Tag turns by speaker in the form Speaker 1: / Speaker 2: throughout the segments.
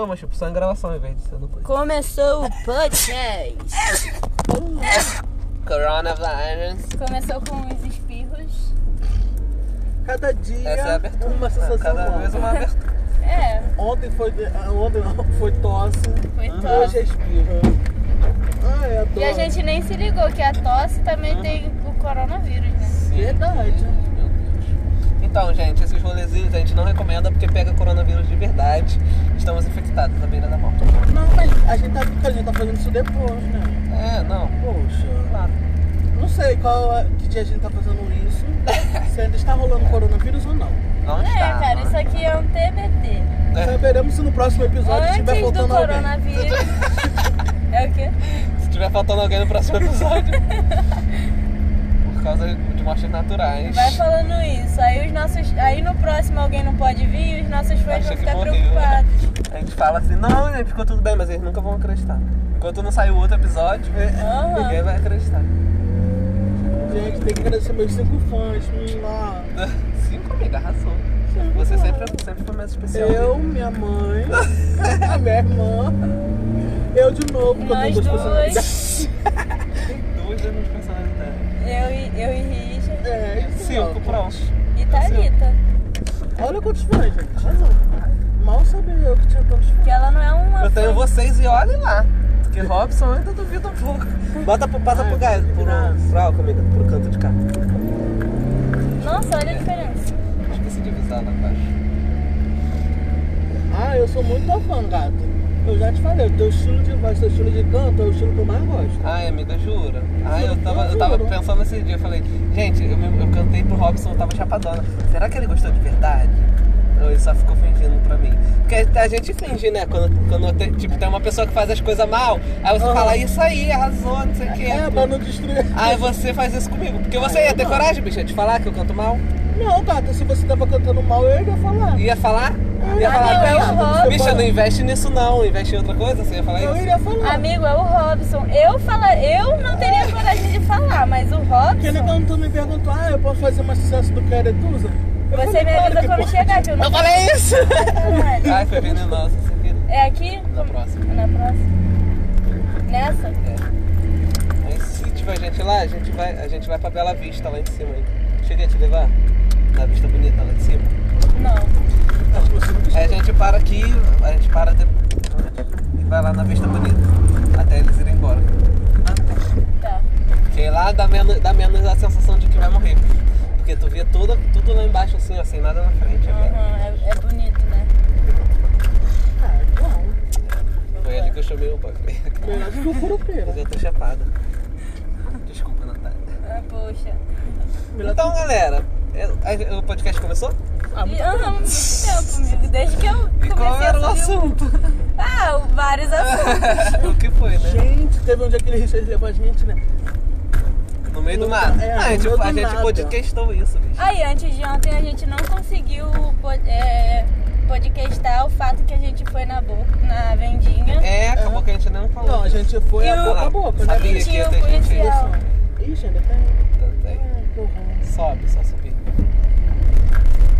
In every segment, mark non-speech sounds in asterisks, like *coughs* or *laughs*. Speaker 1: Não, mas tipo, só em gravação ao invés de ser no podcast.
Speaker 2: Começou o podcast.
Speaker 1: Coronavirus.
Speaker 2: Começou com uns espirros.
Speaker 3: Cada dia
Speaker 1: Essa é a abertura.
Speaker 3: uma sensação
Speaker 1: Cada
Speaker 3: nova.
Speaker 1: vez uma
Speaker 2: *laughs*
Speaker 1: abertura.
Speaker 2: É,
Speaker 3: Ontem foi, de- ah, ontem não, *laughs* foi tosse.
Speaker 2: Foi
Speaker 1: Tá.
Speaker 3: Hoje é espirro. Ah, é dor.
Speaker 2: e a gente nem se ligou que a tosse também tem o coronavírus, né?
Speaker 3: Verdade.
Speaker 1: Meu Deus. Então, gente, esses rolezinhos a gente não recomenda porque pega coronavírus de verdade. Estamos infectados à beira da morte.
Speaker 3: Não, mas a gente, tá, a gente tá fazendo isso depois, né?
Speaker 1: É, não.
Speaker 3: Poxa.
Speaker 1: Claro.
Speaker 3: Não sei qual é- que dia a gente tá fazendo
Speaker 1: *laughs*
Speaker 3: isso. se ainda está rolando coronavírus ou não.
Speaker 1: Não
Speaker 2: É,
Speaker 1: está.
Speaker 2: cara,
Speaker 1: não.
Speaker 2: isso aqui é um TBT.
Speaker 1: É.
Speaker 3: Saberemos se no próximo episódio estiver
Speaker 2: Antes do
Speaker 3: faltando alguém.
Speaker 2: coronavírus. *laughs* é o quê?
Speaker 1: Se tiver faltando alguém no próximo
Speaker 2: *laughs*
Speaker 1: episódio. Por causa de mortes naturais.
Speaker 2: Vai falando isso. Aí os nossos. Aí no próximo alguém não pode vir e os nossos fãs
Speaker 1: Acha
Speaker 2: vão
Speaker 1: que né?
Speaker 2: ficar
Speaker 1: morreu,
Speaker 2: preocupados.
Speaker 1: A gente fala assim, não, gente, ficou tudo bem, mas eles nunca vão acreditar. Enquanto não sair o outro episódio, *laughs*
Speaker 2: Aham.
Speaker 1: ninguém vai acreditar.
Speaker 3: Gente, tem que agradecer meus cinco fãs. Hum, lá.
Speaker 1: *laughs* Cinco amiga, arrasou.
Speaker 3: Cinco
Speaker 1: Você
Speaker 3: fãs.
Speaker 1: sempre, sempre foi mais especial.
Speaker 3: Eu,
Speaker 1: *laughs*
Speaker 3: minha mãe, a minha irmã, eu de novo, porque
Speaker 2: Nós
Speaker 3: eu tenho duas personalidades.
Speaker 2: dois.
Speaker 1: Duas anos de Tá personalidade.
Speaker 2: Eu e, eu e Richard.
Speaker 3: É, isso
Speaker 1: Cinco,
Speaker 3: mesmo.
Speaker 1: pronto.
Speaker 2: E Thalita.
Speaker 3: Olha quantos fãs, gente. Arrasou. Mal sabia eu que tinha tantos fãs.
Speaker 2: Que ela não é uma.
Speaker 1: Eu tenho
Speaker 2: fã.
Speaker 1: vocês e olhe lá. Porque Robson eu ainda duvida um pouco. Bota, pro- passa
Speaker 3: Ai,
Speaker 1: pro gás,
Speaker 3: que
Speaker 1: pro,
Speaker 3: graça.
Speaker 1: pro álcool, amiga, pro canto de cá.
Speaker 2: Nossa, olha a diferença.
Speaker 1: Esqueci de avisar na caixa.
Speaker 3: Ah, eu sou muito tua fã, gato. Eu já te falei, o teu estilo de voz, teu estilo de canto é o estilo que eu mais gosto.
Speaker 1: Ai, amiga, jura? Ai, eu
Speaker 3: Juro,
Speaker 1: tava, eu
Speaker 3: juro.
Speaker 1: tava pensando esse dia, eu falei, gente, eu, me- eu cantei pro Robson, eu tava chapadona. Será que ele gostou de verdade? Ou ele só ficou fingindo pra mim? Porque a gente finge, né? Quando, quando tem, tipo, tem uma pessoa que faz as coisas mal, aí você
Speaker 3: Aham.
Speaker 1: fala, isso aí, arrasou, não sei o quê.
Speaker 3: É, Ah. pra não destruir.
Speaker 1: Aí você faz isso comigo. Porque você
Speaker 3: Ai,
Speaker 1: ia ter
Speaker 3: não.
Speaker 1: coragem, bicha, de falar que eu canto mal?
Speaker 3: *laughs* Não, gato, se você tava cantando mal, eu ia falar.
Speaker 1: Ia falar? Ia
Speaker 2: Ah,
Speaker 1: falar,
Speaker 2: não,
Speaker 1: bicha,
Speaker 2: eu roubo.
Speaker 1: bicha, não investe nisso não, investe em outra coisa, você ia falar
Speaker 3: Eu
Speaker 1: isso?
Speaker 3: iria falar.
Speaker 2: Amigo, é o Robson. Eu falar, eu não teria coragem de falar, mas o
Speaker 3: Porque ele
Speaker 2: Robson.
Speaker 3: quando tu me perguntou, ah, eu posso fazer mais sucesso do que a Aretusa? Eu
Speaker 2: Você
Speaker 3: falei,
Speaker 2: me
Speaker 3: claro
Speaker 2: avisou
Speaker 3: que
Speaker 2: quando
Speaker 3: pode.
Speaker 2: chegar, que eu não
Speaker 1: Eu falei isso!
Speaker 2: caralho.
Speaker 1: Ai, foi venenosa essa vida.
Speaker 2: É aqui?
Speaker 1: Na próxima.
Speaker 2: Na próxima. Nessa?
Speaker 1: É. Aí se tiver gente lá, a gente vai, a gente vai pra Bela Vista lá em cima hein? Cheguei a te levar? Na vista bonita lá de cima.
Speaker 2: Não.
Speaker 3: Acho que Tá, você não
Speaker 1: Aí a gente para aqui, a gente para de... e vai lá na vista bonita. Até eles irem embora.
Speaker 2: Tá.
Speaker 1: Porque lá dá menos, dá menos a sensação de que vai morrer. Porque tu vê tudo, tudo lá embaixo assim, ó, sem nada na frente. Uhum.
Speaker 2: Aham, é, é bonito, né?
Speaker 3: Ah, é bom.
Speaker 1: Foi ali que eu chamei o bagulho.
Speaker 3: Melhor do
Speaker 1: *laughs*
Speaker 3: que o Curupira.
Speaker 1: Mas eu tô chapada. Desculpa, Natália.
Speaker 2: Ah, poxa.
Speaker 3: Melhor
Speaker 1: Então, galera, é- a- o podcast começou?
Speaker 3: Ah,
Speaker 2: E, ah, há muito tempo, amigo. Desde que eu
Speaker 1: E
Speaker 2: comecei
Speaker 1: qual era o
Speaker 2: a subir
Speaker 1: assunto?
Speaker 2: Ah, vários
Speaker 1: *laughs*
Speaker 2: assuntos.
Speaker 1: o que foi, né?
Speaker 3: Gente, teve um dia que ele Richard levou a gente, né?
Speaker 1: No meio do
Speaker 3: No-
Speaker 1: mato.
Speaker 3: é,
Speaker 1: Ah, a
Speaker 3: no
Speaker 1: gente,
Speaker 3: meio
Speaker 1: a
Speaker 3: do
Speaker 1: gente
Speaker 3: nada.
Speaker 1: podcastou isso, bicho.
Speaker 2: Aí, antes de ontem a gente não conseguiu po- é, podcastar o fato que a gente foi na, bo- na vendinha.
Speaker 1: É, acabou que a gente não falou.
Speaker 3: Não, a gente foi
Speaker 2: E
Speaker 3: a
Speaker 2: o-
Speaker 3: boca a boca, né?
Speaker 1: Sabia que
Speaker 2: Tinha
Speaker 1: ia
Speaker 2: um
Speaker 1: ter gente aí.
Speaker 2: policial.
Speaker 3: Ih, gente, tem.
Speaker 1: Tem.
Speaker 3: Ai, que horror.
Speaker 1: Sobe, só subir.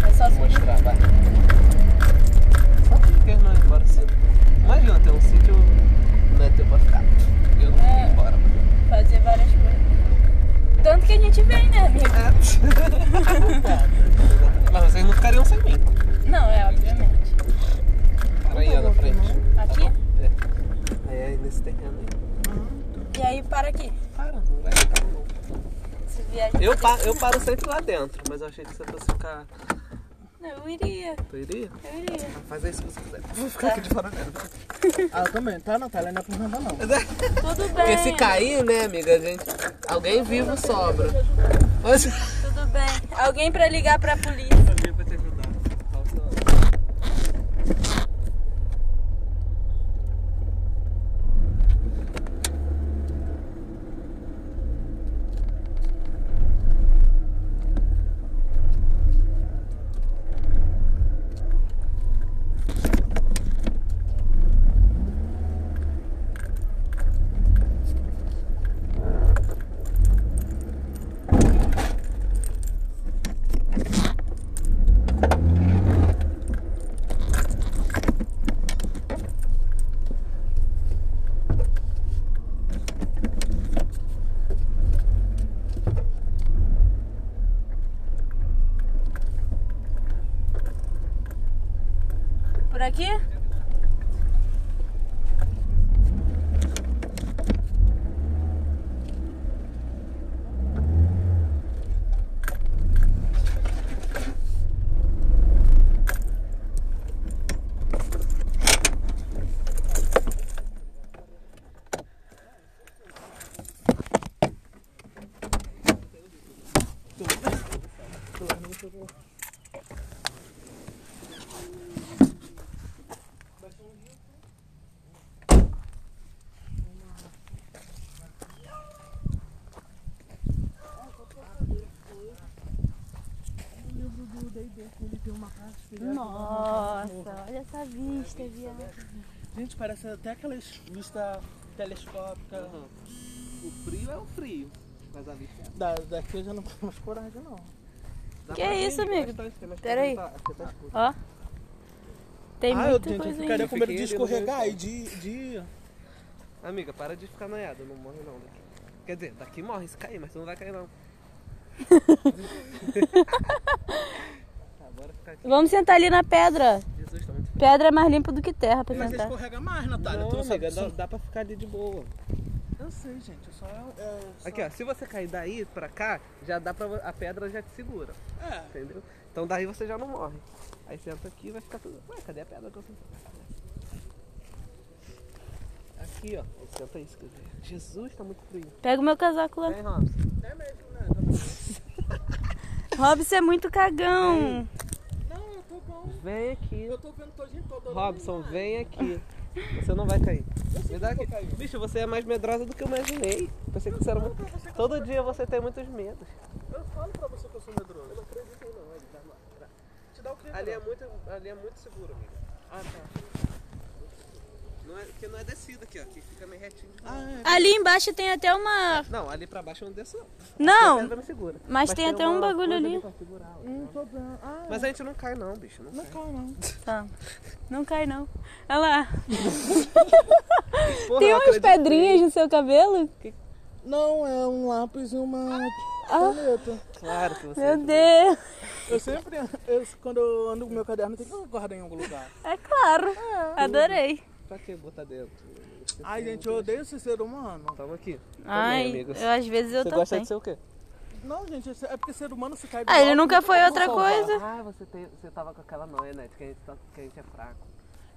Speaker 2: É só
Speaker 1: Vou
Speaker 2: subir.
Speaker 1: mostrar, vai. Sabia que eles não iam embora cedo. Imagina, tem um sítio, né, teu pra ficar. Eu não
Speaker 2: É.
Speaker 1: ia embora. mas-
Speaker 2: fazer várias coisas. Tanto que a gente vem, né, amigo?
Speaker 3: *laughs*
Speaker 1: Exatamente. Mas vocês não ficariam sem mim.
Speaker 2: Não, é, obviamente.
Speaker 1: Era aí, ó, na frente.
Speaker 3: Tá
Speaker 1: Tá
Speaker 2: Aqui?
Speaker 1: É. Aí, aí, nesse terreno aí.
Speaker 2: E aí, para aqui.
Speaker 1: Para, não vai ficar não.
Speaker 2: Se vier, a gente-
Speaker 1: Eu, pa- eu paro sempre lá dentro, mas eu achei que você fosse ficar...
Speaker 2: Eu iria,
Speaker 1: Tu iria?
Speaker 2: eu iria.
Speaker 1: Faz aí se você quiser. Vou ficar aqui de fora mesmo.
Speaker 3: Ah, eu também, tá, Natália? Não é por nada, não.
Speaker 2: Tudo
Speaker 1: Porque
Speaker 2: bem,
Speaker 1: se cair, né, amiga, a gente... Alguém vivo sobra. Mas...
Speaker 2: tudo bem. Alguém pra ligar pra polícia.
Speaker 1: Alguém pra te ajudar.
Speaker 2: aqui? Nossa, olha essa vista, viado.
Speaker 3: Gente, parece até aquelas vistas telescópicas.
Speaker 1: O frio é o frio. Mas a vista é.
Speaker 3: Da, daqui eu já não tenho mais coragem, não.
Speaker 1: Dá
Speaker 2: Que
Speaker 1: pra tá
Speaker 2: isso,
Speaker 1: ver
Speaker 2: amigo?
Speaker 1: bastante, tem mais
Speaker 2: Pera aí.
Speaker 1: coisa, tá- tá escuro.
Speaker 2: Ó. Tem
Speaker 3: ah, eu,
Speaker 2: muita
Speaker 3: gente, eu
Speaker 2: coisa
Speaker 3: ficaria
Speaker 2: aí.
Speaker 3: com medo de
Speaker 1: Fiquei ali no
Speaker 3: escorregar
Speaker 1: meio.
Speaker 3: e de, de.
Speaker 1: Amiga, para de ficar noiada, não morre não daqui. Quer dizer, daqui morre se cair, mas tu não vai cair *laughs* não. Agora fica aqui.
Speaker 2: Vamos sentar ali na pedra.
Speaker 1: Jesus, tá muito frio.
Speaker 2: Pedra é mais limpa do que terra pra
Speaker 3: Mas você
Speaker 2: sentar.
Speaker 3: escorrega mais, Natália.
Speaker 1: Não,
Speaker 3: tu sabe
Speaker 1: amiga,
Speaker 3: disso?
Speaker 1: dá, dá pra ficar ali de boa.
Speaker 3: Eu sei, gente. Eu só. é, só-
Speaker 1: Aqui, ó, se você cair daí pra cá, já dá pra. A pedra já te segura,
Speaker 3: É.
Speaker 1: entendeu? Então daí você já não morre. Aí senta aqui e vai ficar tudo. Ué, cadê a pedra que eu sentei? Aqui, ó. Aí Senta aí, se quiser. Jesus, tá muito frio.
Speaker 2: Pega o meu casaco lá.
Speaker 1: Vem, Robson.
Speaker 3: É mesmo, né? Tá bom.
Speaker 2: Robson é muito cagão.
Speaker 3: Não, eu tô bom.
Speaker 1: Vem aqui.
Speaker 3: Eu tô vendo todinho, tô adorando.
Speaker 1: Robson, vem aqui. Você não vai cair. Me dá
Speaker 3: que
Speaker 1: aqui.
Speaker 3: eu vou cair.
Speaker 1: Bicho, você é mais medrosa do que eu imaginei. Pensei que você era muito. Todo dia você tem muitos medos.
Speaker 3: Eu falo pra você que eu sou medroso. Eu não acredito em não, ele dá lá. Te dá o que?
Speaker 1: Ali é muito, ali é muito seguro, amigo.
Speaker 3: Ah, tá.
Speaker 1: Não é, porque não é descida aqui, ó. Aqui fica meio retinho.
Speaker 3: Ah,
Speaker 2: Ali embaixo tem até uma.
Speaker 1: Não, ali pra baixo eu não desço. não. A
Speaker 2: Não!
Speaker 1: pedra me segura.
Speaker 2: Mas tem até um
Speaker 1: uma
Speaker 2: bagulho
Speaker 1: coisa
Speaker 2: ali.
Speaker 1: pra segurar, ó.
Speaker 3: é. Não tô vendo. Ah,
Speaker 1: Mas a gente não cai não, bicho. Não,
Speaker 3: não
Speaker 1: cai.
Speaker 3: calma, não.
Speaker 2: Tá. Não cai, não. Olha lá.
Speaker 1: Porra,
Speaker 2: Tem
Speaker 1: eu
Speaker 2: umas
Speaker 1: acredito
Speaker 2: pedrinhas no seu cabelo?
Speaker 3: Não, é um lápis e uma
Speaker 2: Ah.
Speaker 3: caneta.
Speaker 1: que- Claro que você.
Speaker 2: Meu Deus.
Speaker 3: Eu sempre, eu, quando eu ando com meu caderno, tem que guardar em algum lugar.
Speaker 2: É claro. Adorei.
Speaker 1: Pra que botar dentro? Você
Speaker 3: Ai,
Speaker 1: tem
Speaker 3: gente, eu
Speaker 1: muito-
Speaker 3: odeio esse ser humano.
Speaker 1: Toma aqui. Também,
Speaker 2: Ai,
Speaker 1: amigo.
Speaker 2: eu, às vezes eu
Speaker 1: você
Speaker 2: também.
Speaker 1: gosta de ser o quê?
Speaker 3: Não, gente, esse- é porque ser humano se cai do
Speaker 2: Ah, ele
Speaker 3: alto,
Speaker 2: nunca
Speaker 3: não tem
Speaker 2: foi
Speaker 3: como
Speaker 2: outra
Speaker 3: salvar.
Speaker 2: coisa.
Speaker 1: Ah, você, tem, você tava com aquela noia, né? De que a gente, tá, que a gente é fraco.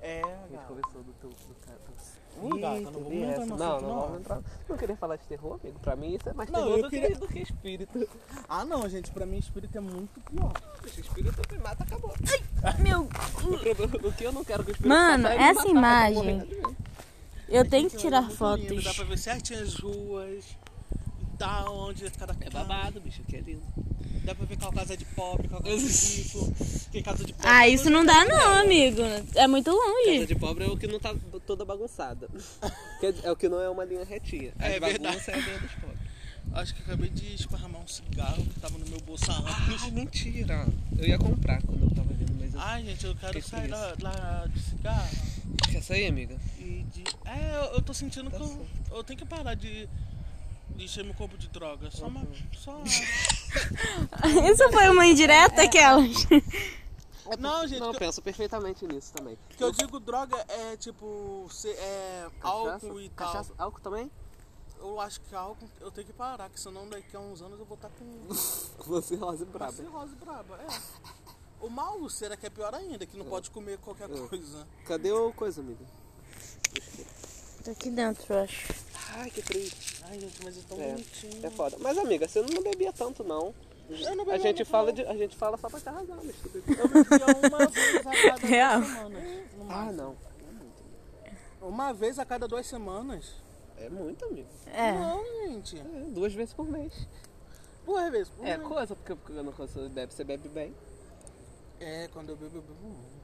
Speaker 3: É,
Speaker 1: A gente
Speaker 3: cara.
Speaker 1: conversou do teu. Do cara, do...
Speaker 3: Ih, gata,
Speaker 1: Ih,
Speaker 3: não
Speaker 1: tu
Speaker 3: vamos
Speaker 1: vê
Speaker 3: entrar
Speaker 1: essa.
Speaker 3: no
Speaker 1: não,
Speaker 3: assunto,
Speaker 1: não,
Speaker 3: não.
Speaker 1: vamos entrar. Não queria falar de terror, amigo. Pra mim isso é mais
Speaker 3: Não,
Speaker 1: terror
Speaker 3: eu
Speaker 1: do, que,
Speaker 3: queria-
Speaker 1: do que espírito.
Speaker 3: Ah, não, gente, pra mim espírito é muito pior.
Speaker 1: Bicho, espírito me mata, acabou. *laughs*
Speaker 2: Meu,
Speaker 1: O problema- O que eu não quero que o espírito
Speaker 2: Mano,
Speaker 1: faça é me
Speaker 2: essa
Speaker 1: matar, eu
Speaker 2: imagem-
Speaker 1: vou morrer de medo.
Speaker 2: eu tenho que tirar
Speaker 3: é Muito lindo, Dá pra
Speaker 2: fotos.
Speaker 3: ver certinho as ruas e tal, onde cada
Speaker 1: É babado, bicho, que é lindo.
Speaker 3: Dá pra ver qual casa é de pobre, qual casa é de
Speaker 1: *laughs*
Speaker 3: rico, que casa de pobre.
Speaker 2: Ah, isso não dá não, amigo. É muito
Speaker 1: Casa
Speaker 2: *laughs* longe.
Speaker 1: de pobre é o que não tá toda *laughs* bagunçada. Quer dizer, é o que não é uma linha retinha. As
Speaker 3: É verdade.
Speaker 1: bagunças é a linha dos pobres.
Speaker 3: Acho que acabei de esparramar um cigarro que tava no meu bolso há anos.
Speaker 1: Ah, mentira. Eu ia comprar quando eu tava vendo, mas eu...
Speaker 3: Ai, gente, eu quero
Speaker 1: Que que é
Speaker 3: sair
Speaker 1: isso?
Speaker 3: lá, lá de cigarro
Speaker 1: Quer sair, amiga?
Speaker 3: e de. É, eu, eu tô sentindo
Speaker 1: Tá
Speaker 3: que eu, eu tenho que parar de. de encher meu corpo de droga. Só uma.
Speaker 1: Uhum.
Speaker 3: Só.
Speaker 2: Isso foi uma indireta, aquelas.
Speaker 3: Não, gente,
Speaker 1: Não,
Speaker 3: que,
Speaker 1: eu
Speaker 3: eu-
Speaker 1: penso perfeitamente nisso também.
Speaker 3: que eu digo droga é tipo. se- é, álcool e tal.
Speaker 1: Cachaça? Álcool também? *laughs*
Speaker 3: Eu acho que álcool eu tenho que parar, que senão daqui a uns anos eu vou estar com
Speaker 1: Você rosa
Speaker 3: uma
Speaker 1: braba.
Speaker 3: cirrose braba. É. O mal úlcera que é pior ainda, que não pode comer qualquer
Speaker 1: É.
Speaker 3: coisa.
Speaker 1: Cadê o coisa, amiga?
Speaker 2: Tá aqui dentro, eu acho.
Speaker 1: Ai, que triste.
Speaker 3: Ai, gente, mas é tão
Speaker 1: É,
Speaker 3: bonitinho.
Speaker 1: É foda. Mas, amiga, você não bebia tanto, não.
Speaker 3: Eu não
Speaker 1: A
Speaker 3: bebi
Speaker 1: gente,
Speaker 3: muito,
Speaker 1: fala
Speaker 3: não.
Speaker 1: de, a gente fala só pra te arrasar, mas tudo bem.
Speaker 3: Eu bebia é uma vez
Speaker 1: *laughs*
Speaker 3: a cada
Speaker 1: É.
Speaker 2: Real.
Speaker 3: duas semanas. no
Speaker 1: Ah,
Speaker 3: máximo.
Speaker 1: não.
Speaker 3: Uma vez a cada duas semanas?
Speaker 1: É muito, amigo.
Speaker 2: É.
Speaker 3: Não, gente.
Speaker 1: É, duas vezes por mês.
Speaker 3: Duas vezes. por
Speaker 1: É
Speaker 3: mês.
Speaker 1: coisa, porque quando você bebe, você bebe bem.
Speaker 3: é, quando eu bebo, eu bebo muito.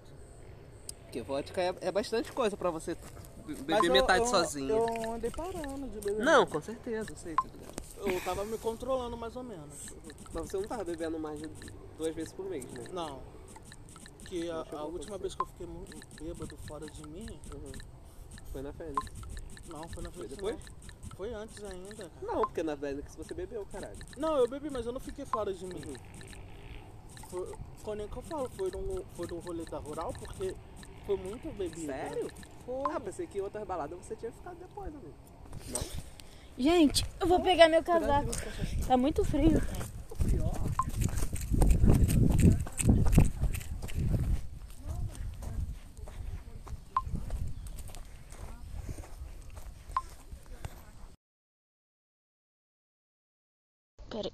Speaker 1: Porque vodka é, é bastante coisa pra você be-
Speaker 3: Mas
Speaker 1: beber
Speaker 3: eu-
Speaker 1: metade
Speaker 3: eu-
Speaker 1: sozinho.
Speaker 3: Eu andei parando de beber.
Speaker 1: Não, com certeza, eu sei, tá ligado?
Speaker 3: Eu tava me controlando mais ou menos.
Speaker 1: Mas você não tava bebendo mais de duas vezes por mês, né?
Speaker 3: Não. Que a,
Speaker 1: chegou
Speaker 3: a
Speaker 1: a
Speaker 3: última
Speaker 1: acontecer.
Speaker 3: vez que eu fiquei muito bêbado fora de mim,
Speaker 1: Foi na Fênix.
Speaker 3: não, foi na
Speaker 1: Foi
Speaker 3: frente.
Speaker 1: depois?
Speaker 3: não. Foi antes ainda, cara.
Speaker 1: Não, porque na Fênix você bebeu, caralho.
Speaker 3: Não, eu bebi, mas eu não fiquei fora de mim.
Speaker 1: Uhum.
Speaker 3: um, Foi, foi nem que eu falo, foi num, foi num rolê da rural, porque Foi muito bebida.
Speaker 1: Sério?
Speaker 3: Foi.
Speaker 1: Ah, pensei que outras baladas você tinha ficado depois, amigo. Não?
Speaker 2: Gente, eu vou pegar meu casaco. Tá muito frio. Peraí.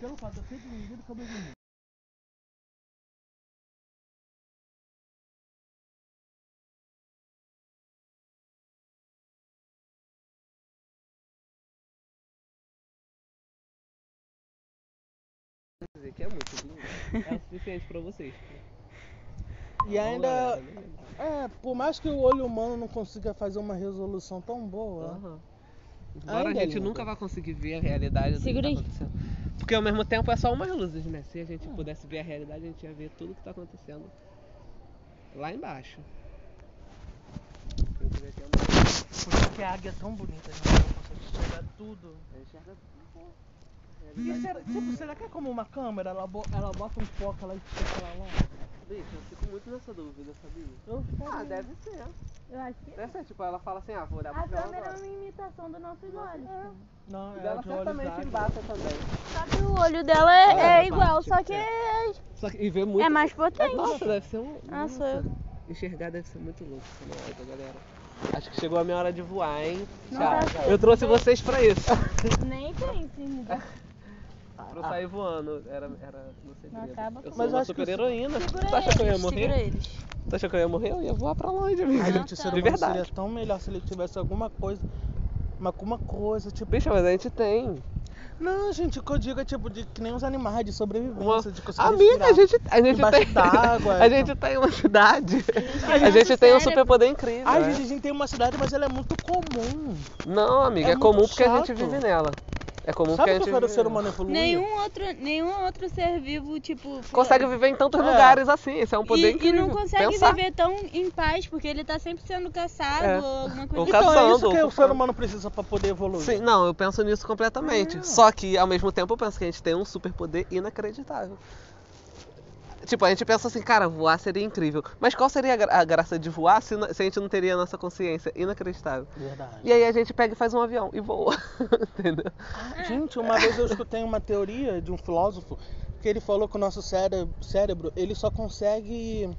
Speaker 3: Pelo fato de eu ter dirigido, que eu bebi muito.
Speaker 1: Quer dizer, que é muito lindo. É o suficiente pra vocês. né?
Speaker 3: E ainda, é, por mais que o olho humano não consiga fazer uma resolução tão boa,
Speaker 1: Aham. Agora a
Speaker 3: Ainda é
Speaker 1: gente
Speaker 3: lindo.
Speaker 1: nunca vai conseguir ver a realidade do que
Speaker 2: Segura
Speaker 1: tá
Speaker 2: aí.
Speaker 1: acontecendo. Porque ao mesmo tempo é só umas luzes, né? Se a gente pudesse ver a realidade, a gente ia ver tudo que tá acontecendo lá embaixo. Eu queria ter uma-
Speaker 3: porque a águia é tão bonita, a gente consegue enxergar tudo.
Speaker 1: eu enxergo tudo. A
Speaker 3: E
Speaker 1: realidade-
Speaker 3: será, tipo, será que é como uma câmera? Ela, bo- ela bota um foco, ela estica lá lá?
Speaker 1: Bicho, eu fico muito nessa dúvida, sabia?
Speaker 3: Eu
Speaker 1: Ah,
Speaker 3: ficaria.
Speaker 1: deve ser.
Speaker 2: Eu acho que
Speaker 1: Deve ser, tipo, ela fala assim, ah, vou olhar
Speaker 2: a
Speaker 1: pro final
Speaker 2: câmera é
Speaker 1: agora.
Speaker 2: uma imitação dos nossos olhos.
Speaker 3: Não,
Speaker 1: E
Speaker 3: é
Speaker 1: dela
Speaker 3: de olhos
Speaker 1: certamente
Speaker 3: d'água.
Speaker 1: embata também.
Speaker 2: Só que o olho dela é,
Speaker 1: É,
Speaker 2: é igual, só que é,
Speaker 1: Só que, e vê muito...
Speaker 2: é mais potente.
Speaker 1: Nossa, deve ser um...
Speaker 2: Ah, sou eu.
Speaker 1: Enxergar deve ser muito louco essa merda, galera. Acho que chegou a minha hora de voar, hein?
Speaker 2: Não
Speaker 1: Tchau.
Speaker 2: vai ser.
Speaker 1: Eu trouxe vocês pra isso.
Speaker 3: Ah.
Speaker 2: Nem pense nisso.
Speaker 1: É. pra eu sair voando. Era, era no segredo.
Speaker 2: acaba
Speaker 1: eu
Speaker 2: com
Speaker 1: sou
Speaker 3: isso.
Speaker 1: uma
Speaker 3: Mas eu
Speaker 1: super
Speaker 3: acho que
Speaker 1: heroína.
Speaker 2: Segura
Speaker 1: Tu acha que eu ia
Speaker 2: eles, segura
Speaker 1: morrer?
Speaker 2: eles.
Speaker 1: Tu acha que eu ia morrer? Eu ia voar pra longe, amigo.
Speaker 3: A gente, o ser
Speaker 2: tá.
Speaker 1: De
Speaker 3: humano seria
Speaker 1: verdade.
Speaker 3: tão melhor se ele tivesse alguma coisa, uma, alguma coisa, tipo...
Speaker 1: Bicho, mas a gente tem.
Speaker 3: Não, gente, o que eu digo é tipo de que nem os animais de sobrevivência, de conseguir
Speaker 1: Amiga,
Speaker 3: respirar.
Speaker 1: a gente, a gente
Speaker 3: Embaixo
Speaker 1: tem. *laughs*
Speaker 3: d'água,
Speaker 1: a
Speaker 3: então.
Speaker 1: gente tem uma cidade. A
Speaker 2: nosso
Speaker 1: gente tem um
Speaker 2: cérebro.
Speaker 1: superpoder incrível.
Speaker 3: Ai,
Speaker 1: né?
Speaker 3: gente, a gente tem uma cidade, mas ela é muito comum.
Speaker 1: Não, amiga,
Speaker 3: É
Speaker 1: é,
Speaker 3: muito
Speaker 1: comum porque a gente
Speaker 3: chato.
Speaker 1: vive nela. É comum porque
Speaker 3: Sabe
Speaker 1: a
Speaker 3: o que
Speaker 1: gente
Speaker 3: eu quero
Speaker 1: vive
Speaker 3: ser
Speaker 1: nela.
Speaker 3: humano evoluir?
Speaker 2: Nenhum outro, nenhum outro ser vivo, tipo.
Speaker 1: Consegue viver em tantos
Speaker 3: É.
Speaker 1: lugares assim. Isso é um poder
Speaker 2: e, e
Speaker 1: incrível.
Speaker 2: não consegue
Speaker 1: Pensar.
Speaker 2: viver tão em paz, porque ele tá sempre sendo caçado
Speaker 1: É.
Speaker 2: ou alguma
Speaker 1: Ou
Speaker 2: coisa
Speaker 3: Então é isso
Speaker 1: caçando,
Speaker 3: que o ser
Speaker 1: ocupando.
Speaker 3: humano precisa pra poder evoluir.
Speaker 1: Sim, não, eu penso nisso completamente. Só que, ao mesmo tempo, eu penso que a gente tem um superpoder inacreditável. Tipo, a gente pensa assim, cara, voar seria incrível. Mas qual seria a, gra- a graça de voar se, n- se a gente não teria a nossa consciência? Inacreditável.
Speaker 3: Verdade.
Speaker 1: E aí a gente pega e faz um avião e voa. *laughs* Entendeu?
Speaker 3: Gente, uma vez eu escutei uma teoria de um filósofo que ele falou que o nosso cére- cérebro, ele só consegue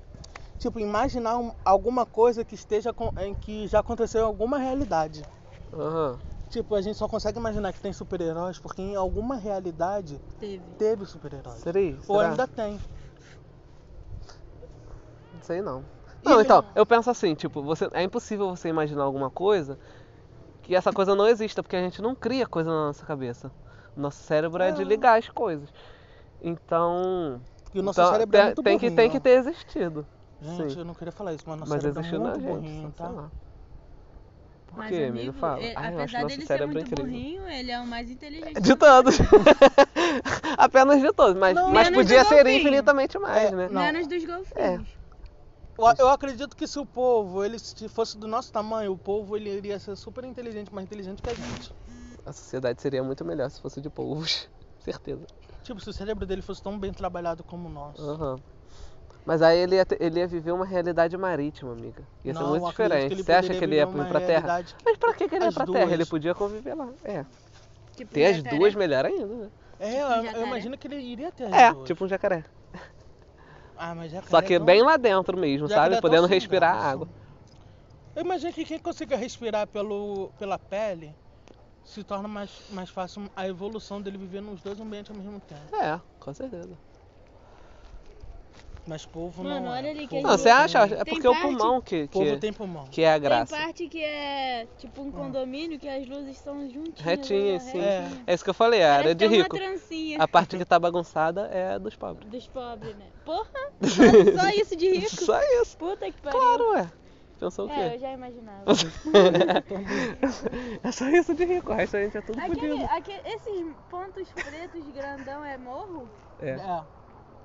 Speaker 3: tipo imaginar um- alguma coisa que esteja com- em que já aconteceu em alguma realidade.
Speaker 1: Aham.
Speaker 3: Tipo, a gente só consegue imaginar que tem super-heróis porque em alguma realidade
Speaker 2: que teve.
Speaker 3: teve super-heróis.
Speaker 1: Seria?
Speaker 3: Ou
Speaker 1: Será?
Speaker 3: ainda tem.
Speaker 1: Não sei não. Não, então, eu penso assim, tipo, você, é impossível você imaginar alguma coisa que essa coisa não exista, porque a gente não cria coisa na nossa cabeça. O nosso cérebro é de ligar as coisas. Então.
Speaker 3: E o nosso
Speaker 1: então,
Speaker 3: cérebro é
Speaker 1: tem-
Speaker 3: muito
Speaker 1: tem, que,
Speaker 3: burrinho.
Speaker 1: tem que ter existido.
Speaker 3: Gente,
Speaker 1: Sim.
Speaker 3: eu não queria falar isso, mas nosso
Speaker 1: mas
Speaker 3: cérebro
Speaker 1: existiu
Speaker 3: é
Speaker 1: na
Speaker 3: muito
Speaker 1: gente.
Speaker 3: burrinho,
Speaker 1: sei
Speaker 3: tá?
Speaker 1: lá. Por quê, amigo? Fala.
Speaker 2: ele-
Speaker 1: Ai, eu acho
Speaker 2: é, apesar
Speaker 1: nosso
Speaker 2: dele ser
Speaker 1: cérebro
Speaker 2: muito
Speaker 1: incrível. *laughs*
Speaker 2: burrinho, ele é o mais inteligente.
Speaker 1: De todos. *laughs* Apenas de todos. Mas,
Speaker 3: Não,
Speaker 1: mas
Speaker 2: menos do
Speaker 1: podia ser
Speaker 2: golfinho.
Speaker 1: infinitamente mais, né?
Speaker 3: É, não.
Speaker 2: Menos dos
Speaker 1: É.
Speaker 2: golfinhos.
Speaker 3: Eu, eu acredito que se o povo, ele se fosse do nosso tamanho, o povo ele iria ser super inteligente, mais inteligente que a gente.
Speaker 1: A sociedade seria muito melhor se fosse de povos. *laughs* Certeza.
Speaker 3: Tipo, se o cérebro dele fosse tão bem trabalhado como o nosso.
Speaker 1: Aham. Mas aí ele ia, te- ele ia viver uma realidade marítima, amiga. Ia ser
Speaker 3: Não,
Speaker 1: muito
Speaker 3: eu acredito
Speaker 1: diferente.
Speaker 3: que ele
Speaker 1: Você acha
Speaker 3: poderia
Speaker 1: que ele ia
Speaker 3: viver
Speaker 1: ir
Speaker 3: uma
Speaker 1: pra Terra?
Speaker 3: realidade-
Speaker 1: Mas pra que, que ele ia
Speaker 3: As
Speaker 1: pra Terra? Ele
Speaker 3: duas.
Speaker 1: podia conviver lá. É.
Speaker 2: Tipo,
Speaker 1: Ter as
Speaker 2: jacaré.
Speaker 1: duas, melhor ainda, né?
Speaker 3: É,
Speaker 2: Um
Speaker 3: eu, eu
Speaker 2: jacaré.
Speaker 3: imagino que ele iria ter as
Speaker 1: É,
Speaker 3: duas.
Speaker 1: tipo um jacaré.
Speaker 3: Ah, mas jacaré
Speaker 1: Só que
Speaker 3: é tão-
Speaker 1: bem lá dentro mesmo,
Speaker 3: jacaré é
Speaker 1: sabe?
Speaker 3: tão
Speaker 1: Podendo
Speaker 3: sem
Speaker 1: respirar
Speaker 3: graça.
Speaker 1: água.
Speaker 3: Eu imagino que quem consiga respirar pelo, pela pele se torna mais, mais fácil a evolução dele viver nos dois ambientes ao mesmo tempo.
Speaker 1: É, com certeza.
Speaker 3: Mas povo
Speaker 2: Mano,
Speaker 3: não.
Speaker 2: olha
Speaker 3: é.
Speaker 2: ali que
Speaker 3: Povo-
Speaker 2: a
Speaker 1: Não,
Speaker 2: gente-
Speaker 1: você acha? É
Speaker 2: Tem
Speaker 1: porque o
Speaker 2: parte-
Speaker 1: pulmão que,
Speaker 3: Povo
Speaker 1: que,
Speaker 3: tem pulmão.
Speaker 1: que é a
Speaker 2: Tem
Speaker 1: graça. Ah.
Speaker 2: parte que é tipo um condomínio que as luzes são juntinhas.
Speaker 1: Retinha,
Speaker 2: né?
Speaker 1: sim.
Speaker 3: É.
Speaker 1: É isso que eu falei, é a área
Speaker 2: Parece
Speaker 1: de
Speaker 2: até
Speaker 1: rico.
Speaker 2: uma trancinha
Speaker 1: A parte que tá bagunçada é a dos pobres.
Speaker 2: dos pobres, né? Porra!
Speaker 1: *laughs*
Speaker 2: Só, só isso de rico.
Speaker 1: Só isso.
Speaker 2: Puta que pariu.
Speaker 1: Claro, ué. Pensou o
Speaker 2: É, eu
Speaker 1: quê?
Speaker 2: já imaginava.
Speaker 1: É só isso de rico, o resto a gente é tudo
Speaker 2: Aquele,
Speaker 1: fodido.
Speaker 2: aquele, esses pontos pretos grandão é morro?
Speaker 1: É,
Speaker 3: É.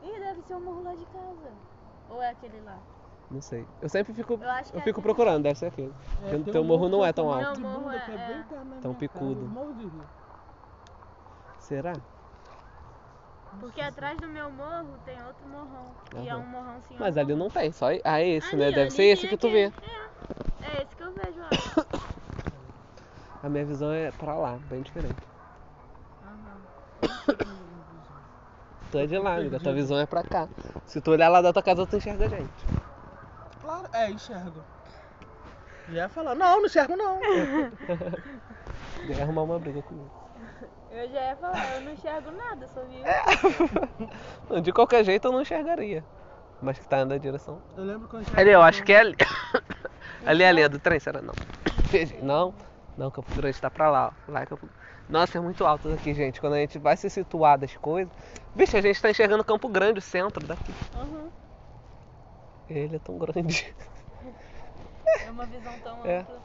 Speaker 2: Ih, deve ser o morro lá de casa. Ou é aquele lá?
Speaker 1: não sei. Eu sempre fico,
Speaker 2: Eu acho que
Speaker 1: eu
Speaker 2: é
Speaker 1: fico
Speaker 2: aquele.
Speaker 1: procurando, deve ser aquele. Porque o
Speaker 3: tem
Speaker 1: teu
Speaker 3: um
Speaker 1: morro não é tão
Speaker 3: monte de
Speaker 1: alto.
Speaker 2: Não, morro
Speaker 3: bunda que
Speaker 2: é-
Speaker 3: bem
Speaker 2: é.
Speaker 3: cá na minha
Speaker 1: Tão
Speaker 3: cara,
Speaker 1: picudo.
Speaker 3: eu né? morro de rir.
Speaker 1: Será?
Speaker 2: Porque atrás do meu morro tem outro morrão. E é
Speaker 1: Aham.
Speaker 2: um morrão sim.
Speaker 1: Mas
Speaker 2: um
Speaker 1: ali
Speaker 2: morrão.
Speaker 1: não tem, só ah, é esse, né?
Speaker 2: Ali,
Speaker 1: Deve
Speaker 2: ali
Speaker 1: ser esse
Speaker 2: tem
Speaker 1: que tu
Speaker 2: aquele.
Speaker 1: vê.
Speaker 2: É, é esse que eu
Speaker 1: *coughs*
Speaker 2: vejo lá.
Speaker 1: A minha visão é pra lá, bem diferente. Tu é de lá, amiga. Tua visão é pra cá. Se tu olhar lá da tua casa, tu enxerga a gente.
Speaker 3: Claro, é, enxergo. Já ia falar, não, não enxergo não.
Speaker 1: Deve arrumar uma briga comigo.
Speaker 2: Eu já ia falar, eu não enxergo nada, sou viu?
Speaker 1: É. Não, De qualquer jeito, eu não enxergaria. Mas que tá indo na direção.
Speaker 3: Eu lembro quando eu
Speaker 1: Ali, eu acho que é ali. *coughs* ali é a linha do trem, será? Não. *coughs* Viajei. Não, não, Campo Grande tá pra lá. ó. lá é Campo... Nossa, é muito alto daqui, gente. Quando a gente vai se situar das coisas. Bicho, a gente tá enxergando Campo Grande, o centro daqui.
Speaker 2: Uhum.
Speaker 1: Ele é tão grande. *laughs*
Speaker 2: É uma visão tão
Speaker 1: É.
Speaker 2: ampla.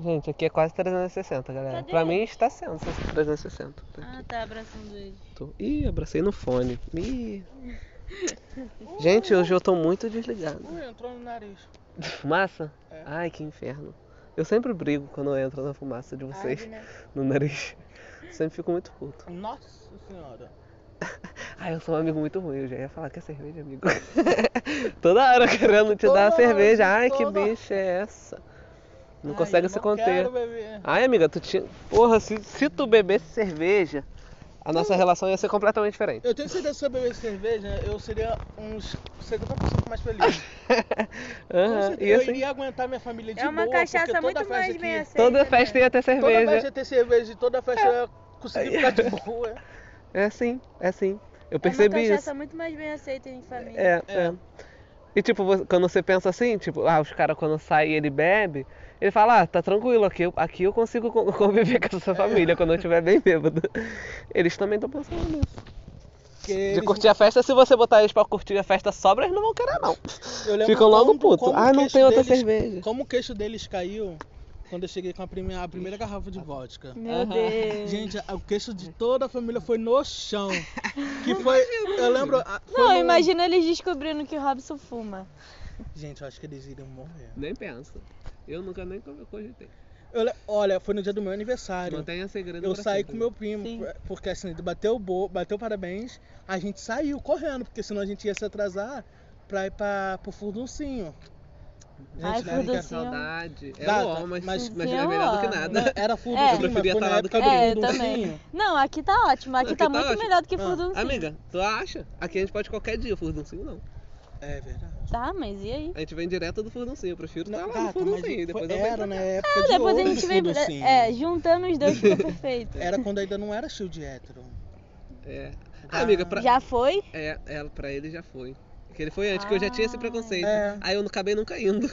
Speaker 1: Gente, aqui é quase 360, galera.
Speaker 2: Cadê
Speaker 1: pra
Speaker 2: ele?
Speaker 1: mim está sendo 360. Tá aqui.
Speaker 2: Ah, tá abraçando ele.
Speaker 1: Tô- Ih, abracei no fone. Ih. Gente, hoje eu tô muito desligado.
Speaker 3: Ui, entrou no nariz.
Speaker 1: De fumaça?
Speaker 3: É.
Speaker 1: Ai, que inferno. Eu sempre brigo quando eu entro na fumaça de vocês,
Speaker 2: né?
Speaker 1: no nariz. *laughs* Sempre fico muito puto.
Speaker 3: Nossa senhora.
Speaker 1: Ai, eu sou um amigo muito ruim, eu já ia falar que é cerveja, amigo. *laughs* Toda hora querendo te dar
Speaker 3: Toda
Speaker 1: uma cerveja.
Speaker 3: hora,
Speaker 1: Ai, que
Speaker 3: toda-
Speaker 1: bicha é essa? Não
Speaker 3: Ai,
Speaker 1: consegue
Speaker 3: eu
Speaker 1: se conter.
Speaker 3: Quero beber.
Speaker 1: Ai, amiga, tu tinha. Porra, se, se tu bebesse cerveja, a nossa relação ia ser completamente diferente.
Speaker 3: Eu tenho certeza que se eu bebesse cerveja, eu seria um uns 70% mais feliz. Com
Speaker 1: Aham,
Speaker 3: certeza,
Speaker 1: e
Speaker 3: eu
Speaker 1: assim,
Speaker 3: iria aguentar minha família de
Speaker 4: É uma
Speaker 3: boa, porque
Speaker 4: cachaça
Speaker 3: toda
Speaker 4: muito
Speaker 3: festa
Speaker 4: mais
Speaker 3: aqui-
Speaker 4: bem aceita.
Speaker 1: toda
Speaker 4: né?
Speaker 1: festa ia ter
Speaker 3: Toda festa
Speaker 1: cerveja.
Speaker 3: ia ter cerveja e toda festa eu ia conseguir
Speaker 1: *laughs*
Speaker 3: ficar de boa.
Speaker 1: É assim, é assim. Eu percebi
Speaker 4: é uma
Speaker 1: isso.
Speaker 4: cachaça muito mais bem aceita em família.
Speaker 1: É,
Speaker 3: É.
Speaker 1: é. E tipo, você- quando você pensa assim, tipo, ah, os caras quando sai e ele bebe, ele fala, ah, tá tranquilo, aqui eu, aqui eu consigo con- *laughs* conviver com essa família quando eu estiver bem bêbado. Eles também estão pensando nisso.
Speaker 3: Porque
Speaker 1: De
Speaker 3: eles-
Speaker 1: curtir a festa, se você botar eles pra curtir a festa sobra, eles não vão querer, não.
Speaker 3: eu lembro
Speaker 1: ficam logo
Speaker 3: quando-
Speaker 1: puto.
Speaker 3: como
Speaker 1: Ah,
Speaker 3: o
Speaker 1: não
Speaker 3: queixo
Speaker 1: tem outra
Speaker 3: deles-
Speaker 1: cerveja.
Speaker 3: Como o queixo deles caiu quando eu cheguei com a primeira, a primeira garrafa de vodka.
Speaker 2: Meu Deus.
Speaker 3: Gente, a- o queixo de toda a família foi no chão.
Speaker 4: *laughs*
Speaker 3: Que foi. Eu lembro. a- foi
Speaker 1: um-
Speaker 4: Não,
Speaker 3: no-
Speaker 4: imagina eles descobrindo que Robson fuma.
Speaker 3: Gente, eu acho que eles iriam morrer.
Speaker 1: Nem pensa. Eu nunca nem co- cogitei.
Speaker 3: Eu le- olha, foi no dia do meu aniversário.
Speaker 1: Mantenha segredo.
Speaker 3: Eu
Speaker 1: pra
Speaker 3: saí
Speaker 1: sempre.
Speaker 3: com meu primo,
Speaker 4: Sim.
Speaker 3: por- porque assim, ele bateu o bo... bateu parabéns, a gente saiu correndo, porque senão a gente ia se atrasar pra ir pra... pro furduncinho.
Speaker 4: Ai,
Speaker 3: Gente, né,
Speaker 4: furduncinho.
Speaker 1: Saudade. É
Speaker 3: Dá,
Speaker 1: bom,
Speaker 3: tá,
Speaker 1: mas,
Speaker 3: mas-
Speaker 1: mas,
Speaker 4: Sim,
Speaker 1: era melhor do que
Speaker 4: ó.
Speaker 1: nada.
Speaker 3: Não, era furduncinho,
Speaker 4: É.
Speaker 3: mas
Speaker 4: Eu
Speaker 1: preferia
Speaker 3: foi
Speaker 1: tá
Speaker 3: na
Speaker 1: lá do
Speaker 3: época
Speaker 1: que
Speaker 3: do
Speaker 4: É, eu
Speaker 3: furduncinho.
Speaker 4: também. Não, aqui tá ótimo. Aqui,
Speaker 1: assim? Aqui
Speaker 4: tá,
Speaker 1: tá
Speaker 4: muito
Speaker 1: ótimo.
Speaker 4: melhor do que
Speaker 3: Ah,
Speaker 4: Furduncinho.
Speaker 1: *laughs* Amiga, tu acha? Aqui a gente pode qualquer dia, furduncinho não.
Speaker 3: É verdade.
Speaker 4: Tá, mas e aí?
Speaker 1: A gente vem direto do furduncinho, eu prefiro tá lá
Speaker 3: Não, gata,
Speaker 1: no
Speaker 3: mas
Speaker 1: furduncinho,
Speaker 3: foi-
Speaker 1: depois eu venho
Speaker 3: era
Speaker 1: pra
Speaker 3: na
Speaker 1: cá.
Speaker 3: época de
Speaker 4: Ah, Depois a
Speaker 3: ouro
Speaker 4: gente
Speaker 3: do
Speaker 4: vem.
Speaker 1: assim,
Speaker 3: furduncinho.
Speaker 4: É, juntando os dois ficou perfeito.
Speaker 3: Era quando ainda não era shield hétero.
Speaker 1: É.
Speaker 3: Tá.
Speaker 1: Ah, amiga, pra...
Speaker 4: Já foi?
Speaker 1: É, ela, pra ele já foi. Porque ele foi antes, que eu já tinha
Speaker 4: Ah.
Speaker 1: esse preconceito.
Speaker 3: É.
Speaker 1: Aí eu não acabei nunca indo.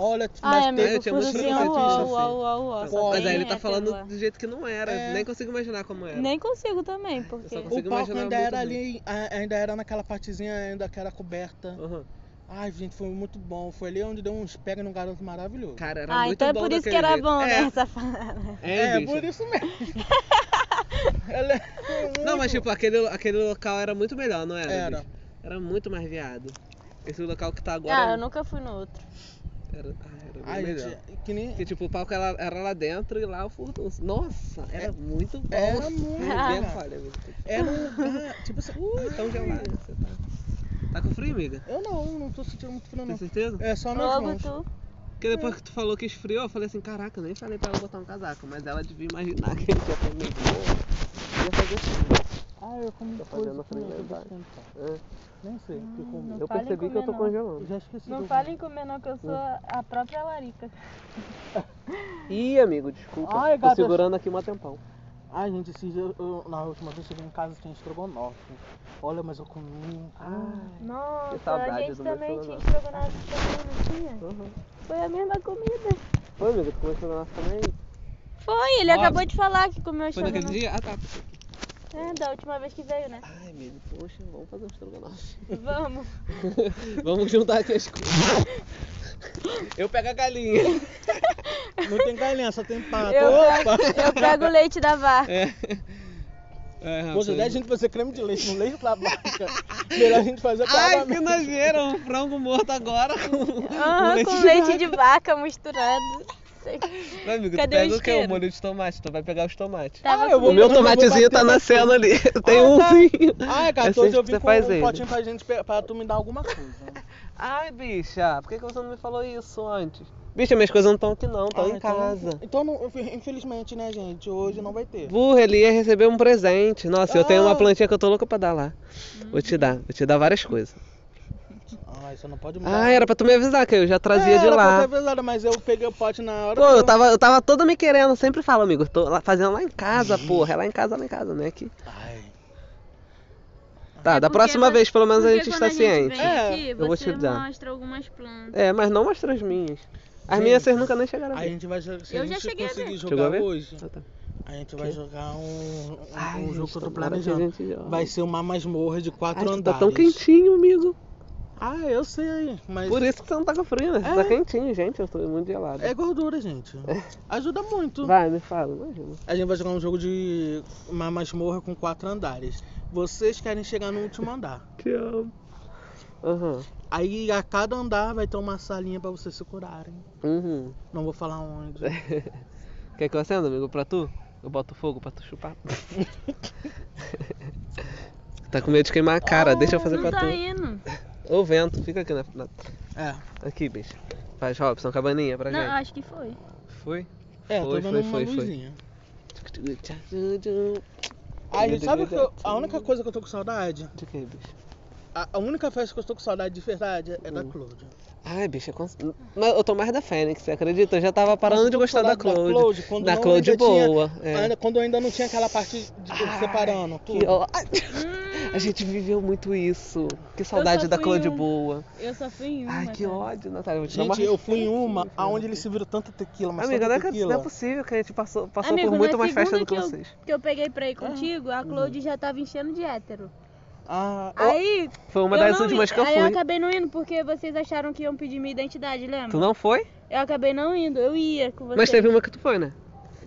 Speaker 3: Olha,
Speaker 4: Ai,
Speaker 3: mas
Speaker 1: eu
Speaker 4: amigo,
Speaker 1: é, tinha muito
Speaker 4: Furduncinho,
Speaker 1: preconceito
Speaker 4: uau,
Speaker 1: disso,
Speaker 4: uau, uau, uau.
Speaker 3: Pô,
Speaker 1: assim. Mas
Speaker 4: Bem
Speaker 1: aí ele tá
Speaker 4: hétero
Speaker 1: falando
Speaker 4: lá.
Speaker 1: do jeito que não era.
Speaker 3: É.
Speaker 1: Nem consigo imaginar como era.
Speaker 4: É, Nem consigo também, porque...
Speaker 1: Eu só
Speaker 3: o
Speaker 1: consigo
Speaker 3: palco
Speaker 1: imaginar
Speaker 3: ainda
Speaker 1: muito
Speaker 3: era
Speaker 1: bem.
Speaker 3: ali, a- ainda era naquela partezinha ainda que era coberta.
Speaker 1: Uhum.
Speaker 3: Ai, gente, foi muito bom. Foi ali onde deu uns pega num garoto maravilhoso.
Speaker 1: Cara, era
Speaker 4: Ah,
Speaker 1: muito
Speaker 4: então é
Speaker 1: bom
Speaker 4: por isso que
Speaker 1: daquele
Speaker 4: era
Speaker 1: jeito.
Speaker 4: bom,
Speaker 1: é.
Speaker 4: né, safada?
Speaker 1: É, bicho.
Speaker 3: por isso mesmo.
Speaker 1: *laughs*
Speaker 3: Ela é muito...
Speaker 1: Não, mas tipo, aquele, aquele local era muito melhor, não era?
Speaker 3: Era.
Speaker 1: bicho? Era muito mais viado. Esse local que tá agora
Speaker 4: Ah, eu nunca fui no outro.
Speaker 1: era, ah, era bem
Speaker 3: *laughs* Ai,
Speaker 1: melhor.
Speaker 3: gente, que nem.
Speaker 1: Porque, tipo, o palco era, era lá dentro e lá o furtão. Nossa, era muito bom.
Speaker 3: Era muito,
Speaker 1: Meu Deus,
Speaker 3: cara.
Speaker 1: olha, meu Deus.
Speaker 3: Era um lugar. Tipo
Speaker 1: *laughs*
Speaker 3: assim.
Speaker 1: Uh, tão gelado. Você tá... tá com frio, amiga?
Speaker 3: Eu não, não tô sentindo muito frio,
Speaker 1: Tem
Speaker 3: não.
Speaker 1: certeza?
Speaker 3: É só nas
Speaker 4: Logo
Speaker 3: mãos.
Speaker 4: tu.
Speaker 1: Porque depois que tu falou que esfriou, eu falei assim, caraca, eu nem falei pra ela botar um casaco, mas ela devia imaginar que a gente ia comer de boa. Ia fazer frio.
Speaker 3: Ah, eu comi
Speaker 5: Tá
Speaker 3: coisa
Speaker 5: fazendo
Speaker 3: que não tô
Speaker 5: frilendário.
Speaker 3: gostando.
Speaker 5: É,
Speaker 3: Nem sei o que eu comi.
Speaker 2: não.
Speaker 5: eu
Speaker 2: fala em
Speaker 5: percebi que eu tô Hum.
Speaker 2: comer, não.
Speaker 3: Eu
Speaker 5: congelando.
Speaker 3: já esqueci.
Speaker 2: Hum. Não
Speaker 3: do-
Speaker 2: falem comer não, que eu sou a própria Larica.
Speaker 5: Ih, amigo, desculpa.
Speaker 3: Ai,
Speaker 5: tô
Speaker 3: gata,
Speaker 5: segurando aqui um tempão.
Speaker 3: Ai, gente, esses dias, eu- na última vez eu cheguei em casa tinha estrogonofe. Olha, mas eu comi.
Speaker 5: Ah.
Speaker 3: Ai.
Speaker 5: Que
Speaker 2: Nossa, a
Speaker 5: saudade
Speaker 2: gente
Speaker 5: do meu
Speaker 2: também tinha
Speaker 5: estrogonofe.
Speaker 2: estrogonofe também, não tinha?
Speaker 5: Uhum.
Speaker 2: Foi a mesma comida.
Speaker 5: Oi, amigo, tu começou na nossa também?
Speaker 2: Foi, ele
Speaker 1: Nossa.
Speaker 2: acabou de falar que comeu
Speaker 1: Foi naquele
Speaker 2: estrogonofe.
Speaker 1: dia? Ah, tá.
Speaker 2: É, da última vez que veio, *laughs* né?
Speaker 5: Ai, amigo, poxa, vamos fazer um estrogonofe.
Speaker 2: Vamos.
Speaker 1: Vamos juntar aqui as coisas. Eu pego a galinha.
Speaker 3: Não tem galinha, só tem pato.
Speaker 2: Eu
Speaker 3: Opa!
Speaker 2: Eu pego o leite da vaca.
Speaker 1: É. É, rapaz.
Speaker 3: Poxa, daí a gente vai fazer creme de leite, não leite *laughs* pra vaca. Melhor a gente fazer pra
Speaker 1: Ai,
Speaker 3: vaca.
Speaker 1: que nojeira, um *laughs* frango morto agora com,
Speaker 2: Aham,
Speaker 1: leite
Speaker 2: com
Speaker 1: de
Speaker 2: leite de vaca misturado. Sei.
Speaker 1: Não, amigo,
Speaker 2: Cadê
Speaker 1: tu
Speaker 2: o
Speaker 1: pega o, quê? O
Speaker 2: isqueiro?
Speaker 1: molho de tomate, tu vai pegar os tomates.
Speaker 2: Tava
Speaker 3: eu vou-
Speaker 2: com-
Speaker 5: O meu
Speaker 3: eu vou
Speaker 5: tomatezinho
Speaker 3: bater
Speaker 5: tá
Speaker 3: no-
Speaker 5: nascendo
Speaker 1: *laughs*
Speaker 5: ali. Tem
Speaker 3: Ah,
Speaker 5: um
Speaker 3: tá.
Speaker 5: sim.
Speaker 3: Ai,
Speaker 5: É
Speaker 3: 14,
Speaker 5: sempre
Speaker 3: eu
Speaker 5: que você
Speaker 3: vim com
Speaker 1: tá
Speaker 5: faz
Speaker 3: um
Speaker 5: ele.
Speaker 3: potinho pra gente, pe- pra tu me dar alguma coisa.
Speaker 1: Ai, bicha, por que, que você não me falou isso antes? Bicha, minhas coisas não estão aqui não, estão
Speaker 3: Ah,
Speaker 1: em
Speaker 3: então-
Speaker 1: casa.
Speaker 3: Então, não- infelizmente, né, gente, hoje não vai ter.
Speaker 1: Burra, ele ia receber um presente. Nossa, eu tenho
Speaker 3: Ah. Hum.
Speaker 1: uma plantinha que eu tô louca pra dar lá. Vou te dar, vou te dar várias coisas.
Speaker 3: Ah, isso não pode mudar.
Speaker 1: Ah, era pra tu me avisar que eu já trazia
Speaker 3: É,
Speaker 1: de
Speaker 3: era pra
Speaker 1: lá.
Speaker 3: ser avisado, mas eu peguei o pote na hora.
Speaker 1: Pô, eu tava, eu tava toda me querendo, sempre falo, amigo, tô lá- fazendo lá em casa, porra, é lá em casa, lá em casa, né? Aqui.
Speaker 3: Ai.
Speaker 1: Tá, da
Speaker 6: porque
Speaker 1: próxima
Speaker 6: você-
Speaker 1: vez, pelo menos a
Speaker 6: Porque
Speaker 1: gente
Speaker 6: quando
Speaker 1: está ciente.
Speaker 6: vem
Speaker 3: É,
Speaker 6: aqui,
Speaker 1: eu vou
Speaker 6: você
Speaker 1: te dar.
Speaker 6: mostra algumas plantas.
Speaker 1: É, mas não mostra as minhas. As
Speaker 3: Gente,
Speaker 1: minhas vocês nunca nem chegaram a
Speaker 3: A
Speaker 1: ver.
Speaker 3: gente vai jogar. Se
Speaker 6: Eu
Speaker 3: a
Speaker 6: já
Speaker 3: gente
Speaker 6: cheguei a
Speaker 3: conseguir
Speaker 6: ver.
Speaker 1: Chegou a
Speaker 3: jogar
Speaker 1: ver?
Speaker 3: hoje,
Speaker 1: Ah, tá.
Speaker 3: a gente vai jogar um, um,
Speaker 1: Ai,
Speaker 3: um
Speaker 1: gente,
Speaker 3: jogo que eu tô
Speaker 1: tomara que a
Speaker 3: planejando.
Speaker 1: gente jogue.
Speaker 3: Vai ser uma masmorra de
Speaker 1: Ai,
Speaker 3: quatro
Speaker 1: tu tá
Speaker 3: andares.
Speaker 1: tão quentinho, amigo.
Speaker 3: Ah, eu sei, mas.
Speaker 1: Por isso que você não tá com frio, né? Você
Speaker 3: É.
Speaker 1: tá quentinho, gente. Eu tô muito gelado.
Speaker 3: É gordura, gente. Ajuda muito.
Speaker 1: Vai, me fala, imagina.
Speaker 3: A gente vai jogar um jogo de uma masmorra com quatro andares. Vocês querem chegar no último andar.
Speaker 1: Te amo. Aham.
Speaker 3: Aí a cada andar vai ter uma salinha pra vocês se curarem.
Speaker 1: Uhum.
Speaker 3: Não vou falar onde.
Speaker 1: É. Quer que eu acenda, amigo, pra tu? Eu boto fogo pra tu chupar. *laughs* tá com medo de queimar a cara, deixa eu fazer
Speaker 6: Não
Speaker 1: pra
Speaker 6: tá
Speaker 1: tu.
Speaker 6: indo.
Speaker 1: Ô vento, fica aqui na. na-
Speaker 3: É.
Speaker 1: Aqui, bicho. Faz Robson, cabaninha pra
Speaker 6: Não,
Speaker 1: gente.
Speaker 6: acho que foi.
Speaker 1: Foi?
Speaker 3: É,
Speaker 1: Foi,
Speaker 3: tô
Speaker 1: foi,
Speaker 3: vendo uma
Speaker 1: foi, foi.
Speaker 3: luzinha. Aí, sabe o que eu- a
Speaker 1: um-
Speaker 3: única coisa que eu tô com saudade?
Speaker 1: De que, bicho?
Speaker 3: A, a única festa que eu tô com saudade de verdade é
Speaker 1: Uh.
Speaker 3: da Cloud.
Speaker 1: Ai, bicho, eu cons- mas eu tô mais da Fênix, você acredita? Eu já tava parando de gostar da Cloud.
Speaker 3: quando
Speaker 1: da
Speaker 3: eu
Speaker 1: Cloud
Speaker 3: ainda tinha-
Speaker 1: boa. é.
Speaker 3: ainda- quando eu ainda não tinha aquela parte de, separando tudo.
Speaker 1: Que ó- Ai,
Speaker 2: Hum.
Speaker 1: *laughs* A gente viveu muito isso. Que saudade da
Speaker 2: fui
Speaker 1: Cloud
Speaker 2: um.
Speaker 1: boa.
Speaker 2: Eu só fui em uma.
Speaker 1: Ai, que
Speaker 2: cara.
Speaker 1: ódio, Natália. Vou te dar uma
Speaker 3: Gente, eu fui em
Speaker 1: resposta.
Speaker 3: uma aonde eles se viram tanta tequila, mas
Speaker 1: Amiga, não é,
Speaker 3: tanta
Speaker 1: que-
Speaker 3: tequila.
Speaker 1: não é possível que a gente passou, passou
Speaker 2: Amigo,
Speaker 1: por muito
Speaker 2: na
Speaker 1: mais festa
Speaker 2: segunda
Speaker 1: do que,
Speaker 2: que eu-
Speaker 1: vocês. Ah.
Speaker 2: Que eu peguei pra ir contigo, a Claude já tava enchendo de hétero.
Speaker 3: Ah, ó,
Speaker 2: Aí,
Speaker 1: Foi uma
Speaker 2: eu
Speaker 1: das
Speaker 2: não
Speaker 1: últimas
Speaker 2: i-
Speaker 1: que eu
Speaker 2: aí eu
Speaker 1: fui.
Speaker 2: acabei não indo porque vocês acharam que iam pedir minha identidade, lembra?
Speaker 1: Tu não foi?
Speaker 2: Eu acabei não indo, eu ia com vocês.
Speaker 1: Mas teve uma que tu foi, né?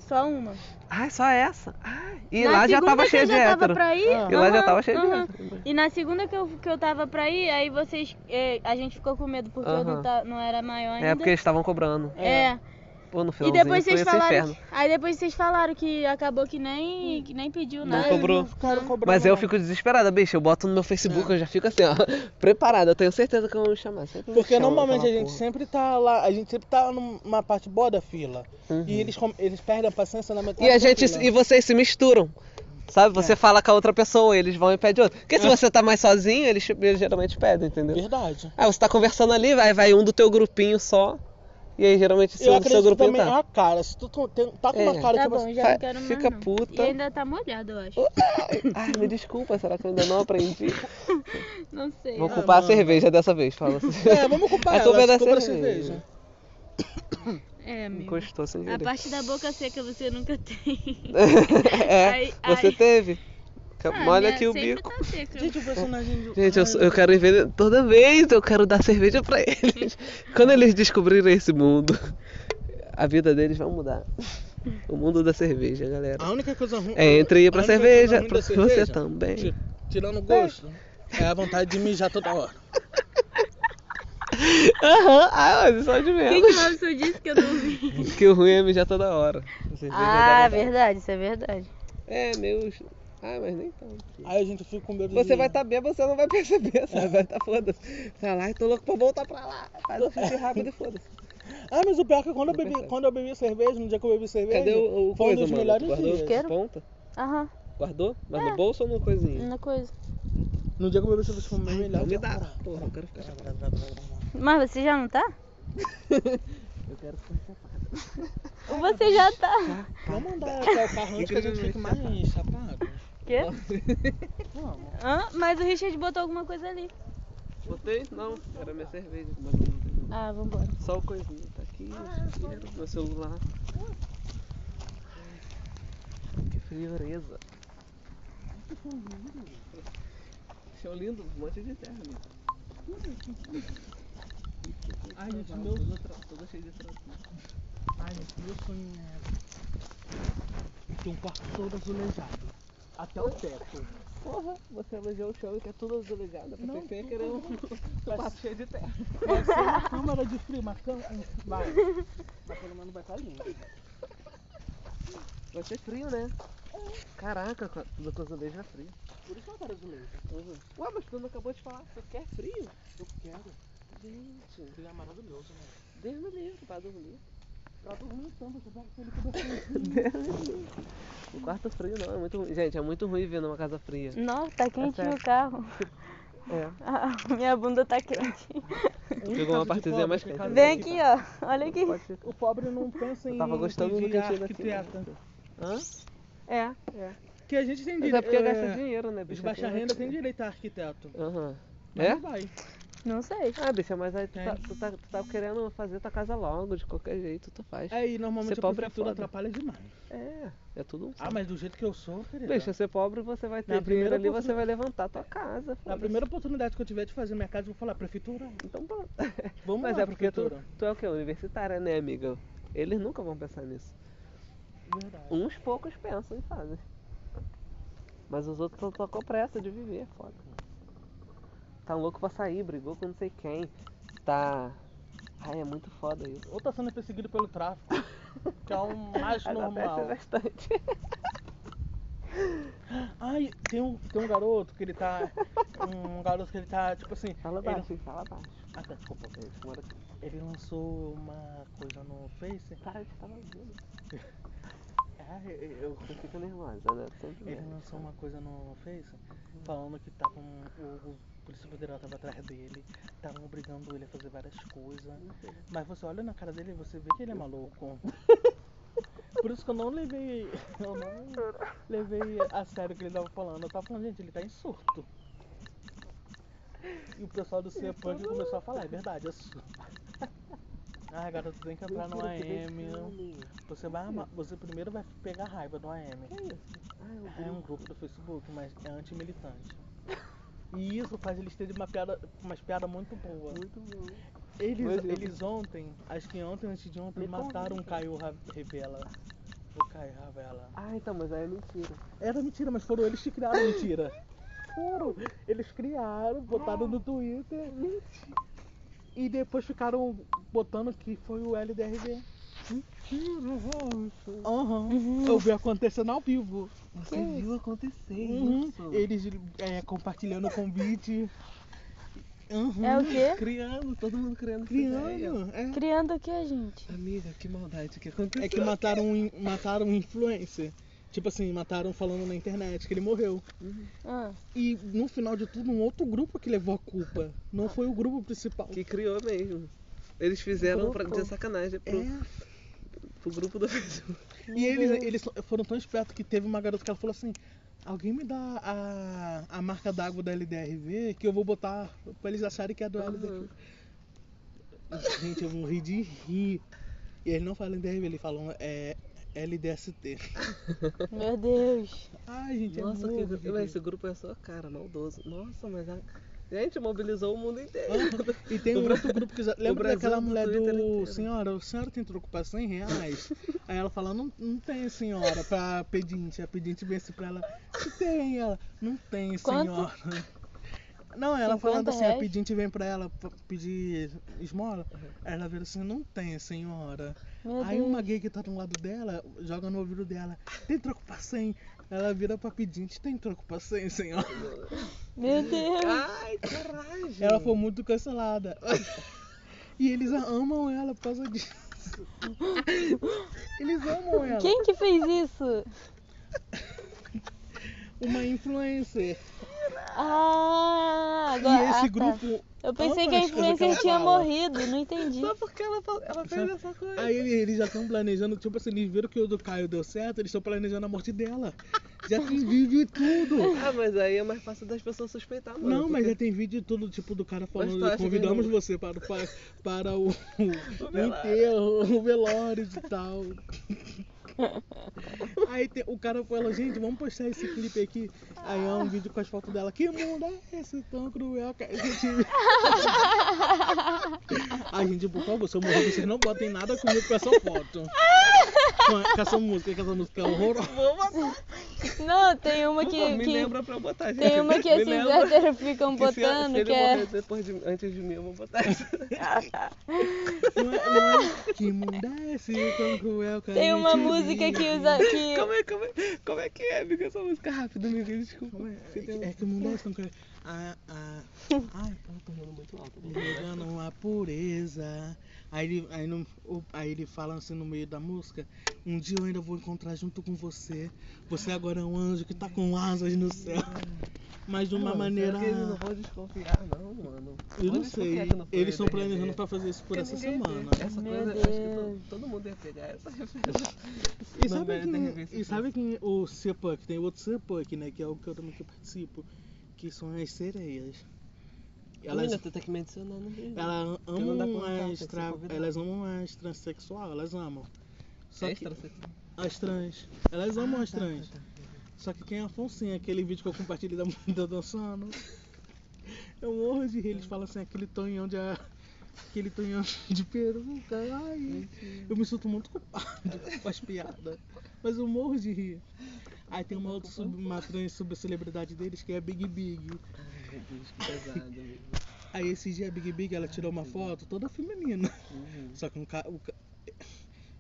Speaker 2: Só uma.
Speaker 1: Ai, só essa. Ai, e
Speaker 2: Na
Speaker 1: lá já
Speaker 2: segunda
Speaker 1: tava
Speaker 2: que
Speaker 1: cheio
Speaker 2: eu
Speaker 1: de
Speaker 2: já
Speaker 1: hétero.
Speaker 2: Tava pra ir,
Speaker 3: Ah.
Speaker 1: E lá já
Speaker 2: aham,
Speaker 1: tava cheio
Speaker 2: aham.
Speaker 1: de hétero.
Speaker 2: E na segunda que eu, que eu tava pra ir, aí vocês. eh, a gente ficou com medo porque eu
Speaker 1: Aham.
Speaker 2: não, ta- não era maior ainda.
Speaker 1: É porque eles estavam cobrando.
Speaker 2: É.
Speaker 1: Pô, no
Speaker 2: E
Speaker 1: finalzinho
Speaker 2: depois
Speaker 1: foi
Speaker 2: vocês
Speaker 1: esse
Speaker 2: falaram.
Speaker 1: inferno.
Speaker 2: Aí depois vocês falaram que acabou que nem, que nem pediu
Speaker 1: Não
Speaker 2: nada.
Speaker 1: cobrou.
Speaker 3: eles ficaram cobrando,
Speaker 1: Mas eu
Speaker 3: né?
Speaker 1: fico desesperada, bicho. Eu boto no meu Facebook,
Speaker 2: Ah.
Speaker 1: eu já fico assim, ó, *laughs* preparada. Eu tenho certeza que eu vou me chamar. Sempre me
Speaker 3: Porque
Speaker 1: chamam
Speaker 3: normalmente
Speaker 1: pra
Speaker 3: a gente
Speaker 1: falar,
Speaker 3: sempre tá lá, a gente sempre tá numa parte boa da fila.
Speaker 1: Uhum.
Speaker 3: E eles, com- eles perdem a paciência na metade
Speaker 1: "Porra". E a
Speaker 3: da
Speaker 1: gente
Speaker 3: fila.
Speaker 1: e vocês se misturam. Sabe?
Speaker 2: É.
Speaker 1: Você fala com a outra pessoa, eles vão e pedem outro.
Speaker 3: É.
Speaker 1: Porque se você tá mais sozinho, eles, eles geralmente pedem, entendeu?
Speaker 3: Verdade.
Speaker 1: Ah, você tá conversando ali, vai, vai um do teu grupinho só. E aí geralmente
Speaker 3: eu
Speaker 1: seu, do seu
Speaker 3: acredito
Speaker 1: grupinho
Speaker 3: também,
Speaker 1: tá.
Speaker 3: ah, cara, se tu tu- tem- tá com uma
Speaker 1: É.
Speaker 3: cara
Speaker 2: Tá
Speaker 3: tipo
Speaker 2: bom,
Speaker 3: assim,
Speaker 2: já
Speaker 1: Fa-
Speaker 2: não quero mais.
Speaker 1: fica
Speaker 2: não.
Speaker 1: puta.
Speaker 2: E ainda tá molhado, eu acho.
Speaker 1: Ai, me desculpa, será que eu ainda não
Speaker 2: *laughs*
Speaker 1: aprendi?
Speaker 2: Não sei.
Speaker 1: Vou
Speaker 3: Ah,
Speaker 1: culpar a
Speaker 3: mano.
Speaker 1: cerveja dessa vez, fala assim.
Speaker 3: *laughs* É, vamos culpar
Speaker 1: A
Speaker 3: ela,
Speaker 1: culpa é da
Speaker 3: culpa da
Speaker 1: cerveja.
Speaker 3: cerveja.
Speaker 2: É, amigo.
Speaker 1: Encostou sem
Speaker 2: A
Speaker 1: querer.
Speaker 2: parte da boca seca você nunca tem.
Speaker 1: *laughs* é,
Speaker 2: Ai,
Speaker 1: você
Speaker 2: ai.
Speaker 1: teve.
Speaker 2: Ah,
Speaker 1: Então, Molha
Speaker 2: minha
Speaker 1: aqui o
Speaker 2: sempre
Speaker 1: bico.
Speaker 2: Tá seca.
Speaker 3: Gente, o personagem do...
Speaker 1: Gente, eu, sou- eu quero ver toda vez, eu quero dar cerveja pra *laughs* eles. Quando eles descobrirem esse mundo, a vida deles vai mudar. O mundo da cerveja, galera.
Speaker 3: A única coisa ruim...
Speaker 1: É entre ir pra
Speaker 3: a única coisa
Speaker 1: cerveja,
Speaker 3: ruim
Speaker 1: pra
Speaker 3: da
Speaker 1: você
Speaker 3: cerveja,
Speaker 1: também.
Speaker 3: ti- Tirando o gosto, é a vontade de mijar toda hora.
Speaker 1: Aham, ah, mas isso é de
Speaker 2: O que, que o
Speaker 1: menos.
Speaker 2: Robson disse que eu não vi?
Speaker 1: Que o ruim é mijar toda hora. A cerveja dá vontade.
Speaker 2: verdade, isso é verdade.
Speaker 1: É, meus. Ah, mas nem tanto.
Speaker 3: Aí a gente fica com medo
Speaker 1: Você
Speaker 3: de...
Speaker 1: vai estar tá bêbado, você não vai perceber, sabe? Vai tá foda-se. Você vai lá e tô louco pra voltar pra lá. Faz um xixi rápido e foda-se.
Speaker 3: Ah, mas o pior é que quando eu, bebi,
Speaker 1: percebe.
Speaker 3: quando eu bebi cerveja, no dia que eu bebi cerveja...
Speaker 1: Cadê o, o
Speaker 3: Foi um
Speaker 1: coisa,
Speaker 3: dos
Speaker 1: mano?
Speaker 3: melhores
Speaker 1: Tu guardou
Speaker 3: dias.
Speaker 1: esse
Speaker 2: Quero. É.
Speaker 1: ponta?
Speaker 2: Aham.
Speaker 1: Guardou? Mas no bolso ou no coisinha?
Speaker 2: Na coisa.
Speaker 3: No dia que o bebeço um dos fumou melhor.
Speaker 1: Não me dá. Porra, eu quero ficar chapado.
Speaker 2: Mas você já não tá?
Speaker 1: *laughs* Eu quero ficar chapado.
Speaker 2: Ou *laughs* você já tá?
Speaker 3: Vamos mandar até o carro antes que a gente fique mais chapado.
Speaker 2: Quê?
Speaker 3: Vamos.
Speaker 2: Hã? Mas o Richard botou alguma coisa ali.
Speaker 1: Botei? Não, era minha cerveja. Mas não tem não.
Speaker 2: Ah, vambora.
Speaker 1: Só o coisinha. Tá aqui, esse dinheiro, meu celular. Que frioreza. Chão lindo, um monte de terra. Amigo.
Speaker 3: Ai, gente, meu,
Speaker 1: Toda, tra- toda cheia de trato.
Speaker 3: ai, gente, meu sonho é ter um quarto todo azulejado. Até o teto.
Speaker 1: Porra, você elogiou o chão e quer tudo azulejado. Eu pensei que ia querer um *laughs* um quarto cheio de terra.
Speaker 3: Vai ser uma câmara de frio, uma cama. Vai. Mas pelo menos vai estar lindo.
Speaker 1: Vai ser frio, né? Caraca, co- tudo com azulejo é frio. Uhum.
Speaker 3: Por isso que eu quero azulejo.
Speaker 1: Ué, mas tu não acabou de falar, tu quer frio?
Speaker 3: Eu quero.
Speaker 1: Gente,
Speaker 3: Ele é maravilhoso, né?
Speaker 1: Deus me livre pra dormir.
Speaker 3: Pra dormir então, você pega aquele cobertor.
Speaker 1: *laughs* O quarto frio não, é muito ruim. Gente, é muito ruim viver numa casa fria.
Speaker 2: Nossa, tá quente
Speaker 1: certo.
Speaker 2: no carro. *laughs*
Speaker 1: É.
Speaker 2: Ah, minha bunda tá quente.
Speaker 1: Pegou
Speaker 3: Um
Speaker 1: uma partezinha mais quente.
Speaker 2: Vem aqui, ó. Olha aqui.
Speaker 1: Pode ser.
Speaker 3: O pobre não pensa em
Speaker 1: tava gostando do
Speaker 3: pedir
Speaker 1: que eu tinha daqui.
Speaker 3: arquiteta.
Speaker 1: Hã? É, é.
Speaker 3: Que a gente tem
Speaker 1: Mas
Speaker 3: direito.
Speaker 1: é porque gasta dinheiro, né,
Speaker 3: Os
Speaker 1: bicho?
Speaker 3: baixa renda tem direito a arquiteto.
Speaker 1: Aham.
Speaker 3: Mas
Speaker 1: É?
Speaker 3: não vai.
Speaker 2: Não sei.
Speaker 1: Ah, bicho, mas aí tu
Speaker 3: Tem.
Speaker 1: tá, tu, tá, tu tá querendo fazer tua casa logo, de qualquer jeito, tu faz.
Speaker 3: Aí normalmente
Speaker 1: Ser
Speaker 3: a
Speaker 1: pobre é
Speaker 3: prefeitura
Speaker 1: foda.
Speaker 3: atrapalha demais.
Speaker 1: É, é tudo um
Speaker 3: Ah, mas do jeito que eu sou, querida.
Speaker 1: Bicho, ser pobre você vai ter
Speaker 3: Na
Speaker 1: dinheiro
Speaker 3: primeira
Speaker 1: ali, você
Speaker 3: oportun-
Speaker 1: vai levantar tua casa.
Speaker 3: Na
Speaker 1: foda-se.
Speaker 3: primeira oportunidade que eu tiver de fazer minha casa, eu vou falar, prefeitura,
Speaker 1: Então pronto.
Speaker 3: vamos
Speaker 1: Mas
Speaker 3: lá,
Speaker 1: é porque tu,
Speaker 3: prefeitura.
Speaker 1: tu é o que? Universitária, né, amiga? Eles nunca vão pensar nisso.
Speaker 3: Verdade.
Speaker 1: Uns poucos pensam e fazem. Mas os outros estão com pressa de viver, é foda. Tá louco pra sair, brigou com não sei quem. Tá. Ai, é muito foda isso.
Speaker 3: Ou tá sendo perseguido pelo tráfico, que é *laughs* o mais normal.
Speaker 1: Acontece bastante.
Speaker 3: Ai, tem um, tem um garoto que ele tá. Um garoto que ele tá, tipo assim.
Speaker 1: Fala
Speaker 3: ele-
Speaker 1: baixo, fala baixo.
Speaker 3: Ah, tá, desculpa.
Speaker 1: Gente, mora aqui.
Speaker 3: Ele lançou uma coisa no Face.
Speaker 1: Cara, eu tava ouvindo.
Speaker 3: Ah, eu.
Speaker 1: Você fica nervosa, né? Sempre
Speaker 3: Ele
Speaker 1: nervosa.
Speaker 3: lançou um uma coisa no Face falando que tava um, o, o Polícia Federal tava atrás dele, estavam obrigando ele a fazer várias coisas. Mas você olha na cara dele e você vê que ele
Speaker 1: *laughs*
Speaker 3: é maluco. Por isso que eu não levei. Eu não levei a sério o que ele tava falando. Eu tava falando, gente, ele tá em surto. E o pessoal do
Speaker 1: tá
Speaker 3: Cepunk começou a falar, é verdade, é surto. *laughs* Ah, garoto, tem que entrar no
Speaker 1: Mentira, que
Speaker 3: AM.
Speaker 1: vexame.
Speaker 3: Você vai amar- Você primeiro vai pegar raiva do AM.
Speaker 1: Que isso? Ai, eu
Speaker 3: É um grupo do Facebook, mas é antimilitante. E isso faz eles terem uma piada, umas piadas muito boas.
Speaker 1: Muito bom.
Speaker 3: Eles,
Speaker 1: Mas eu-
Speaker 3: eles ontem, acho que ontem, antes de ontem,
Speaker 1: Me
Speaker 3: mataram
Speaker 1: convida.
Speaker 3: o Caio Ra- Revela. O Caio Ravela.
Speaker 1: Ah, então, mas aí é mentira.
Speaker 3: Era mentira, mas foram eles que criaram a mentira. Foram. Eles criaram, botaram no Twitter. E depois ficaram botando que foi o LDRB. Aham. Eu vi acontecendo ao vivo.
Speaker 1: Você viu acontecer
Speaker 3: Uhum. Eles é, compartilhando o convite. Uhum.
Speaker 2: É o quê?
Speaker 1: tá Criando, todo mundo criando. essa ideia.
Speaker 3: Criando. É.
Speaker 2: Criando o que, gente?
Speaker 1: Amiga, que maldade que aconteceu.
Speaker 3: É que mataram um, in- mataram um influencer. Tipo assim, mataram falando na internet que ele morreu.
Speaker 2: Ah,
Speaker 3: E no final de tudo, um outro grupo que levou a culpa. Não foi o grupo principal.
Speaker 1: Que criou mesmo. Eles fizeram pra, de
Speaker 2: Colocou.
Speaker 1: sacanagem pro,
Speaker 3: É.
Speaker 1: pro grupo do *laughs* Facebook.
Speaker 3: E eles, eles foram tão espertos que teve uma garota que ela falou assim: Alguém me dá a, a marca d'água da LDRV que eu vou botar pra eles acharem que é do LDRV. Gente, eu morri de rir. E eles não falam LDRV, eles falam é, LDST.
Speaker 2: meu Deus.
Speaker 3: Ai, gente, é
Speaker 1: Nossa, que
Speaker 3: muito
Speaker 1: grupo. Esse grupo é só cara, maldoso. Nossa, mas a gente mobilizou o mundo inteiro.
Speaker 3: *laughs* E tem um outro grupo que já. Lembra
Speaker 1: Brasil
Speaker 3: daquela
Speaker 1: do
Speaker 3: mulher
Speaker 1: Twitter
Speaker 3: do.
Speaker 1: inteiro.
Speaker 3: Senhora, a senhora tem troco pra
Speaker 1: *laughs*
Speaker 3: 100 reais? Aí ela fala: Não, não tem, senhora, pra pedinte. A pedinte vem assim pra ela: "Não Tem, ela. Não tem,
Speaker 2: Quanto?
Speaker 3: senhora. Não, ela
Speaker 2: 50
Speaker 3: falando assim: A
Speaker 2: reais?
Speaker 3: pedinte vem pra ela pra pedir esmola.
Speaker 1: Uhum.
Speaker 3: Aí ela vira assim: Não tem, senhora.
Speaker 2: Meu
Speaker 3: Aí
Speaker 2: Deus.
Speaker 3: uma gay que tá do lado dela joga no ouvido dela: Tem troco pra 100? Ela vira pra pedinte: Tem troco pra 100, senhora?
Speaker 2: Meu Deus.
Speaker 1: Ai, caralho.
Speaker 3: Ela foi
Speaker 2: *laughs*
Speaker 3: muito cancelada. E eles amam ela por causa disso. Eles amam ela.
Speaker 2: Quem que fez isso?
Speaker 3: uma influencer.
Speaker 2: Ah, agora.
Speaker 3: E
Speaker 2: ah,
Speaker 3: esse
Speaker 2: tá.
Speaker 3: grupo.
Speaker 2: Eu pensei
Speaker 3: ama
Speaker 2: que a
Speaker 3: as coisas que
Speaker 2: influencer
Speaker 3: ela
Speaker 2: tinha
Speaker 3: fala.
Speaker 2: morrido, não entendi.
Speaker 1: Só porque ela, fa- ela fez
Speaker 3: Sabe?
Speaker 1: essa coisa.
Speaker 3: Aí ele- eles já estão planejando, tipo assim, eles viram que o do Caio deu certo, eles estão planejando a morte dela. Já
Speaker 2: *laughs*
Speaker 3: tem vídeo e tudo.
Speaker 1: Ah, mas aí é mais fácil das pessoas suspeitar, mano.
Speaker 3: Não, mas já
Speaker 1: porque-
Speaker 3: tem vídeo e tudo, tipo, do cara
Speaker 1: tu acha
Speaker 3: falando,
Speaker 1: que
Speaker 3: convidamos
Speaker 1: não-
Speaker 3: você para, o- para, para o, o,
Speaker 1: velório.
Speaker 3: enterro, o velório e tal. Aí tem- o cara falou, gente, vamos postar esse clipe aqui. Aí é um vídeo com as fotos dela. Que mundo é esse tão cruel, cara? Gente... Ai, gente, por favor, se eu morrer, vocês não botem nada comigo com essa foto. Com, com essa música, que essa música é horrorosa.
Speaker 1: Vou botar.
Speaker 2: Não, tem uma
Speaker 1: Por
Speaker 2: que.
Speaker 1: favor, me
Speaker 2: que-
Speaker 1: lembra pra eu botar, gente.
Speaker 2: Tem
Speaker 3: *laughs*
Speaker 2: uma que
Speaker 1: *laughs* Me
Speaker 2: esses
Speaker 1: lembra.
Speaker 2: héteros ficam
Speaker 1: *laughs* Que se-
Speaker 2: botando,
Speaker 1: se ele
Speaker 2: que é.
Speaker 1: morrer depois de, antes de mim, eu vou
Speaker 3: É
Speaker 1: botar isso.
Speaker 3: Não é, não é? Que mundo é esse tão cruel, cara?
Speaker 2: Tem uma
Speaker 3: Gente,
Speaker 2: música que usa. Que...
Speaker 1: *laughs*
Speaker 3: *laughs*
Speaker 1: Como é, como é, como é que é, amiga? Essa música rápida, amiga, desculpa. Você tem um-
Speaker 3: É que o mundo é tão cruel. Ah,
Speaker 1: *laughs*
Speaker 3: ah, ai,
Speaker 1: Ah, tô
Speaker 3: é
Speaker 1: rindo muito alto.
Speaker 3: negando a pureza. Aí ele, aí, no, o- aí ele fala assim no meio da música: Um dia eu ainda vou encontrar junto com você. Você agora é um anjo que tá com asas no
Speaker 1: *laughs*
Speaker 3: céu. Mas de uma
Speaker 1: Mano,
Speaker 3: maneira.
Speaker 1: será que eles não vão desconfiar, não, mano.
Speaker 3: Eu não
Speaker 1: Pode
Speaker 3: sei.
Speaker 1: desconfiar que não foi
Speaker 3: Eles estão
Speaker 1: DND.
Speaker 3: planejando pra fazer isso por
Speaker 1: Porque
Speaker 3: essa
Speaker 1: ninguém vê.
Speaker 3: semana.
Speaker 1: Essa
Speaker 2: Meu
Speaker 1: coisa, acho que
Speaker 2: Deus.
Speaker 1: todo, todo mundo ia pegar essa
Speaker 3: *laughs*
Speaker 1: referência.
Speaker 3: E
Speaker 1: Não,
Speaker 3: sabe,
Speaker 1: mas tem que ver
Speaker 3: quem,
Speaker 1: se
Speaker 3: e sabe quem o CEPUC? Tem outro CEPUC, né? Que é o que eu também que eu participo. Que são as sereias. Elas,
Speaker 1: Menina, tu tem que me adicionar no vídeo.
Speaker 3: elas,
Speaker 1: não dá
Speaker 3: amam
Speaker 1: contato, tem que
Speaker 3: as
Speaker 1: ser
Speaker 3: tra...
Speaker 1: convidado.
Speaker 3: elas amam as transexual, elas amam. Só que,
Speaker 1: É Extra, você- tá
Speaker 3: as trans. Elas amam
Speaker 1: Ah,
Speaker 3: as trans. Só que quem é Afonsinha, aquele vídeo que eu compartilhei da mulher *laughs* dançando. Eu morro de rir, eles falam assim, aquele tonhão de. a- Aquele tonhão *laughs* de peruca. Ai, eu me sinto muito culpado *laughs* com as piadas. Mas eu morro de rir. Aí tem uma
Speaker 1: Tá
Speaker 3: outra sub, uma trans subcelebridade deles que é a Big Big.
Speaker 1: Ai, meu Deus, que pesado, amigo.
Speaker 3: Aí esse dia a Big Big ela tirou uma foto toda feminina.
Speaker 1: Uhum.
Speaker 3: Só que um ca... o ca-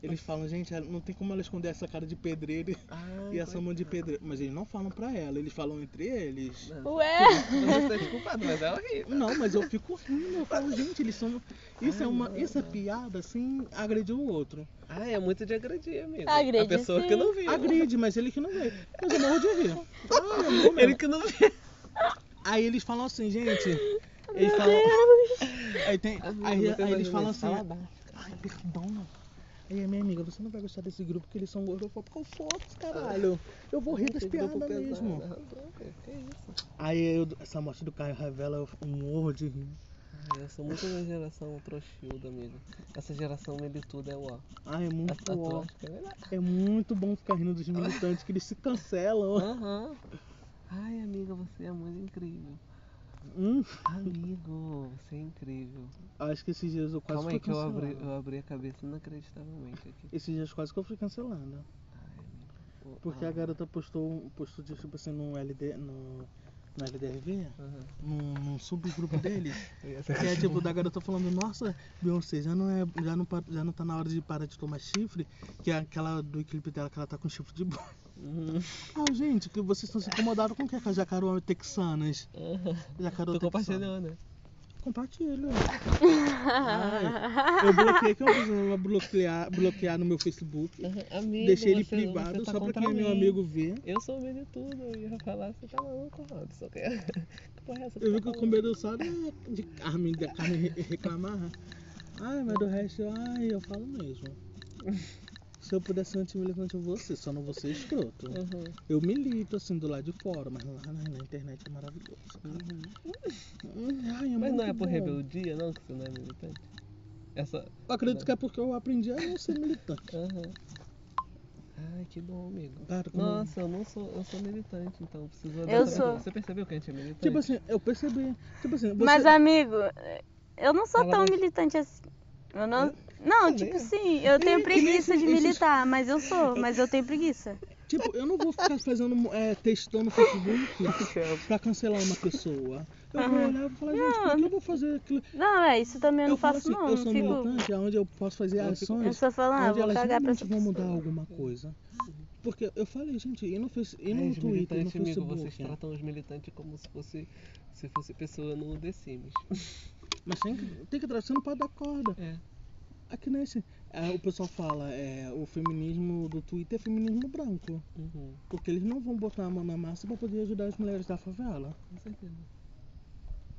Speaker 3: Eles falam, gente, ela- não tem como ela esconder essa cara de pedreiro *laughs*
Speaker 1: Ai,
Speaker 3: e essa *laughs* mão de
Speaker 1: coitado.
Speaker 3: pedreiro. Mas eles não falam pra ela, eles falam entre eles.
Speaker 2: Ué?
Speaker 1: Você tá desculpado, mas é horrível.
Speaker 3: Não, mas eu fico rindo, eu falo, gente, eles são. Isso é uma. Isso é piada, assim, agrediu o outro.
Speaker 1: Ah, é muito de agredir, amigo.
Speaker 2: Agride,
Speaker 1: A pessoa
Speaker 2: sim.
Speaker 1: que não viu.
Speaker 3: Agride, mas ele que não vê. Mas eu morro de Ah, rir.
Speaker 1: Ele que não viu.
Speaker 3: Aí eles falam assim, gente. Eles falam. Aí, tem, aí,
Speaker 1: Amigo,
Speaker 3: aí eles falam assim.
Speaker 1: fala baixo.
Speaker 3: Ai, perdão. Aí, minha amiga, você não vai gostar desse grupo porque eles são gordofóbicos. Eu foda-se, caralho. Eu vou rir das
Speaker 1: Esse grupo
Speaker 3: piadas
Speaker 1: pesado,
Speaker 3: mesmo.
Speaker 1: arrasou, velho. Que isso?
Speaker 3: Aí eu- essa morte do Caio revela um morro de rir.
Speaker 1: Ai, eu sou muito da geração trouxilda, amigo. Essa geração milituda é o ó.
Speaker 3: Ai, é
Speaker 1: A,
Speaker 3: muito
Speaker 1: a
Speaker 3: ó.
Speaker 1: tua acho que é melhor.
Speaker 3: É muito bom ficar rindo dos militantes que eles se cancelam.
Speaker 1: Aham. Ai, amiga, você é muito incrível.
Speaker 3: Hum,
Speaker 1: Amigo, você é incrível.
Speaker 3: acho que esses dias eu é. quase
Speaker 1: Calma
Speaker 3: fui
Speaker 1: aí que eu
Speaker 3: cancelado.
Speaker 1: abri, eu abri a cabeça inacreditavelmente aqui.
Speaker 3: Esses dias quase que eu fui cancelada.
Speaker 1: O-
Speaker 3: Porque
Speaker 1: ah,
Speaker 3: a garota postou, postou de, tipo assim, no LD. No, no LDRV,
Speaker 1: aham.
Speaker 3: num, num subgrupo *laughs* deles.
Speaker 1: Eu ia
Speaker 3: que é tipo da garota falando, nossa, Beyoncé, já não, é, já, não, pa- já não tá na hora de parar de tomar chifre, que é aquela do clipe dela que ela tá com chifre de *laughs* boa.
Speaker 1: Uhum.
Speaker 3: Ah, gente, que vocês estão se incomodados com o que é que a
Speaker 1: *laughs*
Speaker 3: Jacaroa texanas? Jacaroa
Speaker 1: Tu
Speaker 3: texana.
Speaker 1: compartilhou, né? *laughs*
Speaker 3: Compartilha. Ai, eu bloqueei que eu precisava bloquear, bloquear no meu Facebook.
Speaker 1: Aham. Amigo,
Speaker 3: Deixei ele
Speaker 1: você-
Speaker 3: privado
Speaker 1: você tá
Speaker 3: só pra
Speaker 1: contra
Speaker 3: quem é meu
Speaker 1: mim.
Speaker 3: amigo ver.
Speaker 1: Eu sou o de tudo, eu ia falar, você tá maluco, Robson. Que *laughs* que porra é essa?
Speaker 3: Eu vi
Speaker 1: tá
Speaker 3: que eu
Speaker 1: falando?
Speaker 3: comi adoçado é de carne, da carne re- reclamar. Ai, mas do resto, ai, eu falo mesmo. Se eu pudesse ser antimilitante, eu vou ser, só não vou ser escroto.
Speaker 1: Uhum.
Speaker 3: Eu milito assim do lado de fora, mas lá na, na internet é maravilhoso. cara. Hum, Ai, é
Speaker 1: Mas não
Speaker 3: muito
Speaker 1: é por
Speaker 3: bom.
Speaker 1: rebeldia, não, que você não é militante? É só.
Speaker 3: Eu acredito que é porque eu aprendi a não ser militante.
Speaker 1: Aham. Ai, que bom, amigo.
Speaker 3: Cara, como-
Speaker 1: Nossa, eu não sou, eu sou militante, então preciso
Speaker 2: Eu
Speaker 1: dessa-
Speaker 2: sou.
Speaker 1: Você percebeu que a gente é militante?
Speaker 3: Tipo assim, eu percebi. Tipo assim, você...
Speaker 2: Mas, amigo, eu não sou
Speaker 1: Ela
Speaker 2: tão
Speaker 1: vai-
Speaker 2: militante assim. Eu não. Não, tipo sim, eu tenho preguiça de militar, mas eu sou, mas eu tenho preguiça.
Speaker 3: Tipo, eu não vou ficar fazendo é, textão no Facebook pra cancelar uma pessoa. Eu vou olhar e vou falar, gente, por que eu vou fazer aquilo?
Speaker 2: Não, é, isso também eu não
Speaker 3: falo
Speaker 2: faço
Speaker 3: assim,
Speaker 2: não, tipo
Speaker 3: eu
Speaker 2: não
Speaker 3: sou
Speaker 2: fico.
Speaker 3: militante, onde eu posso fazer
Speaker 1: Eu fico-
Speaker 3: ações
Speaker 2: Eu só falo, ah,
Speaker 3: onde
Speaker 2: vou
Speaker 3: elas
Speaker 2: cagar pra
Speaker 3: realmente
Speaker 2: essa
Speaker 3: vão mudar
Speaker 2: pessoa.
Speaker 3: alguma coisa. Porque eu falei, gente, e no, face, e
Speaker 2: É,
Speaker 1: Ai,
Speaker 3: no
Speaker 1: os
Speaker 3: Twitter, e no
Speaker 1: militantes, amigo,
Speaker 3: Facebook.
Speaker 1: vocês tratam os militantes como se fosse, se fosse pessoa no The Sims.
Speaker 3: Mas tem que, tem que tratar, você não pode dar corda.
Speaker 1: É.
Speaker 3: Aqui nesse. Aí o pessoal fala, é, o feminismo do Twitter é feminismo branco.
Speaker 1: Uhum,
Speaker 3: Porque eles não vão botar a mão na massa pra poder ajudar as mulheres da favela.
Speaker 1: com certeza.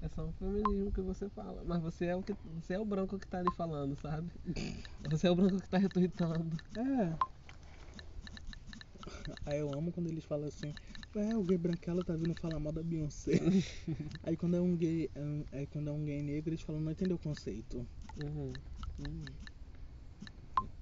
Speaker 1: É só o feminismo que você fala. Mas você é o que. Você é o branco que tá ali falando, sabe? Você é o branco que tá retweetando.
Speaker 3: É. Aí eu amo quando eles falam assim, é, o gay branquela tá vindo falar mal
Speaker 1: *laughs*
Speaker 3: da Beyoncé. aí quando é um gay. é um- Aí quando é um gay negro, eles falam, não entendeu o conceito.
Speaker 1: Uhum. uhum.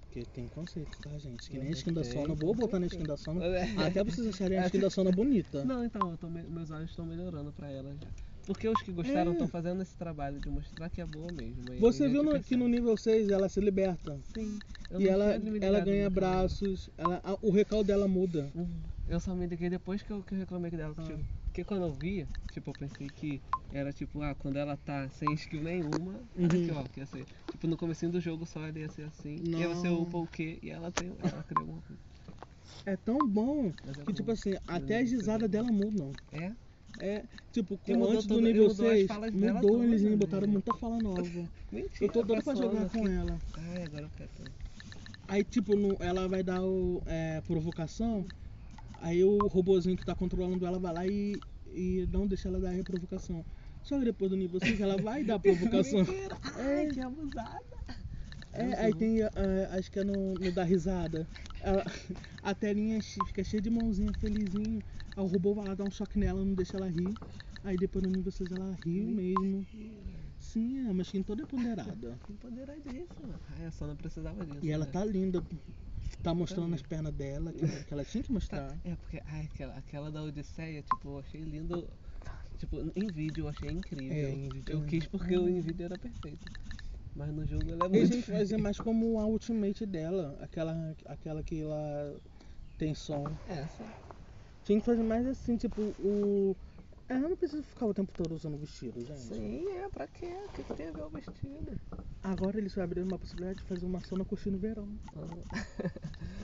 Speaker 3: Porque tem conceito, tá, gente? Que nem a
Speaker 1: Mas
Speaker 3: skin da
Speaker 1: tem,
Speaker 3: Sona.
Speaker 1: com
Speaker 3: Vou botar na
Speaker 1: certeza.
Speaker 3: skin da Sona.
Speaker 1: É.
Speaker 3: Até vocês
Speaker 1: *laughs*
Speaker 3: acharem a skin da Sona bonita.
Speaker 1: Não, então, eu tô me- meus olhos estão melhorando pra ela já. Porque os que gostaram
Speaker 3: É.
Speaker 1: estão fazendo esse trabalho de mostrar que é boa mesmo. e
Speaker 3: Você
Speaker 1: a gente
Speaker 3: viu no-
Speaker 1: percebe.
Speaker 3: que no nível 6 ela se liberta.
Speaker 1: Sim. eu
Speaker 3: E
Speaker 1: não
Speaker 3: ela,
Speaker 1: tinha me
Speaker 3: ela
Speaker 1: ligado
Speaker 3: ganha
Speaker 1: muito nela.
Speaker 3: braços, ela, a- o recaldo dela muda.
Speaker 1: Uhum. Eu só me liguei depois que eu, que eu reclamei dela. Tipo,
Speaker 3: Ah.
Speaker 1: porque quando eu vi, tipo, eu pensei que era tipo, ah, quando ela tá sem skill nenhuma,
Speaker 3: Uhum.
Speaker 1: aqui, ó, que ia ser. Tipo, no comecinho do jogo só ela ia ser assim. E aí você
Speaker 3: Não.
Speaker 1: upa o quê? E ela tem. Ela criou alguma coisa.
Speaker 3: É tão bom
Speaker 1: Mas é
Speaker 3: que, tipo
Speaker 1: bom.
Speaker 3: assim, até as risadas dela mudam.
Speaker 1: É?
Speaker 3: É, tipo,
Speaker 1: E
Speaker 3: como
Speaker 1: mudou
Speaker 3: antes do
Speaker 1: tudo- e
Speaker 3: nível
Speaker 1: mudou as
Speaker 3: 6,
Speaker 1: falas dela
Speaker 3: mudou, eles
Speaker 1: todas,
Speaker 3: botaram
Speaker 1: né?
Speaker 3: muita fala nova.
Speaker 1: Mentira.
Speaker 3: Eu tô doido pra
Speaker 1: pessoal,
Speaker 3: jogar
Speaker 1: aqui.
Speaker 3: com ela.
Speaker 1: Ai, agora eu quero. também.
Speaker 3: Aí, tipo, no- ela vai dar o, é, provocação, aí o robozinho que tá controlando ela vai lá e, e não deixa ela dar a reprovocação. Só que depois do nível 6 ela vai dar a
Speaker 1: *laughs*
Speaker 3: provocação.
Speaker 1: Mentira. Ai, que abusada.
Speaker 3: É, aí tem, é, acho que é no, no da risada. Ela- a telinha che- fica cheia de mãozinha, felizinho. Aí o robô vai lá dar um choque nela, não deixa ela rir. Aí depois no nível 6 ela ri mesmo. Sim, é uma skin toda empoderada.
Speaker 1: Empoderadíssima. é Ai, a Sona precisava disso.
Speaker 3: É. E ela
Speaker 1: né?
Speaker 3: tá linda. Tá mostrando as pernas dela, que, que ela tinha que mostrar.
Speaker 1: É, porque ai, aquela, aquela da Odisseia, tipo, eu achei lindo. Tipo, em vídeo eu achei incrível.
Speaker 3: É, em vídeo
Speaker 1: eu
Speaker 3: também.
Speaker 1: quis porque o em vídeo era perfeito. Mas no jogo ela é muito.
Speaker 3: Eles têm que
Speaker 1: *laughs* feia.
Speaker 3: fazer mais como a ultimate dela, aquela, aquela que ela tem som.
Speaker 1: Essa.
Speaker 3: Tinha que fazer mais assim, tipo, o. Ela não precisa ficar o tempo todo usando vestido, gente.
Speaker 1: Sim, é, pra quê? O que, que tem a ver o vestido?
Speaker 3: Agora eles abriram uma possibilidade de fazer uma sauna coxinha no verão.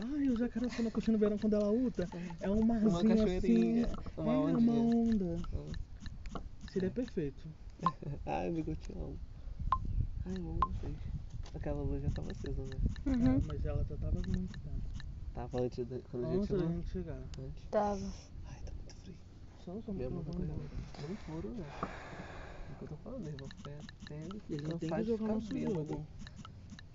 Speaker 3: Ai, eu já quero sauna coxinha no verão quando ela luta. É um
Speaker 1: Uma
Speaker 3: marzinho assim.
Speaker 1: cachoeirinha. Uma
Speaker 3: é uma
Speaker 1: ondinha.
Speaker 3: onda.
Speaker 1: Hum.
Speaker 3: Seria perfeito.
Speaker 1: Ai, amigo, eu te amo. Ai, eu amo vocês. Aquela luz já tava acesa, né?
Speaker 3: Ah,
Speaker 2: Uhum.
Speaker 3: mas ela já tava há muito tempo.
Speaker 1: Tava antes da, quando a
Speaker 3: Antes
Speaker 1: gente
Speaker 3: da
Speaker 1: não.
Speaker 3: gente chegar.
Speaker 1: Antes.
Speaker 2: Tava.
Speaker 1: Ai, tá muito frio.
Speaker 3: Só um os homens
Speaker 1: Mesma
Speaker 3: não
Speaker 1: coisa.
Speaker 3: vão embora.
Speaker 1: Eu não furo, né? É o que eu tô falando, irmão. É, tem
Speaker 3: Eles
Speaker 1: cansar
Speaker 3: não tem
Speaker 1: de
Speaker 3: que jogar
Speaker 1: ficar
Speaker 3: nosso
Speaker 1: bêbado.
Speaker 3: jogo.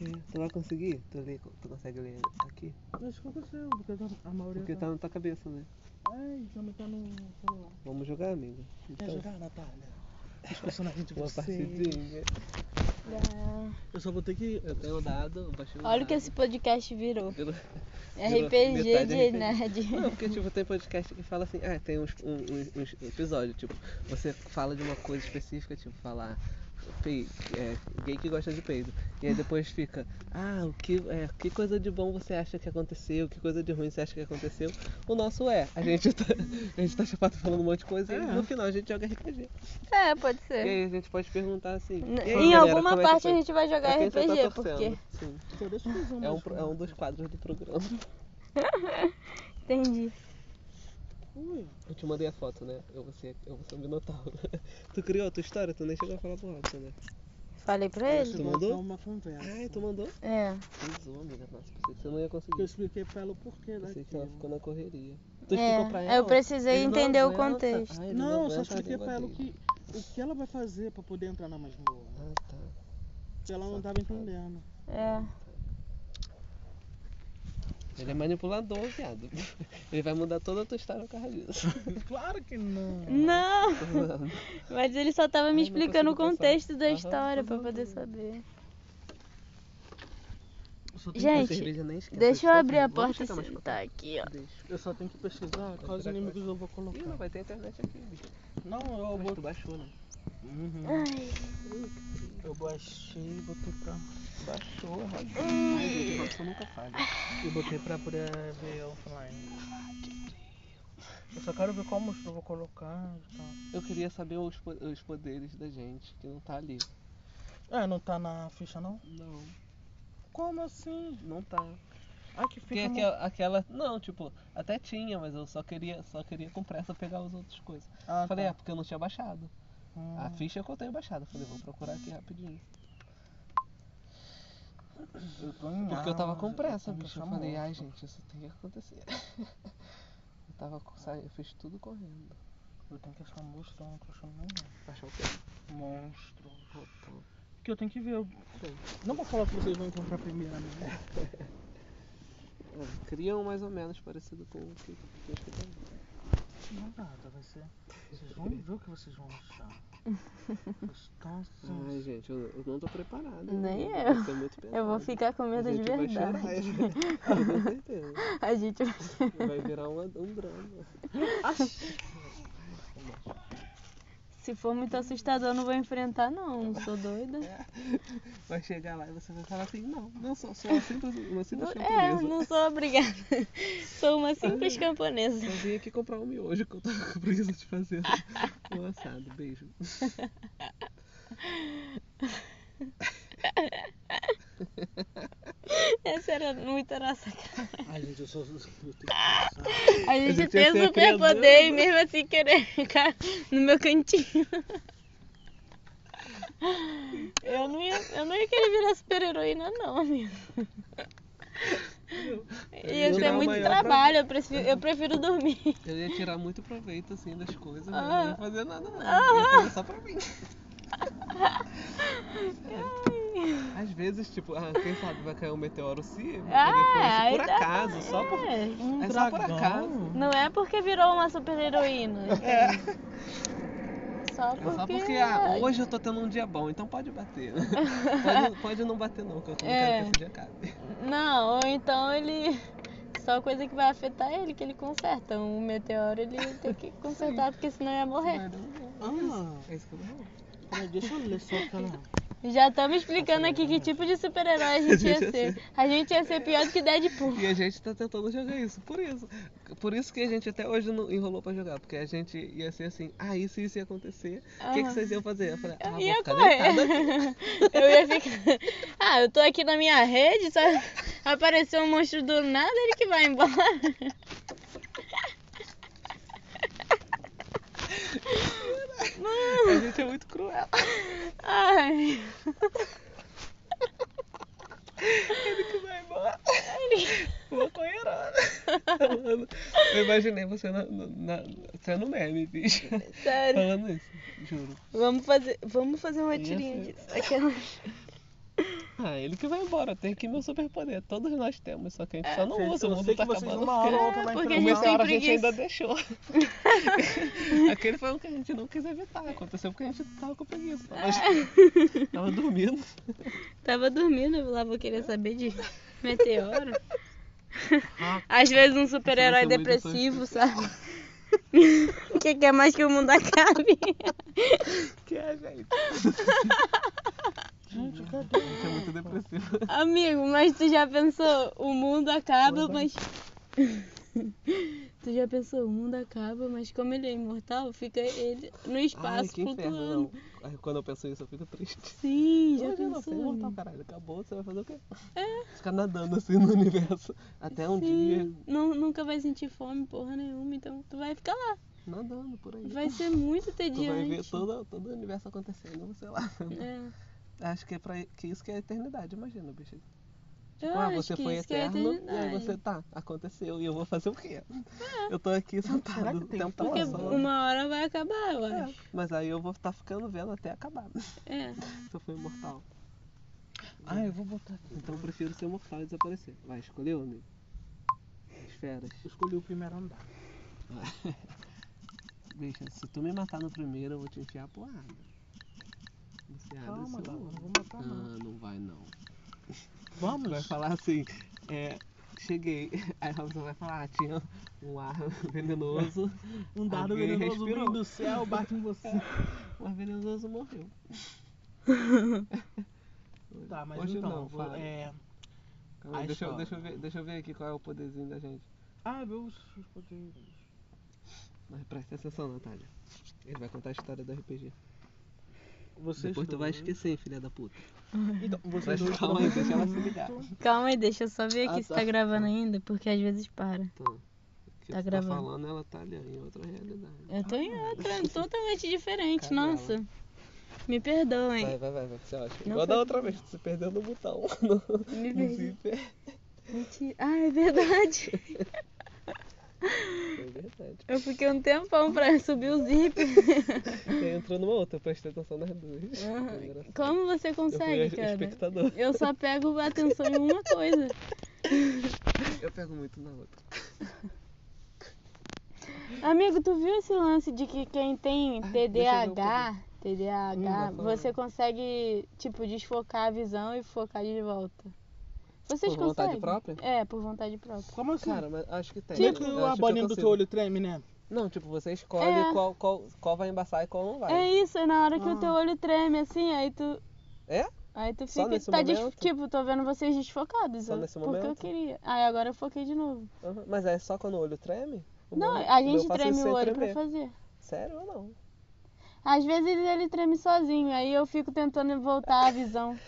Speaker 1: É, tu vai conseguir? Tu, lê, tu consegue ler aqui?
Speaker 3: Mas o que aconteceu? Porque tá- a maioria.
Speaker 1: Porque tá na tua cabeça, né?
Speaker 3: Ai, também tá no celular.
Speaker 1: Vamos jogar, amiga?
Speaker 3: Quer
Speaker 1: Então,
Speaker 3: jogar, Natália? Os personagens de
Speaker 1: uma
Speaker 3: vocês.
Speaker 1: partidinha.
Speaker 3: Eu só vou ter que.
Speaker 1: Eu tenho um dado, eu baixei o
Speaker 2: Olha o
Speaker 1: dado.
Speaker 2: que esse podcast virou.
Speaker 1: Virou- metade
Speaker 2: RPG de né,
Speaker 1: RPG.
Speaker 2: nerd. *laughs*
Speaker 1: Não, porque tipo, tem podcast que fala assim, ah, tem uns, um- uns- uns episódios, tipo, você fala de uma coisa específica, tipo, falar pei- é, gay que gosta de peido. E aí depois fica, ah, o que, é, que coisa de bom você acha que aconteceu, que coisa de ruim você acha que aconteceu. O nosso é, a gente tá, a gente tá chapado falando um monte de coisa e
Speaker 3: É.
Speaker 1: no final a gente joga RPG.
Speaker 2: *laughs* É, pode
Speaker 1: E
Speaker 2: ser.
Speaker 1: aí a gente pode perguntar assim.
Speaker 2: N-
Speaker 1: "E aí,
Speaker 2: Em
Speaker 1: galera,
Speaker 2: alguma
Speaker 1: como é que
Speaker 2: parte
Speaker 1: foi?"
Speaker 2: a gente vai jogar
Speaker 1: Pra quem você tá
Speaker 2: RPG,
Speaker 1: torcendo,
Speaker 2: porque.
Speaker 1: sim.
Speaker 3: Só Então, deixa eu fazer
Speaker 1: É um,
Speaker 3: mais
Speaker 1: pro- é um dos quadros do programa.
Speaker 2: Entendi.
Speaker 3: Ui.
Speaker 1: Eu te mandei a foto, né? Eu vou ser, eu vou ser um minotauro. *laughs* tu criou a tua história? Tu nem chegou a falar pro Robson, né?
Speaker 2: Falei pra ele?
Speaker 1: Tu
Speaker 3: Chegou até
Speaker 1: mandou?
Speaker 3: uma conversa.
Speaker 1: Ai, tu mandou?
Speaker 2: É.
Speaker 1: Pisou, amiga. Nossa, pensei que você não ia
Speaker 3: Eu
Speaker 1: conseguir.
Speaker 3: expliquei pra ela o porquê né?
Speaker 1: Pensei que ela
Speaker 3: daquilo.
Speaker 1: ficou na correria. né? Tu
Speaker 2: É,
Speaker 1: explicou pra
Speaker 2: eu
Speaker 1: ela?
Speaker 2: precisei
Speaker 1: Ele não
Speaker 2: entender o
Speaker 1: aguenta.
Speaker 2: contexto.
Speaker 1: Ai, ele
Speaker 3: Não, eu
Speaker 1: aguenta
Speaker 3: só
Speaker 1: a
Speaker 3: expliquei
Speaker 1: língua
Speaker 3: pra ela o
Speaker 1: dele.
Speaker 3: que, o que ela vai fazer pra poder entrar na masmorra.
Speaker 1: Ah, tá.
Speaker 3: Porque ela não tava entendendo.
Speaker 2: É.
Speaker 1: Ele é manipulador, viado. *laughs* Ele vai mudar toda a tua história por causa disso.
Speaker 3: Claro que não.
Speaker 2: Não! *laughs* Mas ele só tava me
Speaker 1: Ai, não
Speaker 2: explicando o
Speaker 1: consigo passar.
Speaker 2: contexto da
Speaker 1: Aham,
Speaker 2: história
Speaker 1: tô
Speaker 2: pra
Speaker 1: vendo.
Speaker 2: poder saber.
Speaker 3: Eu só tenho,
Speaker 1: A
Speaker 2: Gente,
Speaker 1: cerveja nem esquenta,
Speaker 2: Deixa eu
Speaker 1: tá
Speaker 2: abrir a
Speaker 1: frio. Vamos
Speaker 2: porta assim. e
Speaker 1: chegar mais pra
Speaker 2: sentar aqui, ó.
Speaker 1: cá. Deixa.
Speaker 3: eu só tenho que pesquisar quais
Speaker 1: virar
Speaker 3: inimigos eu vou colocar.
Speaker 1: Ih, não vai ter internet aqui, bicho.
Speaker 3: Não, eu
Speaker 1: Mas
Speaker 3: vou.
Speaker 1: tu baixou, né?
Speaker 3: Uhum.
Speaker 2: Ai.
Speaker 3: Eu baixei e botei pra. né?
Speaker 1: Baixou, arrasou. Ai, gente, o Robson nunca falha.
Speaker 3: E botei pra poder ver offline. Eu só quero ver qual monstro eu vou colocar então. e tal.
Speaker 1: Eu queria saber os, po- os poderes da gente, que não tá ali.
Speaker 3: Ah, não tá na ficha não?
Speaker 1: Não,
Speaker 3: Como assim?
Speaker 1: não tá.
Speaker 3: Ah, que
Speaker 1: Porque
Speaker 3: fica.
Speaker 1: aque-
Speaker 3: no-
Speaker 1: aquela, Não, tipo, até tinha, mas eu só queria, só queria com pressa pegar as outras coisas.
Speaker 3: Ah,
Speaker 1: falei, é
Speaker 3: tá.
Speaker 1: porque eu não tinha baixado. é
Speaker 3: Hum.
Speaker 2: Ah.
Speaker 1: A ficha que eu tenho baixada. Falei, vou procurar aqui rapidinho.
Speaker 3: Eu tô em
Speaker 1: Porque eu tava com
Speaker 3: aulas,
Speaker 1: pressa,
Speaker 3: tô me
Speaker 1: bicho. Eu falei,
Speaker 3: chamando.
Speaker 1: ai gente, isso tem que acontecer. *laughs* eu tava com. sa- Eu fiz tudo correndo.
Speaker 3: Eu tenho que achar um monstro, eu não tô achando nenhum.
Speaker 1: Achou o quê?
Speaker 3: Monstro.
Speaker 1: Opa.
Speaker 3: Que eu tenho que ver. eu-
Speaker 1: Sei.
Speaker 3: Não vou falar que vocês vão encontrar primeiro, né?
Speaker 1: É, criam mais ou menos parecido com o que que eu fiz.
Speaker 3: Não nada, vai ser. Vocês vão ver o que vocês vão
Speaker 1: *laughs*
Speaker 3: achar. Vocês estão assim.
Speaker 1: Ai, gente, eu, eu não tô preparado.
Speaker 2: Nem
Speaker 1: Vai
Speaker 2: eu.
Speaker 1: ser muito pesado.
Speaker 2: Eu vou ficar com medo
Speaker 1: a
Speaker 2: de
Speaker 1: gente vai chorar, *laughs*
Speaker 2: verdade.
Speaker 1: eu tenho certeza.
Speaker 2: *laughs* A gente vai
Speaker 1: Vai virar um, um drama.
Speaker 2: Se for muito assustador, eu não vou enfrentar, não. Não Sou doida.
Speaker 1: Vai chegar lá e você vai falar assim, não, não sou, sou uma simples, uma simples
Speaker 2: Não- é,
Speaker 1: camponesa.
Speaker 2: não sou obrigada. *laughs* Sou uma simples camponesa.
Speaker 1: Só vim aqui comprar um miojo que eu tava com preguiça de fazer um assado. Beijo.
Speaker 2: Essa era muito a nossa cara.
Speaker 3: Ai, gente, eu sou. Eu tenho que
Speaker 2: A gente
Speaker 1: gente
Speaker 2: tem
Speaker 1: ia ser a né?
Speaker 2: superpoder e mesmo assim querer ficar no meu cantinho. *laughs* Eu não ia, eu não ia querer virar super-heroína, não, amigo. Ia
Speaker 1: Eu
Speaker 2: ser
Speaker 1: tirar o
Speaker 2: muito
Speaker 1: maior
Speaker 2: trabalho, eu prefiro, eu prefiro dormir.
Speaker 1: Eu ia tirar muito proveito assim das coisas, mas
Speaker 2: Ah.
Speaker 1: não ia fazer nada não. Eu ia fazer só pra mim.
Speaker 2: Ai.
Speaker 1: Às vezes, tipo, ah, quem sabe vai cair um meteoro se
Speaker 2: Ah,
Speaker 1: depois, por
Speaker 2: aí dá-
Speaker 1: acaso, só por.
Speaker 2: É.
Speaker 3: Um
Speaker 1: É só por
Speaker 3: dragão.
Speaker 1: acaso.
Speaker 2: Não é porque virou uma super-heroína. entende? Só
Speaker 1: É
Speaker 2: porque.
Speaker 1: só porque ah, hoje eu tô tendo um dia bom, então pode
Speaker 2: *laughs*
Speaker 1: bater. pode, pode não bater não, que eu não
Speaker 2: É.
Speaker 1: quero que esse dia acabe.
Speaker 2: Não, ou então ele. Só coisa que vai afetar ele que ele conserta. Um meteoro ele tem que consertar, porque senão ia morrer.
Speaker 1: Mas não-
Speaker 3: Ah,
Speaker 1: É isso que eu não
Speaker 3: peraí, deixa eu ler só aquela.
Speaker 2: Já estamos explicando aqui que tipo de super-herói a gente ia ser. A gente ia ser pior do que Deadpool.
Speaker 1: E a gente tá tentando jogar isso, por isso. Por isso que a gente até hoje não enrolou pra jogar, porque a gente ia ser assim, ah, isso, isso ia acontecer, o que, que
Speaker 2: Aham.
Speaker 1: vocês iam fazer? Eu falei, ah,
Speaker 2: Eu
Speaker 1: vou
Speaker 2: ia
Speaker 1: ficar
Speaker 2: correr.
Speaker 1: deitada.
Speaker 2: *laughs* Eu ia ficar. Ah, eu tô aqui na minha rede, só apareceu um monstro do nada, ele que vai embora. *laughs*
Speaker 1: A gente é muito cruel.
Speaker 2: Ai.
Speaker 1: Ele que vai embora. Maconheirona. Falando. Eu imaginei você na, na, na, sendo meme, bicho.
Speaker 2: Sério.
Speaker 1: Falando isso, juro.
Speaker 2: Vamos fazer, vamos fazer uma
Speaker 1: Ia
Speaker 2: tirinha
Speaker 1: ser.
Speaker 2: disso. Aquela...
Speaker 1: Ah, ele que vai embora, tem que meu superpoder. Todos nós temos, só que a gente só não
Speaker 3: Gente,
Speaker 1: usa, o
Speaker 3: eu
Speaker 1: mundo
Speaker 3: sei
Speaker 1: tá
Speaker 3: que vocês
Speaker 1: acabando.
Speaker 3: numa
Speaker 1: *laughs*
Speaker 3: hora ou outra vai
Speaker 2: porque a
Speaker 1: O
Speaker 2: gente
Speaker 3: enfrentar.
Speaker 2: tem
Speaker 1: meteoro a gente
Speaker 2: preguiça.
Speaker 1: ainda deixou. *laughs* Aquele foi um que a gente não quis evitar. Aconteceu porque a gente tava com preguiça. *laughs* Tava, tava dormindo.
Speaker 2: *laughs* Tava dormindo, eu lá vou querer saber de meteoro.
Speaker 1: Ah.
Speaker 2: Às vezes um super-herói
Speaker 1: Essa mãe do
Speaker 2: depressivo, sabe? O *laughs* que quer mais que o mundo acabe? *laughs*
Speaker 1: Que é, gente?
Speaker 3: Gente, cadê?
Speaker 1: A gente é muito depressivo.
Speaker 2: Amigo, mas tu já pensou, o mundo acaba, mas. *laughs* tu já pensou, o mundo acaba, mas como ele é imortal, fica ele no
Speaker 1: Ai,
Speaker 2: espaço
Speaker 1: que
Speaker 2: flutuando.
Speaker 1: inferno. não. Ai, Quando eu penso isso, eu fico triste.
Speaker 2: Sim, já
Speaker 1: Hoje não, você é
Speaker 2: pensou.
Speaker 1: imortal, caralho. Acabou, você vai fazer o quê? Ficar nadando assim no universo. Até um dia
Speaker 2: Sim, nu- nunca vai sentir fome, porra nenhuma, então tu vai ficar lá.
Speaker 1: nadando por aí.
Speaker 2: Vai ser muito
Speaker 1: Tu vai ver
Speaker 2: tediante.
Speaker 1: todo, todo o universo acontecendo, você lá.
Speaker 2: É.
Speaker 1: Acho que é pra que isso que é a eternidade, imagina, bicho.
Speaker 2: Eu
Speaker 1: ah,
Speaker 2: acho
Speaker 1: você
Speaker 2: que
Speaker 1: foi
Speaker 2: isso que é
Speaker 1: eterno e aí
Speaker 2: eternidade. É.
Speaker 1: você tá, aconteceu e eu vou fazer o quê? Eu tô aqui sentado, o
Speaker 3: tem
Speaker 1: tempo tá
Speaker 2: Porque
Speaker 1: passando.
Speaker 2: uma hora vai acabar, eu
Speaker 1: É.
Speaker 2: acho.
Speaker 1: Mas aí eu vou estar ficando vendo até acabar, *laughs*
Speaker 2: É.
Speaker 1: se eu for imortal. Ah, eu vou botar aqui. Então eu prefiro ser mortal e desaparecer. Vai, escolheu, amigo? As feras.
Speaker 3: Eu escolhi o primeiro andar.
Speaker 1: Bicha, se tu me matar no primeiro, eu vou te enfiar pro ar. Você abre
Speaker 3: Calma,
Speaker 1: o seu...
Speaker 3: Laura, não vou matar não.
Speaker 1: Ah, não vai não. Tu vai
Speaker 3: Vamos?
Speaker 1: falar assim, é, cheguei. *laughs* Aí a pessoa vai falar, ah, tinha um ar *laughs* venenoso,
Speaker 3: Um dado
Speaker 1: Alguém
Speaker 3: venenoso
Speaker 1: respirou.
Speaker 3: vem do céu, bate em
Speaker 1: *laughs*
Speaker 3: você.
Speaker 1: o ar um venenoso morreu.
Speaker 3: *laughs* Tá, mas
Speaker 1: Hoje
Speaker 3: então,
Speaker 1: não,
Speaker 3: vou-
Speaker 1: fala.
Speaker 3: é...
Speaker 1: Calma aí,
Speaker 3: Ai,
Speaker 1: deixa, eu,
Speaker 3: só.
Speaker 1: deixa, eu ver, deixa eu ver aqui qual é o poderzinho da gente.
Speaker 3: Ah, meus meus poderes.
Speaker 1: Mas presta atenção, Natália. Ele vai contar a história do RPG.
Speaker 3: Vocês
Speaker 1: Depois tu vai
Speaker 3: dois-
Speaker 1: esquecer, filha da puta.
Speaker 3: Então, vocês
Speaker 1: Mas
Speaker 3: dois
Speaker 1: calma
Speaker 3: estão
Speaker 1: aí, deixa ela se
Speaker 3: muito-
Speaker 1: ligar.
Speaker 2: Calma aí, deixa eu só ver aqui
Speaker 1: Ah,
Speaker 2: se
Speaker 1: tá.
Speaker 2: tá gravando ainda, porque às vezes para.
Speaker 1: Então, o que
Speaker 2: Tá
Speaker 1: você
Speaker 2: gravando. É.
Speaker 1: tá falando, ela tá ali ó, em outra realidade. *laughs*
Speaker 2: Eu tô em outra, totalmente diferente,
Speaker 1: Cadê ela?
Speaker 2: nossa. Me
Speaker 1: Vai,
Speaker 2: perdoem.
Speaker 1: vai, vai, vai, que você acha.
Speaker 2: Não
Speaker 1: Igual da
Speaker 2: foi-
Speaker 1: outra vez, você perdeu no botão. *laughs* No,
Speaker 2: Me
Speaker 1: no
Speaker 2: perdoem.
Speaker 1: zíper.
Speaker 2: Mentira. Ah, é verdade.
Speaker 1: É verdade.
Speaker 2: Eu fiquei um tempão pra subir o zip.
Speaker 1: Você entrou numa outra, eu prestei atenção nas duas. Foi engraçado.
Speaker 2: Ah, Como você
Speaker 1: Eu fui
Speaker 2: consegue,
Speaker 1: a-
Speaker 2: cara?
Speaker 1: espectador.
Speaker 2: Eu só pego atenção em uma coisa.
Speaker 1: Eu pego muito na outra.
Speaker 2: Amigo, tu viu esse lance de que quem tem
Speaker 1: Ah, deixa eu ver o
Speaker 2: TDAH, TDAH,
Speaker 1: Hum, vai falar.
Speaker 2: você consegue, tipo, desfocar a visão e focar de volta. Vocês
Speaker 1: Por vontade
Speaker 2: conseguem?
Speaker 1: própria?
Speaker 2: É, por vontade própria.
Speaker 3: Como assim?
Speaker 1: Cara, mas acho que tem.
Speaker 3: Não é
Speaker 1: né?
Speaker 3: que
Speaker 1: Eu acho
Speaker 3: o
Speaker 1: que eu
Speaker 3: bolinha do
Speaker 1: consigo.
Speaker 3: teu olho treme, né?
Speaker 1: Não, tipo, você escolhe
Speaker 2: É.
Speaker 1: qual, qual, qual vai embaçar e qual não vai.
Speaker 2: É isso, é na hora que o teu
Speaker 3: Ah.
Speaker 2: olho treme, assim, aí tu.
Speaker 1: É?
Speaker 2: Aí tu
Speaker 1: Só
Speaker 2: fica.
Speaker 1: nesse
Speaker 2: tá des-
Speaker 1: momento?
Speaker 2: Tipo, tô vendo vocês desfocados.
Speaker 1: Só
Speaker 2: eu-
Speaker 1: nesse
Speaker 2: Porque eu
Speaker 1: momento?
Speaker 2: queria. Aí agora eu foquei de novo.
Speaker 1: Aham, Mas é só quando o olho treme? O
Speaker 2: Não,
Speaker 1: meu-
Speaker 2: a
Speaker 1: o meu
Speaker 2: gente
Speaker 1: faço
Speaker 2: treme
Speaker 1: isso
Speaker 2: o
Speaker 1: sem
Speaker 2: olho
Speaker 1: tremer.
Speaker 2: pra fazer.
Speaker 1: Sério ou não?
Speaker 2: Às vezes ele treme sozinho, aí eu fico tentando voltar a visão.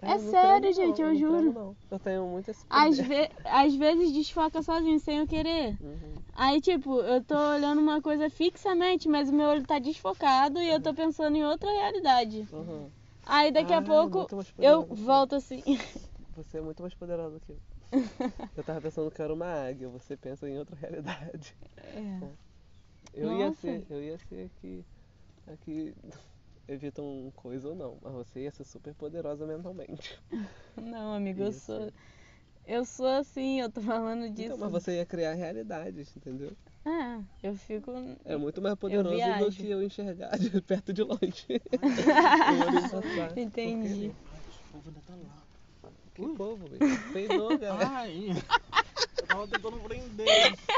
Speaker 2: É
Speaker 1: eu não
Speaker 2: sério,
Speaker 1: tremo, não,
Speaker 2: gente, eu
Speaker 1: não tremo,
Speaker 2: juro.
Speaker 1: não. Eu tenho muito esse
Speaker 2: Às,
Speaker 1: poder.
Speaker 2: ve- às vezes desfoca sozinho, sem eu querer.
Speaker 1: Uhum.
Speaker 2: Aí, tipo, eu tô olhando uma coisa fixamente, mas o meu olho tá desfocado e eu tô pensando em outra realidade.
Speaker 1: Uhum.
Speaker 2: Aí daqui
Speaker 1: Ah,
Speaker 2: a pouco
Speaker 1: muito mais poderoso
Speaker 2: eu
Speaker 1: que eu.
Speaker 2: volto assim. *laughs*
Speaker 1: Você é muito mais poderosa que eu. Eu tava pensando que eu era uma águia, você pensa em outra realidade.
Speaker 2: É.
Speaker 1: Eu ia
Speaker 2: Nossa.
Speaker 1: ser, eu ia ser aqui. *laughs* Aqui. Evita um coisa ou não. Mas você ia ser super poderosa mentalmente.
Speaker 2: Não, amigo, eu
Speaker 1: Isso.
Speaker 2: sou. Eu sou assim, eu tô falando disso.
Speaker 1: Então, mas você ia criar realidades, entendeu?
Speaker 2: Ah, eu fico.
Speaker 1: É muito mais poderoso do
Speaker 2: viajo.
Speaker 1: que eu enxergar de *laughs* perto de longe.
Speaker 2: *laughs*
Speaker 1: Eu olho passar.
Speaker 2: Entendi.
Speaker 1: né?
Speaker 3: O povo ainda tá lá.
Speaker 1: Que bobo, bicho.
Speaker 2: Ah.
Speaker 1: Peidou,
Speaker 3: É.
Speaker 1: galera.
Speaker 3: *laughs* Ai, eu tava tentando prender,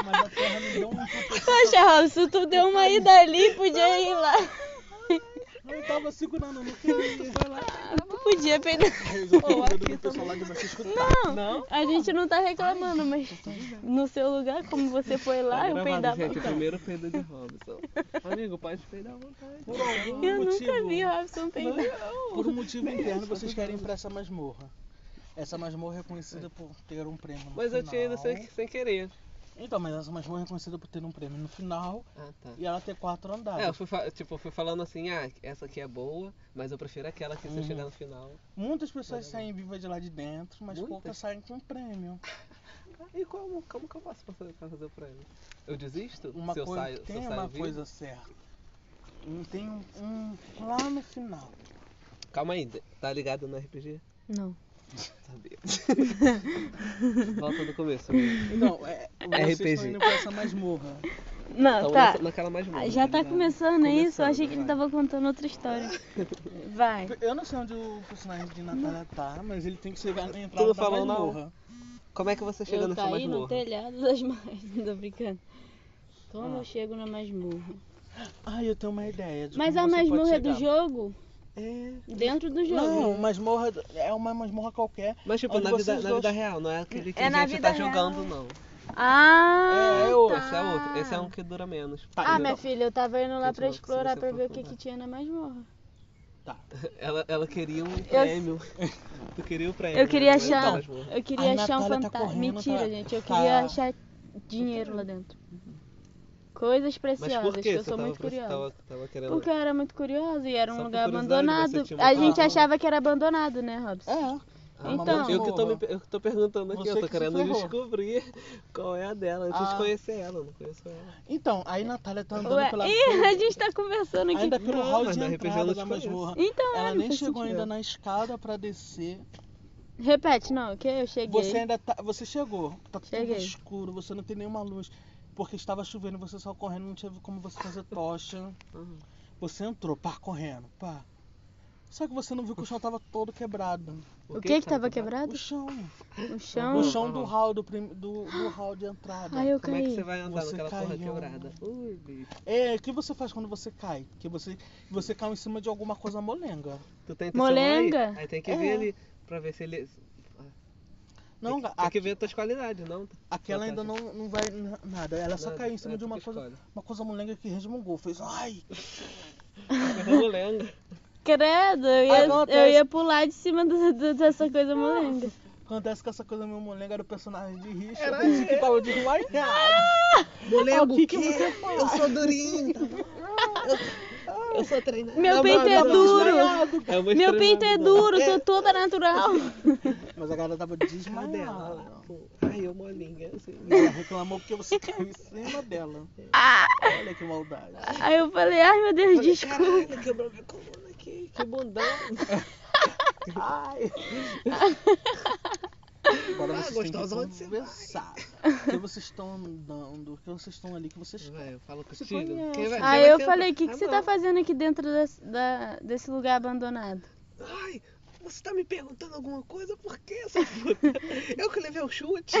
Speaker 3: mas a terra me deu um chute.
Speaker 2: Poxa, Robson, tu deu uma ida ali, podia ir lá.
Speaker 3: Eu tava segurando, não queria ir. Foi lá.
Speaker 2: Tu podia pegar.
Speaker 3: Eu tô com medo do pessoal lá de você escutar.
Speaker 1: Não?
Speaker 2: A gente não tá reclamando, mas no seu lugar, como você foi lá, eu
Speaker 1: Tá gravado,
Speaker 2: peidava.
Speaker 1: gente. é O primeiro peido de Robson. Amigo, pode peidar à vontade.
Speaker 3: Por algum
Speaker 2: Eu
Speaker 3: motivo,
Speaker 2: nunca vi Robson peidar.
Speaker 3: por um motivo interno, vocês querem ir pra essa masmorra. Essa masmorra é conhecida por ter um prêmio no
Speaker 1: Mas eu tinha ido
Speaker 3: final.
Speaker 1: sem, sem querer.
Speaker 3: Então, mas essa masmorra é conhecida por ter um prêmio no final
Speaker 1: Ah, tá.
Speaker 3: e ela ter quatro
Speaker 1: É, eu
Speaker 3: andares.
Speaker 1: fui, fa- tipo, fui falando assim, ah, essa aqui é boa, mas eu prefiro aquela que se eu
Speaker 3: Uhum.
Speaker 1: chegar no final.
Speaker 3: Muitas pessoas saem vivas de lá de dentro, mas
Speaker 1: Muitas?
Speaker 3: poucas saem com prêmio.
Speaker 1: Ah, E como, como que eu faço pra fazer, pra fazer o prêmio? Eu desisto?
Speaker 3: Uma
Speaker 1: se eu
Speaker 3: coisa
Speaker 1: saio,
Speaker 3: que
Speaker 1: se
Speaker 3: tem
Speaker 1: eu saio
Speaker 3: uma
Speaker 1: vivo?
Speaker 3: coisa certa. Não tem um, um lá no final.
Speaker 1: Calma aí, de- tá ligado no RPG?
Speaker 2: Não.
Speaker 3: *laughs*
Speaker 1: Sabia. Volta do começo. amigo.
Speaker 3: Então, *laughs* é, vocês
Speaker 1: RPG.
Speaker 3: estão indo pra essa masmorra.
Speaker 2: Não,
Speaker 1: Tamo
Speaker 2: tá.
Speaker 1: nessa- naquela mais
Speaker 2: Ah,
Speaker 1: boa.
Speaker 2: Já tá começando, é isso? Eu
Speaker 1: Começando,
Speaker 2: achei que ele
Speaker 1: vai.
Speaker 2: tava contando outra
Speaker 3: *laughs*
Speaker 2: história. Vai.
Speaker 3: Eu não sei onde o personagem de Natália tá, mas ele tem que chegar na entrada
Speaker 1: Tudo
Speaker 3: da
Speaker 1: falou não.
Speaker 3: masmorra.
Speaker 1: Como é que você chega
Speaker 2: Eu tá
Speaker 1: nessa
Speaker 2: caí no
Speaker 1: masmorra?
Speaker 2: telhado das masmorras, *laughs* tô brincando. Como
Speaker 3: Ah.
Speaker 2: eu chego na masmorra?
Speaker 3: Ah, eu tenho uma ideia. De
Speaker 2: Mas a
Speaker 3: como você pode
Speaker 2: masmorra é do
Speaker 3: chegar.
Speaker 2: jogo?
Speaker 3: É.
Speaker 2: Dentro do
Speaker 3: Não,
Speaker 2: jogo.
Speaker 3: masmorra é uma masmorra qualquer.
Speaker 1: Mas tipo,
Speaker 3: Onde
Speaker 1: na vida,
Speaker 3: vocês
Speaker 1: na
Speaker 3: dois-
Speaker 1: vida real, não é aquele que
Speaker 2: É
Speaker 1: a
Speaker 2: na
Speaker 1: gente
Speaker 2: vida
Speaker 1: tá
Speaker 2: real.
Speaker 1: jogando, não.
Speaker 2: Ah!
Speaker 3: É, eu.
Speaker 1: Esse é outro, esse é um que dura menos.
Speaker 2: Ah,
Speaker 3: então.
Speaker 2: minha filha, eu tava indo lá
Speaker 1: Gente,
Speaker 2: pra
Speaker 1: eu não consigo
Speaker 2: explorar
Speaker 1: se
Speaker 2: pra ver o que,
Speaker 1: aprofundar.
Speaker 2: que tinha na masmorra.
Speaker 1: Ela, ela queria um prêmio. Tu queria o prêmio.
Speaker 2: Eu
Speaker 1: né? Não é
Speaker 2: queria
Speaker 1: da
Speaker 2: achar.
Speaker 1: masmorra.
Speaker 2: Eu queria
Speaker 3: A
Speaker 2: achar um
Speaker 3: Natália tá
Speaker 2: fantasma.
Speaker 3: correndo,
Speaker 2: Mentira,
Speaker 3: tá-
Speaker 2: gente. Eu
Speaker 3: tá-
Speaker 2: queria achar dinheiro lá dentro. Coisas
Speaker 1: Mas
Speaker 2: preciosas,
Speaker 1: por
Speaker 2: que
Speaker 1: que
Speaker 2: eu
Speaker 1: você
Speaker 2: sou
Speaker 1: tava
Speaker 2: muito
Speaker 1: pre-
Speaker 2: curiosa.
Speaker 1: tava, tava querendo...
Speaker 2: Porque eu era muito curiosa e era
Speaker 1: Só
Speaker 2: um
Speaker 1: por
Speaker 2: lugar
Speaker 1: curiosidade,
Speaker 2: abandonado.
Speaker 1: você tinha uma
Speaker 2: A gente
Speaker 1: casa.
Speaker 2: achava que era abandonado, né, Robson?
Speaker 3: É.
Speaker 1: Ah,
Speaker 2: Então-
Speaker 1: mas eu, que tô me- eu que tô perguntando aqui,
Speaker 3: Você
Speaker 1: eu tô
Speaker 3: que se
Speaker 1: querendo
Speaker 3: ferrou.
Speaker 1: descobrir qual é a dela, antes de
Speaker 3: Ah.
Speaker 1: conhecer ela, eu não conheço ela.
Speaker 3: Então, aí Natália tá andando
Speaker 2: Ué, *laughs*
Speaker 3: pela.
Speaker 2: ih, a gente tá conversando aqui.
Speaker 3: Ainda pelo
Speaker 1: Não,
Speaker 3: hall
Speaker 1: mas
Speaker 3: de
Speaker 1: na RPG eu não
Speaker 3: entrada
Speaker 1: te
Speaker 3: da
Speaker 1: conheço.
Speaker 3: masmorra.
Speaker 2: Então, é,
Speaker 3: Ela
Speaker 2: não
Speaker 3: nem
Speaker 2: faz
Speaker 3: chegou
Speaker 2: sentido.
Speaker 3: ainda na escada pra descer.
Speaker 2: Repete, não, ok? Eu cheguei.
Speaker 3: Você ainda tá. Você chegou. Tá
Speaker 2: Cheguei.
Speaker 3: tudo escuro, você não tem nenhuma luz. Porque estava chovendo, você saiu correndo, não teve como você fazer tocha.
Speaker 1: Uhum.
Speaker 3: Você entrou, pá, correndo, pá. Só que você não viu que o chão tava todo quebrado.
Speaker 2: O que
Speaker 1: tá
Speaker 2: que tava
Speaker 1: é
Speaker 2: quebrado?
Speaker 3: O chão.
Speaker 2: O chão?
Speaker 3: O
Speaker 1: Uhum.
Speaker 3: chão do hall, do, prim- do, do hall de entrada.
Speaker 2: Ai, eu
Speaker 1: Como é que você
Speaker 2: caí.
Speaker 1: vai andar
Speaker 3: Você
Speaker 1: naquela porra
Speaker 3: caiu.
Speaker 1: quebrada? Ui, bicho.
Speaker 3: É, o que você faz quando você cai? Que você, você cai em cima de alguma coisa molenga.
Speaker 1: Tu tem teu celular Aí,
Speaker 2: Molenga?
Speaker 1: aí tem que
Speaker 3: É.
Speaker 1: ver ali, pra ver se ele... tem,
Speaker 3: Não,
Speaker 1: que-
Speaker 3: a-
Speaker 1: tem que ver as tuas qualidades, não?
Speaker 3: aquela ainda
Speaker 1: vantagem.
Speaker 3: não, não vai na- nada. Ela só
Speaker 1: Nada,
Speaker 3: caiu em cima
Speaker 1: é
Speaker 3: de
Speaker 1: tu
Speaker 3: uma
Speaker 1: que
Speaker 3: coisa,
Speaker 1: escolhe.
Speaker 3: uma coisa molenga que resmungou. Fez, ai!
Speaker 1: Não molenga.
Speaker 2: Credo, eu ia,
Speaker 3: Ah, não,
Speaker 2: eu
Speaker 3: até-
Speaker 2: ia pular de cima do- do- dessa coisa molenga.
Speaker 3: Acontece que essa coisa meio molenga era o personagem de Richard. que tava
Speaker 1: Ah,
Speaker 3: desmaiado.
Speaker 1: Molenga
Speaker 3: o que que você
Speaker 1: tá Eu sou durinho.
Speaker 3: Eu sou treinada.
Speaker 2: Meu peito é duro.
Speaker 7: É uma
Speaker 2: Meu
Speaker 7: estrela-
Speaker 2: peito é duro, sou toda natural.
Speaker 3: Mas a galera tava desmaiada.
Speaker 1: dela.
Speaker 2: Ah.
Speaker 1: Ai, eu molinha. Assim.
Speaker 3: E Ela reclamou porque você caiu em cima dela.
Speaker 1: Ah.
Speaker 3: Olha que maldade.
Speaker 2: Aí eu falei, ai meu Deus, desculpa.
Speaker 1: Caralho, quebrou minha coluna aqui. Que bundão.
Speaker 3: Ai. Agora
Speaker 1: Ah,
Speaker 3: vocês têm que
Speaker 1: gostosão, onde você vai?
Speaker 3: conversar. O que vocês estão andando? O que vocês estão ali? O que vocês
Speaker 1: Vai, eu falo
Speaker 3: Você
Speaker 1: contigo.
Speaker 3: conhece.
Speaker 1: Quem vai- quem
Speaker 2: Aí
Speaker 1: vai
Speaker 2: eu
Speaker 1: sentar?
Speaker 2: falei, o que, que
Speaker 1: Ah,
Speaker 2: você
Speaker 1: não.
Speaker 2: tá fazendo aqui dentro das- da- desse lugar abandonado?
Speaker 1: Ai, você tá me perguntando alguma coisa? Por que, sua puta? Eu que levei o chute.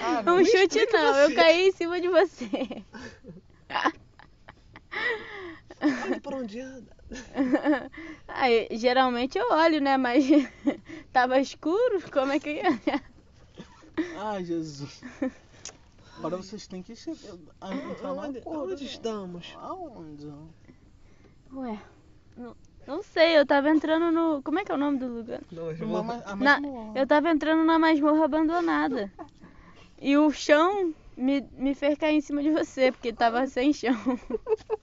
Speaker 3: Ah,
Speaker 2: *laughs* Um
Speaker 3: me
Speaker 2: chute
Speaker 3: explica
Speaker 2: não,
Speaker 3: você.
Speaker 2: eu caí em cima de você. *laughs*
Speaker 1: Olha por onde anda.
Speaker 2: Aí, geralmente eu olho, né? Mas *laughs* tava escuro, como é que ia?
Speaker 3: Ai, Jesus. Agora vocês têm que chegar.
Speaker 1: Ah,
Speaker 3: a encontrar um
Speaker 1: Onde,
Speaker 3: acordo,
Speaker 1: onde
Speaker 3: né?
Speaker 1: estamos?
Speaker 3: Aonde?
Speaker 2: Ué, não, não sei, eu tava entrando no. Como é que é o nome do lugar?
Speaker 1: Nós
Speaker 3: Uma,
Speaker 1: vamos-
Speaker 3: ma- a
Speaker 2: Na-
Speaker 3: masmorra.
Speaker 2: eu tava entrando na masmorra abandonada. E o chão me, me fez cair em cima de você, porque tava sem chão. *laughs*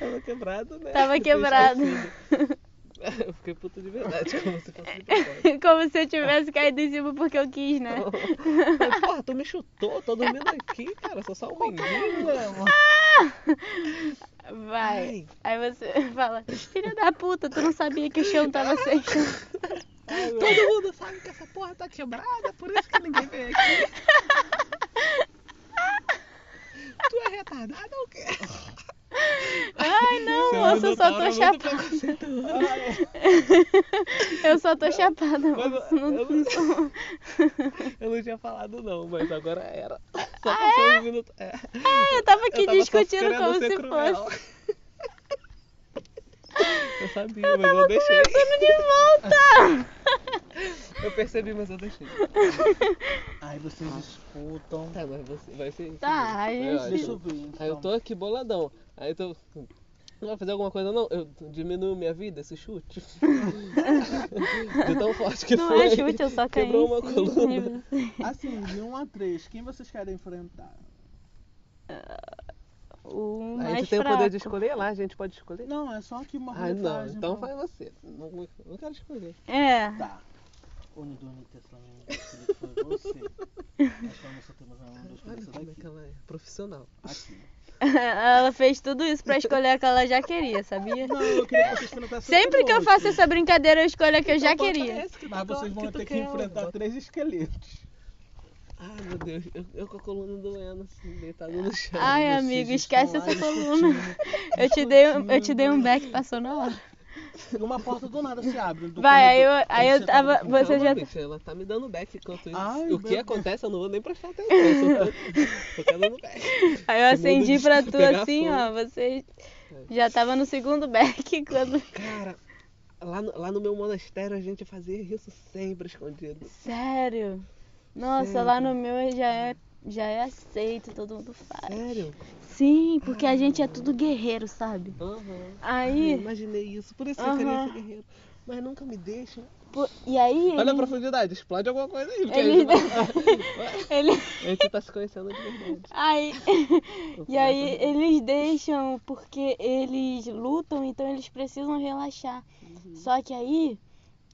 Speaker 1: Tava quebrado, né?
Speaker 2: Tava quebrado. *laughs*
Speaker 1: *laughs* Eu fiquei puto de verdade, como se fosse de
Speaker 2: *laughs* Como se eu tivesse caído em cima porque eu
Speaker 1: *laughs*
Speaker 2: quis, né?
Speaker 1: Mas, É. porra, tu me chutou, tô dormindo aqui, cara. Sou só um menino.
Speaker 2: Vai. Aí você *laughs* fala, filha da puta, tu não sabia que o chão tava sem chão.
Speaker 1: *laughs* Todo mundo sabe que essa porra tá quebrada, por isso que ninguém vem aqui. Tu é retardada ou o quê?
Speaker 2: Ai, não,
Speaker 1: é um
Speaker 2: moça, eu só tô chapada.
Speaker 1: Ah,
Speaker 2: Eu só tô chapada,
Speaker 1: Mas
Speaker 2: moça. Não,
Speaker 1: eu-
Speaker 2: não sou-
Speaker 1: Eu não tinha falado não, mas agora era. Só passou um minuto. É.
Speaker 2: Ah, eu tava aqui
Speaker 1: Eu tava só
Speaker 2: discutindo
Speaker 1: esperando
Speaker 2: como
Speaker 1: ser
Speaker 2: se
Speaker 1: cruel.
Speaker 2: fosse.
Speaker 1: Eu sabia, mas eu deixei.
Speaker 2: Tudo de
Speaker 1: *laughs*
Speaker 2: volta!
Speaker 1: Eu percebi, mas eu deixei.
Speaker 3: Ai, vocês escutam.
Speaker 1: Ah. Tá, mas você vai ser isso.
Speaker 2: Tá,
Speaker 1: mesmo.
Speaker 2: aí
Speaker 1: Eu
Speaker 2: eu
Speaker 1: acho.
Speaker 3: Deixa eu ver. Então.
Speaker 1: Aí eu tô aqui boladão. Aí eu tô. Não vai fazer alguma coisa não? Eu diminuo minha vida, esse
Speaker 2: *laughs*
Speaker 1: chute. De tão forte que
Speaker 2: Não
Speaker 1: foi.
Speaker 2: é chute, eu só caí.
Speaker 1: Quebrou
Speaker 2: em
Speaker 1: uma
Speaker 2: cima
Speaker 1: coluna.
Speaker 2: de você.
Speaker 3: Assim, de 1 a 3, quem vocês querem enfrentar?
Speaker 2: O
Speaker 1: A
Speaker 2: é mais
Speaker 1: gente tem o poder de
Speaker 2: fraco.
Speaker 1: escolher lá, a gente pode escolher.
Speaker 3: Não, é só aqui uma
Speaker 1: Ah, não,
Speaker 3: roletagem,
Speaker 1: então
Speaker 3: pô.
Speaker 1: vai você. Não, não quero escolher.
Speaker 2: É. *laughs*
Speaker 3: Tá. Unidunita foi
Speaker 1: *laughs*
Speaker 3: você. Acho que você temos uma das
Speaker 1: Olha
Speaker 3: coisas
Speaker 1: como é que
Speaker 3: daqui.
Speaker 1: ela é profissional.
Speaker 3: Aqui.
Speaker 1: *laughs*
Speaker 2: Ela fez tudo isso pra escolher a que ela já queria, sabia?
Speaker 3: Não, eu queria que vocês enfrentassem
Speaker 2: Sempre que eu faço
Speaker 3: outro.
Speaker 2: essa brincadeira, eu escolho a que eu já
Speaker 1: Então,
Speaker 2: queria.
Speaker 1: parece tu
Speaker 3: Mas
Speaker 1: tá-
Speaker 3: Ah, vocês vão
Speaker 1: tu
Speaker 3: ter que
Speaker 1: quer
Speaker 3: enfrentar
Speaker 1: uma.
Speaker 3: três esqueletos.
Speaker 1: Ai, meu Deus, eu, eu com a coluna doendo, assim, deitado
Speaker 2: *laughs*
Speaker 1: no chão.
Speaker 2: Ai,
Speaker 3: Vocês
Speaker 2: amigo,
Speaker 3: estão
Speaker 2: esquece
Speaker 3: lá
Speaker 2: essa *laughs* coluna. Eu te dei, um- eu te dei um back, passou na hora.
Speaker 3: E uma porta do nada se abre. do
Speaker 2: *laughs* Vai, aí eu,
Speaker 3: corredor.
Speaker 2: aí eu
Speaker 3: você tá
Speaker 2: tava.
Speaker 3: no quintal.
Speaker 2: Você
Speaker 1: Calma,
Speaker 2: já.
Speaker 1: bicho, Então, ela tá me dando back enquanto isso.
Speaker 3: Ai,
Speaker 1: o
Speaker 3: meu
Speaker 1: que
Speaker 3: Deus.
Speaker 1: acontece, eu não vou nem prestar atenção. Eu só tô, *laughs* tô dando back.
Speaker 2: Aí eu
Speaker 1: O mundo
Speaker 2: acendi pra
Speaker 1: de
Speaker 2: tu
Speaker 1: pegar
Speaker 2: assim,
Speaker 1: fogo.
Speaker 2: ó. Você já tava no segundo back *laughs* quando.
Speaker 1: Cara, lá no, lá no meu monastério a gente fazia isso sempre escondido.
Speaker 2: Sério? Nossa, lá no meu já é, já é aceito, todo mundo faz.
Speaker 1: Sério?
Speaker 2: Sim, porque a gente é tudo guerreiro, sabe?
Speaker 1: Aham.
Speaker 2: Aí.
Speaker 1: Eu imaginei isso, por isso que eu queria
Speaker 2: Aham.
Speaker 1: ser guerreiro. Mas nunca me deixam.
Speaker 2: pô- e aí.
Speaker 1: Olha a
Speaker 2: ele-
Speaker 1: profundidade, explode alguma coisa aí. Porque
Speaker 2: Ele-
Speaker 1: a, *laughs* gente vai-
Speaker 2: *laughs* ele...
Speaker 1: a gente tá se conhecendo de verdade.
Speaker 2: Aí, *laughs* e aí
Speaker 1: "Tá
Speaker 2: eles deixam porque eles lutam, então eles precisam relaxar.
Speaker 1: Uhum.
Speaker 2: Só que aí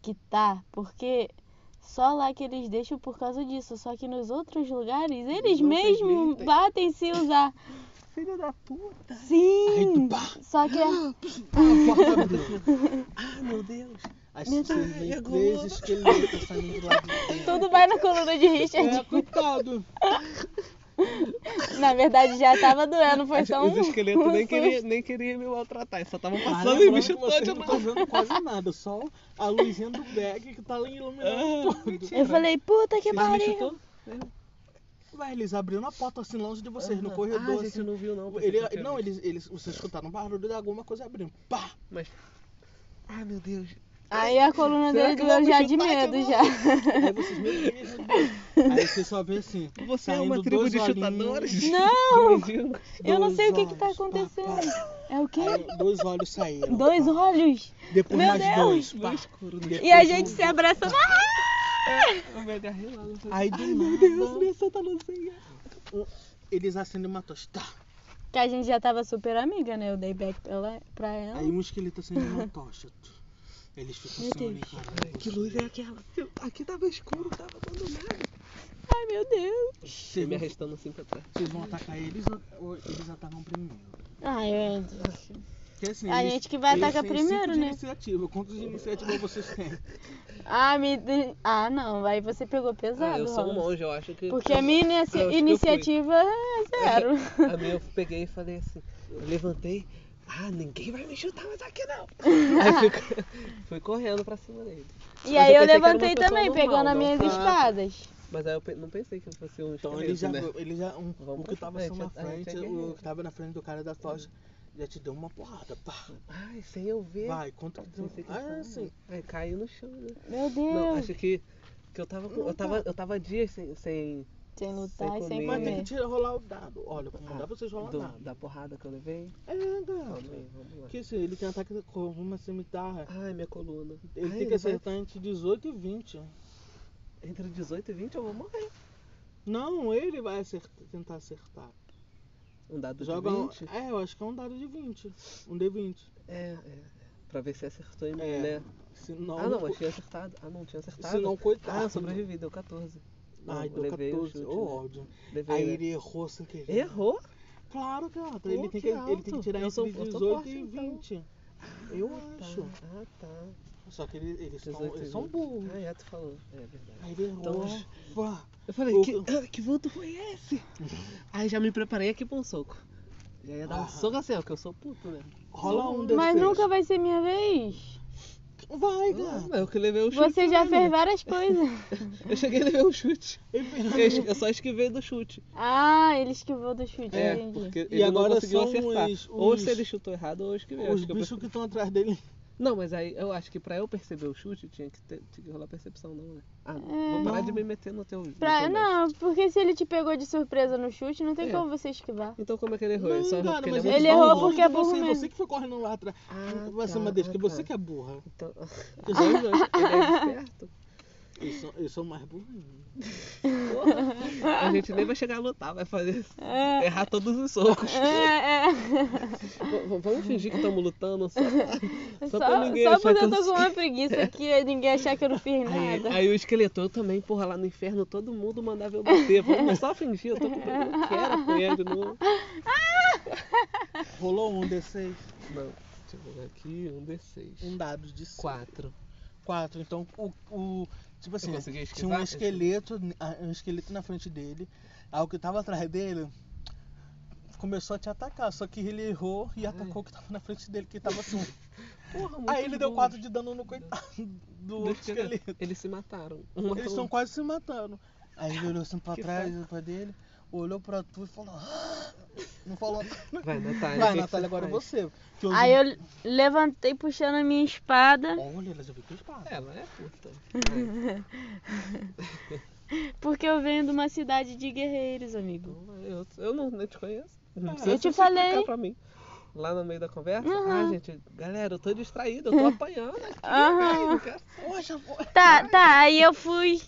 Speaker 2: que tá, porque só lá que eles deixam por causa disso. Só que nos outros lugares eles
Speaker 1: Não
Speaker 2: mesmos
Speaker 1: permitem.
Speaker 2: batem se usar.
Speaker 1: *laughs* Filho da puta.
Speaker 3: Aí
Speaker 2: Sim!
Speaker 3: tu pá,
Speaker 2: Só que é-
Speaker 1: *gasps*
Speaker 3: a porta abriu.
Speaker 1: Ah, meu Deus.
Speaker 3: Aí
Speaker 2: Meu
Speaker 3: vocês
Speaker 1: Deus.
Speaker 3: veem três esqueletos saindo do lado de
Speaker 1: *laughs*
Speaker 3: dentro.
Speaker 2: tudo vai na coluna de
Speaker 3: É,
Speaker 2: Richard.
Speaker 3: coitado.
Speaker 1: É.
Speaker 2: Na verdade já tava
Speaker 1: *laughs*
Speaker 2: doendo, foi tão.
Speaker 1: Os esqueletos
Speaker 2: um
Speaker 1: nem queriam
Speaker 2: susto.
Speaker 1: nem queria me maltratar, eles só estavam
Speaker 3: Ah,
Speaker 1: passando e
Speaker 3: lembrando
Speaker 1: me
Speaker 3: que vocês
Speaker 1: chutando.
Speaker 3: não estão vendo quase nada, só a luzinha do Beck que tá lá iluminando
Speaker 1: Ah,
Speaker 3: tudo.
Speaker 2: Eu falei, puta que
Speaker 1: Eles me
Speaker 2: pariu!
Speaker 1: chutou?
Speaker 3: Ué, eles abriram a porta assim longe de vocês, no
Speaker 1: Aham.
Speaker 3: corredor.
Speaker 1: Ah, a gente
Speaker 3: assim.
Speaker 1: não viu não. pensei
Speaker 3: Ele,
Speaker 1: que tinha
Speaker 3: não,
Speaker 1: visto.
Speaker 3: eles, eles, vocês escutaram um barulho de alguma coisa abrindo. Pá!
Speaker 1: Mas... Ai, meu Deus.
Speaker 2: Aí a coluna
Speaker 1: Será
Speaker 2: dele
Speaker 1: que vão
Speaker 2: doeu
Speaker 1: me
Speaker 2: já de
Speaker 1: chutar de
Speaker 2: medo
Speaker 1: novo?
Speaker 2: já.
Speaker 3: Aí vocês, meu Deus, meu Deus. Aí você só vê assim.
Speaker 1: Você é
Speaker 3: saindo
Speaker 1: uma tribo
Speaker 3: dois
Speaker 1: de
Speaker 3: olhinhos,
Speaker 1: chutadores? *laughs*
Speaker 2: Não!
Speaker 1: De mendigos?
Speaker 2: Eu não
Speaker 3: dois
Speaker 2: sei o que que tá
Speaker 3: olhos, pá, pá.
Speaker 2: acontecendo. É o quê?
Speaker 3: Aí dois olhos saíram.
Speaker 2: Dois
Speaker 3: pá.
Speaker 2: olhos?
Speaker 3: Depois
Speaker 2: Meu
Speaker 3: mais
Speaker 2: Deus.
Speaker 3: dois. pá.
Speaker 1: No escuro, né?
Speaker 2: E a gente se abraçando.
Speaker 1: Eu me agarrei lá, não sei. Tá
Speaker 3: Aí do
Speaker 1: Ai,
Speaker 3: nada,
Speaker 1: meu Deus, minha santa luzinha.
Speaker 3: eles acendem uma tocha. Tá.
Speaker 2: Porque a gente já tava super amiga, né? Eu dei back pra ela. Pra ela.
Speaker 3: Aí um esqueleto acende uma tocha. tu. Eles ficam
Speaker 2: Meu
Speaker 3: assim
Speaker 2: Deus.
Speaker 3: olhando encarando.
Speaker 1: Que luz é aquela? Eu- Aqui tava escuro, tava abandonado.
Speaker 2: Ai, meu Deus.
Speaker 1: Tô me
Speaker 3: Vocês
Speaker 1: arrastando assim pra trás.
Speaker 3: vocês vão atacar eles ou- ou eles atacam primeiro?
Speaker 2: Ai, meu Deus.
Speaker 3: Porque, assim,
Speaker 2: A gente que vai
Speaker 3: eles
Speaker 2: atacar
Speaker 3: têm
Speaker 2: primeiro,
Speaker 3: cinco de
Speaker 2: né?
Speaker 3: iniciativa. Quantos de iniciativa vocês
Speaker 1: *laughs*
Speaker 3: têm?
Speaker 2: Ah, me... ah, não. Aí você pegou pesado.
Speaker 1: Ah, eu sou um
Speaker 2: Rosa.
Speaker 1: monge, eu acho que.
Speaker 2: Porque a minha inici-
Speaker 1: Ah, eu acho que eu fui.
Speaker 2: iniciativa é
Speaker 1: *laughs*
Speaker 2: zero.
Speaker 1: A minha Ah, eu peguei e falei assim, eu levantei, ah, ninguém vai me chutar mais aqui *laughs* não. Aí fui, fui correndo pra cima dele.
Speaker 2: E
Speaker 1: Mas
Speaker 2: aí
Speaker 1: eu
Speaker 2: eu,
Speaker 1: pensei que era uma
Speaker 2: levantei
Speaker 1: pessoa
Speaker 2: também,
Speaker 1: normal,
Speaker 2: pegando as
Speaker 1: não.
Speaker 2: minhas
Speaker 1: Ah, tá.
Speaker 2: espadas.
Speaker 1: Mas aí eu pe- não pensei que fosse um
Speaker 3: Então
Speaker 1: esqueleto,
Speaker 3: ele já,
Speaker 1: né?
Speaker 3: ele já um,
Speaker 1: Vamos
Speaker 3: o que
Speaker 1: pra
Speaker 3: tava assim na
Speaker 1: frente, a gente
Speaker 3: frente,
Speaker 1: é
Speaker 3: o
Speaker 1: guerreiro.
Speaker 3: que tava na frente do cara da tocha, já te deu uma porrada, pá.
Speaker 1: Ai, sem eu ver.
Speaker 3: Vai, quanto que deu?
Speaker 1: Não sei o que
Speaker 3: Ah,
Speaker 1: foi.
Speaker 3: assim,
Speaker 1: Aí caiu no chão, né?
Speaker 2: Meu
Speaker 1: Não,
Speaker 2: Deus.
Speaker 1: acho que, que eu tava com-
Speaker 3: Não
Speaker 1: eu tava,
Speaker 3: tá.
Speaker 1: eu tava dias sem, sem
Speaker 2: Sem lutar
Speaker 1: sem
Speaker 2: e
Speaker 1: comer.
Speaker 2: sem
Speaker 3: mas tem que
Speaker 2: comer.
Speaker 3: tirar, rolar o dado. Olha, não dá pra vocês rolar
Speaker 1: do-
Speaker 3: nada.
Speaker 1: da porrada que eu levei.
Speaker 3: É,
Speaker 1: Calma aí,
Speaker 3: garoto.
Speaker 1: vamos lá.
Speaker 3: Que assim, ele tem ataque com uma cimitarra.
Speaker 1: Ai, minha coluna.
Speaker 3: Ele
Speaker 1: Ai,
Speaker 3: tem que
Speaker 1: Ah, é, vai-
Speaker 3: acertar entre 18 e 20.
Speaker 1: Entre 18 e 20 eu vou morrer.
Speaker 3: Não, ele vai acertar- tentar acertar.
Speaker 1: Um dado
Speaker 3: Joga
Speaker 1: de
Speaker 3: um-
Speaker 1: 20?
Speaker 3: É, eu acho que é um dado de 20. Um D20.
Speaker 1: É, é, é. Pra ver se acertou em mim,
Speaker 3: É.
Speaker 1: né?
Speaker 3: Se não,
Speaker 1: ah, não, mas tinha acertado. Ah, não, tinha acertado.
Speaker 3: se não
Speaker 1: Ah,
Speaker 3: coitado.
Speaker 1: sobrevivi, deu 14. Não,
Speaker 3: Ai,
Speaker 1: eu
Speaker 3: deu
Speaker 1: levei o
Speaker 3: 14.
Speaker 1: chute,
Speaker 3: Ô,
Speaker 1: né?
Speaker 3: ódio.
Speaker 1: Levei,
Speaker 3: Aí
Speaker 1: né?
Speaker 3: ele errou sem querer.
Speaker 1: Errou?
Speaker 3: Claro, gata.
Speaker 1: Pô,
Speaker 3: ele,
Speaker 1: que
Speaker 3: tem que, ele tem
Speaker 1: alto.
Speaker 3: que tirar
Speaker 1: Eu sou-
Speaker 3: entre
Speaker 1: eu sou
Speaker 3: 18
Speaker 1: forte,
Speaker 3: e
Speaker 1: então.
Speaker 3: 20. Eu acho.
Speaker 1: Ah, tá.
Speaker 3: Só que ele, eles, são,
Speaker 1: 18
Speaker 3: eles
Speaker 1: e
Speaker 3: são
Speaker 1: 20.
Speaker 3: burros.
Speaker 1: Ah, é, tu falou. É verdade.
Speaker 3: Aí ele
Speaker 1: Então,
Speaker 3: errou. Vá.
Speaker 1: Eu falei,
Speaker 3: O-
Speaker 1: que, ah, que vulto foi esse? Aí já me preparei aqui pra um soco. Já ia dar um
Speaker 3: Aham.
Speaker 1: soco assim, ó, porque eu sou puto, né?
Speaker 3: Rola um D6.
Speaker 2: Mas nunca vai ser minha vez.
Speaker 3: Vai,
Speaker 1: Ah,
Speaker 3: gata.
Speaker 1: mas eu que levei o chute.
Speaker 2: Você já
Speaker 1: né,
Speaker 2: fez
Speaker 1: menina?
Speaker 2: várias coisas.
Speaker 1: Eu cheguei a levar o chute.
Speaker 3: Ele fez- um
Speaker 1: Eu, es- eu só esquivei do chute.
Speaker 2: Ah, ele esquivou do chute,
Speaker 1: É,
Speaker 2: entendi.
Speaker 1: porque ele
Speaker 3: agora
Speaker 1: não conseguiu
Speaker 3: são
Speaker 1: acertar.
Speaker 3: os-
Speaker 1: Ou
Speaker 3: os-
Speaker 1: se ele chutou errado, ou eu esquivei. Eu
Speaker 3: Os
Speaker 1: acho que eu
Speaker 3: bichos que estão atrás dele.
Speaker 1: Não, mas aí eu acho que pra eu perceber o chute tinha que, ter, tinha que rolar percepção, não, né? Ah, vou parar
Speaker 3: Não.
Speaker 1: de me meter no teu. no
Speaker 2: É, Pra...
Speaker 1: teu
Speaker 2: Não, porque se ele te pegou de surpresa no chute, não tem
Speaker 1: É.
Speaker 2: como você esquivar.
Speaker 1: match. Então como é que ele errou? ele só errou
Speaker 3: gata,
Speaker 1: porque
Speaker 3: mas
Speaker 1: ele é
Speaker 2: Ele
Speaker 1: muito
Speaker 2: errou
Speaker 1: bom.
Speaker 2: porque é burro
Speaker 3: você,
Speaker 2: mesmo.
Speaker 3: Você que foi correndo lá atrás.
Speaker 1: Ah,
Speaker 3: Vai ser uma
Speaker 1: tá,
Speaker 3: deixa que
Speaker 1: ah,
Speaker 3: você
Speaker 1: tá.
Speaker 3: que é burra.
Speaker 1: Então... *laughs* Ah, ele é esperto.
Speaker 3: Eles são,
Speaker 1: é
Speaker 3: eles são mais burros. ainda.
Speaker 1: A gente nem vai chegar a lutar, vai fazer isso.
Speaker 2: É,
Speaker 1: errar todos os socos.
Speaker 2: é, é.
Speaker 1: V- v- Vamos fingir que estamos lutando só.
Speaker 2: é. Só,
Speaker 1: Só pra ninguém
Speaker 2: só
Speaker 1: achar
Speaker 2: porque
Speaker 1: que
Speaker 2: eu tô
Speaker 1: eu
Speaker 2: com uma preguiça aqui e ninguém achar que eu não fiz
Speaker 1: *laughs* Aí,
Speaker 2: nada.
Speaker 1: aí o esqueleto, eu também, porra, lá no inferno, todo mundo mandava eu bater. Vamos só fingir, eu tô com eu não quero apanhar de novo.
Speaker 3: Rolou um D6.
Speaker 1: Não, deixa eu jogar aqui, um D6.
Speaker 3: Um dado de 5.
Speaker 1: Quatro.
Speaker 3: quatro. Então, o, o tipo assim,
Speaker 1: consegui
Speaker 3: tinha um
Speaker 1: esquivar?
Speaker 3: esqueleto, ah, um esqueleto na frente dele. Aí o que tava atrás dele começou a te atacar, só que ele errou e atacou o que tava na frente dele, que tava assim.
Speaker 1: Porra, *laughs* muito
Speaker 3: Aí ele deu
Speaker 1: bom.
Speaker 3: 4 de dano no coitado do
Speaker 1: Do
Speaker 3: outro esqueleto.
Speaker 1: Eles se mataram. Um
Speaker 3: Eles estão quase se matando. Aí ele olhou assim pra
Speaker 1: Que
Speaker 3: trás, olhou pra dele, olhou pra tu e falou. "Ah!" Não falou nada.
Speaker 1: Vai, Natália. o
Speaker 3: Vai,
Speaker 1: que que
Speaker 3: Natália, agora é
Speaker 1: faz?
Speaker 3: você. que hoje-
Speaker 2: Aí eu levantei puxando a minha espada.
Speaker 3: Olha, ela já veio com espada.
Speaker 1: Ela é puta.
Speaker 2: Porque eu venho de uma cidade de guerreiros, amigo.
Speaker 1: Então, Eu, eu não, não te conheço. Não
Speaker 3: Ah,
Speaker 1: precisa
Speaker 2: eu te
Speaker 1: você
Speaker 2: falei. Uhum.
Speaker 1: explicar pra mim. Lá no meio da conversa. Ah,
Speaker 2: Aham.
Speaker 1: gente, galera, eu tô distraída, eu tô apanhando. aqui,
Speaker 2: Uhum.
Speaker 1: né?
Speaker 2: Aham.
Speaker 1: não quero
Speaker 3: Poxa, poxa.
Speaker 2: Tá, tá, aí eu fui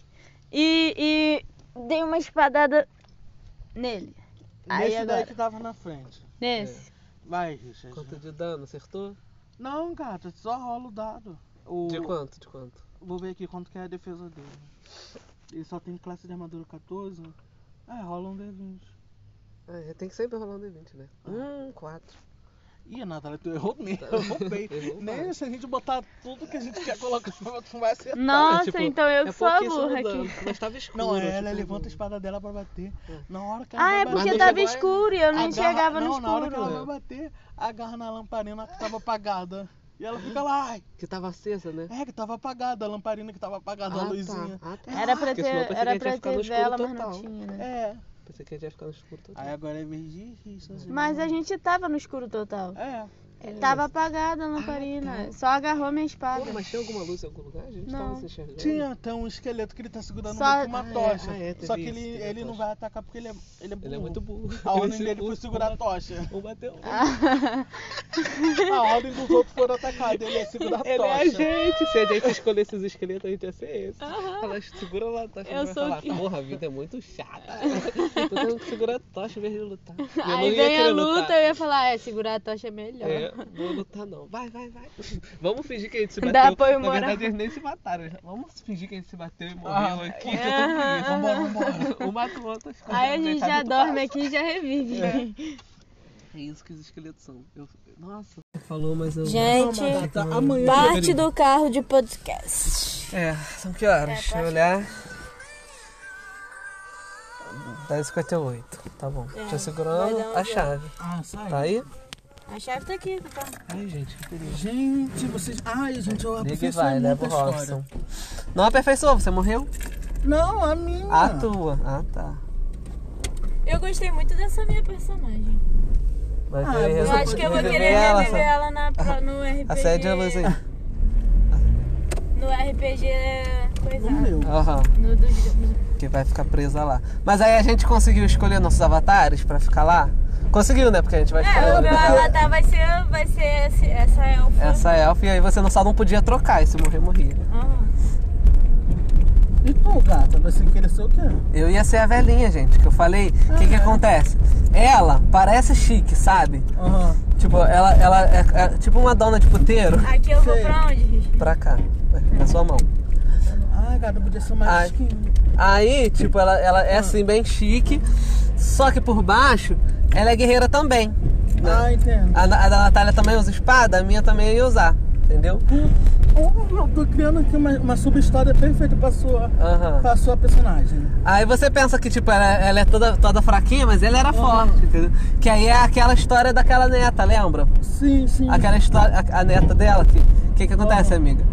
Speaker 2: e, e dei uma espadada nele. Aí
Speaker 3: Nesse daí
Speaker 2: agora.
Speaker 3: que tava na frente.
Speaker 1: É.
Speaker 2: Nesse.
Speaker 3: Vai, Richard.
Speaker 1: Quanto de dano, acertou?
Speaker 3: Não, gata, só rola o dado. O...
Speaker 1: De quanto, de quanto?
Speaker 3: Vou ver aqui quanto que é a defesa dele. Ele só tem classe de armadura 14. É, rola um D20.
Speaker 1: Ah, é, tem que sempre rolar um D20, né?
Speaker 3: Ah.
Speaker 1: Hum, 4.
Speaker 3: Ih, Natália, tu *laughs* errou mesmo. Eu roubei.
Speaker 1: Errou,
Speaker 3: Nem se a gente botar tudo que a gente quer colocar, *laughs* tu vai acertar.
Speaker 2: Nossa,
Speaker 1: tipo,
Speaker 2: então eu
Speaker 1: é
Speaker 2: que sou a
Speaker 1: pouquíssimo
Speaker 2: burra
Speaker 1: dano,
Speaker 2: aqui.
Speaker 1: Mas tava escuro.
Speaker 3: Não, é, ela
Speaker 1: tipo,
Speaker 3: levanta a espada dela pra bater. Na hora que ela
Speaker 2: Ah,
Speaker 3: vai
Speaker 2: é
Speaker 3: bater,
Speaker 2: porque
Speaker 1: não
Speaker 2: tava
Speaker 1: chegou a-
Speaker 2: escuro e eu não
Speaker 3: agarra-
Speaker 2: enxergava no
Speaker 3: Não, na hora que
Speaker 2: escuro.
Speaker 3: ela vai bater, agarra na lamparina que tava apagada. E ela fica lá, ai,
Speaker 1: Que tava acesa, né?
Speaker 3: é que tava apagada, a lamparina que tava apagada, a
Speaker 1: tá,
Speaker 3: luzinha.
Speaker 1: ah, tá.
Speaker 2: Era pra
Speaker 1: Porque senão eu pensei
Speaker 2: ter,
Speaker 1: que a
Speaker 2: era
Speaker 1: gente ia
Speaker 2: pra
Speaker 1: ficar no
Speaker 2: ter
Speaker 1: escuro
Speaker 2: vela, mas não
Speaker 1: total.
Speaker 2: tinha, né?
Speaker 3: É.
Speaker 1: Pensei que a gente ia ficar no escuro todo.
Speaker 3: Aí agora é vez de Richard.
Speaker 1: É.
Speaker 3: assim.
Speaker 2: Mas a gente tava no escuro total.
Speaker 3: É.
Speaker 2: Tava apagada a lamparina. Só agarrou minha espada.
Speaker 1: Pô, mas tinha alguma luz em algum lugar? A gente
Speaker 2: Não.
Speaker 1: tava se enxergando.
Speaker 3: Ah, Tinha até um esqueleto que ele tá segurando
Speaker 2: Só-
Speaker 3: meio que uma
Speaker 1: Ah, é,
Speaker 3: tocha.
Speaker 1: ah, é, teve
Speaker 3: só que
Speaker 1: isso,
Speaker 3: ele,
Speaker 1: teve a
Speaker 3: ele não
Speaker 1: tocha.
Speaker 3: vai atacar porque ele é, ele é
Speaker 1: *laughs*
Speaker 3: burro.
Speaker 1: Ele é muito burro.
Speaker 3: A ordem
Speaker 1: Esse
Speaker 3: dele foi Ah,
Speaker 1: burro,
Speaker 3: segurar a tocha.
Speaker 1: Um bateu. um.
Speaker 3: *laughs* A ordem dos outros foram atacados, ele é segurar a
Speaker 1: Ele é
Speaker 3: tocha.
Speaker 1: a gente. Se a gente escolhesse os esqueletos, a gente ia ser esse.
Speaker 8: Ela segura lá a tocha
Speaker 2: Eu
Speaker 8: e vai
Speaker 2: sou o
Speaker 8: falar,
Speaker 2: quê?
Speaker 8: porra, a vida é muito
Speaker 2: *laughs*
Speaker 8: chata. tu tem que segurar a tocha em vez de lutar. E eu não
Speaker 2: Aí
Speaker 8: ia
Speaker 2: vem a
Speaker 8: querer
Speaker 2: luta,
Speaker 8: lutar.
Speaker 2: eu ia falar, é, segurar a tocha é melhor.
Speaker 8: É, vou lutar não. Vai, vai, vai. *laughs* Vamos fingir que a gente se
Speaker 2: Dá
Speaker 8: bateu.
Speaker 2: apoio
Speaker 8: Na
Speaker 2: moral.
Speaker 8: verdade, eles nem se mataram. eles- Vamos fingir que a gente se bateu e morreu
Speaker 1: Ah,
Speaker 8: aqui.
Speaker 1: puta,
Speaker 8: Que eu
Speaker 2: é.
Speaker 8: tô feliz. Vambora, vambora. *laughs* Um mata o outro. fica
Speaker 2: Aí a
Speaker 8: deitado
Speaker 2: gente
Speaker 8: no
Speaker 2: já
Speaker 8: papo.
Speaker 2: dorme aqui e já revive.
Speaker 8: É isso que os esqueletos são. Eu... Nossa. Falou, mas eu...
Speaker 2: Gente,
Speaker 3: amanhã.
Speaker 2: parte do carro de podcast.
Speaker 1: É, são que horas? Deixa eu olhar. 10h58. Tá bom.
Speaker 2: É,
Speaker 1: Já
Speaker 2: vai
Speaker 1: segurando
Speaker 2: dar um
Speaker 1: a
Speaker 2: jeito.
Speaker 1: chave.
Speaker 3: Ah, sai.
Speaker 1: Tá aí?
Speaker 2: A chave tá aqui, tá?
Speaker 1: Ai, gente, que perigo.
Speaker 3: Gente, vocês. Ai, gente, eu
Speaker 1: Liga e
Speaker 3: aperfeiçoei
Speaker 1: vai, né, leva
Speaker 3: muito
Speaker 1: o
Speaker 3: a é história.
Speaker 1: Robson. Não aperfeiçoou, você morreu?
Speaker 3: Não, a minha.
Speaker 1: A tua. Ah, tá.
Speaker 2: Eu gostei muito dessa minha personagem.
Speaker 1: Vai
Speaker 3: Ah,
Speaker 1: querer
Speaker 3: eu
Speaker 2: Eu
Speaker 1: resolver-
Speaker 2: acho que eu vou
Speaker 1: reviver
Speaker 2: querer
Speaker 1: ela,
Speaker 2: reviver
Speaker 1: sabe?
Speaker 2: ela na, pro- no RPG.
Speaker 1: Acende a luz aí.
Speaker 2: No RPG
Speaker 3: O
Speaker 2: coisado.
Speaker 3: meu.
Speaker 1: Aham.
Speaker 2: é. No do, do-
Speaker 1: Que vai ficar presa lá. Mas aí a gente conseguiu escolher nossos avatares pra ficar lá? Conseguiu, né? Porque a gente vai escolher.
Speaker 2: É, o meu
Speaker 1: ela.
Speaker 2: avatar vai ser, vai ser esse- essa é elfa.
Speaker 1: Essa elfa, e aí você não só não podia trocar, e se morrer, morria.
Speaker 2: Ah,
Speaker 3: E tu, gata, você queria ser o quê?
Speaker 1: Eu ia ser a velhinha, gente, que eu falei. O que que acontece? Ela parece chique, sabe?
Speaker 3: Aham.
Speaker 1: Tipo, ela, ela é, é tipo uma dona de puteiro.
Speaker 2: aqui eu vou
Speaker 3: Sei.
Speaker 2: pra onde, Richard?
Speaker 1: Pra cá, na sua mão.
Speaker 3: Ai, gata, podia ser
Speaker 1: Ai.
Speaker 3: mais skin.
Speaker 1: Aí, tipo, ela, ela é assim, bem chique. Só que por baixo, ela é guerreira também. né?
Speaker 3: Ah, entendo.
Speaker 1: A, Na- a da Natália também usa espada, a minha também ia usar. Entendeu?
Speaker 3: Oh, eu tô criando aqui uma, uma sub-história perfeita pra sua,
Speaker 1: Aham.
Speaker 3: pra sua personagem.
Speaker 1: Aí você pensa que, tipo, ela, ela é toda, toda fraquinha, mas ela era forte, entendeu? Que aí é aquela história daquela neta, lembra?
Speaker 3: Sim, sim.
Speaker 1: Aquela história, a, a neta dela, que que, que acontece, amiga?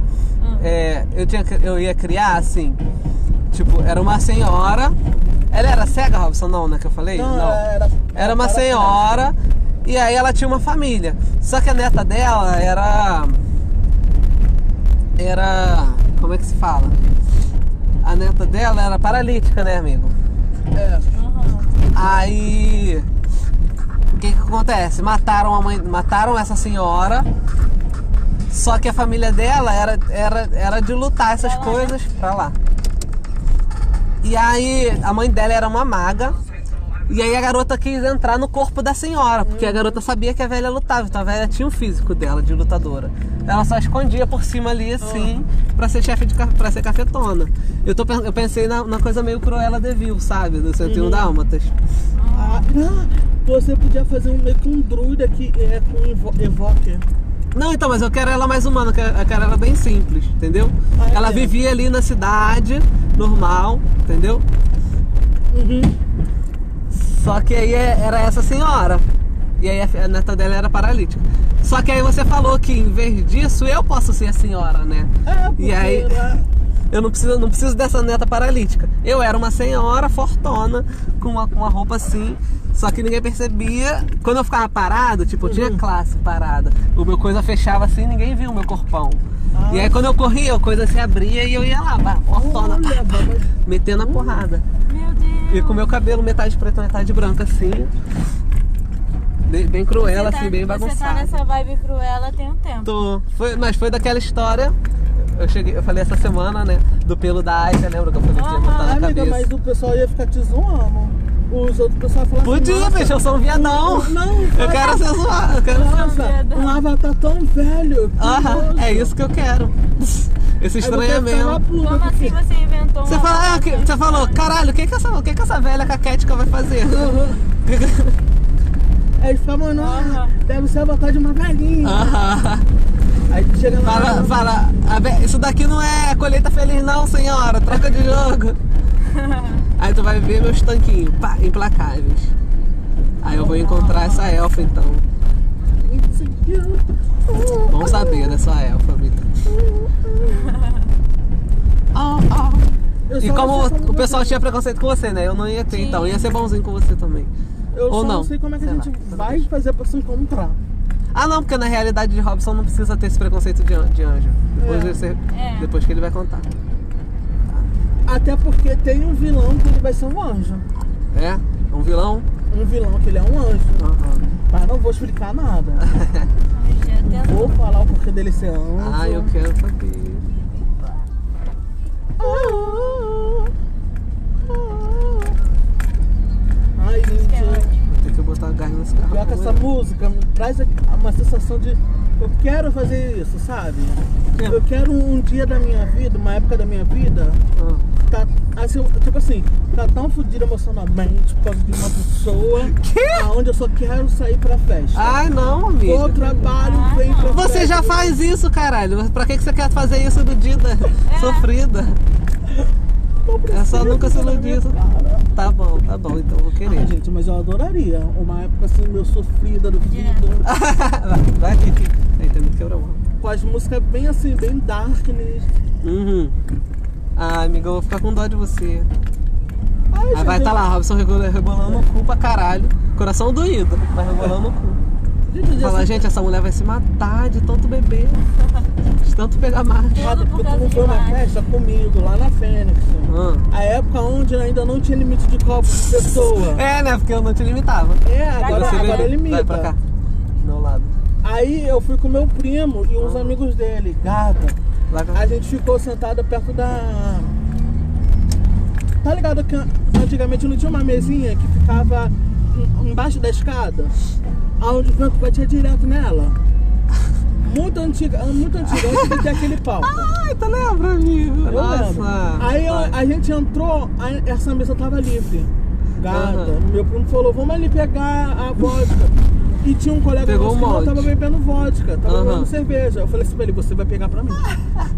Speaker 1: É, eu, tinha, que- eu ia criar, assim, tipo, era uma senhora. Ela era cega, Robson? Não, né? Que eu falei?
Speaker 3: Não, era-
Speaker 1: Era uma
Speaker 3: era
Speaker 1: senhora, e aí ela tinha uma família. Só que a neta dela era. Era. Como é que se fala? A neta dela era paralítica, né, amigo?
Speaker 3: É.
Speaker 1: Aí. O que, que acontece? Mataram a mãe. Mataram essa senhora. Só que a família dela era, era, era de lutar essas coisas pra lá. né? E aí a mãe dela era uma maga. E aí a garota quis entrar no corpo da senhora, porque a garota sabia que a velha lutava, então a velha tinha o físico dela de lutadora. Ela só escondia por cima ali, assim, pra ser chefe de ca- pra ser cafetona. Eu, tô, pen- eu pensei na, na coisa meio cruela de Vil, sabe? Do 101 Dálmatas.
Speaker 3: Ah, ah, você podia fazer um, meio que um druida que é com invo- evoker.
Speaker 1: Não, então, mas eu quero ela mais humana, eu quero- eu quero ela bem simples, entendeu?
Speaker 3: Ah, é
Speaker 1: ela
Speaker 3: mesmo?
Speaker 1: vivia ali na cidade, normal, entendeu?
Speaker 3: Uhum.
Speaker 1: Só que aí é- era essa senhora. E aí a a neta dela era paralítica. Só que aí você falou que em vez disso eu posso ser a senhora, né?
Speaker 3: É, porque
Speaker 1: E aí- *laughs*
Speaker 3: era-
Speaker 1: Eu não preciso, não preciso dessa neta paralítica. Eu era uma senhora fortona, com uma, com uma roupa assim, só que ninguém percebia. Quando eu ficava parado, tipo, eu tinha
Speaker 2: Uhum.
Speaker 1: classe parada. O meu coisa fechava assim, ninguém via o meu corpão. E
Speaker 2: Ah.
Speaker 1: aí quando eu corria, a coisa se abria e eu ia lá, pá, fortona, pá,
Speaker 3: Olha, babá,
Speaker 1: metendo a porrada.
Speaker 2: Meu Deus.
Speaker 1: E com meu cabelo metade preto, metade branco, assim. Bem, bem cruel, assim, bem
Speaker 2: Você tá
Speaker 1: bagunçado.
Speaker 2: nessa vibe cruela tem um tempo.
Speaker 1: Tô. Foi, mas foi daquela história. Eu, cheguei, eu falei essa semana, né? Do pelo da Aisha, lembra que eu falei que ia botar na
Speaker 3: amiga,
Speaker 1: cabeça?
Speaker 3: mas o pessoal ia ficar te zoando. Os outros pessoal falavam
Speaker 1: Podia,
Speaker 3: assim,
Speaker 1: bicho, eu sou um viadão.
Speaker 3: Não,
Speaker 1: Eu quero ser zoado, eu quero ser.
Speaker 3: nossa, um avatar tão velho.
Speaker 1: Aham,
Speaker 3: curioso.
Speaker 1: é isso que eu quero. *laughs* Esse
Speaker 3: Aí você ia ficar na
Speaker 1: estranhamento.
Speaker 3: puta,
Speaker 2: Como assim
Speaker 3: porque-
Speaker 2: você inventou
Speaker 1: Você,
Speaker 2: uma
Speaker 1: fala, ah,
Speaker 2: nova
Speaker 1: que-
Speaker 2: coisa?
Speaker 1: você falou, caralho, o que que, essa, o que que essa velha caquética vai fazer? *laughs*
Speaker 3: Aí eles falam, não,
Speaker 2: Aham.
Speaker 3: ah, deve ser avatar de uma galinha.
Speaker 1: Aham.
Speaker 3: Aí tu chega lá.
Speaker 1: Fala, fala, "A ve- isso daqui não é colheita feliz não, senhora, troca de jogo. Aí tu vai ver meus tanquinhos, pá, implacáveis. Aí eu vou encontrar essa elfa então. Vamos saber né? dessa elfa, amiga. Oh, oh.
Speaker 3: Eu
Speaker 1: E
Speaker 3: só não
Speaker 1: como
Speaker 3: sei
Speaker 1: o pessoal
Speaker 3: você-
Speaker 1: tinha preconceito com você, né? Eu não ia ter, então. Eu ia ser bonzinho com você também.
Speaker 3: Eu
Speaker 1: ou
Speaker 3: só
Speaker 1: não,
Speaker 3: não sei como é que
Speaker 1: sei
Speaker 3: a gente
Speaker 1: lá, tudo
Speaker 3: vai fazer pra se encontrar.
Speaker 1: Ah, não, porque na realidade de Robson não precisa ter esse preconceito de, an- de anjo. Depois,
Speaker 3: É.
Speaker 1: você-
Speaker 2: É.
Speaker 1: depois que ele vai contar.
Speaker 3: Até porque tem um vilão que ele vai ser um anjo.
Speaker 1: É? Um vilão?
Speaker 3: Um vilão que ele é um anjo. Mas não vou explicar nada.
Speaker 2: Ai, já
Speaker 3: Vou Uhum. falar o porquê dele ser anjo.
Speaker 1: Ah, eu quero saber.
Speaker 3: Ah,
Speaker 1: agarra nesse carro.
Speaker 3: ah. Pior que essa música me traz uma sensação de eu quero fazer isso, sabe? Eu quero um dia da minha vida, uma época da minha vida,
Speaker 1: Ah.
Speaker 3: tá assim, tipo assim, tá tão fodido emocionalmente por causa de uma pessoa aonde eu só quero sair pra festa.
Speaker 1: Ai, não, amigo.
Speaker 3: Vou, trabalho, vem pra
Speaker 1: Você
Speaker 3: festa.
Speaker 1: já faz isso, caralho. Pra que que você quer fazer isso iludida? Sofrida? É só nunca se iludir. Tá bom, tá bom, então vou
Speaker 3: Ah,
Speaker 1: querer.
Speaker 3: gente, mas eu adoraria uma época assim, meu sofrida do vida,
Speaker 1: Ah. *laughs* Vai aqui. Aí tem muito quebra
Speaker 3: com as músicas bem assim, bem darkness.
Speaker 1: Uhum. Ah, amiga, eu vou ficar com dó de você.
Speaker 3: Ai,
Speaker 1: Aí vai
Speaker 3: gente,
Speaker 1: tá lá, Robson rebola- rebolando o cu pra caralho. Coração doído, mas rebolando o cu.
Speaker 3: Gente, assim, eu já
Speaker 1: Fala, gente, essa mulher vai se matar de tanto beber. De tanto pegar macho.
Speaker 3: errado porque tu não foi na festa comigo, lá na Fênix.
Speaker 1: Ah.
Speaker 3: A época onde ainda não tinha limite de copo de pessoa.
Speaker 1: É, né? Porque eu não te limitava.
Speaker 3: É, agora,
Speaker 1: Você
Speaker 3: agora
Speaker 1: vem-
Speaker 3: ele
Speaker 1: Vai pra cá.
Speaker 3: limita.
Speaker 1: Do meu lado.
Speaker 3: Aí eu fui com meu primo e uns amigos dele, gata.
Speaker 1: Lá pra-
Speaker 3: A gente ficou sentado perto da. Tá ligado que antigamente não tinha uma mesinha que ficava em- embaixo da escada? Onde o vento batia direto nela. Muito antiga, muito antiga, antes de ter aquele palco.
Speaker 1: Ai, tu lembra, amigo?
Speaker 3: Eu lembro.
Speaker 1: Nossa.
Speaker 3: Aí eu- a gente entrou, a- essa mesa tava livre. Gata,
Speaker 1: Aham.
Speaker 3: meu primo falou, vamos ali pegar a vodka. E tinha um colega
Speaker 1: Pegou
Speaker 3: nosso
Speaker 1: um
Speaker 3: que não
Speaker 1: molde.
Speaker 3: tava bebendo vodka, tava
Speaker 1: Aham.
Speaker 3: bebendo cerveja. Eu falei assim pra ele, você vai
Speaker 1: *laughs*
Speaker 3: pegar pra mim.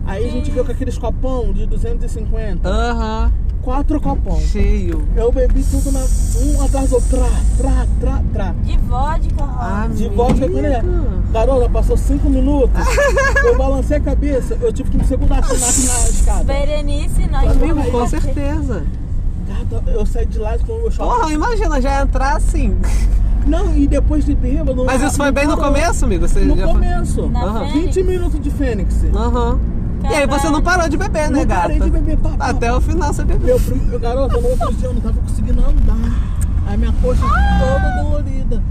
Speaker 3: Aí a gente veio com aqueles copão de 250,
Speaker 1: Aham.
Speaker 3: quatro copão.
Speaker 1: Cheio.
Speaker 3: Eu bebi tudo na, um atrás do outro, trá, trá, trá, trá.
Speaker 2: De vodka, Rob.
Speaker 3: De
Speaker 1: Amiga.
Speaker 3: vodka com ele. Garota, passou cinco minutos, eu balancei a cabeça, eu tive que me segurar assim na, na escada.
Speaker 1: *laughs*
Speaker 2: Berenice, nós
Speaker 1: Amigo,
Speaker 2: vamos
Speaker 1: com
Speaker 2: bater.
Speaker 1: certeza.
Speaker 3: Gata, eu saí de lá com o choque.
Speaker 1: Porra, imagina já entrar assim.
Speaker 3: Não, e depois de bêbado.
Speaker 1: Mas isso foi bem no
Speaker 3: tudo-
Speaker 1: começo, amigo? Você
Speaker 3: No
Speaker 1: já foi-
Speaker 3: começo.
Speaker 2: Na
Speaker 1: Aham.
Speaker 2: Fênix.
Speaker 3: 20 minutos de Fênix.
Speaker 1: Aham. E aí você não parou de beber, né,
Speaker 3: Não
Speaker 1: gata?
Speaker 3: parei de beber papo.
Speaker 1: Até o final você bebeu.
Speaker 3: Meu primo, meu garoto, no outro dia eu não tava conseguindo andar. Aí minha coxa toda dolorida.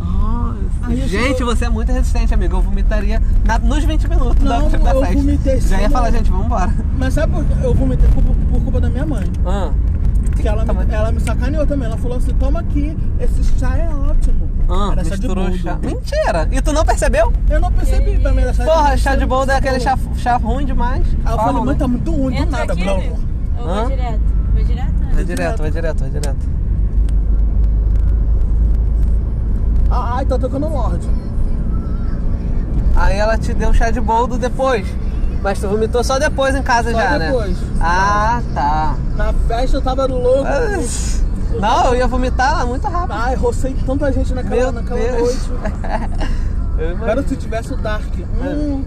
Speaker 3: Aí eu
Speaker 1: Gente,
Speaker 3: cheguei-
Speaker 1: você é muito resistente, amigo. Eu vomitaria na- nos 20 minutos
Speaker 3: Não,
Speaker 1: da, da
Speaker 3: eu
Speaker 1: festa.
Speaker 3: vomitei
Speaker 1: Já ia
Speaker 3: sim,
Speaker 1: falar,
Speaker 3: não.
Speaker 1: gente, vambora.
Speaker 3: Mas sabe por que eu vou meter culpa, por culpa da minha mãe?
Speaker 1: Ah,
Speaker 3: Que ela,
Speaker 1: Tá, mas-
Speaker 3: me, ela me sacaneou também. Ela falou assim: toma aqui, esse chá é ótimo.
Speaker 1: ah,
Speaker 3: Era chá de
Speaker 1: misturou
Speaker 3: boldo.
Speaker 1: chá. Mentira! E tu não percebeu?
Speaker 3: Eu não percebi pra mim era chá
Speaker 1: Porra,
Speaker 3: de
Speaker 1: chá de boldo é aquele chá, chá ruim demais.
Speaker 3: Aí eu falei:
Speaker 1: Falam,
Speaker 3: mãe,
Speaker 1: né?
Speaker 3: tá muito ruim, do
Speaker 2: Entra
Speaker 3: nada,
Speaker 2: aqui, né?
Speaker 3: bro.
Speaker 2: amigo. Ou
Speaker 1: Hã?
Speaker 2: vou direto? Vou direto? né?
Speaker 1: Vai direto, vai direto, vai direto.
Speaker 3: Ah, Ai, tá tocando Lorde.
Speaker 1: Aí ela te deu chá de boldo depois. Mas tu vomitou só depois em casa
Speaker 3: Só
Speaker 1: já,
Speaker 3: depois.
Speaker 1: né? Ah, tá.
Speaker 3: Na festa eu tava louco.
Speaker 1: Não, eu ia vomitar lá muito rápido.
Speaker 3: Ai, rocei Ah, tanta gente naquela,
Speaker 1: Meu
Speaker 3: naquela
Speaker 1: Deus. É.
Speaker 3: noite.
Speaker 1: Eu
Speaker 3: Agora se
Speaker 1: imagino.
Speaker 3: tivesse o Dark. Hum,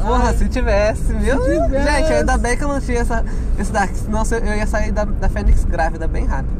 Speaker 1: Porra, se tivesse, meu Deus.
Speaker 3: tivesse.
Speaker 1: Gente, ainda bem que eu não tinha essa, esse Dark. Senão se- eu ia sair da, da Fênix grávida bem rápido.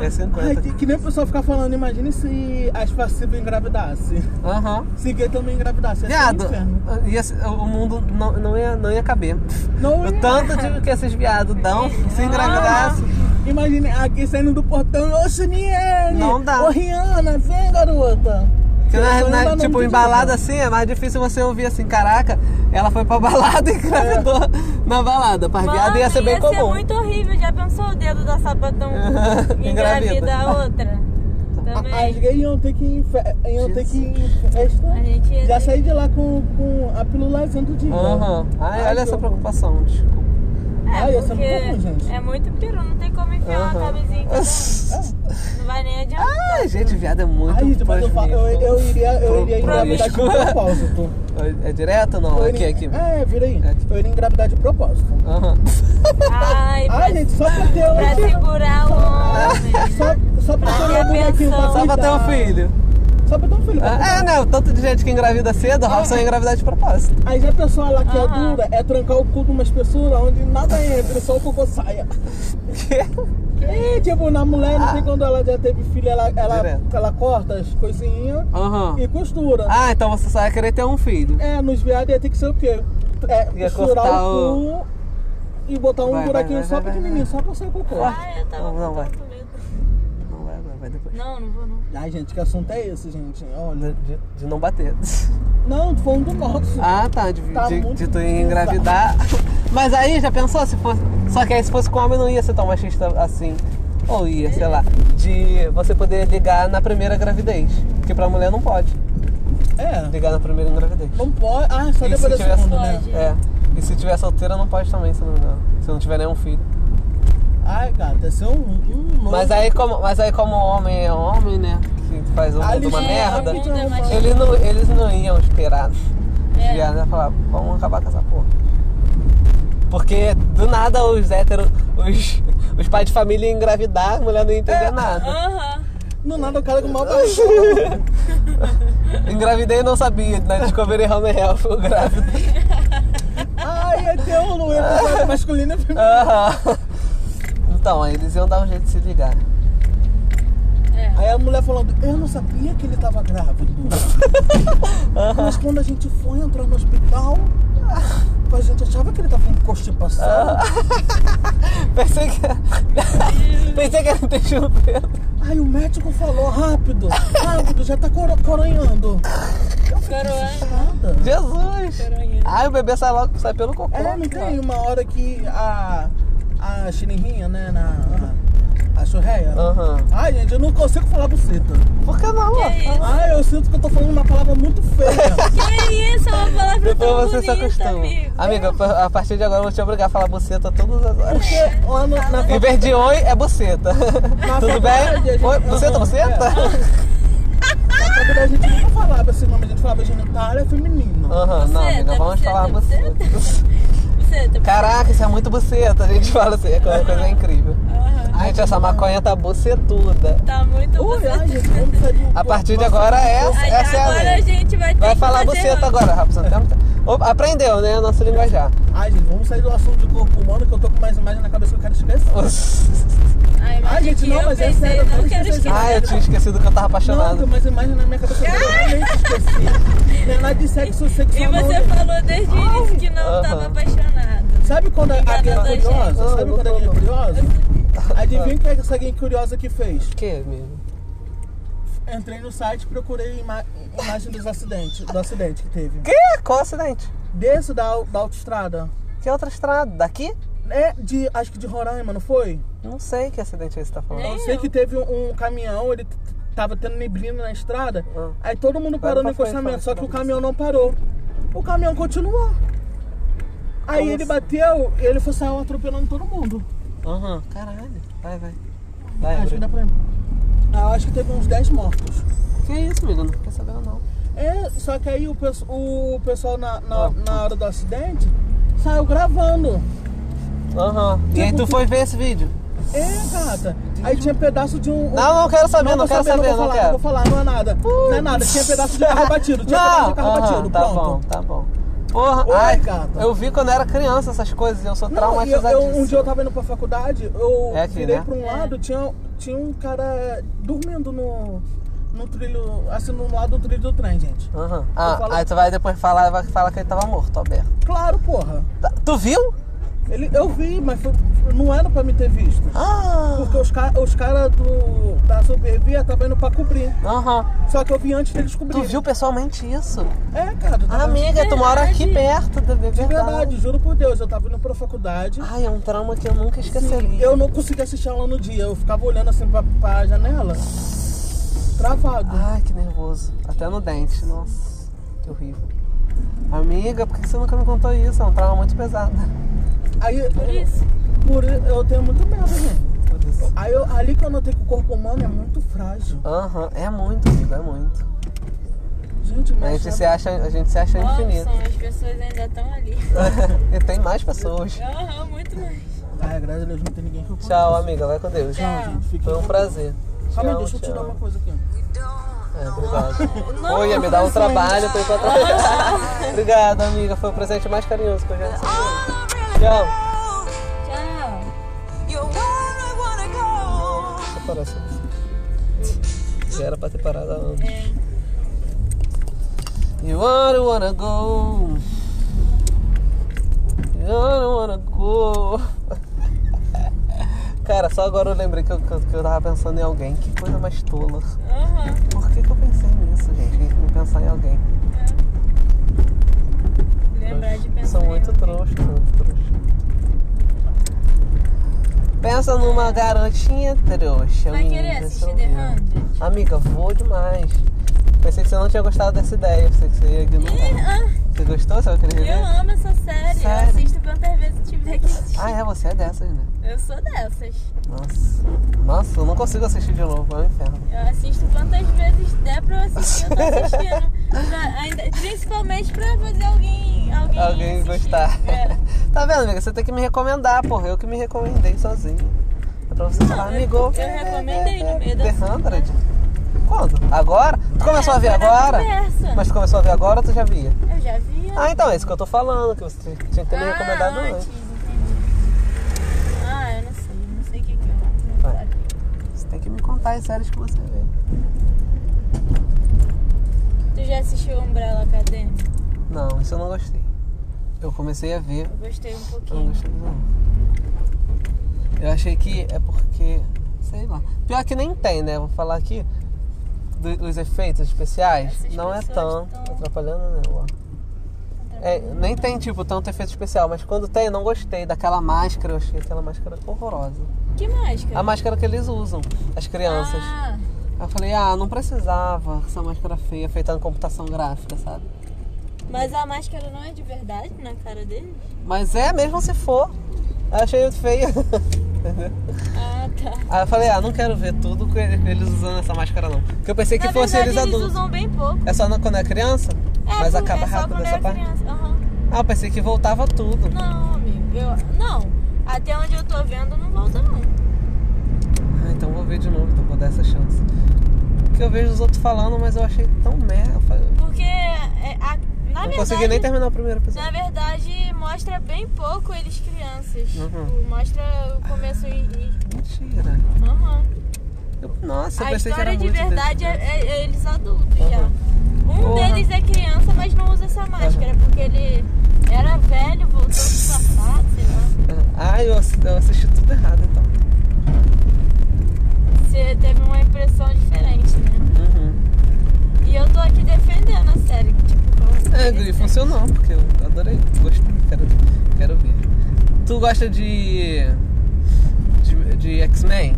Speaker 1: É
Speaker 3: ai,
Speaker 1: 50.
Speaker 3: que, que nem o pessoal ficar falando, imagine se as passivas engravidasse.
Speaker 1: Aham.
Speaker 3: Se gay também engravidasse. Ia ser um
Speaker 1: Viado,
Speaker 3: tá inferno.
Speaker 1: ia se- o mundo não, não, ia, não ia caber.
Speaker 3: Não
Speaker 1: O
Speaker 3: ia. Ah.
Speaker 1: tanto de que esses viados dão, se engravidasse.
Speaker 3: Imagine aqui saindo do portão, ô Chiniele!
Speaker 1: Não dá.
Speaker 3: Ô Rihanna, vem garota!
Speaker 1: Que na-
Speaker 3: Ela
Speaker 1: na-
Speaker 3: ainda não
Speaker 1: tipo,
Speaker 3: podia
Speaker 1: em balada
Speaker 3: dar.
Speaker 1: assim, é mais difícil você ouvir assim, caraca, ela foi pra balada
Speaker 3: É.
Speaker 1: e engravidou na balada. Pra viado
Speaker 2: Mano,
Speaker 1: ia ser bem comum.
Speaker 2: muito horrível. Já pensou o dedo da sapatão
Speaker 1: *laughs*
Speaker 2: engravida a outra?
Speaker 1: assim.
Speaker 3: A- As
Speaker 2: Também.
Speaker 3: gays iam ter que ir em, fe- iam ter que ir em
Speaker 2: A
Speaker 3: festa.
Speaker 2: gente ia
Speaker 3: Já
Speaker 2: ter-
Speaker 3: saí de lá com, com a pilulazinha do dia.
Speaker 1: Aham. Ai, olha essa
Speaker 3: que horror.
Speaker 1: preocupação, desculpa.
Speaker 2: É,
Speaker 3: Ai, ia ser
Speaker 2: porque
Speaker 3: muito ruim, gente.
Speaker 2: é muito peru, não tem como enfiar uma
Speaker 1: Aham.
Speaker 2: camisinha em cada
Speaker 1: *laughs*
Speaker 3: Ah,
Speaker 2: um. Não vai nem adiantar.
Speaker 1: Ai, gente, viado é muito
Speaker 3: Ai, gente, mas eu, fa- eu, eu iria, eu iria engravidar de
Speaker 1: Promíscua.
Speaker 3: propósito.
Speaker 1: É direto ou não?
Speaker 3: Eu
Speaker 1: Aqui,
Speaker 3: iria-
Speaker 1: aqui.
Speaker 3: É, vira aí.
Speaker 1: É aqui.
Speaker 3: Eu iria engravidar de propósito.
Speaker 1: Aham.
Speaker 2: Ai, pra,
Speaker 3: Ai, gente, só pra ter
Speaker 2: pra segurar
Speaker 1: *laughs*
Speaker 2: o homem.
Speaker 3: Só, só pra ter
Speaker 2: Já
Speaker 3: um bonequinho pra
Speaker 2: pensou?
Speaker 1: Só pra ter um
Speaker 3: cuidar.
Speaker 1: filho.
Speaker 3: Só pra ter um filho. pra cuidar.
Speaker 1: É, né? O tanto de gente que engravida cedo, o Robson
Speaker 3: É.
Speaker 1: ia engravidar de
Speaker 3: *laughs*
Speaker 1: propósito.
Speaker 3: Aí já pensou a
Speaker 2: Aham.
Speaker 3: laqueadura é trancar o cu de uma espessura onde nada entra, só o cocô saia. E tipo, na mulher, não sei quando ela já teve filho, ela, ela,
Speaker 1: Ah. Direto.
Speaker 3: ela corta as coisinhas
Speaker 1: Aham.
Speaker 3: e costura.
Speaker 1: Ah, então você só ia querer ter um filho.
Speaker 3: É, nos viados ia ter que ser o quê? É,
Speaker 1: Ia
Speaker 3: costurar
Speaker 1: cortar
Speaker 3: o cu e botar um
Speaker 1: Vai, vai,
Speaker 3: buraquinho
Speaker 1: vai,
Speaker 3: só
Speaker 1: vai, Ah.
Speaker 3: pequenininho, só pra sair o cocô.
Speaker 2: Ai, eu tava
Speaker 1: Não, não, vai.
Speaker 2: com tanto medo.
Speaker 1: Não vai, vai, vai depois.
Speaker 2: Não, não vou não.
Speaker 3: Ai, gente, que assunto é esse, gente? Olha.
Speaker 1: De, de- de não bater.
Speaker 3: Não, tô falando do nosso.
Speaker 1: Ah, tá. De,
Speaker 3: Tá
Speaker 1: de,
Speaker 3: muito
Speaker 1: de tu *laughs*
Speaker 3: pesado.
Speaker 1: engravidar. Mas aí, já pensou se fosse. Só que aí se fosse com homem não ia ser tão machista assim. Ou ia, sei lá, de você poder ligar na primeira gravidez. Porque pra mulher não pode Ah.
Speaker 3: É.
Speaker 1: ligar na primeira gravidez.
Speaker 3: Não pode. Ah, só
Speaker 1: E
Speaker 3: depois da
Speaker 1: se tiver-
Speaker 3: segunda, né?
Speaker 1: É. E se tiver solteira, não pode também, se não me engano. Se não tiver nenhum filho.
Speaker 3: Ai, gata, esse é um, um novo.
Speaker 1: Mas aí, como, mas aí como homem é homem, né? Que faz um-
Speaker 3: Ali
Speaker 1: uma
Speaker 3: já-
Speaker 1: merda.
Speaker 3: ali já
Speaker 9: É,
Speaker 3: não
Speaker 9: mas-
Speaker 3: fala.
Speaker 1: Eles não, eles não iam esperar.
Speaker 9: É.
Speaker 1: Os viados iam falar, vamos acabar com essa porra. Porque do nada os héteros, os, os pais de família iam engravidar, a mulher não ia entender
Speaker 3: *laughs*
Speaker 1: nada.
Speaker 9: Aham.
Speaker 3: Não nada, o cara com mal baixinho.
Speaker 1: Engravidei e não sabia, na Discovery Home Health, *laughs* eu grávido.
Speaker 3: *laughs* *laughs* Ai, é
Speaker 1: *laughs*
Speaker 3: teu, não é pro lado masculino. é pro-
Speaker 1: Aham. Então, aí eles iam dar um jeito de se ligar.
Speaker 3: Aí a mulher falando, eu não sabia que ele tava grávido. Mas quando a gente foi entrar no hospital, a gente achava que ele tava com constipação.
Speaker 1: Pensei que. *laughs* Pensei que era um intestino preto.
Speaker 3: Aí o médico falou, rápido, rápido, já tá coro coronhando. Eu fiquei
Speaker 9: Coroando.
Speaker 3: assustada.
Speaker 1: Jesus! Ai, o bebê sai logo, sai pelo cocô.
Speaker 3: É, não tem uma hora que a, a chinirrinha, né, na... A, a churreia.
Speaker 1: Aham.
Speaker 3: Ai, gente, eu não consigo falar buceta.
Speaker 1: Por que não?
Speaker 2: É.
Speaker 3: Ai, eu sinto que eu tô falando uma palavra muito feia.
Speaker 2: *laughs*
Speaker 9: Que isso, é uma palavra tão
Speaker 2: Tá
Speaker 1: Depois Então você se
Speaker 9: bonita,
Speaker 1: acostuma.
Speaker 9: amigo.
Speaker 1: Amiga, a partir de agora eu vou te obrigar a falar buceta todas as horas.
Speaker 3: Porque lá no, na
Speaker 1: Em vez de oi, é buceta. Tudo
Speaker 3: faculdade, a
Speaker 1: bem?
Speaker 3: gente-
Speaker 1: Oi, tá buceta,
Speaker 3: Aham,
Speaker 1: buceta?
Speaker 3: faculdade a gente nunca falava esse nome, a gente falava genitália feminina.
Speaker 1: Aham, não, amiga,
Speaker 9: Buceta,
Speaker 1: vamos
Speaker 9: buceta,
Speaker 1: falar buceta.
Speaker 9: Você também.
Speaker 1: Caraca, isso é muito buceta. A gente fala assim, é uma coisa incrível. Gente, essa maconha tá bucetuda.
Speaker 9: Tá muito
Speaker 3: Ui,
Speaker 9: buceta.
Speaker 3: ai, gente,
Speaker 2: tá-
Speaker 3: vamos sair de um
Speaker 1: A partir de
Speaker 3: nossa,
Speaker 1: agora, é
Speaker 9: Aí
Speaker 1: essa é a
Speaker 9: agora a
Speaker 1: lei.
Speaker 9: gente vai ter
Speaker 1: Vai
Speaker 9: que
Speaker 1: falar
Speaker 9: fazer
Speaker 1: buceta
Speaker 9: antes.
Speaker 1: agora, Rafa. você tá não tem- Opa, Aprendeu, né? Nosso
Speaker 3: *laughs*
Speaker 1: linguajar.
Speaker 3: Ai, gente, vamos sair do assunto do corpo humano que eu tô com mais imagem na cabeça que eu quero esquecer.
Speaker 9: Ai, mas
Speaker 3: Ai, gente,
Speaker 9: que
Speaker 3: não,
Speaker 9: eu
Speaker 3: mas é
Speaker 9: pensei,
Speaker 3: sério, eu
Speaker 9: Não
Speaker 3: quero
Speaker 9: quero
Speaker 3: esquecer.
Speaker 9: esquecer.
Speaker 1: Ah, eu tinha esquecido que eu tava
Speaker 3: Não, tem
Speaker 1: apaixonado.
Speaker 3: mais imagem na minha cabeça que eu realmente esqueci. Não é nada de sexo
Speaker 9: E
Speaker 3: sexual. não,
Speaker 9: você
Speaker 3: gente.
Speaker 9: falou desde o início que não
Speaker 1: Aham.
Speaker 9: tava apaixonado.
Speaker 3: Sabe quando a a guia é
Speaker 9: Obrigada,
Speaker 3: curiosa?
Speaker 1: gente.
Speaker 3: Sabe quando a guia é curiosa? Adivinha o que é essa guia curiosa que fez?
Speaker 1: O que, amigo?
Speaker 3: Entrei no site, procurei ima imagem dos acidentes, do acidente que teve.
Speaker 1: Que? Qual acidente?
Speaker 3: Desse da, au- da autoestrada.
Speaker 1: Que outra estrada? Daqui?
Speaker 3: É de, acho que de Roraima, não foi?
Speaker 1: Não sei que acidente é esse que tá falando.
Speaker 9: É.
Speaker 3: Eu sei que teve um, um caminhão, ele t- tava tendo neblina na estrada,
Speaker 1: Ah.
Speaker 3: aí todo mundo
Speaker 1: Vai
Speaker 3: parou no
Speaker 1: pra frente, fala,
Speaker 3: encostamento, só que o
Speaker 1: fala.
Speaker 3: caminhão não parou. O caminhão continuou. Aí
Speaker 1: Como
Speaker 3: ele
Speaker 1: assim?
Speaker 3: bateu e ele foi saiu atropelando todo mundo.
Speaker 1: Aham. Caralho. Vai, vai.
Speaker 3: Ah,
Speaker 1: Vai,
Speaker 3: acho que dá
Speaker 1: Bruno.
Speaker 3: pra Ah, eu acho que teve uns 10 mortos.
Speaker 1: Que isso, menino? Não fiquei sabendo, não.
Speaker 3: É, só que aí o, pesso- o pessoal na, na,
Speaker 1: Ah,
Speaker 3: na hora do acidente saiu gravando.
Speaker 1: Aham. E aí tu foi ver esse vídeo?
Speaker 3: É, gata. Aí tinha pedaço de um. um-
Speaker 1: Não, não quero saber, não,
Speaker 3: vou
Speaker 1: quero saber,
Speaker 3: não, vou
Speaker 1: não,
Speaker 3: falar,
Speaker 1: quero.
Speaker 3: vou falar, não é nada. Não é nada, tinha pedaço de carro batido, tinha pedaço de carro
Speaker 1: aham,
Speaker 3: batido,
Speaker 1: tá
Speaker 3: pronto.
Speaker 1: bom, tá bom. Porra,
Speaker 3: Oi,
Speaker 1: ai,
Speaker 3: gata.
Speaker 1: eu vi quando era criança essas coisas, eu sou
Speaker 3: Não, e eu,
Speaker 1: traumatizadíssimo.
Speaker 3: eu- um dia eu tava indo pra faculdade, eu
Speaker 1: É aqui,
Speaker 3: virei
Speaker 1: né?
Speaker 3: pra um lado, tinha, tinha um cara dormindo no, no trilho, assim, no lado do trilho do trem, gente.
Speaker 1: Aham. Ah,
Speaker 3: falo-
Speaker 1: aí tu vai depois falar, vai falar que ele tava morto, Alberto.
Speaker 3: Claro, porra.
Speaker 1: Tá- Tu viu?
Speaker 3: Ele, eu vi, mas foi- não era pra me ter visto.
Speaker 1: Ah!
Speaker 3: Porque os, ca- os caras do- da Supervia tava indo pra cobrir.
Speaker 1: Aham.
Speaker 3: Só que eu vi antes deles
Speaker 1: Tu
Speaker 3: cobrirem.
Speaker 1: viu Ah, pessoalmente isso?
Speaker 3: É, cara. eu tava-
Speaker 1: Amiga, tu mora aqui perto, de
Speaker 3: De
Speaker 1: verdade.
Speaker 3: É verdade, juro por Deus, eu tava indo pra faculdade.
Speaker 1: Ai, é um trauma que eu nunca esqueceria.
Speaker 3: Eu não conseguia assistir aula no dia, eu ficava olhando assim pra, pra janela, travado.
Speaker 1: Ai, que nervoso. Até no dente, nossa. Que horrível. Amiga, por que você nunca me contou isso? É um trauma muito pesado. Ah,
Speaker 3: Aí,
Speaker 9: Por isso.
Speaker 3: por i- eu tenho muito medo, gente.
Speaker 1: Por isso.
Speaker 3: Aí eu, ali que eu notei que o corpo humano é muito frágil.
Speaker 1: Aham, é muito, amigo, é muito.
Speaker 3: Gente, né?
Speaker 1: A
Speaker 3: mas. é
Speaker 1: gente se acha, a gente se acha infinito. *laughs*
Speaker 9: Robson, as pessoas ainda estão ali.
Speaker 1: e tem mais pessoas.
Speaker 9: Aham, muito mais.
Speaker 3: Ai, graças a Deus, não tem ninguém que eu conheço.
Speaker 1: Tchau, amiga. Vai com Deus.
Speaker 9: Tchau, gente.
Speaker 3: Fique
Speaker 1: Foi um
Speaker 3: com
Speaker 1: prazer.
Speaker 3: Calma aí,
Speaker 1: Tchau,
Speaker 3: deixa eu tirar
Speaker 1: tchau.
Speaker 3: uma coisa aqui.
Speaker 1: É, obrigado. Oi, ia me dar um trabalho, tô enquanto *laughs* Obrigado, amiga. Foi o presente mais carinhoso que eu já recebi. Tchau.
Speaker 9: Tchau.
Speaker 1: Deixa eu parar só. Já era pra ter parado há anos. You wanna wanna go. You wanna wanna go. *laughs* Cara, só agora eu lembrei que eu, que eu- que eu tava pensando em alguém. Que coisa mais tola. Por que, que eu pensei nisso, gente? Em em pensar em alguém.
Speaker 9: Lembrar de pensar
Speaker 1: Sou
Speaker 9: em
Speaker 1: muito
Speaker 2: é
Speaker 9: outra.
Speaker 1: trouxa, sou muito trouxa. Pensa numa garotinha trouxa.
Speaker 2: Vai querer
Speaker 1: amiga,
Speaker 2: assistir
Speaker 1: seu
Speaker 2: The
Speaker 1: Deus.
Speaker 2: 100?
Speaker 1: Amiga, vou demais. Pensei que você não tinha gostado dessa ideia, pensei que você ia
Speaker 2: Ih,
Speaker 1: ignorar.
Speaker 2: ah,
Speaker 1: Você gostou, sabe aquele
Speaker 2: eu
Speaker 1: remédio?
Speaker 2: amo essa série.
Speaker 1: Sério?
Speaker 2: Eu assisto quantas vezes tiver que assistir.
Speaker 1: Ah, é, você é dessas, né?
Speaker 2: Eu sou dessas.
Speaker 1: Nossa. Nossa, eu não consigo assistir de novo, é um inferno.
Speaker 2: Eu assisto quantas vezes der pra eu assistir, eu tô assistindo. Pra- ainda- principalmente pra fazer alguém. Alguém,
Speaker 1: Alguém
Speaker 2: assistir.
Speaker 1: gostar.
Speaker 2: É.
Speaker 1: Tá vendo, amiga? Você tem que me recomendar, porra. Eu que me recomendei sozinho. É pra você falar,
Speaker 2: eu-
Speaker 1: amigo.
Speaker 2: eu recomendei no meio da
Speaker 1: The
Speaker 2: semana.
Speaker 1: 100? Quando? Agora? Tu começou a ver
Speaker 2: É, foi na
Speaker 1: agora?
Speaker 2: conversa.
Speaker 1: Mas tu começou a ver agora ou tu já via?
Speaker 2: Eu já vi.
Speaker 1: Ah, então é isso que eu tô falando, que você tinha que ter me
Speaker 2: Ah,
Speaker 1: recomendado
Speaker 2: antes,
Speaker 1: antes.
Speaker 2: entendi. Ah, eu não sei, não sei o que é. que eu.
Speaker 1: Vai.
Speaker 2: não sabe.
Speaker 1: Você tem que me contar as séries que você vê.
Speaker 2: Tu já assistiu Umbrella Academy?
Speaker 1: Não, isso eu não gostei. Eu comecei a ver,
Speaker 2: Eu gostei um
Speaker 1: eu não
Speaker 2: pouquinho.
Speaker 1: gostei não. Eu achei que é porque. sei lá. Pior que nem tem, né? Vou falar aqui do- dos efeitos especiais.
Speaker 2: Essas
Speaker 1: não é
Speaker 2: pessoas
Speaker 1: tão
Speaker 2: tão-
Speaker 1: atrapalhando, né? ó. É, nem tem, tipo, tanto efeito especial, mas quando tem, não gostei daquela máscara, eu achei aquela máscara horrorosa.
Speaker 2: Que máscara?
Speaker 1: A máscara que eles usam, as crianças.
Speaker 2: Ah,
Speaker 1: Aí Eu falei, ah, não precisava essa máscara feia feita em computação gráfica, sabe?
Speaker 2: mas a máscara não é de verdade na cara dele?
Speaker 1: Mas é, mesmo se for, eu achei feia.
Speaker 2: Ah, tá.
Speaker 1: *laughs* Aí eu falei, ah, não quero ver tudo com ele- eles usando essa máscara não. Porque eu pensei É que
Speaker 2: na
Speaker 1: fosse
Speaker 2: verdade,
Speaker 1: eles adultos.
Speaker 2: usam bem pouco.
Speaker 1: É só na- quando é criança?
Speaker 2: É,
Speaker 1: mas
Speaker 2: por-
Speaker 1: acaba
Speaker 2: é só
Speaker 1: rápido
Speaker 2: quando
Speaker 1: essa
Speaker 2: eu
Speaker 1: parte?
Speaker 2: criança. Aham.
Speaker 1: Ah, eu pensei que voltava tudo.
Speaker 2: Não, amigo. Eu, não. Até onde eu tô vendo, não volta, não.
Speaker 1: Ah, então vou ver de novo, então vou dar essa chance. Porque eu vejo os outros falando, mas eu achei tão merda. Eu falei,
Speaker 2: Porque, é, a- na
Speaker 1: não
Speaker 2: verdade...
Speaker 1: consegui nem terminar o primeiro
Speaker 2: Na
Speaker 1: episódio.
Speaker 2: verdade, mostra bem pouco eles crianças.
Speaker 1: Uhum.
Speaker 2: Tipo, Mostra o começo e... e-
Speaker 1: Mentira.
Speaker 2: Aham.
Speaker 1: Eu- nossa, eu
Speaker 2: A
Speaker 1: pensei que era
Speaker 2: história de
Speaker 1: muito
Speaker 2: verdade é,
Speaker 1: desse-
Speaker 2: é- é eles adultos já.
Speaker 1: Aham.
Speaker 2: Um
Speaker 1: Porra. Uhum.
Speaker 2: deles é criança, mas não usa essa máscara, porque ele era velho, voltou disfarçado, sei lá.
Speaker 1: Ah, eu, ass- eu assisti tudo errado, então.
Speaker 2: Você teve uma impressão diferente, né?
Speaker 1: Uhum.
Speaker 2: E eu tô aqui defendendo a série, que, tipo, pra você
Speaker 1: É,
Speaker 2: ver,
Speaker 1: Guri,
Speaker 2: né?
Speaker 1: funcionou, porque eu adorei. Gostei, quero, quero ver. Tu gosta de. de, de X-Men?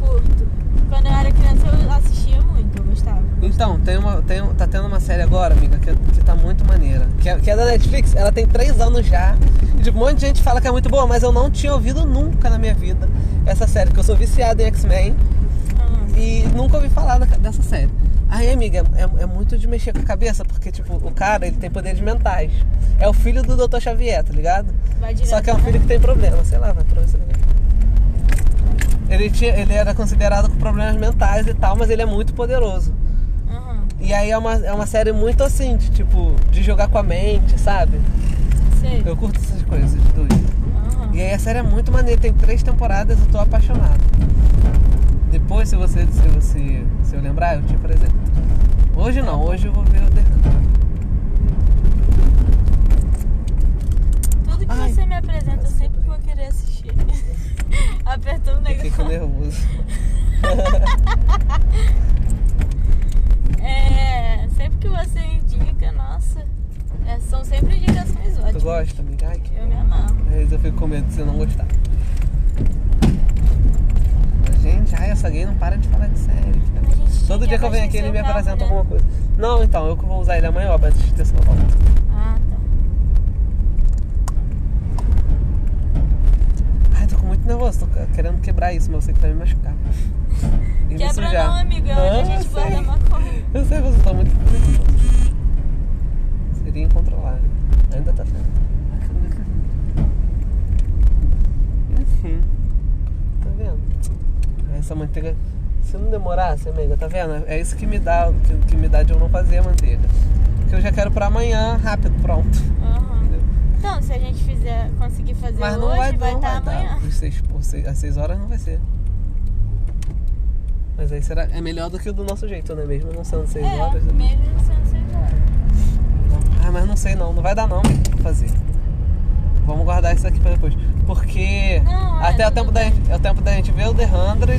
Speaker 2: curto. Quando eu era criança eu assistia muito, eu gostava.
Speaker 1: Então, tem uma, tem, um- tá tendo uma série agora, amiga, que, que tá muito maneira. Que é, que é da Netflix, ela tem três anos já. E, tipo, um monte de gente fala que é muito boa, mas eu não tinha ouvido nunca na minha vida essa série, porque eu sou viciado em X-Men
Speaker 2: Ah,
Speaker 1: e nunca ouvi falar da- dessa série. Aí, amiga, é, é muito de mexer com a cabeça, porque, tipo, o cara, ele tem poderes mentais. É o filho do Dr. Xavier, tá ligado?
Speaker 2: vai direto. né?
Speaker 1: Só que é um filho que tem problema, sei lá, vai pra você ver. Ele, tinha, ele era considerado com problemas mentais e tal, mas ele é muito poderoso.
Speaker 2: Aham,
Speaker 1: E aí é uma, é uma série muito assim, de, tipo, de jogar com a mente, sabe?
Speaker 2: sei.
Speaker 1: Eu curto essas coisas do
Speaker 2: Aham.
Speaker 1: E aí a série é muito maneira, tem três temporadas, eu tô apaixonado. Depois, se você, se você se eu lembrar, eu te apresento. Hoje não, hoje eu vou ver o The Hunter.
Speaker 2: Tudo que
Speaker 1: Ai.
Speaker 2: você me apresenta, eu sempre vou querer assistir. *laughs* Apertou o
Speaker 1: Fiquei com
Speaker 2: negócio.
Speaker 1: nervoso.
Speaker 2: É, sempre que você indica, nossa. é, são sempre indicações
Speaker 1: Tu
Speaker 2: ótimas.
Speaker 1: gosta, amiga? Ai, que...
Speaker 2: Eu me amarro.
Speaker 1: Às vezes eu fico com medo de você não gostar. Mas, Gente, ai, essa gay não para de falar de série. cara.
Speaker 2: A gente
Speaker 1: Todo
Speaker 2: tinha
Speaker 1: dia que eu venho aqui,
Speaker 2: abastecer
Speaker 1: ele
Speaker 2: o
Speaker 1: me
Speaker 2: carro,
Speaker 1: apresenta
Speaker 2: né?
Speaker 1: alguma coisa. Não, então, eu que vou usar ele amanhã, ó, pra assistir essa volta.
Speaker 2: Ah, tá.
Speaker 1: Ai, tô com muito nervoso, tô querendo quebrar isso, mas eu sei que vai me machucar. E me
Speaker 2: Quebra
Speaker 1: sujar.
Speaker 2: não, amigo. É onde a gente
Speaker 1: eu
Speaker 2: guarda
Speaker 1: sei.
Speaker 2: a maconha.
Speaker 1: Eu sei, mas eu tô muito nervoso. Seria incontrolável. Ainda tá sendo. Enfim. Tá vendo? Ai, Essa manteiga. Se não demorasse, amiga, tá vendo? É isso que me dá, que, que me dá de eu não fazer a manteiga. Porque eu já quero pra amanhã, rápido, pronto.
Speaker 2: Aham.
Speaker 1: Entendeu?
Speaker 2: Então, se a gente fizer, conseguir fazer
Speaker 1: Mas
Speaker 2: hoje,
Speaker 1: não vai,
Speaker 2: vai
Speaker 1: não
Speaker 2: estar
Speaker 1: vai dar.
Speaker 2: amanhã.
Speaker 1: Os seis, por seis, às seis horas não vai ser. Mas aí será é melhor do que o do nosso jeito, né? Mesmo não sendo seis
Speaker 2: é,
Speaker 1: horas. né?
Speaker 2: mesmo não sendo seis horas.
Speaker 1: Ah, mas não sei não, não vai dar não amigo, pra fazer. Vamos guardar isso aqui pra depois. Porque
Speaker 2: Não, é,
Speaker 1: até o
Speaker 2: tudo
Speaker 1: tempo, da,
Speaker 2: bem.
Speaker 1: gente- é o tempo da gente ver o The 100
Speaker 2: É.
Speaker 1: e
Speaker 2: Como é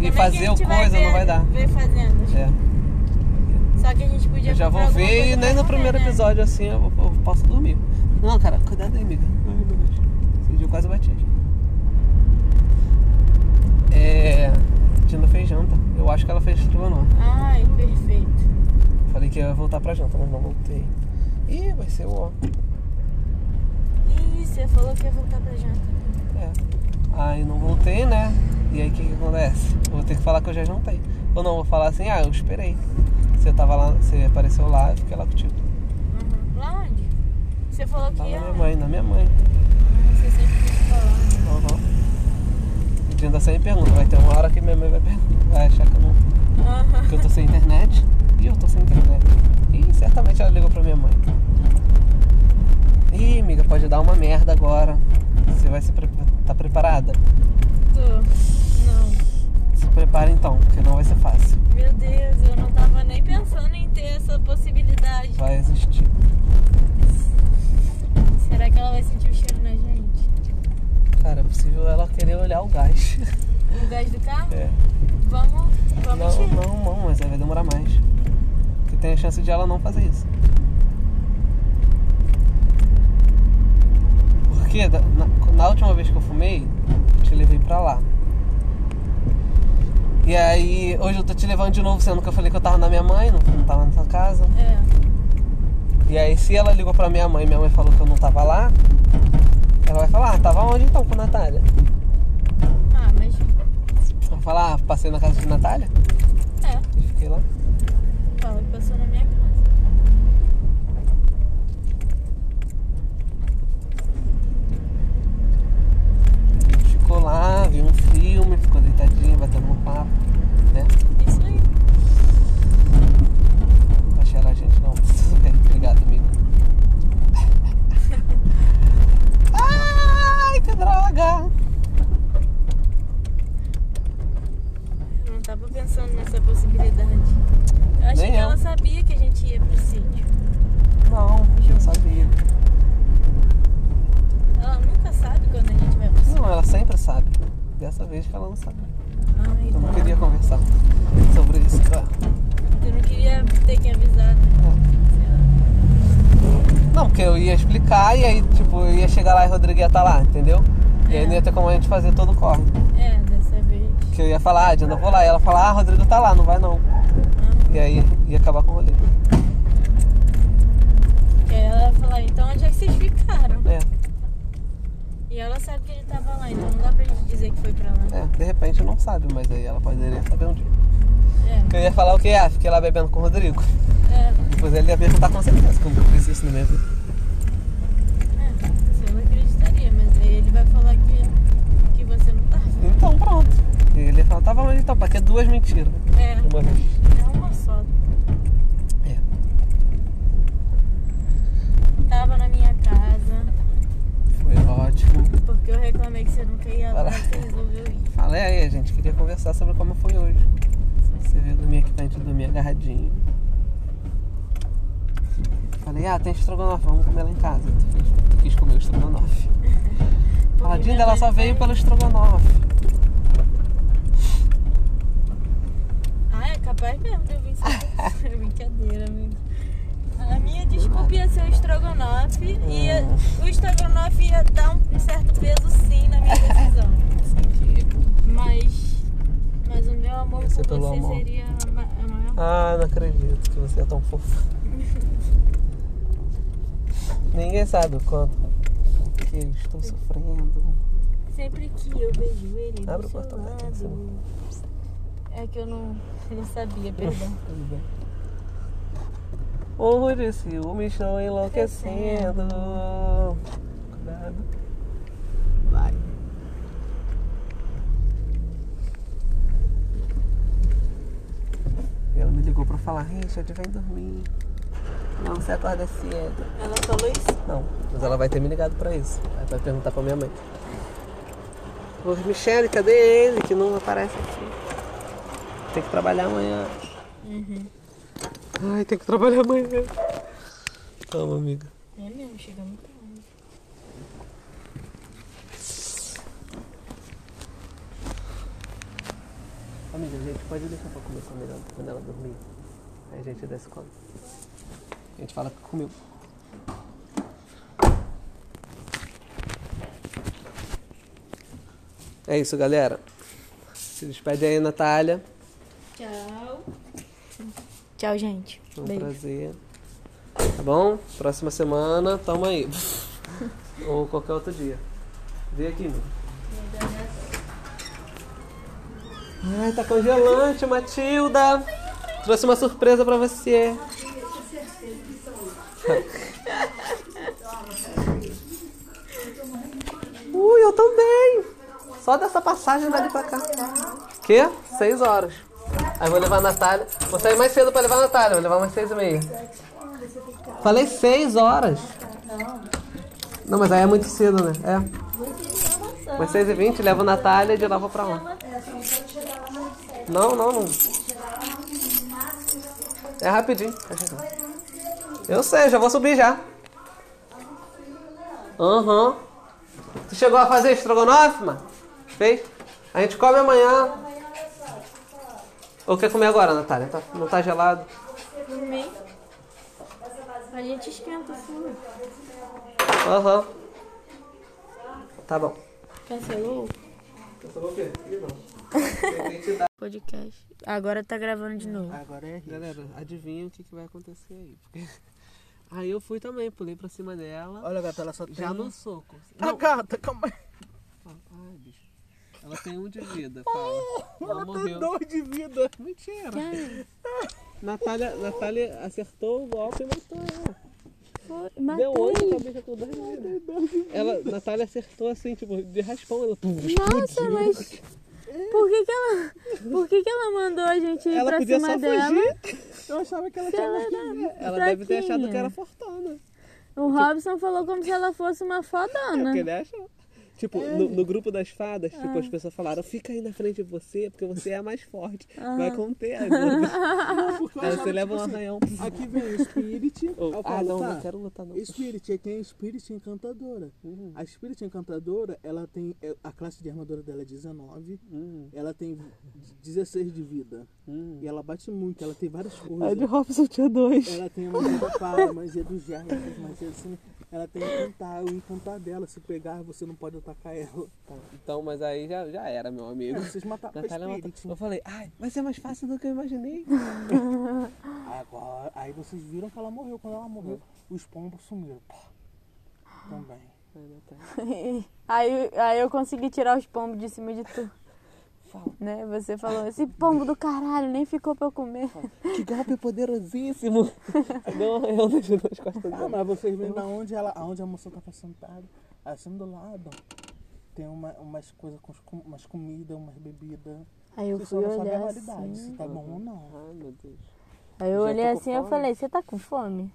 Speaker 2: que a
Speaker 1: fazer o
Speaker 2: gente vai
Speaker 1: coisa
Speaker 2: ver-
Speaker 1: não vai dar.
Speaker 2: Ver fazendo.
Speaker 1: É.
Speaker 2: Só que a gente podia
Speaker 1: Eu já vou
Speaker 2: comprar alguma
Speaker 1: ver e
Speaker 2: coisa
Speaker 1: nem
Speaker 2: pra
Speaker 1: no
Speaker 2: comer,
Speaker 1: primeiro
Speaker 2: né?
Speaker 1: episódio assim eu, eu posso dormir. Não, cara, cuidado aí, amiga. Ai, meu Deus. Esse dia eu quase bati. É. Tina fez janta. Eu acho que ela fez estrogonofe.
Speaker 2: Ai, perfeito.
Speaker 1: Falei que ia voltar pra janta, mas não voltei. Ih, vai ser o ó.
Speaker 2: Ih, você falou que ia voltar pra janta.
Speaker 1: Aí não voltei, né? E aí o que, que acontece? Vou ter que falar que eu já jantei. Ou não, vou falar assim, ah, eu esperei. Você tava lá, você apareceu lá, eu fiquei lá contigo.
Speaker 2: Uhum. Lá onde? Você falou que
Speaker 1: Lá
Speaker 2: ia.
Speaker 1: na minha mãe, na minha mãe.
Speaker 2: Ah, Você sempre quis falar.
Speaker 1: Uhum. O dia ainda sempre pergunta, vai ter uma hora que minha mãe vai, per- vai achar que eu não
Speaker 2: Aham.
Speaker 1: Porque eu tô sem internet. E eu tô sem internet. E certamente ela ligou pra minha mãe. Ih, amiga, pode dar uma merda agora. Você vai se pre... tá preparada?
Speaker 2: Tô. Não.
Speaker 1: Se prepara então, porque não vai ser fácil.
Speaker 2: Meu Deus, eu não tava nem pensando em ter essa possibilidade.
Speaker 1: Vai existir.
Speaker 2: Será que ela vai sentir o cheiro na gente?
Speaker 1: Cara, é possível ela querer olhar o gás.
Speaker 2: O gás do carro?
Speaker 1: É.
Speaker 2: Vamos,
Speaker 1: *laughs* Não,
Speaker 2: vamos tirar.
Speaker 1: não, não, mas aí vai demorar mais. Porque tem a chance de ela não fazer isso. Porque da- na, na última vez que eu fumei, eu te levei pra lá. E aí, hoje eu tô te levando de novo, sendo que eu falei que eu tava na minha mãe, não, não tava na sua casa.
Speaker 2: É.
Speaker 1: E aí, se ela ligou pra minha mãe e minha mãe falou que eu não tava lá, ela vai falar, ah, tava onde então com a Natália?
Speaker 2: Ah, mas
Speaker 1: Eu vou falar, ah, passei na casa de Natália
Speaker 2: é,
Speaker 1: e fiquei lá.
Speaker 2: fala que passou na minha casa.
Speaker 1: Ficou lá, viu um filme, ficou deitadinho, batendo um papo, né?
Speaker 2: Isso aí.
Speaker 1: Não vai cheirar a gente não. Tudo bem, obrigado, amigo. *laughs* Ai, que droga!
Speaker 2: Eu não tava pensando nessa possibilidade. Eu achei
Speaker 1: Nem
Speaker 2: que
Speaker 1: eu.
Speaker 2: ela sabia que a gente ia pro sítio.
Speaker 1: Não, eu não sabia.
Speaker 2: Ela nunca sabe quando a gente vai pro sítio.
Speaker 1: Não, ela sempre sabe. Dessa vez que ela não sabe.
Speaker 2: Ai,
Speaker 1: Eu não
Speaker 2: tá.
Speaker 1: queria conversar sobre isso. tá?
Speaker 2: Eu não queria ter que avisar. né? Sei lá.
Speaker 1: Não, porque eu ia explicar e aí, tipo, eu ia chegar lá e o Rodrigo ia estar lá, entendeu? E aí
Speaker 2: É.
Speaker 1: não ia ter como a gente fazer todo o corre.
Speaker 2: É, dessa vez.
Speaker 1: Que eu ia falar, ah, Diana, eu vou lá. E ela falar, ah, Rodrigo tá lá, não vai não.
Speaker 2: Ah,
Speaker 1: E aí ia acabar com o rolê.
Speaker 2: Porque aí ela vai falar, então onde é que vocês ficaram?
Speaker 1: É.
Speaker 2: E ela sabe que ele tava lá, então não dá pra gente dizer que foi pra lá.
Speaker 1: É, de repente não sabe, mas aí ela poderia saber um dia.
Speaker 2: É,
Speaker 1: Porque eu ia falar o que é, fiquei lá bebendo com o Rodrigo.
Speaker 2: é,
Speaker 1: Depois ele ia perguntar com certeza como que eu fiz isso na minha vida.
Speaker 2: é. Você não acreditaria, mas aí ele vai falar que, que você não tava.
Speaker 1: Então pronto. E ele ia falar, tava onde então? Pra que duas mentiras
Speaker 2: É,
Speaker 1: de uma vez.
Speaker 2: é uma só.
Speaker 1: É.
Speaker 2: Tava na minha casa,
Speaker 1: Foi ótimo.
Speaker 2: porque eu reclamei que você nunca ia lá,
Speaker 1: Vai lá.
Speaker 2: você resolveu ir.
Speaker 1: Falei aí, gente, queria conversar sobre como foi hoje. Você veio dormir aqui pra gente dormir agarradinho. Falei, ah, tem estrogonofe, vamos comer lá em casa. Tu quis- Tu quis comer o estrogonofe.
Speaker 2: Porque
Speaker 1: Faladinho
Speaker 2: minha
Speaker 1: dela
Speaker 2: mãe
Speaker 1: só veio
Speaker 2: falou,
Speaker 1: pelo estrogonofe.
Speaker 2: Ah, é capaz mesmo de eu vir
Speaker 1: *laughs*
Speaker 2: sem É brincadeira, amigo. A minha desculpa ia ser o estrogonofe, e ia-
Speaker 1: Ah.
Speaker 2: o estrogonofe ia dar um, um certo peso sim na
Speaker 1: *laughs*
Speaker 2: minha decisão.
Speaker 1: Isso aqui. é
Speaker 2: Mas, mas o meu amor
Speaker 1: Ia ser
Speaker 2: por
Speaker 1: pelo
Speaker 2: você
Speaker 1: amor.
Speaker 2: seria a ma- a maior
Speaker 1: Ah, não acredito que você é tão fofo. Ninguém sabe o quanto que eu estou sofrendo.
Speaker 2: Sempre que eu vejo ele
Speaker 1: Abre
Speaker 2: do
Speaker 1: o
Speaker 2: seu
Speaker 1: portão, vai ter que
Speaker 2: lado. É que eu não, não
Speaker 1: *laughs*
Speaker 2: sabia, perdão.
Speaker 1: Tudo bem. Horror de ciúme, estou enlouquecendo. Cuidado. Vai. Ela me ligou pra falar, Richard, vem dormir. Não, você acorda cedo.
Speaker 2: Ela falou isso?
Speaker 1: Não, mas ela vai ter me ligado pra isso. Ela vai perguntar pra minha mãe. Ô, Michele, cadê ele? Que não aparece aqui. Tem que trabalhar amanhã.
Speaker 2: Uhum.
Speaker 1: Ai, tem que trabalhar amanhã. Calma, amiga.
Speaker 2: É mesmo, chegamos tarde.
Speaker 1: Amiga, gente, pode deixar pra comer quando ela, quando ela dormir. Aí a gente desce quando. A gente fala que comeu. É isso, galera. Se despede aí, Natália.
Speaker 10: Tchau. Tchau, gente.
Speaker 1: Foi um
Speaker 10: Beijo.
Speaker 1: prazer. Tá bom? Próxima semana, tamo aí. Ou qualquer outro dia. Vem aqui, mano. Ai, tá congelante, Matilda! Trouxe uma surpresa pra você. *laughs* Ui, eu também! Só dessa passagem dali pra cá. Quê? Seis horas. Aí eu vou levar a Natália. Vou sair mais cedo pra levar a Natália. Vou levar umas seis e meia. Falei seis horas. Não, mas aí é muito cedo, né? É. Mas seis e vinte, levo a Natália e de lá vou pra lá. Não, não, não. É rapidinho. tá chegando. Eu sei, já vou subir já. Aham. Tu chegou a fazer estrogonofe, mano? Fez? A gente come amanhã. Ou quer comer agora, Natália? Tá- não tá gelado?
Speaker 10: Amém. A gente esquenta o fumo.
Speaker 1: Aham. Tá bom.
Speaker 10: Cancelou
Speaker 1: Falou o quê?
Speaker 10: o podcast. Agora tá gravando de novo.
Speaker 1: Agora é *laughs* Galera, adivinha o que, que vai acontecer aí. Porque... *laughs* Aí eu fui também, pulei pra cima dela,
Speaker 3: Olha, gata, ela só tem.
Speaker 1: já no soco.
Speaker 10: Tá.
Speaker 3: Ah, gata, calma aí.
Speaker 1: Ai, bicho. Ela tem um de vida, fala. Ela,
Speaker 3: Ela tem
Speaker 1: morreu.
Speaker 3: dois de vida.
Speaker 1: Mentira. Natália, Natália acertou o golpe e matou ela.
Speaker 10: Ah,
Speaker 1: Deu
Speaker 10: tá
Speaker 1: oito, a cabeça com dois de vida. Ela, Natália acertou assim, tipo, de raspão. Ela,
Speaker 10: Nossa, mas por que, que ela. Por que, que ela mandou a gente ir
Speaker 1: Ela
Speaker 10: pra
Speaker 1: podia
Speaker 10: cima
Speaker 1: só
Speaker 10: dela?
Speaker 3: Eu achava que ela
Speaker 10: Se
Speaker 3: tinha.
Speaker 10: ela era
Speaker 1: ela deve ter
Speaker 10: fraquinha.
Speaker 1: achado que era fortuna.
Speaker 10: O Robson falou como se ela fosse uma fodona.
Speaker 1: É Porque ele acha. Tipo,
Speaker 2: É.
Speaker 1: no, no grupo das fadas, tipo,
Speaker 2: Ah.
Speaker 1: as pessoas falaram, fica aí na frente de você, porque você é a mais forte. Vai conter a
Speaker 2: *laughs*
Speaker 1: Globo.
Speaker 3: Porque eu
Speaker 1: Aí
Speaker 3: achava,
Speaker 1: você leva um
Speaker 3: tipo assim,
Speaker 1: arranhão.
Speaker 3: Aqui vem o Spirit.
Speaker 1: Ou,
Speaker 3: eu
Speaker 1: ah,
Speaker 3: falo,
Speaker 1: não,
Speaker 3: tá,
Speaker 1: não quero lutar, não.
Speaker 3: Spirit, aí tem a Spirit Encantadora.
Speaker 1: Uhum.
Speaker 3: A Spirit Encantadora, ela tem. é, A classe de armadura dela é 19.
Speaker 1: Hum,
Speaker 3: Ela tem 16 de vida.
Speaker 1: hum.
Speaker 3: E ela bate muito, ela tem várias coisas.
Speaker 1: A É de Robson tinha dois.
Speaker 3: Ela tem a magia do fala, a magia dos germes, magia assim. Ela tem encantar, o encantar dela. Se pegar, você não pode atacar ela.
Speaker 1: Então, mas aí já, já era, meu amigo.
Speaker 3: Vocês mataram
Speaker 1: *laughs*
Speaker 3: o
Speaker 1: Natália matou.
Speaker 3: Spirit.
Speaker 1: Eu falei, ai, vai ser mais fácil do que eu imaginei.
Speaker 3: Agora, aí vocês viram que ela morreu. Quando ela morreu, os pombos sumiram. Pá. Também.
Speaker 1: né?
Speaker 10: *laughs*
Speaker 2: Aí, aí eu consegui tirar os pombos de cima de tu. Né? Você falou, esse pombo do caralho, nem ficou pra eu comer.
Speaker 1: Que golpe *laughs* poderosíssimo. Não, eu deixo nas costas
Speaker 3: Ah,
Speaker 1: dela.
Speaker 3: mas vocês veem aonde ela, aonde a moça tá tava sentada, assim do lado, tem uma, umas coisas com as com- umas comidas, umas bebidas.
Speaker 2: Aí eu
Speaker 3: Vocês só
Speaker 2: fui
Speaker 3: não sabem a
Speaker 2: olhar
Speaker 3: validade,
Speaker 2: assim.
Speaker 3: se tá bom ou não.
Speaker 1: Ai, meu Deus.
Speaker 2: Aí eu
Speaker 1: Já
Speaker 2: olhei
Speaker 1: tô com
Speaker 2: assim eu
Speaker 1: fome.
Speaker 2: falei, você tá com fome?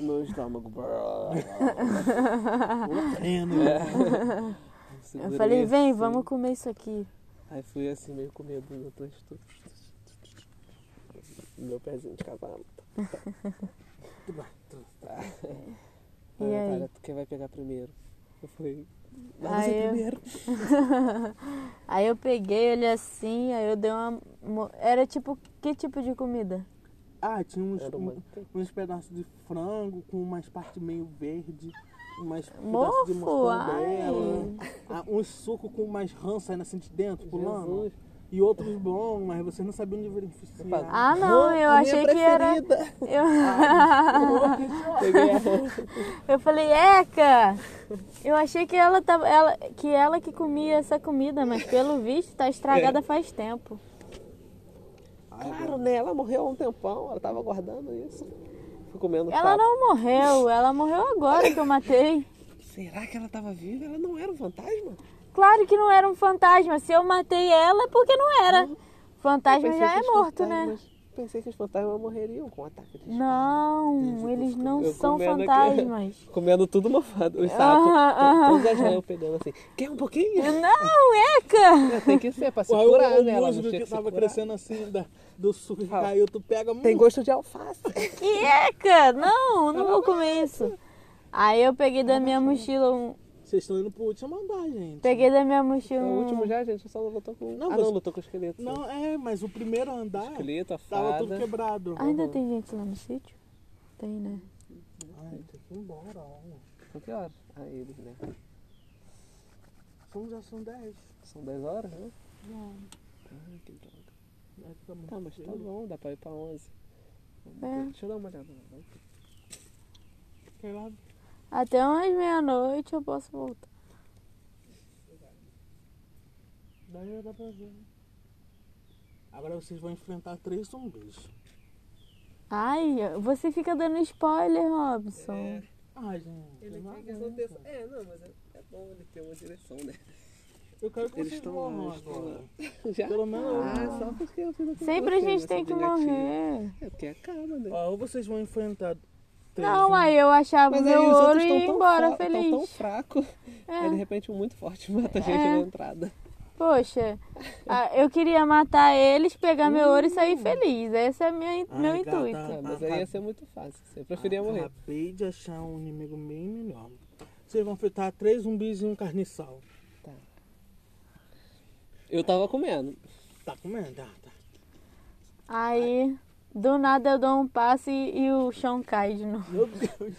Speaker 1: Meu estômago. *laughs*
Speaker 3: *laughs* Treino,
Speaker 2: *laughs*
Speaker 1: É,
Speaker 2: Eu falei, vem, vamos comer isso aqui. *laughs*
Speaker 1: Aí fui assim, meio com medo do meu transtorno. Meu pezinho de cavalo. tá, *laughs*
Speaker 2: E
Speaker 1: Aí,
Speaker 2: aí?
Speaker 1: Natália, quem vai pegar primeiro? Eu falei, vai
Speaker 2: Aí
Speaker 1: você
Speaker 2: eu-
Speaker 1: primeiro.
Speaker 2: Aí eu peguei, olhei assim, aí eu dei uma. mo- Era tipo, que tipo de comida?
Speaker 3: Ah, tinha uns,
Speaker 1: Era
Speaker 3: um-
Speaker 1: uma...
Speaker 3: uns pedaços de frango com umas partes meio verde, umas pedaços Um de
Speaker 2: Mofo, ai.
Speaker 3: mortadela, ah, uns suco com umas rãs saindo assim de dentro, pulando.
Speaker 1: Jesus.
Speaker 3: E outros bons, mas vocês não sabiam diferenciar.
Speaker 2: Ah, não,
Speaker 3: é
Speaker 2: eu achei que era. *laughs* Eu...
Speaker 1: Peguei a...
Speaker 2: eu falei, Eca! Eu achei que ela, tava, ela, que ela que comia essa comida, mas pelo visto tá
Speaker 3: É.
Speaker 2: estragada faz tempo.
Speaker 1: Claro, né? Ela morreu há um tempão, ela tava guardando isso. Fui comendo papo.
Speaker 2: Ela não morreu, ela morreu agora que eu matei.
Speaker 1: Será que ela tava viva? Ela não era um fantasma?
Speaker 2: Claro que não era um fantasma, se eu matei ela é porque não era. Fantasma
Speaker 1: Hum. Pensei
Speaker 2: já
Speaker 1: que
Speaker 2: é
Speaker 1: os
Speaker 2: morto, né?
Speaker 1: fantasmas- Pensei que os fantasmas morreriam com um ataque de
Speaker 2: Não, eles não
Speaker 1: Eu
Speaker 2: são
Speaker 1: comendo aqui.
Speaker 2: fantasmas.
Speaker 1: Comendo tudo mofado, os sapos. Então,
Speaker 2: Aham,
Speaker 1: Todas as eu pegando assim. Quer um pouquinho?
Speaker 2: Não,
Speaker 1: *laughs*
Speaker 2: Eca!
Speaker 1: Tem que ser pra se
Speaker 3: Ué,
Speaker 1: curar,
Speaker 3: o, o
Speaker 1: né? Ela não
Speaker 3: musgo
Speaker 1: tinha
Speaker 3: que
Speaker 1: que se
Speaker 3: tava
Speaker 1: curar.
Speaker 3: crescendo assim, da, do suco que
Speaker 1: Fala.
Speaker 3: caiu, tu pega hum, muito.
Speaker 1: Tem gosto de *laughs* alface.
Speaker 2: Que Eca! Não, não vou comer isso. Aí eu peguei da minha mochila um.
Speaker 3: Vocês estão indo pro último andar, gente.
Speaker 2: Peguei da minha mochila
Speaker 1: É o último
Speaker 2: um.
Speaker 1: já, gente, só não lutou com.
Speaker 3: Não,
Speaker 1: ah,
Speaker 3: você-
Speaker 1: não, lutou com o esqueleto.
Speaker 3: Não, é, mas o primeiro andar
Speaker 1: Esqueleto, a fada.
Speaker 3: tava tudo quebrado.
Speaker 2: Ainda tem gente lá no sítio? Tem, né?
Speaker 3: Ai, tem que ir embora, ó.
Speaker 1: São que horas? Ah, eles, né?
Speaker 3: São, já são 10.
Speaker 1: São 10 horas, né? Ai, que droga.
Speaker 3: Vai ficar muito
Speaker 1: Tá, mas tá
Speaker 3: cheio.
Speaker 1: bom, dá pra ir pra 11.
Speaker 2: É.
Speaker 1: Deixa eu dar uma olhada. lá, vai.
Speaker 3: Sei lá,
Speaker 2: Até umas meia-noite eu posso voltar.
Speaker 3: daí dá pra ver. Agora vocês vão enfrentar três zumbis.
Speaker 2: Ai, você fica dando spoiler, Robson.
Speaker 1: é. um.
Speaker 3: Ai, gente.
Speaker 11: Ele
Speaker 3: não
Speaker 11: tem que
Speaker 1: né?
Speaker 3: aguento.
Speaker 11: ter... É, não, mas é, é bom ele ter uma direção, né?
Speaker 3: Eu quero que
Speaker 1: Eles
Speaker 3: vocês
Speaker 1: tão
Speaker 3: morram
Speaker 1: lá, eles tão
Speaker 3: agora.
Speaker 1: lá. Já?
Speaker 3: Pelo menos eu
Speaker 1: Ah, só porque eu fiz aquilo com
Speaker 2: Sempre a
Speaker 1: você,
Speaker 2: gente
Speaker 1: essa
Speaker 2: tem que
Speaker 1: bilhetinha.
Speaker 2: morrer.
Speaker 1: É porque acaba, né?
Speaker 3: Ó, ou vocês vão enfrentar três
Speaker 2: Não,
Speaker 3: zumbis.
Speaker 2: aí eu achava
Speaker 1: Mas
Speaker 2: Ah, meu
Speaker 1: aí os
Speaker 2: ouro
Speaker 1: outros
Speaker 2: e
Speaker 1: estão
Speaker 2: ia
Speaker 1: tão,
Speaker 2: embora
Speaker 1: fra- tão
Speaker 2: feliz.
Speaker 1: tão fraco.
Speaker 2: É.
Speaker 1: Aí de repente um muito forte *laughs* mata a gente
Speaker 2: É.
Speaker 1: na entrada.
Speaker 2: Poxa, ah,
Speaker 1: *laughs*
Speaker 2: eu queria matar eles, pegar meu ouro e
Speaker 1: Uhum.
Speaker 2: sair feliz. Esse é minha, meu
Speaker 3: Ai, gata.
Speaker 2: intuito.
Speaker 1: Ah, mas aí ia ser muito fácil. Você preferia
Speaker 3: Ah,
Speaker 1: morrer.
Speaker 3: Acabei de achar um inimigo bem melhor. Vocês vão enfrentar três zumbis e um carniçal.
Speaker 1: Eu tava comendo.
Speaker 3: Tá comendo? Tá, tá.
Speaker 1: *laughs*
Speaker 2: Aí, do nada eu dou um passo e, e o chão cai de novo.
Speaker 3: Meu Deus.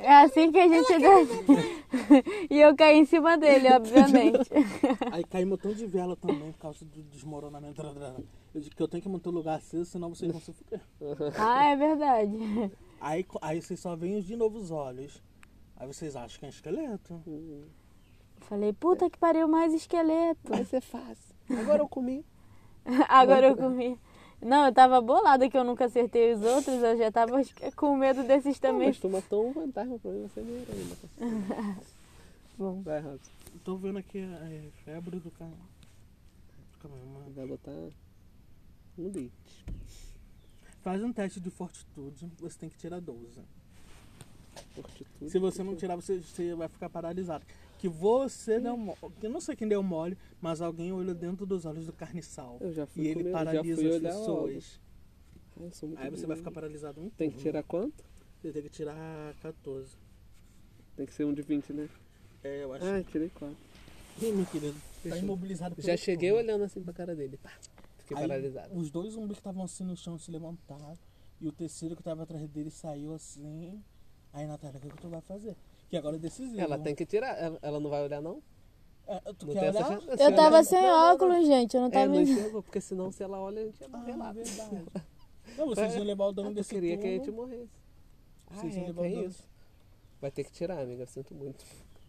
Speaker 2: É assim que a gente desce. *laughs* e eu caí em
Speaker 1: *laughs*
Speaker 2: cima dele, obviamente.
Speaker 3: Aí caiu um montão de vela também por causa do desmoronamento. né, Eu disse que eu tenho que manter o lugar aceso, senão vocês vão se fuder.
Speaker 2: ah, é verdade. *laughs*
Speaker 3: Aí, co- aí vocês só veem os de novo os olhos. Aí vocês acham que é um esqueleto.
Speaker 2: Falei, puta que pariu, mais esqueleto.
Speaker 1: Vai ser fácil. Agora eu
Speaker 2: *laughs*
Speaker 1: comi.
Speaker 2: Agora eu comi. Não, eu tava bolada que eu nunca acertei os outros, eu já tava com medo desses
Speaker 1: Também.
Speaker 2: também.
Speaker 1: mas tu matou um fantasma pra mim, você não era ainda.
Speaker 2: *laughs* Bom.
Speaker 1: Vai, Robson.
Speaker 3: Eu Tô vendo aqui a é, febre do cara. Calma aí, mano.
Speaker 1: Vai botar um D.
Speaker 3: Faz um teste de fortitude, você tem que tirar 12.
Speaker 1: Fortitude.
Speaker 3: Se você não tirar, você, você vai ficar paralisado. Que você deu mole. Eu não sei quem deu mole, mas alguém olhou dentro dos olhos do carniçal.
Speaker 1: Eu já fui
Speaker 3: E ele
Speaker 1: comer, já
Speaker 3: paralisa
Speaker 1: fui
Speaker 3: as
Speaker 1: olhar
Speaker 3: pessoas.
Speaker 1: logo. Ai, eu sou muito
Speaker 3: Aí você vai
Speaker 1: burro.
Speaker 3: ficar paralisado um
Speaker 1: Tem que
Speaker 3: turno.
Speaker 1: tirar quanto?
Speaker 3: Você tem que tirar 14.
Speaker 1: Tem que ser um de 20, né?
Speaker 3: É, eu acho.
Speaker 1: Ah, tirei 4.
Speaker 3: Ih, meu querido, tá
Speaker 1: Fechou.
Speaker 3: imobilizado pelo
Speaker 1: Já cheguei
Speaker 3: turno.
Speaker 1: olhando assim pra cara dele. Pá. Fiquei
Speaker 3: Aí,
Speaker 1: paralisado.
Speaker 3: Os dois zumbis que estavam assim no chão se levantaram. E o terceiro que tava atrás dele saiu assim. Aí, Natália, o que, que tu vai fazer? Que agora é decisivo.
Speaker 1: Ela tem que tirar. Ela ela não vai olhar, não?
Speaker 3: É, tu
Speaker 1: Não
Speaker 3: quer
Speaker 1: tem essa
Speaker 3: olhar?
Speaker 1: chance? Se
Speaker 2: Eu
Speaker 1: olhar,
Speaker 2: tava
Speaker 1: não-
Speaker 2: sem
Speaker 1: não, não,
Speaker 2: óculos, gente, eu não
Speaker 1: É,
Speaker 2: tava
Speaker 1: não
Speaker 2: vendo.
Speaker 1: enxergou, porque senão se ela olha, a gente ia morrer
Speaker 3: Ah,
Speaker 1: lá.
Speaker 3: verdade. Não,
Speaker 1: *laughs*
Speaker 3: vocês iam levar o dano
Speaker 1: Ah, tu
Speaker 3: desse
Speaker 1: queria que a
Speaker 3: turno.
Speaker 1: gente morresse. Ah,
Speaker 3: Vocês iam
Speaker 1: é,
Speaker 3: levar o
Speaker 1: que é
Speaker 3: dano.
Speaker 1: isso. Vai ter que tirar, amiga. Sinto muito.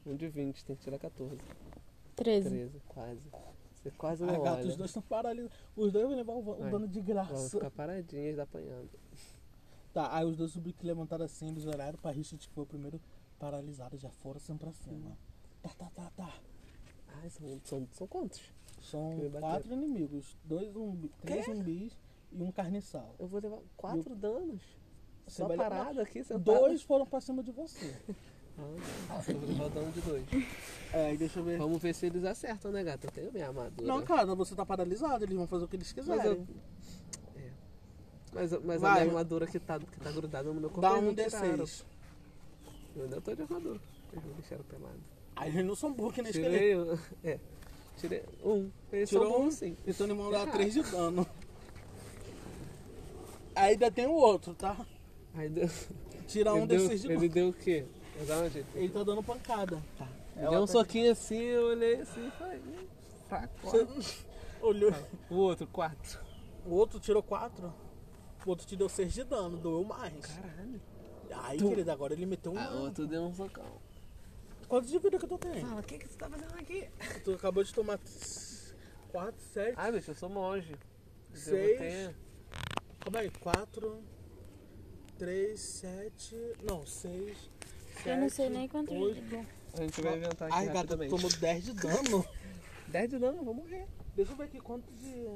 Speaker 1: Um de 20, tem que tirar 14.
Speaker 2: 13.
Speaker 1: 13, quase. Você quase
Speaker 3: Ah,
Speaker 1: não
Speaker 3: gato,
Speaker 1: olha.
Speaker 3: os dois estão paralisados. Os dois vão levar o, o
Speaker 1: Ai.
Speaker 3: dano de
Speaker 1: Vamos
Speaker 3: graça.
Speaker 1: ficar paradinhas apanhando.
Speaker 3: Tá, aí os dois subiram que levantaram assim, eles olharam pra Richard, que foi o primeiro paralisado, já foram assim pra cima. Tá, tá, tá, tá.
Speaker 1: Ai, são, são, são quantos?
Speaker 3: São
Speaker 1: Que me bateram.
Speaker 3: quatro inimigos, dois zumbi, três zumbis e um carniçal.
Speaker 1: Eu vou levar quatro danos.
Speaker 3: Você
Speaker 1: Só tá-
Speaker 3: vai levar-
Speaker 1: parada aqui, sentada.
Speaker 3: Dois foram pra cima de você.
Speaker 1: *laughs* Ah, eu vou levar o dano de dois.
Speaker 3: *laughs* É, e deixa eu ver.
Speaker 1: Vamos ver se eles acertam, né, gata? Eu tenho minha armadura.
Speaker 3: Não, cara, você tá paralisado, eles vão fazer o que eles
Speaker 1: mas,
Speaker 3: quiserem.
Speaker 1: eu... é. mas, eu- mas a
Speaker 3: Vai.
Speaker 1: minha armadura que tá, que tá grudada no meu corpo.
Speaker 3: Dá
Speaker 1: eles
Speaker 3: um
Speaker 1: não tiraram.
Speaker 3: D6.
Speaker 1: Eu ainda tô de armadura. Eles me deixaram pelado.
Speaker 3: Aí eles não são burros que nem esqueleto.
Speaker 1: Tirei um. *laughs* É. Tirei um. Eles são
Speaker 3: Tirou um,
Speaker 1: bons, sim.
Speaker 3: Então ele mandou dar 3 de dano. Aí ainda tem o outro, tá?
Speaker 1: Aí deu.
Speaker 3: Tira
Speaker 1: ele
Speaker 3: um
Speaker 1: deu-
Speaker 3: desses de
Speaker 1: Ele
Speaker 3: novo.
Speaker 1: deu o quê? Eu dava um jeito.
Speaker 3: Ele tá dando pancada. Tá.
Speaker 1: Deu um soquinho assim, eu olhei assim e falei. "Ih, Tá, quatro.
Speaker 3: *laughs* Olhou.
Speaker 1: O outro, quatro.
Speaker 3: O outro tirou 4. O outro te deu 6 de dano, doeu mais.
Speaker 1: Caralho.
Speaker 3: Aí, querido, agora ele meteu um.
Speaker 1: A outro deu um socão.
Speaker 3: Quanto de vida que tu tem?
Speaker 1: Fala, o que, que você tá fazendo aqui?
Speaker 3: Tu acabou de tomar 4, 7.
Speaker 1: Ai, Ah, bicho, eu sou monge. Devo
Speaker 3: Seis.
Speaker 1: ter...
Speaker 3: Calma aí, 4, 3, 7. Não, 6.
Speaker 2: Eu não sei nem quanto
Speaker 3: Oito.
Speaker 1: A gente vai inventar aqui
Speaker 3: Ai, gata, tu
Speaker 1: rapidamente.
Speaker 3: tomou
Speaker 1: *laughs*
Speaker 3: 10 de dano.
Speaker 1: 10 de dano, eu vou morrer.
Speaker 3: Deixa eu ver aqui quanto de.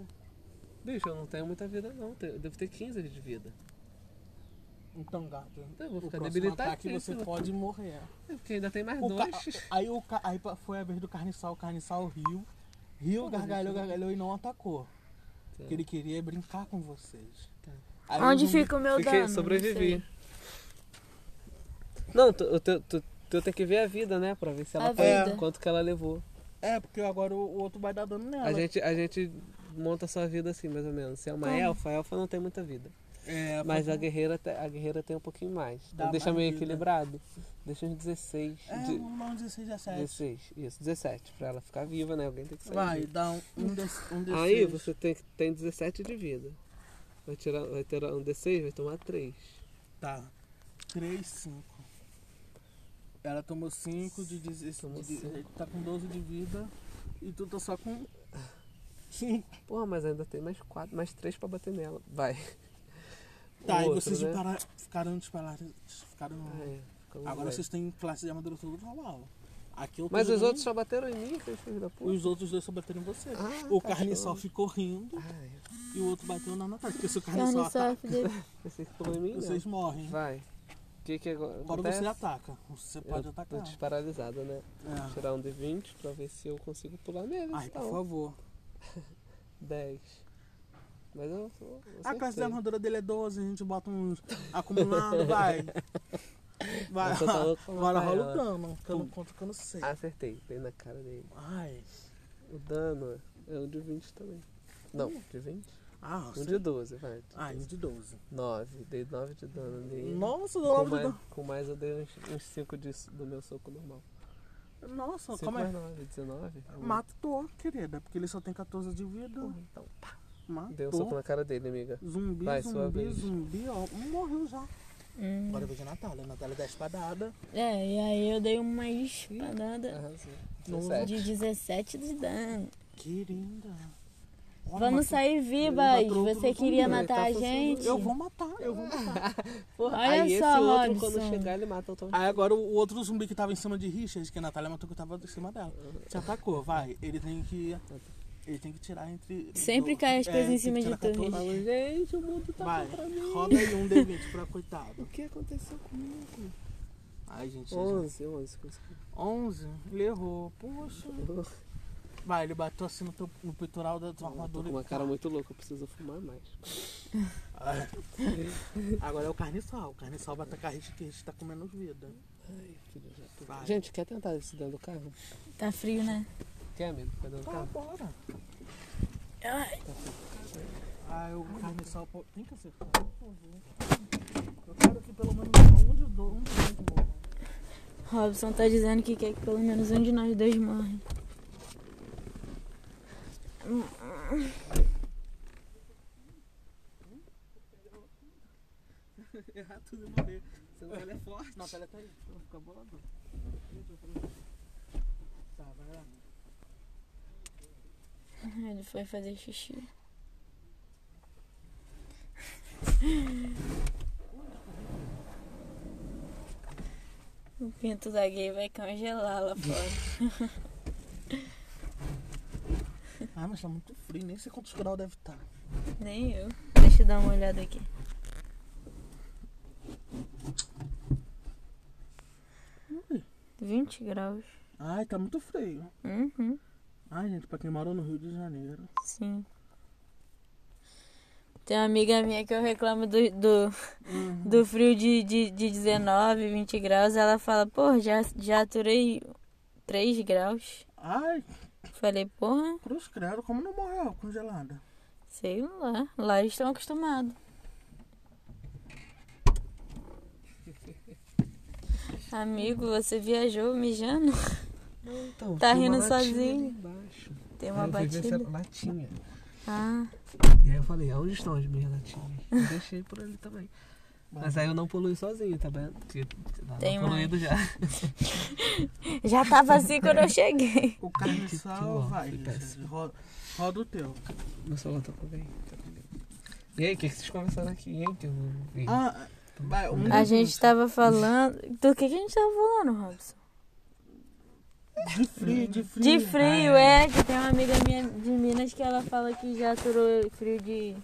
Speaker 1: Bicho, eu não tenho muita vida não. Eu devo ter 15 de vida.
Speaker 3: Então, gato.
Speaker 1: Então eu vou
Speaker 3: O
Speaker 1: ficar
Speaker 3: próximo ataque
Speaker 1: debilitadíssimo.
Speaker 3: você pode morrer.
Speaker 1: É, Porque ainda tem mais
Speaker 3: O ca- *laughs*
Speaker 1: dois.
Speaker 3: Aí, o ca- aí pa- foi a vez do carniçal, o carniçal riu. Riu,
Speaker 1: né?
Speaker 3: gargalhou, gargalhou e não atacou.
Speaker 1: Então,
Speaker 3: Porque ele queria brincar com vocês.
Speaker 1: Tá.
Speaker 3: Aí
Speaker 2: Onde
Speaker 3: o zumbi-
Speaker 2: fica o meu
Speaker 1: Fiquei,
Speaker 2: dano?
Speaker 1: sobrevivi. Não, tu, tu, tu, tu tem que ver a vida, né? Pra ver se
Speaker 2: A
Speaker 1: ela
Speaker 2: vida.
Speaker 1: quanto que ela levou.
Speaker 3: É, porque agora o, o outro vai dar dano nela.
Speaker 1: A gente, a gente monta a sua vida assim, mais ou menos. Se é uma elfa, a elfa não tem muita vida.
Speaker 3: É,
Speaker 1: Mas
Speaker 3: foi-
Speaker 1: a guerreira, te- a guerreira tem um pouquinho mais. Então
Speaker 3: Dá
Speaker 1: deixa
Speaker 3: mais
Speaker 1: meio
Speaker 3: vida.
Speaker 1: equilibrado. Deixa uns 16.
Speaker 3: É,
Speaker 1: de-
Speaker 3: um não 16 a 7.
Speaker 1: 16, isso, 17. Pra ela ficar viva, né? Alguém tem que sair.
Speaker 3: Vai,
Speaker 1: vivo.
Speaker 3: dá um, um, de, um D6.
Speaker 1: Aí você tem, que- tem 17 de vida. Vai, tirar, vai ter um D6, vai tomar 3.
Speaker 3: Tá. 3, 5. Ela tomou 5 de 16. de- Tá com 12 de vida. E tu tá só
Speaker 1: *laughs*
Speaker 3: com 5.
Speaker 1: Porra, mas ainda tem mais 4, mais 3 pra bater nela. Vai.
Speaker 3: Tá,
Speaker 1: O
Speaker 3: e
Speaker 1: outro,
Speaker 3: vocês
Speaker 1: né?
Speaker 3: para, ficaram desparalados. Ficaram.
Speaker 1: Ah, é. Ficamos
Speaker 3: um. Agora
Speaker 1: bem.
Speaker 3: vocês têm classe de armadura tudo normal. Aqui é eu tô
Speaker 1: Mas os
Speaker 3: jogando-
Speaker 1: outros só bateram em mim, seus filhos da puta.
Speaker 3: Os outros dois só bateram em você.
Speaker 1: Ah,
Speaker 3: o
Speaker 1: tá
Speaker 3: carniçal
Speaker 1: show.
Speaker 3: ficou rindo
Speaker 1: Ah, é.
Speaker 3: e o outro bateu na Natália. Porque se o
Speaker 2: Carne
Speaker 3: carniçal ataca,
Speaker 2: sofre.
Speaker 1: Pensei que pulou em mim,
Speaker 3: vocês
Speaker 1: não.
Speaker 3: morrem.
Speaker 1: Vai. O que que agora
Speaker 3: Agora
Speaker 1: acontece?
Speaker 3: você ataca. Você pode
Speaker 1: eu
Speaker 3: atacar.
Speaker 1: Tô desparalisada, né? Vou
Speaker 3: É.
Speaker 1: tirar um D20 pra ver se eu consigo pular nele.
Speaker 3: Ai, por
Speaker 1: então.
Speaker 3: favor.
Speaker 1: 10. Mas eu, eu
Speaker 3: A classe
Speaker 1: acertei.
Speaker 3: da armadura dele é 12, a gente bota uns
Speaker 1: *laughs*
Speaker 3: acumulado, vai. Vai,
Speaker 1: Eu tô
Speaker 3: *laughs*
Speaker 1: tão louco pra
Speaker 3: agora
Speaker 1: matar
Speaker 3: rola o
Speaker 1: ela.
Speaker 3: dano, que eu não conto que eu não sei.
Speaker 1: Acertei, dei na cara dele.
Speaker 3: Ai,
Speaker 1: O dano é um de 20 também. Não, de 20?
Speaker 3: ah,
Speaker 1: Um
Speaker 3: você...
Speaker 1: de 12, vai. De
Speaker 3: Ai, um
Speaker 1: 12.
Speaker 3: de 12.
Speaker 1: 9, dei 9 de dano nele.
Speaker 3: Nossa, deu
Speaker 1: Com
Speaker 3: 9 de
Speaker 1: mais,
Speaker 3: dano.
Speaker 1: com mais eu dei uns, uns 5 disso do meu soco normal.
Speaker 3: Nossa,
Speaker 1: 5
Speaker 3: como
Speaker 1: mais
Speaker 3: é?
Speaker 1: 9, 19.
Speaker 3: Matou, querida, porque ele só tem 14 de vida.
Speaker 1: Então, pá. Dei um soco
Speaker 3: Matou.
Speaker 1: na cara dele, amiga.
Speaker 3: Zumbi,
Speaker 1: Vai, sua
Speaker 3: zumbi,
Speaker 1: vez.
Speaker 3: zumbi, ó. Um morreu já. Agora eu vejo a Natália. A Natália dá espadada.
Speaker 2: É, e aí eu dei uma espadada
Speaker 1: Arrasou.
Speaker 3: Não,
Speaker 1: 17.
Speaker 2: de 17 de dano.
Speaker 3: Querida. Olha,
Speaker 2: Vamos
Speaker 3: mas-
Speaker 2: sair vivas!
Speaker 3: matou outro
Speaker 2: Você
Speaker 3: zumbi.
Speaker 2: queria
Speaker 1: Ele tá
Speaker 2: matar a
Speaker 1: funcionando.
Speaker 2: gente?
Speaker 3: Eu vou matar, eu vou matar.
Speaker 1: Porra,
Speaker 2: Olha
Speaker 1: aí esse
Speaker 2: só,
Speaker 1: outro,
Speaker 2: Robson.
Speaker 1: quando chegar, ele mata o Tom.
Speaker 3: Aí agora o o outro zumbi que tava em cima de Richard, que a Natália matou que tava em cima dela. Te atacou, vai. Ele tem que. Ele tem que tirar entre.
Speaker 2: Sempre
Speaker 3: do-
Speaker 2: cai as
Speaker 3: é,
Speaker 2: coisas em
Speaker 3: tem
Speaker 2: cima
Speaker 3: que
Speaker 2: de
Speaker 3: tirar
Speaker 2: tu,
Speaker 3: 14.
Speaker 2: Richard.
Speaker 1: Fala, gente, o mundo tá
Speaker 3: Vai,
Speaker 1: contra mim.
Speaker 3: roda aí um D20 pra coitado.
Speaker 1: O que aconteceu comigo?
Speaker 3: Ai, gente.
Speaker 1: 11, 11. consegui.
Speaker 3: 11? Ele errou. Poxa. Vai, ele bateu assim no, teu, no peitoral da tua
Speaker 1: Eu tô
Speaker 3: armadura.
Speaker 1: com
Speaker 3: e
Speaker 1: uma cara
Speaker 3: pá.
Speaker 1: muito louca, eu preciso fumar mais.
Speaker 3: Ai. *laughs* Agora é o carniçal. O carniçal vai atacar a gente que a gente tá com menos vida.
Speaker 1: Ai, filho da puta.
Speaker 3: Vai.
Speaker 1: Gente, quer tentar isso dentro do carro?
Speaker 2: Tá frio, né?
Speaker 1: Quer, amigo? Quer dentro do
Speaker 3: Tá,
Speaker 1: carro?
Speaker 3: bora. Ai, Ah, o carniçal. pô, Tem que acertar, por favor. Eu quero que pelo menos um de dois, um de dois morra.
Speaker 2: Robson tá dizendo que quer que pelo menos um de nós dois morre.
Speaker 3: Errar tudo e morrer. Você não é forte. Não, ela tá aí. Vou ficar bolado. Tá, vai lá.
Speaker 2: Ele foi fazer xixi. O pinto da gay vai congelar lá fora.
Speaker 3: Ah, mas tá muito frio, nem sei quantos graus deve tá. estar.
Speaker 2: Nem eu. Deixa eu dar uma olhada aqui.
Speaker 3: Ui.
Speaker 2: 20 graus.
Speaker 3: Ai, tá muito frio.
Speaker 2: Uhum.
Speaker 3: Ai, gente, pra quem mora no Rio de Janeiro.
Speaker 2: Sim. Tem uma amiga minha que eu reclamo do, do,
Speaker 1: Uhum.
Speaker 2: do frio de, de, de 19, 20 graus. Ela fala, pô, já, já aturei 3 graus.
Speaker 3: Ai,
Speaker 2: Falei, porra,
Speaker 3: cruz credo, como não morreu congelada?
Speaker 2: sei lá. Lá eles estão
Speaker 1: *laughs*
Speaker 2: acostumados. Amigo, você viajou mijando?
Speaker 1: Então,
Speaker 2: Tá
Speaker 1: tinha uma
Speaker 2: rindo
Speaker 1: latinha
Speaker 2: sozinho?
Speaker 1: ali embaixo.
Speaker 2: Tem
Speaker 1: Aí
Speaker 2: uma
Speaker 1: eu fui ver se
Speaker 2: batida.
Speaker 1: era latinha.
Speaker 2: Ah,
Speaker 1: E aí eu falei, aonde estão as minhas
Speaker 2: *laughs*
Speaker 1: latinhas? Eu deixei por ali também. Mas é aí eu não polui sozinho, tá vendo? Que tava
Speaker 2: Tem
Speaker 1: poluído já.
Speaker 2: já tava assim quando
Speaker 1: *laughs*
Speaker 2: eu cheguei.
Speaker 3: O
Speaker 1: que
Speaker 3: carniçal
Speaker 1: horror,
Speaker 3: vai,
Speaker 1: foi
Speaker 3: Richard.
Speaker 1: péssimo.
Speaker 3: Roda, roda o teu.
Speaker 1: Meu celular tá com alguém. Tá com alguém. E aí, o que, que vocês conversaram aqui, hein? Que eu não vi.
Speaker 3: Ah, vai, um
Speaker 2: A
Speaker 3: de
Speaker 2: gente tá- tava falando. Do que, que a gente tava falando, Robson?
Speaker 3: De frio, de frio.
Speaker 1: Hum,
Speaker 2: De frio, é. Que tem uma amiga minha de Minas que ela fala que já aturou frio de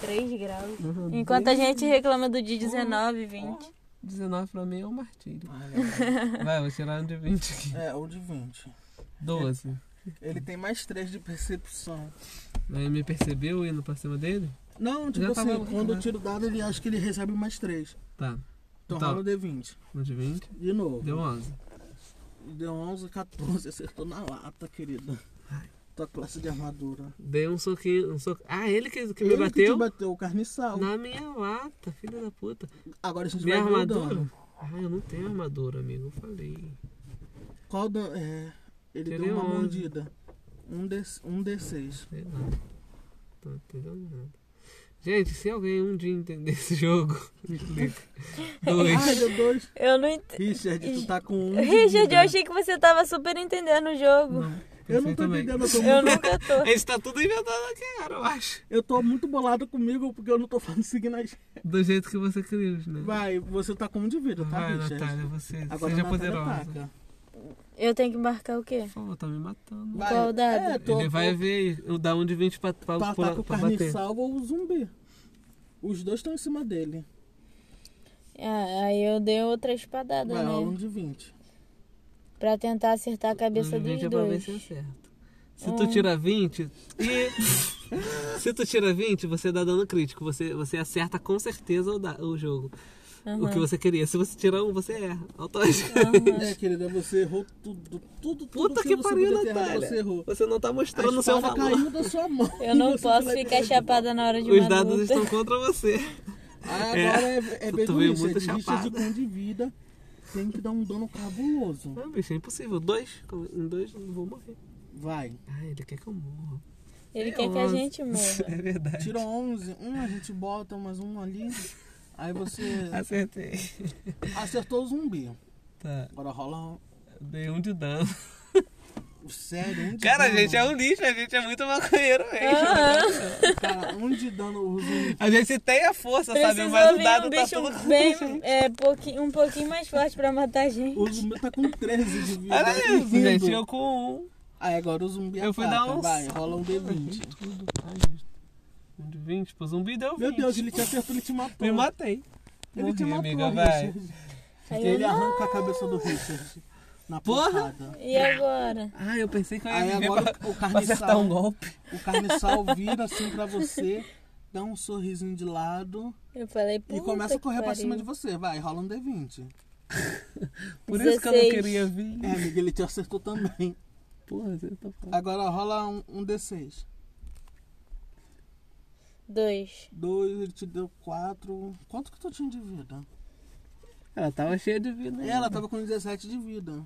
Speaker 2: 3 graus.
Speaker 1: Uhum.
Speaker 2: Enquanto a gente reclama do de
Speaker 1: Hum.
Speaker 2: 19, 20.
Speaker 1: 19 pra mim é um martírio.
Speaker 3: Ai,
Speaker 1: Vai, vou tirar um de 20 aqui.
Speaker 3: É, ou de 20.
Speaker 1: 12.
Speaker 3: Ele tem mais 3 de percepção.
Speaker 1: Aí me percebeu indo pra cima dele?
Speaker 3: Não, tipo
Speaker 1: Já
Speaker 3: assim,
Speaker 1: tava lá,
Speaker 3: quando
Speaker 1: né?
Speaker 3: eu tiro o dado, ele acha que ele recebe mais 3.
Speaker 1: Tá.
Speaker 3: Então
Speaker 1: Tá.
Speaker 3: rola o D20.
Speaker 1: Um de 20.
Speaker 3: De novo.
Speaker 1: Deu 11.
Speaker 3: Deu 11, 14. Acertou na lata, querida. Tua classe de armadura.
Speaker 1: Dei um soquinho, um soco. Ah, ele que, que me
Speaker 3: Ele
Speaker 1: bateu
Speaker 3: te bateu o carniçal.
Speaker 1: na minha lata, filha da puta.
Speaker 3: Agora a gente
Speaker 1: Minha
Speaker 3: vai ver o
Speaker 1: armadura?
Speaker 3: dano.
Speaker 1: Ah, eu não tenho armadura, amigo. Eu falei.
Speaker 3: Qual dano? É. Ele
Speaker 1: Tirei
Speaker 3: deu uma
Speaker 1: 11.
Speaker 3: mordida. Um, D, um D6.
Speaker 1: Sei lá. Tô entendendo nada. Gente, se alguém um dia entender esse
Speaker 3: *laughs*
Speaker 1: jogo, me explica.
Speaker 3: Ah,
Speaker 1: Dois.
Speaker 3: deu dois.
Speaker 2: Eu não entendi.
Speaker 3: Richard, tu tá com um. de
Speaker 2: Richard,
Speaker 3: vida.
Speaker 2: eu achei que você tava super entendendo o jogo.
Speaker 3: Eu não tô
Speaker 1: assim Também.
Speaker 3: entendendo, eu tô,
Speaker 2: Eu
Speaker 3: muito,
Speaker 2: nunca tô.
Speaker 1: A *laughs* gente tá tudo inventando aqui, cara, eu acho.
Speaker 3: eu tô muito bolado comigo porque eu não tô falando *laughs* seguindo as.
Speaker 1: Do jeito que você queria, né?
Speaker 3: Vai, você tá com um de vida, tá,
Speaker 1: Vai,
Speaker 3: Richard?
Speaker 1: Natália, você
Speaker 3: Agora
Speaker 1: seja
Speaker 3: a Natália
Speaker 1: poderosa.
Speaker 3: ataca.
Speaker 2: Eu tenho que marcar o quê?
Speaker 1: Por favor, tá me matando.
Speaker 3: Vai.
Speaker 2: Qual dado?
Speaker 3: É, tô,
Speaker 1: Ele vai ver o da 1 de 20 pra, pra,
Speaker 3: pra
Speaker 1: pular-
Speaker 3: atacar o
Speaker 1: pra bater.
Speaker 3: carniçal ou o zumbi. Os dois estão em cima dele.
Speaker 2: Ah, aí eu dei outra espadada,
Speaker 3: Vai, rola um
Speaker 2: né?
Speaker 3: de 20.
Speaker 2: Pra tentar acertar a cabeça
Speaker 1: Um de
Speaker 2: dos
Speaker 1: 20 é pra ver
Speaker 2: dois. Ah.
Speaker 1: se acerta. Se tu tira 20 e. *laughs* se tu tira 20, você dá dano crítico. Você, você acerta com certeza o, da- o jogo. O que você queria. Se você tirar um, você erra.
Speaker 2: Ah.
Speaker 1: Automaticamente.
Speaker 3: É, querida, você errou tudo, tudo, tudo.
Speaker 1: *laughs* Puta
Speaker 3: que,
Speaker 1: que
Speaker 3: você
Speaker 1: pariu,
Speaker 3: podia ter errado,
Speaker 1: Natália.
Speaker 3: Você errou.
Speaker 1: Você não tá
Speaker 3: A
Speaker 1: mostrando o seu
Speaker 3: espada
Speaker 1: valor.
Speaker 3: caiu da sua mão.
Speaker 2: *laughs*
Speaker 1: *laughs*
Speaker 2: Eu não
Speaker 3: Você
Speaker 2: posso
Speaker 3: vai
Speaker 2: ficar chapada na hora de
Speaker 1: Os
Speaker 2: uma
Speaker 1: dados
Speaker 2: luta. *laughs*
Speaker 1: estão contra você.
Speaker 3: Agora é, é,
Speaker 1: Tu veio
Speaker 3: bem difícil.
Speaker 1: muito
Speaker 3: Você desiste
Speaker 1: chapada.
Speaker 3: de um de vida. Tem que dar um dano cabuloso.
Speaker 1: Não, bicho, é impossível. Dois. com- Em dois, eu não vou morrer.
Speaker 3: Vai.
Speaker 1: Ah, ele quer que eu morra.
Speaker 2: Ele quer que a
Speaker 1: Onze.
Speaker 2: gente morra.
Speaker 1: *laughs* É verdade.
Speaker 3: Tira 11. Um a gente bota, mais um ali. Aí você
Speaker 1: Acertei.
Speaker 3: acertou o zumbi.
Speaker 1: Tá.
Speaker 3: Agora rola
Speaker 1: Dei um de dano.
Speaker 3: um- sério, um de
Speaker 1: Cara, a
Speaker 3: dano.
Speaker 1: gente é um lixo, a gente é muito maconheiro mesmo.
Speaker 2: Ah,
Speaker 3: Cara, um de dano o zumbi.
Speaker 1: A gente tem a
Speaker 3: Tá
Speaker 1: força, sabe? Mas
Speaker 2: Precisou
Speaker 1: o
Speaker 2: vir
Speaker 1: dado
Speaker 2: um
Speaker 1: tá
Speaker 2: bicho
Speaker 1: tudo
Speaker 2: *laughs*
Speaker 3: *laughs*
Speaker 2: bem, é, pouquinho- um pouquinho mais forte pra matar a gente.
Speaker 3: O zumbi tá com 13 de vida. Tá
Speaker 1: Era isso,
Speaker 3: Vindo.
Speaker 1: gente. Eu com um.
Speaker 3: Aí agora o zumbi
Speaker 1: Eu fui
Speaker 3: ataca.
Speaker 1: dar um-
Speaker 3: Vai, rola um D20.
Speaker 1: Tudo. Ai, gente. Um de 20 pro zumbi deu 20.
Speaker 3: Meu Deus, ele te acertou, ele te matou.
Speaker 1: Me matei.
Speaker 3: Ele te
Speaker 1: Morri,
Speaker 3: matou,
Speaker 1: amiga, vai.
Speaker 3: Richard.
Speaker 2: Aí eu,
Speaker 3: Ele
Speaker 2: não.
Speaker 3: arranca a cabeça do Richard. Na
Speaker 1: Porra!
Speaker 3: porrada.
Speaker 2: E agora?
Speaker 1: Ah, eu pensei que eu
Speaker 3: Aí
Speaker 1: ia viver
Speaker 3: agora
Speaker 1: pra,
Speaker 3: o
Speaker 1: pra acertar
Speaker 3: carniçal.
Speaker 1: um golpe.
Speaker 3: O carniçal vira assim pra você, dá um sorrisinho de lado
Speaker 2: Eu falei,
Speaker 3: e
Speaker 2: puta
Speaker 3: começa a
Speaker 2: que
Speaker 3: correr pra
Speaker 2: pariu.
Speaker 3: cima de você. Vai, rola um D20.
Speaker 1: Por isso que eu não
Speaker 2: 16.
Speaker 1: queria vir.
Speaker 3: É, amiga, ele te acertou também.
Speaker 1: Porra, você tá falando.
Speaker 3: Agora rola um, um D6.
Speaker 2: Dois.
Speaker 3: Dois, ele te deu quatro. Quanto que tu tinha de vida?
Speaker 1: Ela tava cheia de vida. né?
Speaker 3: É,
Speaker 1: ainda.
Speaker 3: Ela tava com 17 de vida.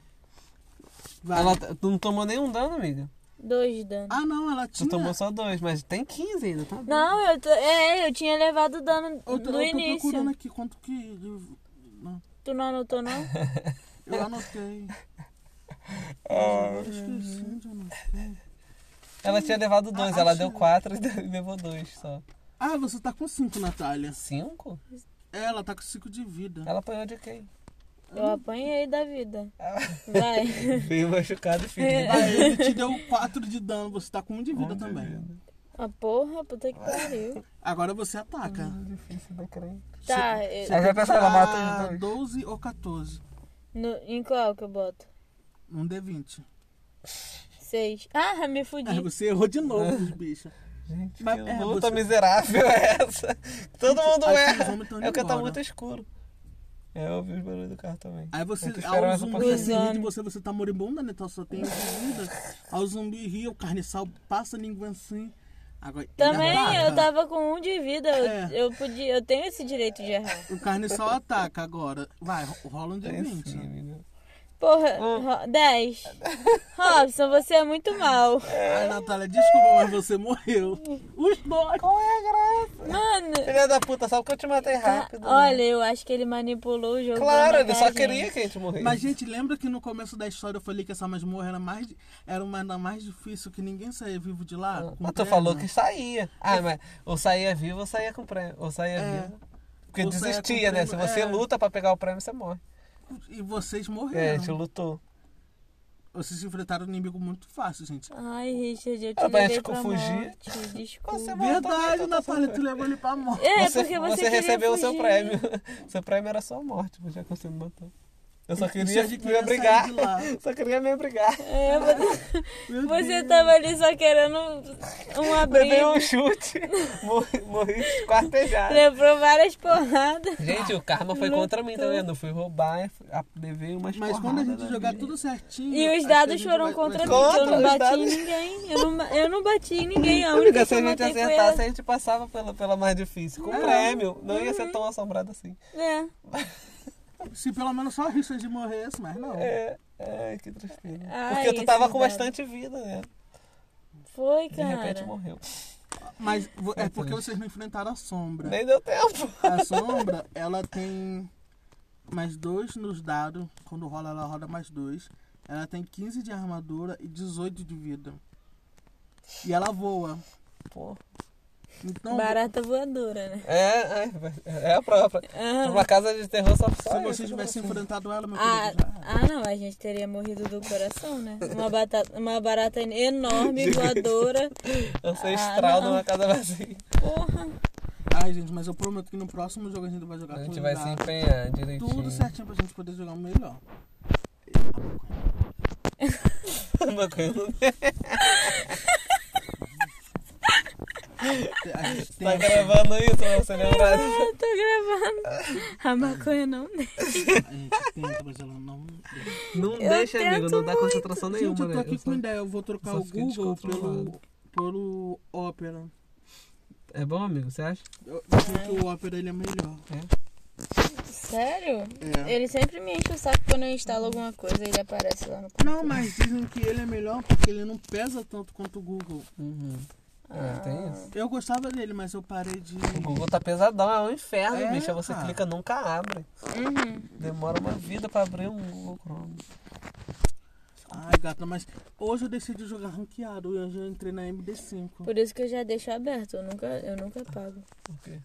Speaker 3: Vai.
Speaker 1: Ela t- tu não tomou nenhum dano, amiga.
Speaker 2: Dois de dano.
Speaker 3: Ah, não, ela
Speaker 1: Tu
Speaker 3: tinha.
Speaker 1: tomou só dois, mas tem 15 ainda, tá? bom.
Speaker 2: Não, eu, tô- é, eu tinha levado dano
Speaker 3: Eu, tô-
Speaker 2: do
Speaker 3: eu tô
Speaker 2: início.
Speaker 3: procurando aqui quanto que. de- não,
Speaker 2: Tu não anotou,
Speaker 3: *laughs*
Speaker 2: não?
Speaker 3: Eu anotei.
Speaker 1: É,
Speaker 3: Eu esqueci onde eu anotei.
Speaker 1: Ela tinha levado dois,
Speaker 3: Ah,
Speaker 1: ela
Speaker 3: achei.
Speaker 1: deu quatro e *laughs* deu- levou dois só.
Speaker 3: Ah, você tá com 5, Natália.
Speaker 1: Cinco?
Speaker 3: Ela tá com 5 de vida.
Speaker 1: Ela apanhou de
Speaker 3: *laughs*
Speaker 1: quem?
Speaker 2: Eu apanhei da vida.
Speaker 3: Ah.
Speaker 2: Vai.
Speaker 1: Veio machucado e filho. de-
Speaker 3: Aí ele te deu 4 de dano, você tá com 1 um de É. vida também.
Speaker 1: é?
Speaker 2: A Ah, porra, puta que pariu.
Speaker 3: Agora você ataca.
Speaker 1: Tá Difícil da crente.
Speaker 2: Tá, eu-
Speaker 1: Aí já pensa, Hum. ela mata os
Speaker 3: Tirar
Speaker 1: dois.
Speaker 3: 12 ou 14.
Speaker 2: no- em qual que eu boto?
Speaker 3: Um D20.
Speaker 2: Seis. Ah, me
Speaker 1: Uhum.
Speaker 2: fudi.
Speaker 3: Aí você errou de novo, os bichos.
Speaker 1: Gente,
Speaker 3: Mas-
Speaker 1: que
Speaker 3: é,
Speaker 1: luta
Speaker 3: você-
Speaker 1: miserável é essa? Todo mundo
Speaker 3: aqui os
Speaker 1: erra.
Speaker 3: homens tão né? indo
Speaker 1: É porque tá
Speaker 3: embora.
Speaker 1: muito escuro. É, eu ouvi os barulhos do carro também.
Speaker 3: Aí você,
Speaker 1: Eu tô esperando
Speaker 3: ao
Speaker 1: essa
Speaker 3: zumbi
Speaker 1: oportunidade.
Speaker 3: assim, ri de você, você tá moribunda, né? Então só tem um de vida. Ao zumbi ri, o carniçal passa a língua assim. Agora, ele
Speaker 2: Também, eu
Speaker 3: ataca.
Speaker 2: tava com um de vida. Eu,
Speaker 3: Ah, É.
Speaker 2: eu podia, eu tenho esse direito de errar.
Speaker 3: O carniçal ataca agora. Vai, rola um
Speaker 1: É
Speaker 3: D20.
Speaker 1: sim, amiga.
Speaker 2: Porra,
Speaker 1: Hum.
Speaker 2: Ro- dez. Robson, você é muito mal.
Speaker 3: Ai, Natália, desculpa, mas você morreu. Os dois.
Speaker 1: Qual é a graça?
Speaker 2: Mano,
Speaker 1: Filha da puta, só porque eu te matei
Speaker 2: tá-
Speaker 1: rápido. né?
Speaker 2: olha, eu acho que ele manipulou o jogo. pra
Speaker 1: Claro,
Speaker 2: matar
Speaker 1: ele
Speaker 2: a
Speaker 1: só
Speaker 2: gente.
Speaker 1: queria que a gente morresse.
Speaker 3: Mas, gente, lembra que no começo da história eu falei que essa masmorra era mais era uma da mais difícil, que ninguém saía vivo de lá? com
Speaker 1: Ah, Mas tu
Speaker 3: prêmio?
Speaker 1: falou que saía. Ah, mas ou saía vivo ou saía com prêmio. Ou saía vivo. Porque
Speaker 3: É. Ou saía com
Speaker 1: desistia, né?
Speaker 3: prêmio,
Speaker 1: Se você
Speaker 3: é.
Speaker 1: luta pra pegar o prêmio, você morre.
Speaker 3: E vocês
Speaker 1: É, a
Speaker 3: morreram.
Speaker 1: gente lutou.
Speaker 3: Vocês enfrentaram um inimigo muito fácil, gente.
Speaker 1: Ah,
Speaker 2: Ai, Richard, eu te
Speaker 1: Era pra
Speaker 2: levei
Speaker 1: gente
Speaker 2: pra
Speaker 1: Ah, fugir.
Speaker 2: morte. Desculpa.
Speaker 1: Você morreu
Speaker 3: Verdade,
Speaker 1: também, tá
Speaker 3: Natália,
Speaker 1: tudo
Speaker 3: tu levou ele pra morte.
Speaker 2: É,
Speaker 1: você
Speaker 2: porque você,
Speaker 1: você
Speaker 2: queria
Speaker 1: recebeu o *laughs* seu
Speaker 2: fugir.
Speaker 1: prêmio. seu prêmio era sua morte, já que você não matou. Eu só
Speaker 3: Isso
Speaker 1: queria
Speaker 3: é de
Speaker 1: me
Speaker 3: criança
Speaker 1: obrigar.
Speaker 3: sair de lá.
Speaker 1: *laughs* Só queria me obrigar.
Speaker 2: É, você, você tava ali só querendo um
Speaker 1: Levei
Speaker 2: abrigo.
Speaker 1: um *laughs* chute, morri, morri esquartejado.
Speaker 2: Levou várias porradas.
Speaker 1: Gente, o karma foi contra mim, tá vendo? Eu fui roubar, fui- a- levei umas
Speaker 3: Mas quando a
Speaker 1: porradas
Speaker 3: gente
Speaker 1: na
Speaker 3: jogar
Speaker 1: vida.
Speaker 3: tudo certinho.
Speaker 1: Hum,
Speaker 2: E
Speaker 3: acho
Speaker 2: os
Speaker 3: que a
Speaker 2: dados
Speaker 3: gente
Speaker 2: foram
Speaker 3: vai-
Speaker 2: contra mim,
Speaker 3: vai-
Speaker 2: que eu
Speaker 1: Contra
Speaker 2: não
Speaker 1: os
Speaker 2: bati em
Speaker 1: dados.
Speaker 2: ninguém. Eu não, eu não bati em ninguém. A única
Speaker 1: Amiga,
Speaker 2: que
Speaker 1: se
Speaker 2: eu
Speaker 1: a gente
Speaker 2: matei foi
Speaker 1: acertasse,
Speaker 2: ela.
Speaker 1: a gente passava pela, pela mais difícil. Com prêmio, não ia ser tão assombrado assim.
Speaker 2: É.
Speaker 3: Se pelo menos só a rixa de morresse, mas Ah, não.
Speaker 1: É, ai, é que tristeza.
Speaker 2: Ai,
Speaker 1: Porque tu
Speaker 2: esse
Speaker 1: tava com
Speaker 2: dado.
Speaker 1: bastante vida, né?
Speaker 2: Foi,
Speaker 1: De repente
Speaker 2: cara.
Speaker 1: morreu.
Speaker 3: Mas vo- é porque vocês não enfrentaram a sombra.
Speaker 1: Nem deu tempo.
Speaker 3: A sombra, ela tem mais dois nos dados. Quando rola, ela roda mais dois. Ela tem 15 de armadura e 18 de vida. E ela voa.
Speaker 1: Pô. um
Speaker 3: Então,
Speaker 2: Barata voadora, né?
Speaker 1: É, ai, é a própria.
Speaker 2: Ah,
Speaker 1: Uma casa de terror só
Speaker 3: se
Speaker 1: só
Speaker 3: você
Speaker 1: isso. assim?
Speaker 3: tivesse enfrentado ela, meu
Speaker 2: ah,
Speaker 3: querido, já.
Speaker 2: ah, não, a gente teria morrido do coração, né? Uma, batata, uma
Speaker 1: *laughs*
Speaker 2: barata enorme, voadora.
Speaker 1: assim? ancestral
Speaker 2: Ah, não.
Speaker 1: numa casa vazia.
Speaker 2: Porra.
Speaker 3: Ai, gente, mas eu prometo que no próximo jogo a gente vai jogar
Speaker 1: A
Speaker 3: com
Speaker 1: gente
Speaker 3: os
Speaker 1: vai se
Speaker 3: dados.
Speaker 1: empenhar direitinho. Tá
Speaker 3: Tudo certinho pra gente poder jogar o melhor.
Speaker 1: Bacana.
Speaker 3: A gente tem
Speaker 1: Tá gravando isso pra você lembrar.
Speaker 2: Eu Ah, tô gravando. A maconha não, né?
Speaker 3: A gente tenta, mas ela não.
Speaker 1: Não
Speaker 2: Eu
Speaker 1: deixa, amigo,
Speaker 2: tento
Speaker 1: não dá concentração
Speaker 3: Gente,
Speaker 1: nenhuma,
Speaker 3: eu tô
Speaker 1: né?
Speaker 3: aqui
Speaker 1: Eu só-
Speaker 3: com ideia. Eu vou trocar
Speaker 1: só
Speaker 3: o
Speaker 1: fiquei
Speaker 3: Google
Speaker 1: descontrolado.
Speaker 3: pelo, pelo Opera.
Speaker 1: É bom, amigo, você acha?
Speaker 3: Eu acho que o Opera ele é melhor.
Speaker 2: Sério?
Speaker 3: É.
Speaker 2: Ele sempre me enche o saco quando eu instalo alguma coisa ele aparece lá no
Speaker 3: Não, mas dizem que ele é melhor porque ele não pesa tanto quanto o Google.
Speaker 1: Uhum. É, tem isso.
Speaker 3: Eu gostava dele, mas eu parei de.
Speaker 1: O Google tá pesadão, é um inferno,
Speaker 3: É,
Speaker 1: bicho. Aí Você
Speaker 3: cara.
Speaker 1: clica, nunca abre.
Speaker 2: Uhum.
Speaker 1: Demora uma vida pra abrir um Google Chrome.
Speaker 3: Ai, gata, mas hoje eu decidi jogar ranqueado. e Hoje eu entrei na MD5.
Speaker 2: Por isso que eu já deixo aberto, eu nunca, eu nunca apago.
Speaker 1: O quê?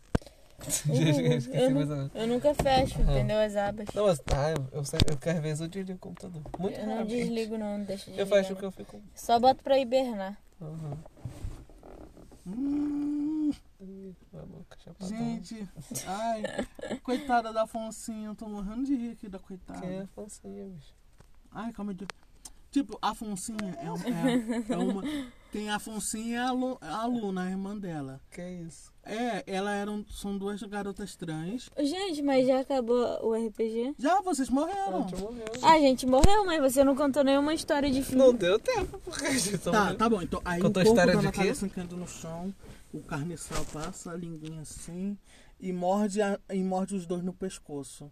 Speaker 2: Uhum,
Speaker 1: Esqueci
Speaker 2: uhum.
Speaker 1: mais ou menos.
Speaker 2: Eu nunca fecho, entendeu? As abas.
Speaker 1: Ah. Não, mas ah, eu, eu, sei- eu, que às vezes eu desligo o computador. Muito
Speaker 2: Eu não
Speaker 1: raramente.
Speaker 2: desligo não, não deixo de
Speaker 1: Eu faço o que eu fico.
Speaker 2: Só boto pra hibernar.
Speaker 1: Uhum.
Speaker 3: Hum,
Speaker 2: Ah,
Speaker 1: Ih, Uma boca
Speaker 2: tá.
Speaker 1: chapadão.
Speaker 3: gente, ai, coitada da Afonsinha. Eu tô morrendo de rir aqui da coitada.
Speaker 1: Quem é a Fonsinha, bicho?
Speaker 3: Ai, calma aí. Tipo, a Afonsinha é, um- é- é uma. Tem a Afonsinha e a, Lu, a Luna, a irmã dela.
Speaker 1: Que isso?
Speaker 3: É, elas eram. São duas garotas trans.
Speaker 2: Gente, mas já acabou o RPG?
Speaker 3: Já vocês morreram.
Speaker 1: Não, te morreu.
Speaker 2: A Ah, gente morreu, mas você não contou nenhuma história de fim.
Speaker 1: Não deu tempo, porque a gente só
Speaker 3: Tá,
Speaker 1: morreu.
Speaker 3: tá bom. Então, aí
Speaker 1: Contou
Speaker 3: o
Speaker 1: a
Speaker 3: corpo
Speaker 1: história
Speaker 3: tá
Speaker 1: de
Speaker 3: na
Speaker 1: quê?
Speaker 3: cabeça caindo no chão, o carniçal passa a linguinha assim e morde, a- e morde os dois no pescoço.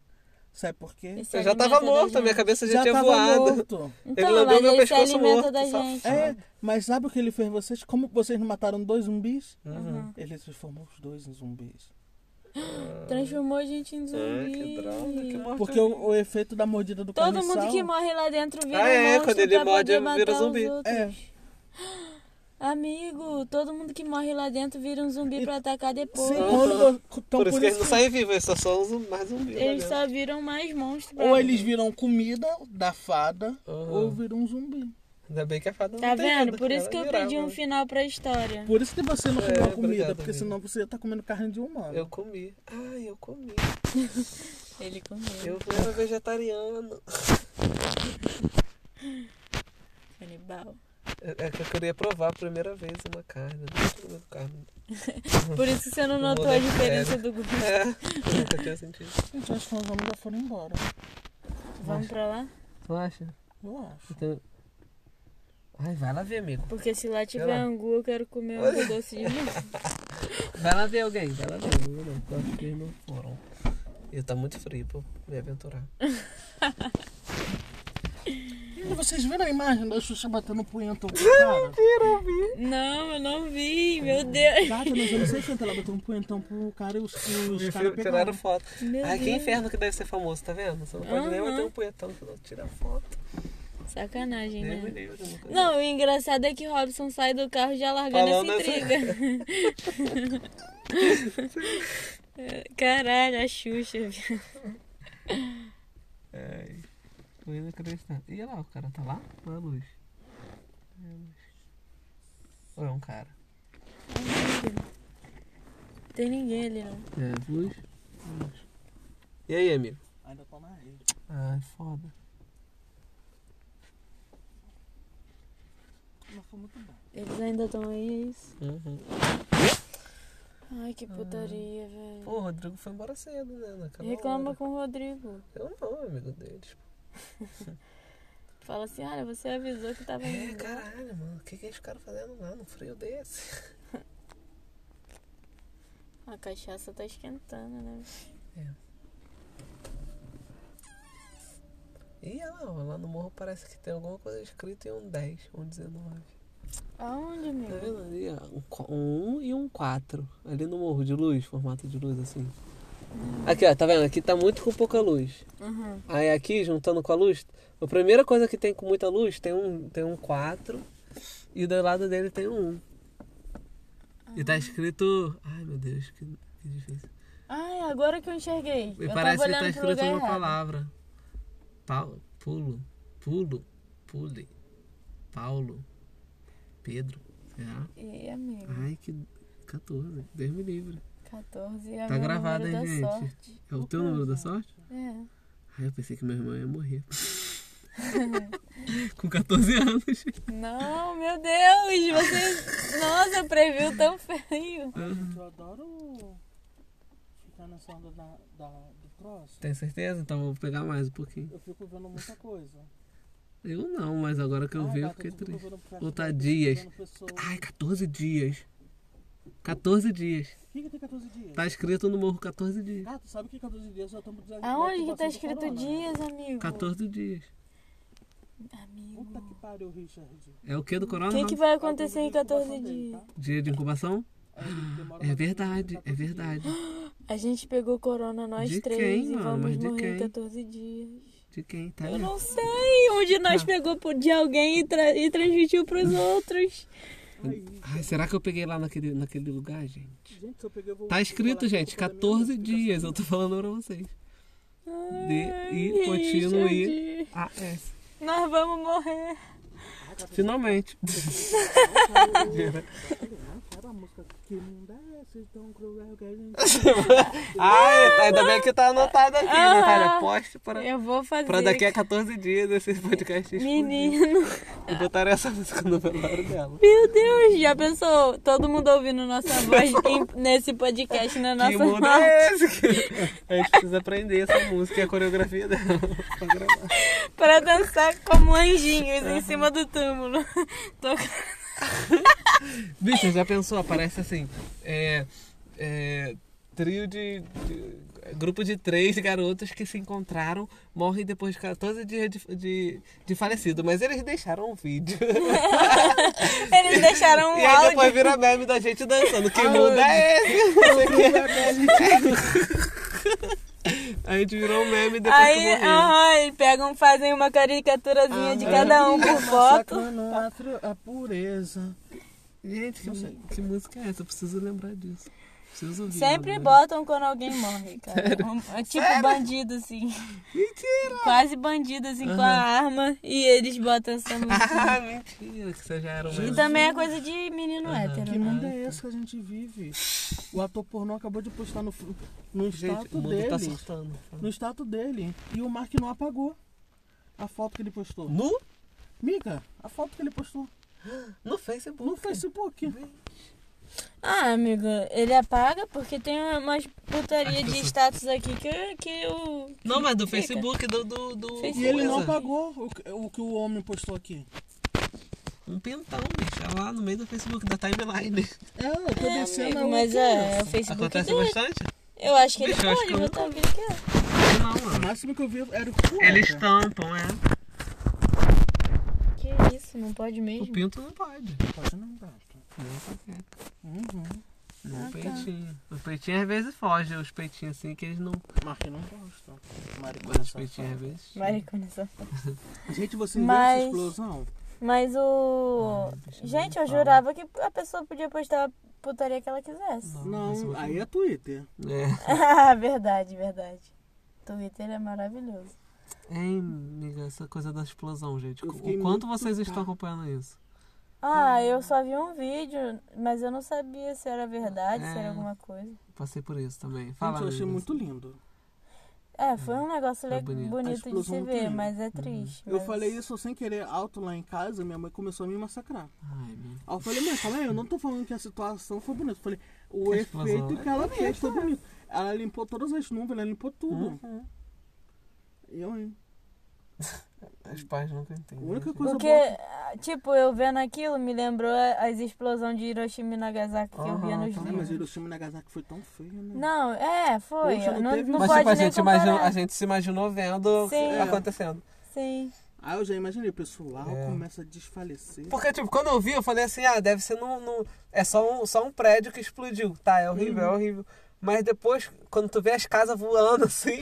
Speaker 3: Sabe por quê?
Speaker 2: Esse
Speaker 1: Eu já tava
Speaker 2: alimenta da
Speaker 1: morto, a
Speaker 2: gente.
Speaker 1: minha cabeça já, tinha
Speaker 3: tava
Speaker 1: voado. *laughs*
Speaker 3: morto.
Speaker 2: Então,
Speaker 1: lambeu
Speaker 2: mas
Speaker 1: meu
Speaker 2: ele se
Speaker 1: pescoço
Speaker 2: alimenta
Speaker 1: morto,
Speaker 2: da
Speaker 1: só-
Speaker 2: gente.
Speaker 3: É, mas sabe o que ele fez vocês? Como vocês não mataram dois zumbis?
Speaker 1: Uhum.
Speaker 3: Ele transformou os dois em zumbis.
Speaker 2: Transformou a gente em
Speaker 1: É,
Speaker 2: zumbi.
Speaker 1: que droga, que morte.
Speaker 3: Porque o, o efeito da mordida do
Speaker 2: Todo
Speaker 3: carniçal...
Speaker 2: mundo que morre lá dentro vira um
Speaker 1: Ah, é,
Speaker 2: monstro
Speaker 1: quando ele
Speaker 2: pra
Speaker 1: morde,
Speaker 2: poder matar
Speaker 1: vira
Speaker 2: os
Speaker 1: zumbi.
Speaker 2: outros.
Speaker 3: É,
Speaker 2: Amigo, todo mundo que morre lá dentro vira um zumbi pra atacar depois.
Speaker 3: sim, quando... Então,
Speaker 1: Por isso que eles não saem vivos, eles só são zumbi- mais um né? zumbis. lá
Speaker 2: Eles
Speaker 1: dentro.
Speaker 2: só viram mais monstros. pra-
Speaker 3: Ou eles viram comida da fada,
Speaker 1: Uhum.
Speaker 3: ou viram um zumbi.
Speaker 1: Ainda bem que a fada não
Speaker 2: Tá
Speaker 1: tem
Speaker 2: vendo?
Speaker 1: nada,
Speaker 2: Por isso
Speaker 1: ela
Speaker 2: que eu
Speaker 1: virava.
Speaker 2: pedi um final pra história.
Speaker 3: Por isso que você não
Speaker 1: É,
Speaker 3: comeu a comida,
Speaker 1: obrigado,
Speaker 3: porque
Speaker 1: amigo.
Speaker 3: senão você ia estar comendo carne de humano.
Speaker 1: Eu comi. Ai, eu comi.
Speaker 2: Ele comeu.
Speaker 1: Eu era vegetariano.
Speaker 2: Canibal.
Speaker 1: É é que eu queria provar a primeira vez uma carne. Eu nunca tinha comido carne.
Speaker 2: Por isso que você não
Speaker 1: O
Speaker 2: notou a
Speaker 1: moleque
Speaker 2: diferença do grupo.
Speaker 1: É, nunca tinha sentido.
Speaker 3: Gente, eu acho que meus homens já foram embora.
Speaker 2: Vamos pra lá?
Speaker 1: Tu acha?
Speaker 3: Eu acho.
Speaker 1: Então... Ai, vai lá ver, amigo.
Speaker 2: Porque se lá tiver
Speaker 1: lá.
Speaker 2: angu, eu quero comer um angu doce
Speaker 1: *laughs*
Speaker 2: de novo.
Speaker 1: Vai lá ver alguém, vai lá ver. Eu não, eu acho que eles não foram. E tá muito frio pra eu me aventurar.
Speaker 3: E vocês viram a imagem da Xuxa batendo punheta com
Speaker 1: *laughs*
Speaker 3: o cara?
Speaker 2: Não, eu não vi, meu Deus.
Speaker 3: Gata, mas eu não sei quanto ela bateu um punhentão pro cara e os, os caras
Speaker 1: Tiraram
Speaker 3: pegaram.
Speaker 1: foto.
Speaker 2: Meu
Speaker 1: Ai, que
Speaker 2: Deus.
Speaker 1: inferno que deve ser famoso, tá vendo? Você não pode nem
Speaker 2: Aham.
Speaker 1: bater um punhetão que não tira foto.
Speaker 2: Sacanagem,
Speaker 1: Deus me
Speaker 2: né?
Speaker 1: livre, nunca vi.
Speaker 2: Não, o engraçado é que Robson sai do carro já largando
Speaker 1: Falando assim.
Speaker 2: essa
Speaker 1: essa-
Speaker 2: intriga. *laughs* Caralho, a Xuxa. viu?
Speaker 1: Ai, tô inacreditável. E olha lá, o cara tá lá? Olha a luz. Olha a luz. Ou é um cara?
Speaker 2: Tem ninguém ali, não.
Speaker 1: É, luz. luz. E aí, amigo?
Speaker 3: Ainda tô na rede.
Speaker 1: Ai, foda.
Speaker 2: Eles ainda estão aí. é isso.
Speaker 1: Uhum.
Speaker 2: Ai, que putaria, velho.
Speaker 1: Ah. Pô, o Rodrigo foi embora cedo, né? Naquela
Speaker 2: Reclama
Speaker 1: hora.
Speaker 2: com o Rodrigo.
Speaker 1: Eu não, amigo deles.
Speaker 2: Fala assim, olha, você avisou que tava
Speaker 1: É,
Speaker 2: indo.
Speaker 1: caralho, mano. O que, que eles ficaram fazendo lá num frio desse?
Speaker 2: A cachaça tá esquentando, né?
Speaker 1: Ih, olha lá, ó, lá no morro parece que tem alguma coisa escrita em um 10, um 19.
Speaker 2: Aonde,
Speaker 1: Tá
Speaker 2: amigo?
Speaker 1: vendo ali? ó? Um qu- Um 1 e um 4. Ali no morro de luz, formato de luz assim. Aqui, ó, tá vendo? Aqui tá muito com pouca luz.
Speaker 2: Uhum.
Speaker 1: Aí aqui, juntando com a luz, a primeira coisa que tem com muita luz tem um, tem um 4 e do lado dele tem um 1. E
Speaker 2: Ah.
Speaker 1: tá escrito. Ai meu Deus, que, que difícil.
Speaker 2: Ai, agora que eu enxerguei.
Speaker 1: E
Speaker 2: eu
Speaker 1: parece
Speaker 2: tava
Speaker 1: que
Speaker 2: olhando
Speaker 1: tá
Speaker 2: pro
Speaker 1: escrito
Speaker 2: lugar
Speaker 1: uma
Speaker 2: errado.
Speaker 1: palavra. Paulo, pulo, pulo, pule, Paulo, Pedro, será?
Speaker 2: E, amigo,
Speaker 1: Ai, que 14, Deus me livre.
Speaker 2: 14 é
Speaker 1: Tá
Speaker 2: meu
Speaker 1: gravado,
Speaker 2: número
Speaker 1: hein,
Speaker 2: da
Speaker 1: gente?
Speaker 2: sorte.
Speaker 1: É o teu número da sorte?
Speaker 2: É.
Speaker 1: Ai, eu pensei que meu irmão ia
Speaker 2: *laughs*
Speaker 1: morrer. *laughs* Com 14 anos.
Speaker 2: Não, meu Deus, você. Nossa, previu tão feio.
Speaker 12: Eu adoro ficar nessa onda da, da- do cross.
Speaker 1: Tem certeza? Então vou pegar mais um pouquinho.
Speaker 12: Eu fico vendo muita coisa.
Speaker 1: Eu não, mas agora que eu
Speaker 3: Ah,
Speaker 12: Ai,
Speaker 1: vi, eu
Speaker 12: gata,
Speaker 1: fiquei
Speaker 12: fico
Speaker 1: triste.
Speaker 12: vendo festa,
Speaker 1: Contar
Speaker 12: fico
Speaker 1: dias.
Speaker 12: vendo pessoas.
Speaker 1: Ai, 14 dias. 14 dias.
Speaker 12: O que, que tem 14 dias?
Speaker 1: Tá escrito no morro 14 dias.
Speaker 12: Gato, sabe o que 14 dias? Já estamos dizendo.
Speaker 2: Aonde que tá escrito dias, amigo?
Speaker 1: 14 dias.
Speaker 2: Amigo.
Speaker 12: Puta que pariu, Richard.
Speaker 1: É o que do corona?
Speaker 2: O que,
Speaker 1: não?
Speaker 2: que vai acontecer em 14 dias?
Speaker 1: Dia de incubação? É verdade, é verdade.
Speaker 2: A gente pegou corona nós
Speaker 1: De
Speaker 2: três
Speaker 1: quem,
Speaker 2: e
Speaker 1: mano?
Speaker 2: vamos
Speaker 1: Mas de
Speaker 2: morrer em
Speaker 1: quem?
Speaker 2: 14 dias.
Speaker 1: De quem tá
Speaker 2: Eu
Speaker 1: aí?
Speaker 2: não sei onde
Speaker 1: Tá.
Speaker 2: nós pegou por de alguém e, tra- e transmitiu pros outros.
Speaker 1: Ai, será que eu peguei lá naquele, naquele lugar, gente?
Speaker 12: Gente, se eu peguei, eu vou.
Speaker 1: Tá escrito, gente, 14 dias. Eu tô falando pra vocês. D, I, contínuo, I,
Speaker 2: Richard,
Speaker 1: A, S.
Speaker 2: Nós vamos morrer. *laughs*
Speaker 1: Finalmente.
Speaker 12: Cara, a música que mundo é esse tão cruel que a gente.
Speaker 1: Ai, ainda bem que tá anotado aqui,
Speaker 2: Aham.
Speaker 1: Natália. Poste pra,
Speaker 2: Ah. Eu vou fazer.
Speaker 1: pra daqui a 14 dias esse podcast explodir.
Speaker 2: Menino,
Speaker 1: E botaram essa música no velório dela.
Speaker 2: meu Deus, já pensou? Todo mundo
Speaker 1: *laughs*
Speaker 2: ouvindo nossa voz em- nesse podcast na nossa
Speaker 1: Que mundo
Speaker 2: mão.
Speaker 1: é esse? *laughs* que- A gente precisa aprender essa música e a coreografia dela. pra gravar.
Speaker 2: pra dançar como anjinhos em cima do túmulo. *laughs* Toca-
Speaker 1: Bicho, já pensou? Aparece assim. É, é, trio de, de- Grupo de três garotos que se encontraram, morrem depois de 14 dias de, de, de falecido. Mas eles deixaram um vídeo.
Speaker 2: Eles deixaram
Speaker 1: *laughs*
Speaker 2: um
Speaker 1: e aí depois
Speaker 2: áudio.
Speaker 1: vira meme da gente dançando. Que mundo é esse? Não sei o
Speaker 3: é.
Speaker 1: quê. A gente virou um meme depois
Speaker 2: Aí,
Speaker 1: que morreu. Ah,
Speaker 2: aham, eles pegam, fazem uma caricaturazinha *laughs* de cada um por Tá. foto.
Speaker 12: Sacando a fru- a pureza.
Speaker 1: Gente, que, que música é essa? Eu preciso lembrar disso. Preciso ouvir. né?
Speaker 2: Sempre
Speaker 1: bota.
Speaker 2: botam quando alguém morre, cara. Um- é tipo bandido, assim.
Speaker 1: Mentira!
Speaker 2: Quase bandido, assim, com a arma. E eles botam essa
Speaker 1: *laughs*
Speaker 2: música.
Speaker 1: Ah, mentira, que você já era um
Speaker 2: E
Speaker 1: uma.
Speaker 2: também é coisa de menino hétero,
Speaker 12: Que
Speaker 2: né?
Speaker 12: mundo é esse que a gente vive? O ator pornô acabou de postar no, no
Speaker 1: Gente, o
Speaker 12: status
Speaker 1: mundo
Speaker 12: dele.
Speaker 1: tá surtando.
Speaker 12: no status dele. E o Mark não apagou a foto que ele postou.
Speaker 1: No,
Speaker 12: Mica, a foto que ele postou
Speaker 1: no Facebook.
Speaker 12: no Facebook.
Speaker 2: Ah, amigo, ele apaga porque tem umas putaria de status aqui que, que o.
Speaker 1: Não, mas do
Speaker 2: Fica.
Speaker 1: Facebook, do. do, do-
Speaker 2: Facebook.
Speaker 12: E ele não tá-
Speaker 1: coisa.
Speaker 12: apagou o, que- o que o homem postou aqui.
Speaker 1: Um pentão, bicho. É lá no meio do Facebook, da timeline.
Speaker 12: É, eu tô
Speaker 2: É,
Speaker 12: descendo
Speaker 2: amigo,
Speaker 12: a
Speaker 2: mas
Speaker 12: loucura.
Speaker 2: é, o Facebook
Speaker 1: Acontece
Speaker 2: dele.
Speaker 1: bastante?
Speaker 2: Eu acho que ele é
Speaker 1: Bicho, eu acho
Speaker 2: pode
Speaker 1: que eu não-
Speaker 2: botar o que ele quer.
Speaker 1: Não,
Speaker 12: O
Speaker 1: mano.
Speaker 12: máximo que eu vi era o cueca.
Speaker 1: Eles tampam, é.
Speaker 2: Que isso, não pode
Speaker 1: O
Speaker 2: mesmo?
Speaker 1: pinto não pode.
Speaker 12: Pode não dá. Uhum.
Speaker 1: Não o peitinho. O peitinho às vezes foge. Os peitinhos assim que eles não.
Speaker 12: Mark não gosta.
Speaker 1: Mas
Speaker 12: Maricona
Speaker 1: os
Speaker 12: safada.
Speaker 1: peitinhos às vezes.
Speaker 2: Maricona só.
Speaker 12: Gente, você viu
Speaker 2: Mas-
Speaker 12: essa explosão?
Speaker 2: Mas o. Gente, eu jurava que a pessoa podia postar a putaria que ela quisesse. *laughs*
Speaker 1: Ah,
Speaker 12: Não, aí é Twitter.
Speaker 1: É.
Speaker 2: Ah, verdade, verdade. Twitter é maravilhoso.
Speaker 1: Hein, amiga, essa coisa da explosão, gente.
Speaker 12: Eu fiquei
Speaker 1: O quanto
Speaker 12: muito
Speaker 1: vocês estão
Speaker 12: chocado.
Speaker 1: acompanhando isso?
Speaker 2: Ah, eu só vi um vídeo, mas eu não sabia se era verdade, se
Speaker 1: É.
Speaker 2: era alguma coisa.
Speaker 1: Passei por isso também.
Speaker 12: Gente,
Speaker 1: Fala,
Speaker 12: eu achei
Speaker 1: amiga.
Speaker 12: muito lindo.
Speaker 9: É, foi um negócio le-
Speaker 1: bonito.
Speaker 9: bonito,
Speaker 3: A
Speaker 9: de
Speaker 3: explosão
Speaker 9: se
Speaker 3: do
Speaker 9: ver,
Speaker 3: triângulo.
Speaker 9: mas é triste.
Speaker 3: Eu
Speaker 9: mas-
Speaker 3: falei isso sem querer alto lá em casa, minha mãe começou a me massacrar.
Speaker 1: Ai, meu.
Speaker 3: Aí eu falei, mãe, calma aí, eu não tô falando que a situação foi bonita. Eu falei, o
Speaker 1: A explosão
Speaker 3: efeito
Speaker 1: é
Speaker 3: que ela fez foi bonito. Ela limpou todas as nuvens, ela limpou tudo.
Speaker 9: Uhum.
Speaker 3: E eu, hein?
Speaker 1: Os pais nunca
Speaker 3: A
Speaker 1: entendem.
Speaker 3: única coisa
Speaker 9: Porque,
Speaker 3: boa. é
Speaker 9: ah, tipo, eu vendo aquilo me lembrou as explosões de Hiroshima e Nagasaki que eu via
Speaker 1: Aham,
Speaker 9: nos
Speaker 1: também.
Speaker 3: É,
Speaker 9: livros.
Speaker 3: mas Hiroshima e Nagasaki foi tão feio, né?
Speaker 9: Não, é, foi.
Speaker 3: Poxa, não
Speaker 9: não
Speaker 3: teve-
Speaker 9: não
Speaker 3: Mas,
Speaker 1: Mas
Speaker 9: pode
Speaker 1: tipo, a
Speaker 9: nem
Speaker 1: gente, imagina-
Speaker 9: comparar.
Speaker 1: a gente se imaginou vendo é,
Speaker 9: Sim.
Speaker 1: acontecendo.
Speaker 9: Sim.
Speaker 3: Aí eu já imaginei, o pessoal
Speaker 1: É.
Speaker 3: começa a desfalecer.
Speaker 1: Porque, tipo, quando eu vi, eu falei assim, ah, deve ser num. num- é só um, só um prédio que explodiu. Tá, é horrível,
Speaker 9: Uhum.
Speaker 1: é horrível. Mas depois, quando tu vê as casas voando *laughs* assim,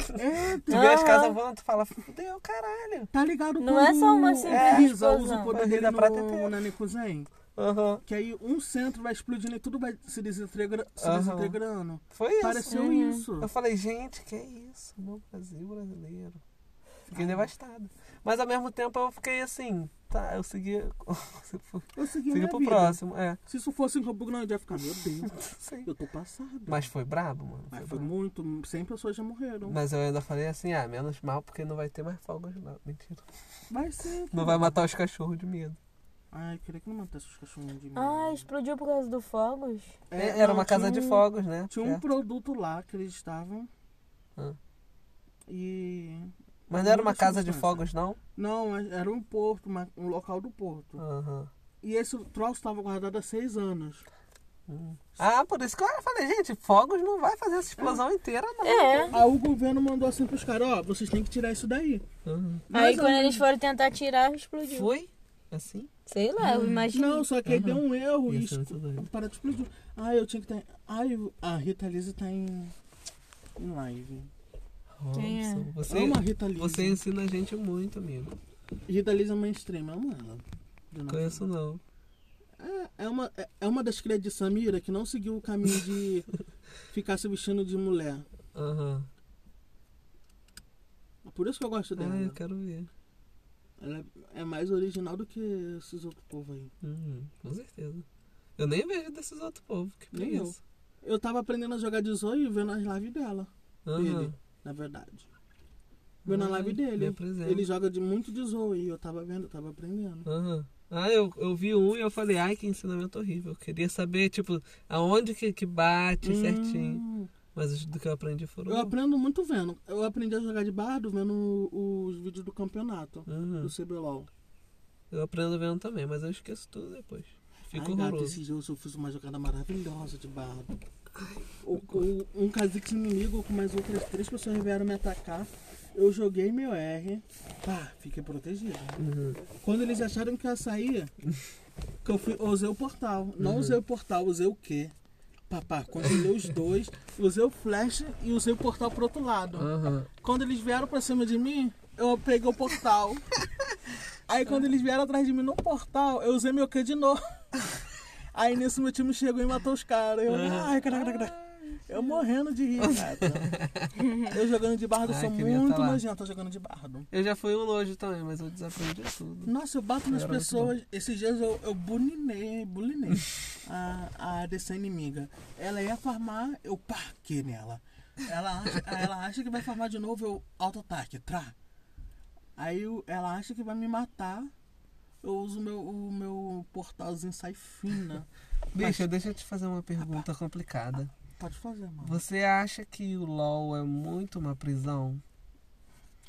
Speaker 1: tu vê as
Speaker 9: Aham.
Speaker 1: casas voando, tu fala, fudeu, caralho.
Speaker 3: Tá ligado
Speaker 9: Não
Speaker 3: quando
Speaker 9: é só uma
Speaker 3: o
Speaker 9: simples
Speaker 3: Frieza
Speaker 9: explosão.
Speaker 3: usa o
Speaker 1: Mas
Speaker 3: poder
Speaker 1: ele
Speaker 3: dele
Speaker 1: dá pra ter-
Speaker 3: no Nanekuzen?
Speaker 1: Aham.
Speaker 3: Que aí um centro vai explodindo e tudo vai se desintegra- se
Speaker 1: Aham.
Speaker 3: desintegrando.
Speaker 1: Foi isso.
Speaker 9: um
Speaker 3: Pareceu
Speaker 9: é.
Speaker 3: isso.
Speaker 1: Eu falei, gente, que isso? Meu Brasil brasileiro. Fiquei devastado. Mas ao mesmo tempo eu fiquei assim, tá, eu segui. *laughs*
Speaker 3: Eu segui
Speaker 1: segui
Speaker 3: minha
Speaker 1: pro
Speaker 3: vida.
Speaker 1: próximo, é.
Speaker 3: Se isso fosse em Campo Grande, eu ia ficar, meu Deus,
Speaker 1: Sim.
Speaker 3: eu tô passado.
Speaker 1: Mas foi brabo, mano.
Speaker 3: Mas foi
Speaker 1: brabo.
Speaker 3: muito, 100 pessoas já morreram.
Speaker 1: Mas eu ainda falei assim, ah, menos mal porque não vai ter mais fogos lá. Mentira.
Speaker 3: Vai ser.
Speaker 1: Não vai matar os cachorros de medo.
Speaker 3: Ai, queria que não matasse os cachorros de mim.
Speaker 9: Ah, explodiu por causa do fogos?
Speaker 3: É,
Speaker 1: Era
Speaker 3: não,
Speaker 1: uma
Speaker 3: tinha
Speaker 1: casa de
Speaker 3: um-
Speaker 1: fogos, né?
Speaker 3: Tinha um
Speaker 1: É.
Speaker 3: produto lá que eles estavam.
Speaker 1: Ah.
Speaker 3: E.
Speaker 1: Mas não era uma
Speaker 3: Muita
Speaker 1: casa de
Speaker 3: substância.
Speaker 1: fogos, não?
Speaker 3: Não, era um porto, uma- um local do porto.
Speaker 1: Aham.
Speaker 3: E esse troço estava guardado há seis anos.
Speaker 1: Hum. Ah, por isso que eu falei, gente, fogos não vai fazer essa explosão inteira, não.
Speaker 9: É.
Speaker 3: Aí o governo mandou assim pros caras, ó, vocês têm que tirar isso daí.
Speaker 1: Aham.
Speaker 9: Aí
Speaker 3: Mas,
Speaker 9: quando
Speaker 3: ah,
Speaker 9: eles foram tentar tirar, explodiu.
Speaker 1: Foi? Assim?
Speaker 9: Sei lá, eu imagino.
Speaker 3: Hum, Não, só que aí
Speaker 1: Aham.
Speaker 3: deu um erro e
Speaker 1: Uhum. Isso, é
Speaker 3: es-
Speaker 1: muito doido.
Speaker 3: o aparato explodiu. Ah, eu tinha que estar. Ai, eu- a Rita Lisa tá em, em live.
Speaker 9: Quem é?
Speaker 1: Robson,
Speaker 3: Você, Ama a Rita Lisa.
Speaker 1: Você ensina a gente muito, amigo.
Speaker 3: Rita Lisa é uma extrema, eu amo ela. Eu não-
Speaker 1: Conheço não.
Speaker 3: É, é uma, é- é uma das crias de Samira que não seguiu o caminho
Speaker 1: *laughs*
Speaker 3: de ficar se vestindo de mulher.
Speaker 1: Aham.
Speaker 3: É Por isso que eu gosto dela.
Speaker 1: Ah, eu quero ver.
Speaker 3: Ela é mais original do que esses outros povos aí.
Speaker 1: Uhum, com certeza. Eu nem vejo desses outros povos. Que é
Speaker 3: Nem eu.
Speaker 1: isso.
Speaker 3: Eu tava aprendendo a jogar de zoio e vendo as lives dela.
Speaker 1: Aham.
Speaker 3: Dele, na verdade. Vendo a
Speaker 1: Ai,
Speaker 3: live
Speaker 1: Uhum, me
Speaker 3: dele.
Speaker 1: apresenta.
Speaker 3: Ele joga de muito de zoio e eu tava vendo, eu tava aprendendo.
Speaker 1: Aham. Ah, eu, eu vi um e eu falei, ai, que ensinamento horrível. Eu queria saber, tipo, aonde que, que bate certinho.
Speaker 3: Hum,
Speaker 1: Mas os do que eu aprendi foram.
Speaker 3: Eu aprendo muito vendo. Eu aprendi a jogar de bardo vendo o- os vídeos do campeonato
Speaker 1: Uhum.
Speaker 3: do CBLOL.
Speaker 1: Eu aprendo vendo também, mas eu esqueço tudo depois. Fico
Speaker 3: Ai, gato,
Speaker 1: horroroso.
Speaker 3: esses dias eu fiz uma jogada maravilhosa de bardo. O- o- um cacique inimigo com mais outras três pessoas vieram me atacar. Eu joguei meu R. Pá, fiquei protegido.
Speaker 1: Uhum.
Speaker 3: Quando eles acharam que eu ia sair, que eu, fui, eu usei o portal. Não
Speaker 1: Uhum.
Speaker 3: usei o portal, usei o quê? Papá, congelei os dois, usei o flash e usei o portal pro outro lado.
Speaker 1: Aham.
Speaker 3: Quando eles vieram pra cima de mim, eu peguei o portal. Aí quando eles vieram atrás de mim no portal, eu usei meu Q de novo. Aí nisso meu time chegou e matou os caras. Eu,
Speaker 1: Uhum.
Speaker 3: ai, caraca, caraca, caraca. Eu morrendo de rir, cara. Eu jogando de bardo,
Speaker 1: Ai,
Speaker 3: sou
Speaker 1: queria
Speaker 3: muito
Speaker 1: tá lá.
Speaker 3: nojento jogando de bardo.
Speaker 1: Eu já fui um longe também, mas eu desaprendi tudo.
Speaker 3: Nossa, eu bato nas
Speaker 1: Era muito
Speaker 3: pessoas. Esses dias eu, eu bulinei, bulinei a, a DC inimiga. Ela ia farmar, eu parquei nela. Ela acha, ela acha que vai farmar de novo, eu auto-ataque, trá. Aí eu- ela acha que vai me matar. Eu uso o meu, o meu portalzinho, sai fina.
Speaker 1: Bicho, deixa eu te fazer uma pergunta complicada.
Speaker 3: Pode fazer, mano.
Speaker 1: Você acha que o LOL é muito uma prisão?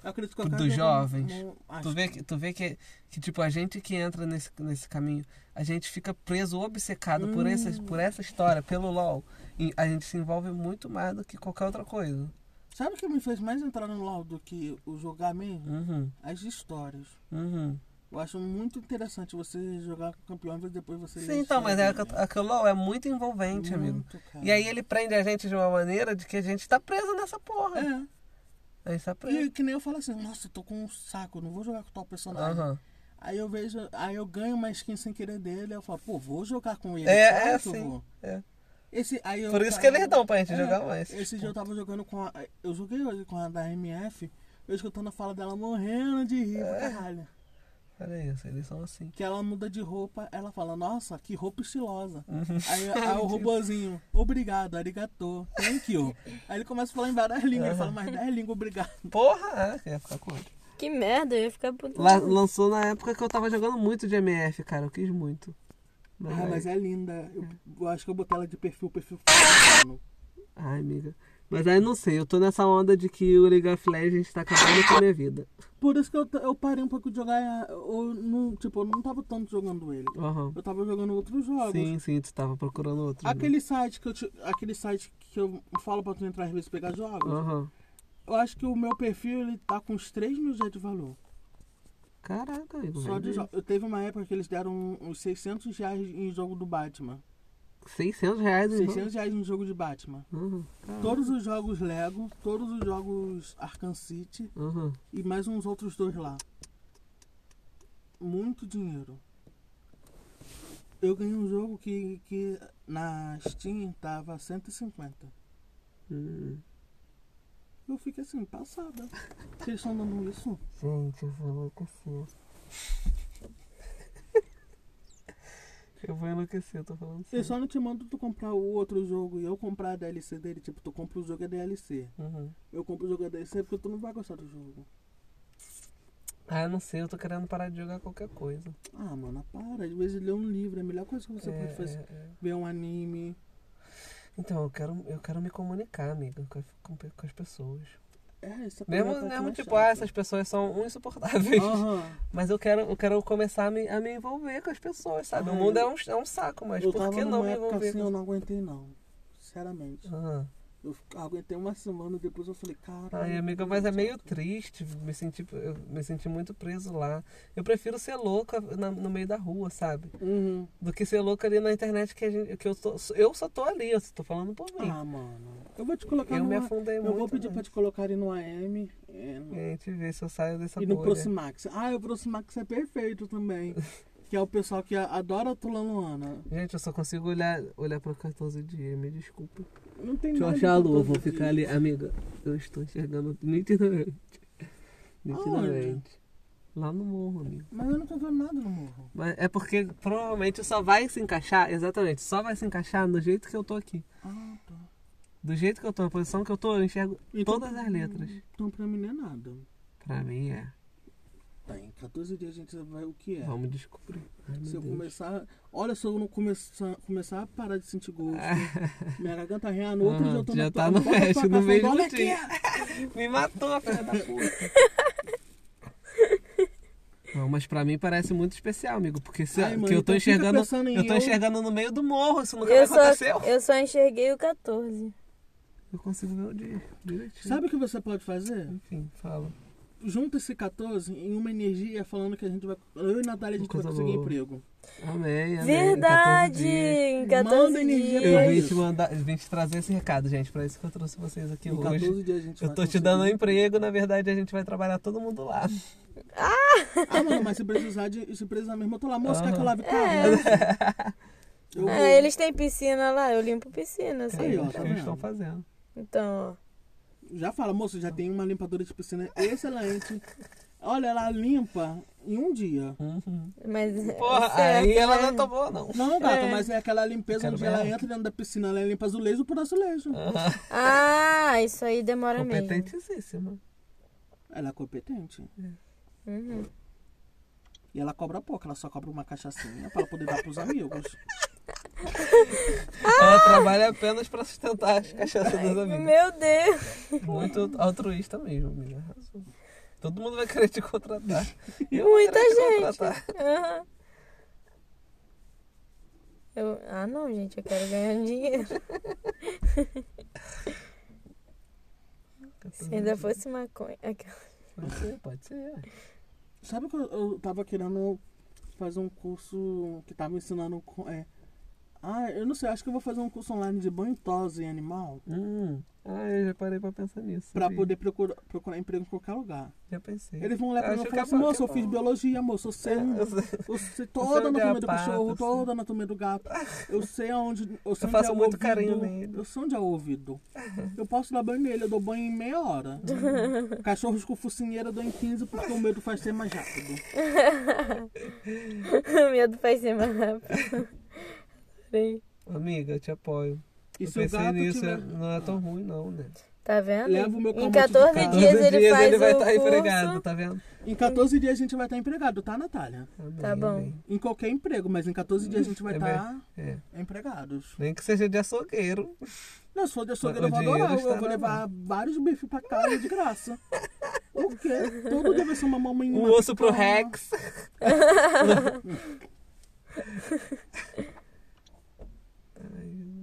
Speaker 3: Eu um acredito que
Speaker 1: é Dos
Speaker 3: qualquer jogo
Speaker 1: jovens.
Speaker 3: não- acho
Speaker 1: Tu vê que, tu vê que, que tipo, a gente que entra nesse, nesse caminho, a gente fica preso, obcecado por,
Speaker 3: Hum.
Speaker 1: essa, por essa história, pelo LOL. E a gente se envolve muito mais do que qualquer outra coisa.
Speaker 3: Sabe o que me fez mais entrar no LoL do que o jogar mesmo?
Speaker 1: Uhum,
Speaker 3: As histórias.
Speaker 1: uhum.
Speaker 3: Eu acho muito interessante você jogar com o campeão e depois você. um
Speaker 1: Sim, então, mas é, que- é que o LOL é muito
Speaker 3: Uhum.
Speaker 1: envolvente, amigo.
Speaker 3: Muito, cara.
Speaker 1: E aí ele prende a gente de uma maneira de que a gente tá preso nessa porra.
Speaker 3: É.
Speaker 1: A gente tá preso.
Speaker 3: E que nem eu falo assim, nossa, eu tô com um saco, não vou jogar com tal personagem.
Speaker 1: Aham.
Speaker 3: Aí eu vejo, aí eu ganho uma skin sem querer dele, eu falo, pô, vou jogar com ele.
Speaker 1: É,
Speaker 3: claro
Speaker 1: é,
Speaker 3: que eu
Speaker 1: sim,
Speaker 3: vou.
Speaker 1: é.
Speaker 3: Esse, aí eu
Speaker 1: Por isso
Speaker 3: tava-
Speaker 1: que eles dão pra gente
Speaker 3: É,
Speaker 1: jogar mais.
Speaker 3: Esse
Speaker 1: tipo.
Speaker 3: dia eu tava jogando com a. Eu
Speaker 1: É.
Speaker 3: joguei hoje com a da MF, eu escutando a fala dela morrendo de rir, pra caralho.
Speaker 13: Olha isso, eles são assim.
Speaker 3: Que ela muda de roupa, ela fala, nossa, que roupa estilosa. *laughs* Aí, aí o robozinho, obrigado, arigato, thank you. Aí ele começa a falar em várias línguas, ele fala mais 10 línguas, obrigado.
Speaker 13: Porra! É, queria ficar com outro.
Speaker 2: Que merda, eu ia ficar puto.
Speaker 1: La- lançou na época que eu tava jogando muito de MF, cara. Eu quis muito. Mas
Speaker 3: Ah,
Speaker 1: aí-
Speaker 3: mas é linda. Eu, eu acho que eu botei ela de perfil, perfil.
Speaker 1: Ai, amiga. Mas aí não sei, eu tô nessa onda de que o League of Legends tá acabando com a minha vida.
Speaker 3: Por isso que eu, t- eu parei um pouco de jogar. Eu não, tipo, eu não tava tanto jogando ele.
Speaker 1: Aham.
Speaker 3: Eu tava jogando outros jogos.
Speaker 1: Sim, sim, tu tava procurando outro. né?
Speaker 3: Aquele site que eu te- aquele site que eu falo pra tu entrar às vezes e pegar jogos,
Speaker 1: Aham.
Speaker 3: eu acho que o meu perfil ele tá com uns 3 mil já de valor.
Speaker 1: Caraca, amigo.
Speaker 3: Só
Speaker 1: vai
Speaker 3: de
Speaker 1: ver.
Speaker 3: jogos. Eu teve uma época que eles deram um, uns 600 reais em jogo do Batman.
Speaker 1: 600 reais em jogo?
Speaker 3: 600 reais em jogo de Batman.
Speaker 1: Aham.
Speaker 3: Todos os jogos Lego, todos os jogos Arkham City
Speaker 1: Aham.
Speaker 3: e mais uns outros dois lá. Muito dinheiro. Eu ganhei um jogo que, que na Steam tava 150.
Speaker 1: Hum.
Speaker 3: Eu fiquei assim, passada. Que eles estão dando isso?
Speaker 1: Gente, eu vou enlouquecer. *laughs* eu vou enlouquecer, eu tô falando
Speaker 3: Eu
Speaker 1: sério.
Speaker 3: só não te mando tu comprar o outro jogo e eu comprar a DLC dele. Tipo, tu compra o jogo e a DLC.
Speaker 1: Uhum.
Speaker 3: Eu compro o jogo e a DLC porque tu não vai gostar do jogo.
Speaker 1: Ah, eu não sei, eu tô querendo parar de jogar qualquer coisa.
Speaker 3: Ah, mano, para. Às vezes ler um livro é a melhor coisa que você
Speaker 1: É,
Speaker 3: pode fazer.
Speaker 1: é, é.
Speaker 3: Ver um anime.
Speaker 1: Então, eu quero, eu quero me comunicar, amiga, com, com- com as pessoas.
Speaker 3: É, essa
Speaker 1: Mesmo,
Speaker 3: parada tá
Speaker 1: mesmo
Speaker 3: mais
Speaker 1: tipo,
Speaker 3: chata.
Speaker 1: ah, essas pessoas são insuportáveis.
Speaker 3: Aham.
Speaker 1: *laughs* Mas eu quero, eu quero começar a me, a me envolver com as pessoas, sabe?
Speaker 3: Ah,
Speaker 1: o mundo
Speaker 3: eu-
Speaker 1: é um, é um saco, mas
Speaker 3: Eu
Speaker 1: por
Speaker 3: tava
Speaker 1: que não
Speaker 3: numa
Speaker 1: me
Speaker 3: época
Speaker 1: envolver?
Speaker 3: assim,
Speaker 1: com-
Speaker 3: eu não aguentei não. Sinceramente.
Speaker 1: Ah.
Speaker 3: Eu fica- aguentei uma semana e depois eu falei, cara.
Speaker 1: Ai, amiga, mas é meio triste me sentir, eu me sentir muito preso lá. Eu prefiro ser louca na- no meio da rua, sabe?
Speaker 3: Uhum.
Speaker 1: Do que ser louca ali na internet que, a gente, que eu, tô, eu só tô ali, eu só tô falando por mim.
Speaker 3: Ah, mano. Eu vou te colocar
Speaker 1: eu
Speaker 3: no
Speaker 1: me
Speaker 3: A-
Speaker 1: afundei
Speaker 3: Eu
Speaker 1: muito.
Speaker 3: vou pedir pra
Speaker 1: mas-
Speaker 3: te colocarem no AM. é, no-
Speaker 1: É, te ver se eu saio dessa
Speaker 3: E no
Speaker 1: bolha.
Speaker 3: Proximax. Ah, o Proximax é
Speaker 1: *laughs*
Speaker 3: perfeito também. que é o pessoal que a- adora a Tula Luana.
Speaker 1: Gente, eu só consigo olhar, olhar pra 14 dias, me desculpa.
Speaker 3: Não tem
Speaker 1: Deixa eu
Speaker 3: nada
Speaker 1: achar a
Speaker 3: pra
Speaker 1: lua,
Speaker 3: todo
Speaker 1: vou ficar ali.
Speaker 3: dia.
Speaker 1: Amiga, eu estou enxergando nitidamente. Nitidamente. Lá no morro, amigo.
Speaker 3: Mas eu não tô vendo nada no morro.
Speaker 1: Mas é porque provavelmente só vai se encaixar, exatamente, só vai se encaixar no jeito que eu tô aqui.
Speaker 3: Ah, tá.
Speaker 1: Do jeito que eu tô, na posição que eu tô, eu enxergo
Speaker 3: Então-
Speaker 1: todas as letras.
Speaker 3: Então pra mim não é nada.
Speaker 1: Pra mim é.
Speaker 3: Tá, em 14 dias a gente vai o que é.
Speaker 1: Vamos descobrir. Ai, meu
Speaker 3: Se eu
Speaker 1: Deus.
Speaker 3: começar. Olha, se eu não começar, começar a parar de sentir gosto.
Speaker 1: *laughs*
Speaker 3: minha garganta arranha no outro
Speaker 1: Ah,
Speaker 3: dia eu tô
Speaker 1: já
Speaker 3: na
Speaker 1: tá
Speaker 3: tua-
Speaker 1: no
Speaker 3: *laughs* bota a tua
Speaker 1: oeste, no
Speaker 3: café,
Speaker 1: mesmo
Speaker 3: olha aqui.
Speaker 1: dia. Me matou, filha da puta. *laughs* Não, mas pra mim parece muito especial, amigo, porque se,
Speaker 3: Ai, mãe,
Speaker 1: que eu tô
Speaker 3: então fica
Speaker 1: enxergando,
Speaker 3: pensando em
Speaker 1: eu tô
Speaker 3: eu.
Speaker 1: enxergando no meio do morro, isso nunca
Speaker 2: Eu assim.
Speaker 1: aconteceu.
Speaker 2: só, eu só enxerguei o 14.
Speaker 1: Eu consigo ver o dia direitinho.
Speaker 3: Sabe o que você pode fazer?
Speaker 1: Enfim, fala.
Speaker 3: Junta esse 14 em uma energia falando que a gente vai. Eu e Natália a gente vai
Speaker 1: Coisa
Speaker 3: conseguir
Speaker 1: boa.
Speaker 3: emprego.
Speaker 1: Amém, amém. 14
Speaker 2: Verdade! é
Speaker 1: dias.
Speaker 2: Em
Speaker 3: Manda
Speaker 2: 14
Speaker 3: energia pra
Speaker 1: Eu
Speaker 2: dias.
Speaker 1: vim te, mandar, eu vim te trazer esse recado, gente. Pra isso que eu trouxe vocês aqui
Speaker 3: Em
Speaker 1: hoje.
Speaker 3: 14 dias a gente
Speaker 1: Eu
Speaker 3: vai
Speaker 1: tô te
Speaker 3: conseguir.
Speaker 1: dando um emprego, na verdade a gente vai trabalhar todo mundo lá.
Speaker 3: Ah, mano, mas se precisar, de, se precisar mesmo, eu tô lá, moça, quer que eu lave carro? Eu-
Speaker 2: Ah, eles têm piscina lá, eu limpo
Speaker 1: É
Speaker 2: piscina,
Speaker 3: Aí,
Speaker 2: sabe?
Speaker 3: ó,
Speaker 1: isso
Speaker 3: tá
Speaker 1: que eles
Speaker 3: vendo?
Speaker 1: estão fazendo.
Speaker 2: Então, ó.
Speaker 3: Já fala, moça, já tem uma limpadora de piscina excelente. Olha, ela limpa em um dia.
Speaker 1: Uhum.
Speaker 2: Mas. é
Speaker 1: Porra,
Speaker 2: certo,
Speaker 1: aí ela
Speaker 2: né?
Speaker 1: não tomou, não. *laughs*
Speaker 3: Não, gata,
Speaker 2: É.
Speaker 3: mas é aquela limpeza
Speaker 1: Quero
Speaker 3: onde
Speaker 1: ver
Speaker 3: ela
Speaker 1: ela.
Speaker 3: entra dentro da piscina, ela limpa azulejo por azulejo.
Speaker 2: Ah, isso aí demora mesmo.
Speaker 1: Competentíssima.
Speaker 3: Ela é competente.
Speaker 2: Uhum.
Speaker 3: E ela cobra pouco, ela só cobra uma cachaçinha pra ela poder dar pros amigos.
Speaker 1: Ela trabalha apenas pra sustentar as cachaças dos amigos.
Speaker 2: Ah! Meu Deus!
Speaker 1: Muito altruísta mesmo, amiga. Arrasou. Todo mundo vai querer te
Speaker 2: *laughs*
Speaker 1: contratar. Eu vou
Speaker 2: Muita
Speaker 1: querer te
Speaker 2: gente!
Speaker 1: contratar.
Speaker 2: Aham. Eu... Ah, não, gente, eu quero ganhar dinheiro. Se ainda fosse maconha. é Aquela-
Speaker 1: Pode ser, pode ser.
Speaker 3: Sabe que eu, eu tava querendo fazer um curso que tava ensinando. co- É, ah, eu não sei, acho que eu vou fazer um curso online de banho, tosa e animal.
Speaker 1: Hum. Ah, eu já parei pra pensar nisso.
Speaker 3: pra
Speaker 1: sabia?
Speaker 3: poder procurar, procurar emprego em qualquer lugar.
Speaker 1: Já pensei.
Speaker 3: Eles vão lá pra
Speaker 1: Acho
Speaker 3: mim e
Speaker 1: que
Speaker 3: falar
Speaker 1: é
Speaker 3: assim,
Speaker 1: bom,
Speaker 3: moço,
Speaker 1: que é
Speaker 3: eu fiz
Speaker 1: bom." É,
Speaker 3: biologia, moço, eu sei,
Speaker 1: Eu sei.
Speaker 3: eu sei
Speaker 1: sei onde
Speaker 3: toda a
Speaker 1: é
Speaker 3: anatomia
Speaker 1: a
Speaker 3: do
Speaker 1: pata,
Speaker 3: cachorro,
Speaker 1: assim.
Speaker 3: toda a anatomia do gato, eu sei aonde, eu, sei onde
Speaker 1: faço
Speaker 3: é o
Speaker 1: muito
Speaker 3: ouvido,
Speaker 1: carinho nele.
Speaker 3: eu sei onde é o ouvido, eu posso dar banho nele, eu dou banho em
Speaker 1: *laughs*
Speaker 3: meia hora,
Speaker 2: *laughs*
Speaker 3: cachorros com focinheira eu dou em 15 porque o medo faz ser mais rápido.
Speaker 2: O *laughs* medo faz ser mais rápido. Adorei.
Speaker 1: Amiga, eu te apoio.
Speaker 3: E
Speaker 1: eu
Speaker 3: se o
Speaker 1: pensei
Speaker 3: gato
Speaker 1: nisso,
Speaker 3: tiver...
Speaker 1: não é tão ruim não, né?
Speaker 2: Tá vendo?
Speaker 3: Leva o meu
Speaker 2: em
Speaker 3: calmante de
Speaker 2: 14
Speaker 3: casa.
Speaker 2: dias
Speaker 1: 14
Speaker 2: ele faz
Speaker 1: vai tá
Speaker 2: o
Speaker 1: estar
Speaker 2: curso.
Speaker 1: empregado, tá vendo?
Speaker 3: Em 14 dias a gente vai estar empregado, tá, Natália?
Speaker 1: Amém,
Speaker 2: Tá bom.
Speaker 1: amém.
Speaker 3: Em qualquer emprego, mas em 14 dias a gente vai
Speaker 1: É
Speaker 3: estar
Speaker 1: É.
Speaker 3: empregados.
Speaker 1: Nem que seja de açougueiro.
Speaker 3: Não, se for de açougueiro,
Speaker 1: O
Speaker 3: eu vou
Speaker 1: dinheiro
Speaker 3: adorar. Eu
Speaker 1: estará
Speaker 3: vou levar vários bifes pra casa de graça. O quê? Todo dia vai ser uma mamãe.
Speaker 2: Hum.
Speaker 1: Um osso pro
Speaker 2: *laughs*
Speaker 1: Rex.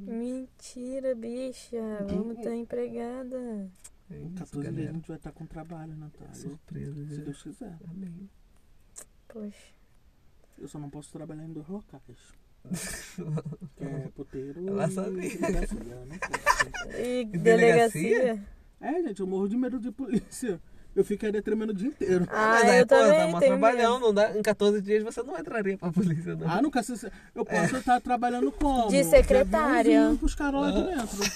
Speaker 2: Mentira, bicha. Vamos estar empregada.
Speaker 1: É
Speaker 3: Em
Speaker 1: isso,
Speaker 3: 14 dias a
Speaker 1: galera.
Speaker 3: gente vai estar com trabalho, Natália.
Speaker 1: Surpresa,
Speaker 3: Se
Speaker 1: né?
Speaker 3: Deus quiser.
Speaker 1: Amém.
Speaker 2: Poxa.
Speaker 3: Eu só não posso trabalhar em
Speaker 1: *laughs*
Speaker 3: dois locais. Que é puteiro.
Speaker 1: Ela
Speaker 3: e
Speaker 1: sabia.
Speaker 3: delegacia, eu não posso.
Speaker 2: E
Speaker 1: delegacia?
Speaker 2: delegacia?
Speaker 3: É, gente, eu morro de medo de polícia. Eu ficaria tremendo o dia inteiro.
Speaker 2: Ah,
Speaker 1: Mas
Speaker 2: eu
Speaker 1: aí, pô, dá
Speaker 2: também
Speaker 1: mó
Speaker 2: tenho
Speaker 1: trabalhão,
Speaker 2: medo.
Speaker 1: não dá. Em 14 dias você não entraria pra polícia, não.
Speaker 3: Ah, nunca se. Eu
Speaker 1: É.
Speaker 3: posso estar trabalhando como?
Speaker 2: De secretária.
Speaker 3: De aviãozinho com os caras lá de
Speaker 1: Ah.
Speaker 3: dentro.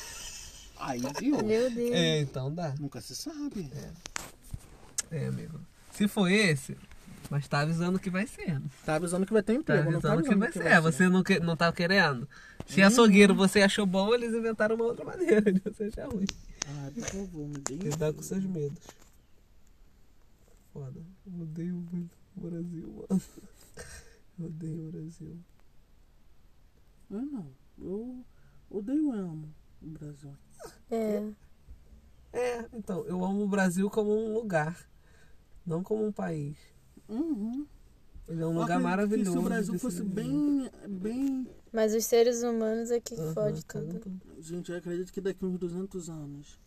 Speaker 3: Aí, viu?
Speaker 2: Meu Deus.
Speaker 1: É, então dá.
Speaker 3: Nunca se sabe.
Speaker 1: É, amigo. Se for esse, mas tá avisando que vai ser. né?
Speaker 3: Tá avisando que vai ter
Speaker 1: Tá
Speaker 3: emprego, não tá
Speaker 1: avisando que
Speaker 3: avisando
Speaker 1: vai ser. É, você não, que, não tá querendo.
Speaker 2: Uhum.
Speaker 1: Se açougueiro você achou bom, eles inventaram uma outra maneira de você achar ruim.
Speaker 3: Ah, por favor, me dê. um-
Speaker 1: Lidar tá com seus medos. Foda. Eu odeio muito o Brasil, mano. Eu odeio o Brasil.
Speaker 3: Eu Ah, não. Eu odeio e amo o Brasil.
Speaker 2: É.
Speaker 1: É, então, eu amo o Brasil como um lugar, não como um país.
Speaker 3: Uhum.
Speaker 1: Ele é um
Speaker 3: Eu
Speaker 1: lugar
Speaker 3: acredito que
Speaker 1: maravilhoso.
Speaker 3: Se o
Speaker 1: de
Speaker 3: Brasil
Speaker 1: se
Speaker 3: fosse
Speaker 1: viver.
Speaker 3: bem. bem.
Speaker 2: Mas os seres humanos é que
Speaker 1: Aham,
Speaker 2: fode
Speaker 1: cagam
Speaker 2: tudo.
Speaker 1: tudo.
Speaker 3: Gente, eu acredito que daqui uns 200 anos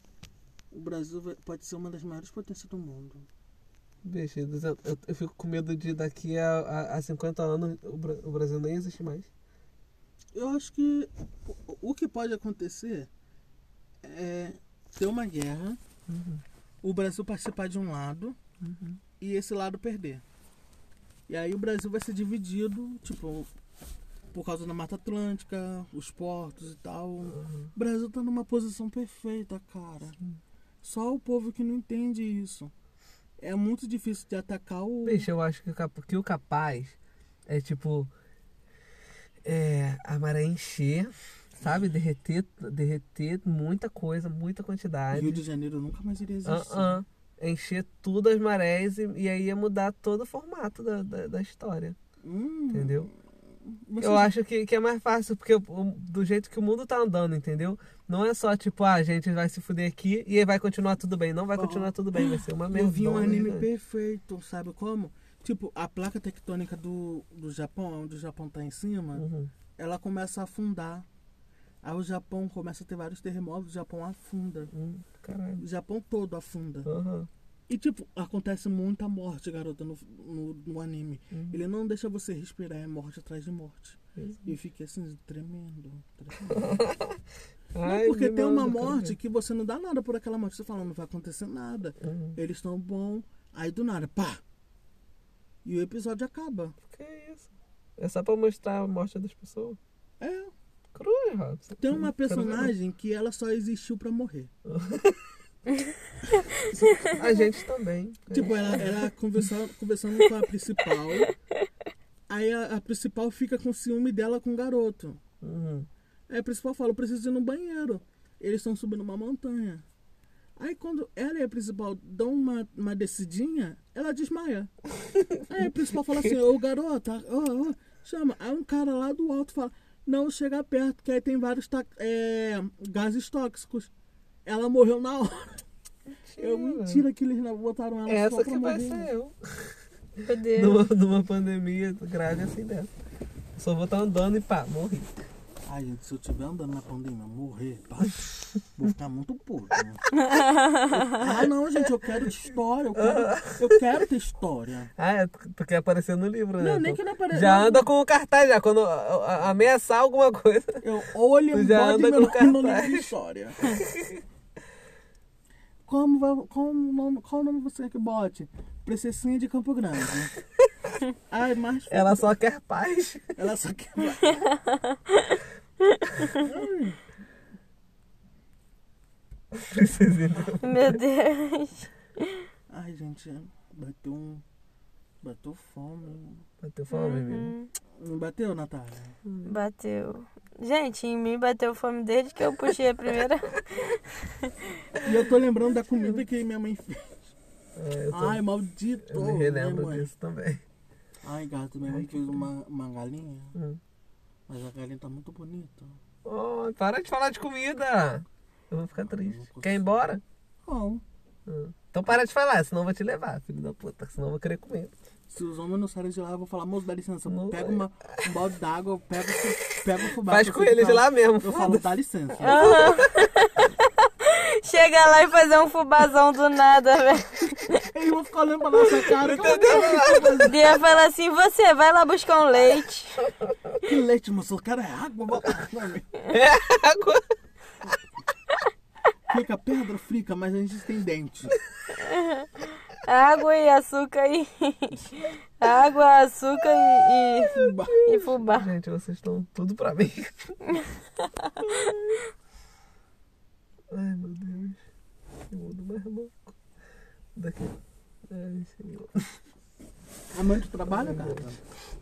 Speaker 3: o Brasil vai- pode ser uma das maiores potências do mundo.
Speaker 1: Bicho, eu, eu- eu fico com medo de daqui a, a, a 50 anos o, Bra- o Brasil nem existe mais.
Speaker 3: Eu acho que o- o que pode acontecer é ter uma guerra,
Speaker 1: Uhum.
Speaker 3: o Brasil participar de um lado e esse lado perder. E aí o Brasil vai ser dividido, tipo, por causa da Mata Atlântica, os portos e tal.
Speaker 1: Uhum.
Speaker 3: O Brasil tá numa posição perfeita, cara. Só o povo que não entende isso. É muito difícil de atacar o.
Speaker 1: Bicho, eu acho que o, cap- que o capaz é tipo. É, a maré encher, sabe? Derreter, derreter muita coisa, muita quantidade.
Speaker 3: Rio de Janeiro nunca mais iria existir.
Speaker 1: Ah, ah. Encher tudo as marés e, e aí ia mudar todo o formato da, da, da história,
Speaker 3: Hum,
Speaker 1: entendeu?
Speaker 3: vocês-
Speaker 1: Eu acho que, que é mais fácil, porque o- o- do jeito que o mundo tá andando, entendeu? Não é só tipo, ah, a gente vai se fuder aqui e aí vai continuar tudo bem. Não vai continuar tudo bem, vai ser uma merda.
Speaker 3: Eu vi um anime
Speaker 1: né?
Speaker 3: perfeito, sabe como? Tipo, a placa tectônica do, do Japão, onde o Japão tá em cima,
Speaker 1: Uhum.
Speaker 3: ela começa a afundar. Aí o Japão começa a ter vários terremotos, o Japão afunda.
Speaker 1: Hum, Caralho.
Speaker 3: O Japão todo afunda.
Speaker 1: Aham.
Speaker 3: E, tipo, acontece muita morte, garota, no, no, no anime.
Speaker 1: Uhum.
Speaker 3: Ele não deixa você respirar, é morte atrás de morte. E eu fiquei assim, tremendo. tremendo.
Speaker 1: Ai,
Speaker 3: não, porque
Speaker 1: vi
Speaker 3: tem
Speaker 1: mal,
Speaker 3: uma
Speaker 1: não quero
Speaker 3: morte
Speaker 1: ver.
Speaker 3: que você não dá nada por aquela morte. Você fala, não vai acontecer nada.
Speaker 1: Uhum.
Speaker 3: Eles estão bom, aí do nada, pá! E o episódio acaba.
Speaker 1: Que isso? É só pra mostrar a morte das pessoas?
Speaker 3: É,
Speaker 1: Cruz, Robson.
Speaker 3: tem uma
Speaker 1: Não quero ver, não.
Speaker 3: personagem que ela só existiu pra morrer.
Speaker 1: *laughs* A gente também.
Speaker 3: *laughs* Tipo, ela, ela conversando, conversando com a principal. Aí a, a principal fica com ciúme dela com o garoto.
Speaker 1: Uhum.
Speaker 3: Aí a principal fala, eu preciso ir no banheiro. Eles estão subindo uma montanha. Aí quando ela e a principal dão uma, uma descidinha, ela desmaia. Aí a principal fala assim, ô garota, ô, ô, chama. Aí um cara lá do alto fala, não chega perto, que aí tem vários ta- é, gases tóxicos. Ela morreu na hora. Eu mentira que eles não botaram ela só
Speaker 1: É Essa
Speaker 3: pra
Speaker 1: que vai
Speaker 3: morrer. É.
Speaker 1: ser eu.
Speaker 2: Meu Deus.
Speaker 1: numa, numa pandemia grave assim dessa. Só vou estar andando e pá, morri.
Speaker 3: Ai, gente, se eu estiver andando na pandemia, eu morrer, pá, vou ficar muito puto. *laughs* né? ah, não, gente, eu quero história, eu quero, eu quero ter história.
Speaker 1: Ah, é, tu tu quer aparecer no livro, né?
Speaker 3: Não, nem
Speaker 1: Tu
Speaker 3: que não apareça.
Speaker 1: Já anda com o cartaz, já. Quando a- a- ameaçar alguma coisa, *laughs*
Speaker 3: Eu olho
Speaker 1: Tu
Speaker 3: e
Speaker 1: já
Speaker 3: bode
Speaker 1: anda
Speaker 3: meu
Speaker 1: com
Speaker 3: nome no
Speaker 1: cartaz.
Speaker 3: livro de história. *laughs* Como, va- como o nome, qual o nome você quer que bote? Princesinha de Campo Grande. Ai, mas
Speaker 1: Ela só quer paz. *laughs*
Speaker 3: ela só quer.
Speaker 1: Precisa
Speaker 2: Meu Deus.
Speaker 3: Ai, gente, bateu um. Bateu fome.
Speaker 1: Bateu fome,
Speaker 3: Uhum.
Speaker 1: menino.
Speaker 3: Não bateu, Natália?
Speaker 2: Uhum. Bateu. Gente, em mim bateu fome desde que eu puxei a primeira.
Speaker 3: E eu tô lembrando da comida que minha mãe fez.
Speaker 1: É, eu, tô,
Speaker 3: Ai, maldito!
Speaker 1: eu me
Speaker 3: né,
Speaker 1: relembro
Speaker 3: mãe?
Speaker 1: disso também.
Speaker 3: Ai, gato, minha mãe fez uma, uma galinha.
Speaker 1: Hum.
Speaker 3: Mas a galinha tá muito bonita.
Speaker 1: Oh, para de falar de comida. Eu vou ficar triste.
Speaker 3: consigo.
Speaker 1: Quer ir embora?
Speaker 3: Bom,
Speaker 1: Então para de falar, senão eu vou te levar, filho da puta. Senão eu vou querer comer.
Speaker 3: se os homens não saírem de lá, eu vou falar, moço, dá licença,
Speaker 1: Não é."
Speaker 3: pega uma, um balde d'água, pega, pega o fubá.
Speaker 1: Faz
Speaker 3: que eu
Speaker 1: com
Speaker 3: sei que
Speaker 1: eles
Speaker 3: tá-
Speaker 1: lá mesmo.
Speaker 3: Eu falo,
Speaker 1: foda-se.
Speaker 3: dá licença.
Speaker 2: *laughs* Chega lá e fazer um fubazão do nada, velho.
Speaker 3: Eles vão ficar olhando pra nossa
Speaker 1: *laughs*
Speaker 3: cara. cara, *laughs*
Speaker 2: E eu falo assim, você vai lá buscar um leite.
Speaker 3: Que leite, moço, eu quero é água. bota pra mim.
Speaker 1: É água.
Speaker 3: Fica pedra, frica, mas a gente tem dente.
Speaker 2: Água e açúcar e. *laughs* Água, açúcar e,
Speaker 3: Fubá.
Speaker 2: e, e fubá.
Speaker 1: Gente, vocês estão tudo pra mim. Ai, meu Deus. Eu mundo mais louco. Daqui. Ai, senhor.
Speaker 3: Amanhã tu trabalha, cara?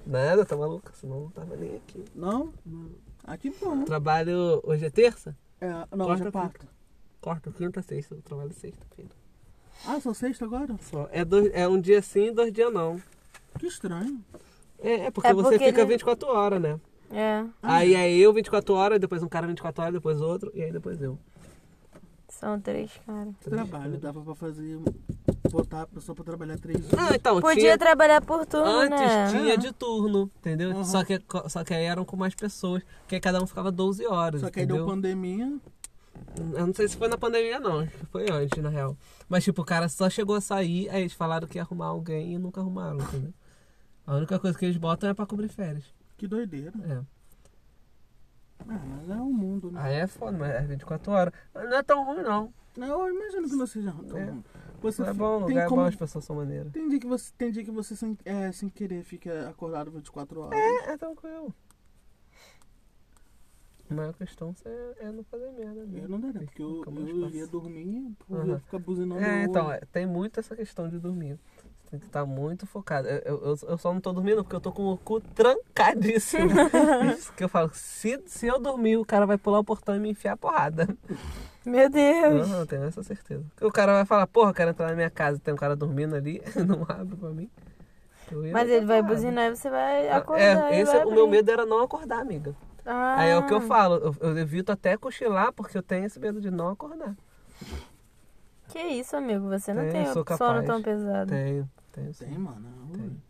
Speaker 1: Nada, tá maluca? Senão eu não tava nem aqui.
Speaker 3: Não? Aqui bom.
Speaker 1: Trabalho. Hoje é terça?
Speaker 3: É, não, hoje é
Speaker 1: Quarta,
Speaker 3: quarta.
Speaker 1: Corta quinta, sexta. Eu trabalho sexta-feira.
Speaker 3: Ah, são sexta agora?
Speaker 1: Só. É, dois, é um dia sim, dois dias não.
Speaker 3: Que estranho.
Speaker 1: É, é porque
Speaker 2: É
Speaker 1: você
Speaker 2: porque
Speaker 1: fica
Speaker 2: ele-
Speaker 1: 24 horas, né?
Speaker 2: É,
Speaker 1: Aí é eu 24 horas, depois um cara 24 horas, depois outro, e aí depois eu. tá
Speaker 2: são três, cara.
Speaker 3: Trabalho, dava pra fazer. Botar a pessoa pra trabalhar três dias.
Speaker 1: Não, então,
Speaker 2: Podia
Speaker 1: tinha...
Speaker 2: trabalhar por turno,
Speaker 1: Antes
Speaker 2: né?
Speaker 1: tinha de turno, entendeu?
Speaker 3: Aham.
Speaker 1: Só, que, só que aí eram com mais pessoas, porque aí cada um ficava 12 horas,
Speaker 3: Só que aí deu
Speaker 1: entendeu?
Speaker 3: pandemia.
Speaker 1: Eu não sei se foi na pandemia não, acho que foi antes, na real. Mas tipo, o cara só chegou a sair, aí eles falaram que ia arrumar alguém e nunca arrumaram, entendeu? A única coisa que eles botam é pra cobrir férias.
Speaker 3: Que doideira.
Speaker 1: É.
Speaker 3: Ah, mas é o mundo, né?
Speaker 1: Aí é foda, mas é 24 horas. Não é tão ruim não.
Speaker 3: Não, eu imagino que não seja tão
Speaker 1: É.
Speaker 3: ruim. Você
Speaker 1: É bom, o
Speaker 3: tem
Speaker 1: lugar
Speaker 3: como-
Speaker 1: é bom, as pessoas são maneiras.
Speaker 3: Tem dia que você, tem dia que você sem, é, sem querer fica acordado 24 horas.
Speaker 1: É, é tranquilo. A maior questão é, é não fazer merda mesmo.
Speaker 3: Eu não daria, porque eu,
Speaker 1: Fica mais
Speaker 3: eu
Speaker 1: fácil.
Speaker 3: ia dormir, eu
Speaker 1: Aham.
Speaker 3: ia ficar buzinando.
Speaker 1: É,
Speaker 3: o
Speaker 1: então,
Speaker 3: olho.
Speaker 1: é, tem muito essa questão de dormir. Você tem que estar muito focado. Eu, eu- eu- eu só não tô dormindo porque eu tô com o cu trancadíssimo. Isso que eu falo, se, se eu dormir, o cara vai pular o portão e me enfiar a porrada.
Speaker 2: Meu
Speaker 1: Eu
Speaker 2: Deus.
Speaker 1: não tenho essa certeza. O cara vai falar, porra, eu quero entrar na minha casa, tem um cara dormindo ali, *laughs* não abre pra mim. Eu ia
Speaker 2: Mas
Speaker 1: dar
Speaker 2: ele vai
Speaker 1: porrada.
Speaker 2: buzinar e você vai acordar.
Speaker 1: Hum. É,
Speaker 2: e
Speaker 1: esse
Speaker 2: vai
Speaker 1: é- o meu
Speaker 2: abrir.
Speaker 1: medo era não acordar, amiga.
Speaker 2: Ah,
Speaker 1: Aí é o que eu falo, eu, eu evito até cochilar porque eu tenho esse medo de não acordar.
Speaker 2: Que isso, amigo? Você não
Speaker 1: É,
Speaker 2: tem
Speaker 1: sou
Speaker 2: sono
Speaker 1: capaz.
Speaker 2: tão pesado.
Speaker 1: Tenho, tenho sim.
Speaker 3: Tem, mano. é
Speaker 1: Tem.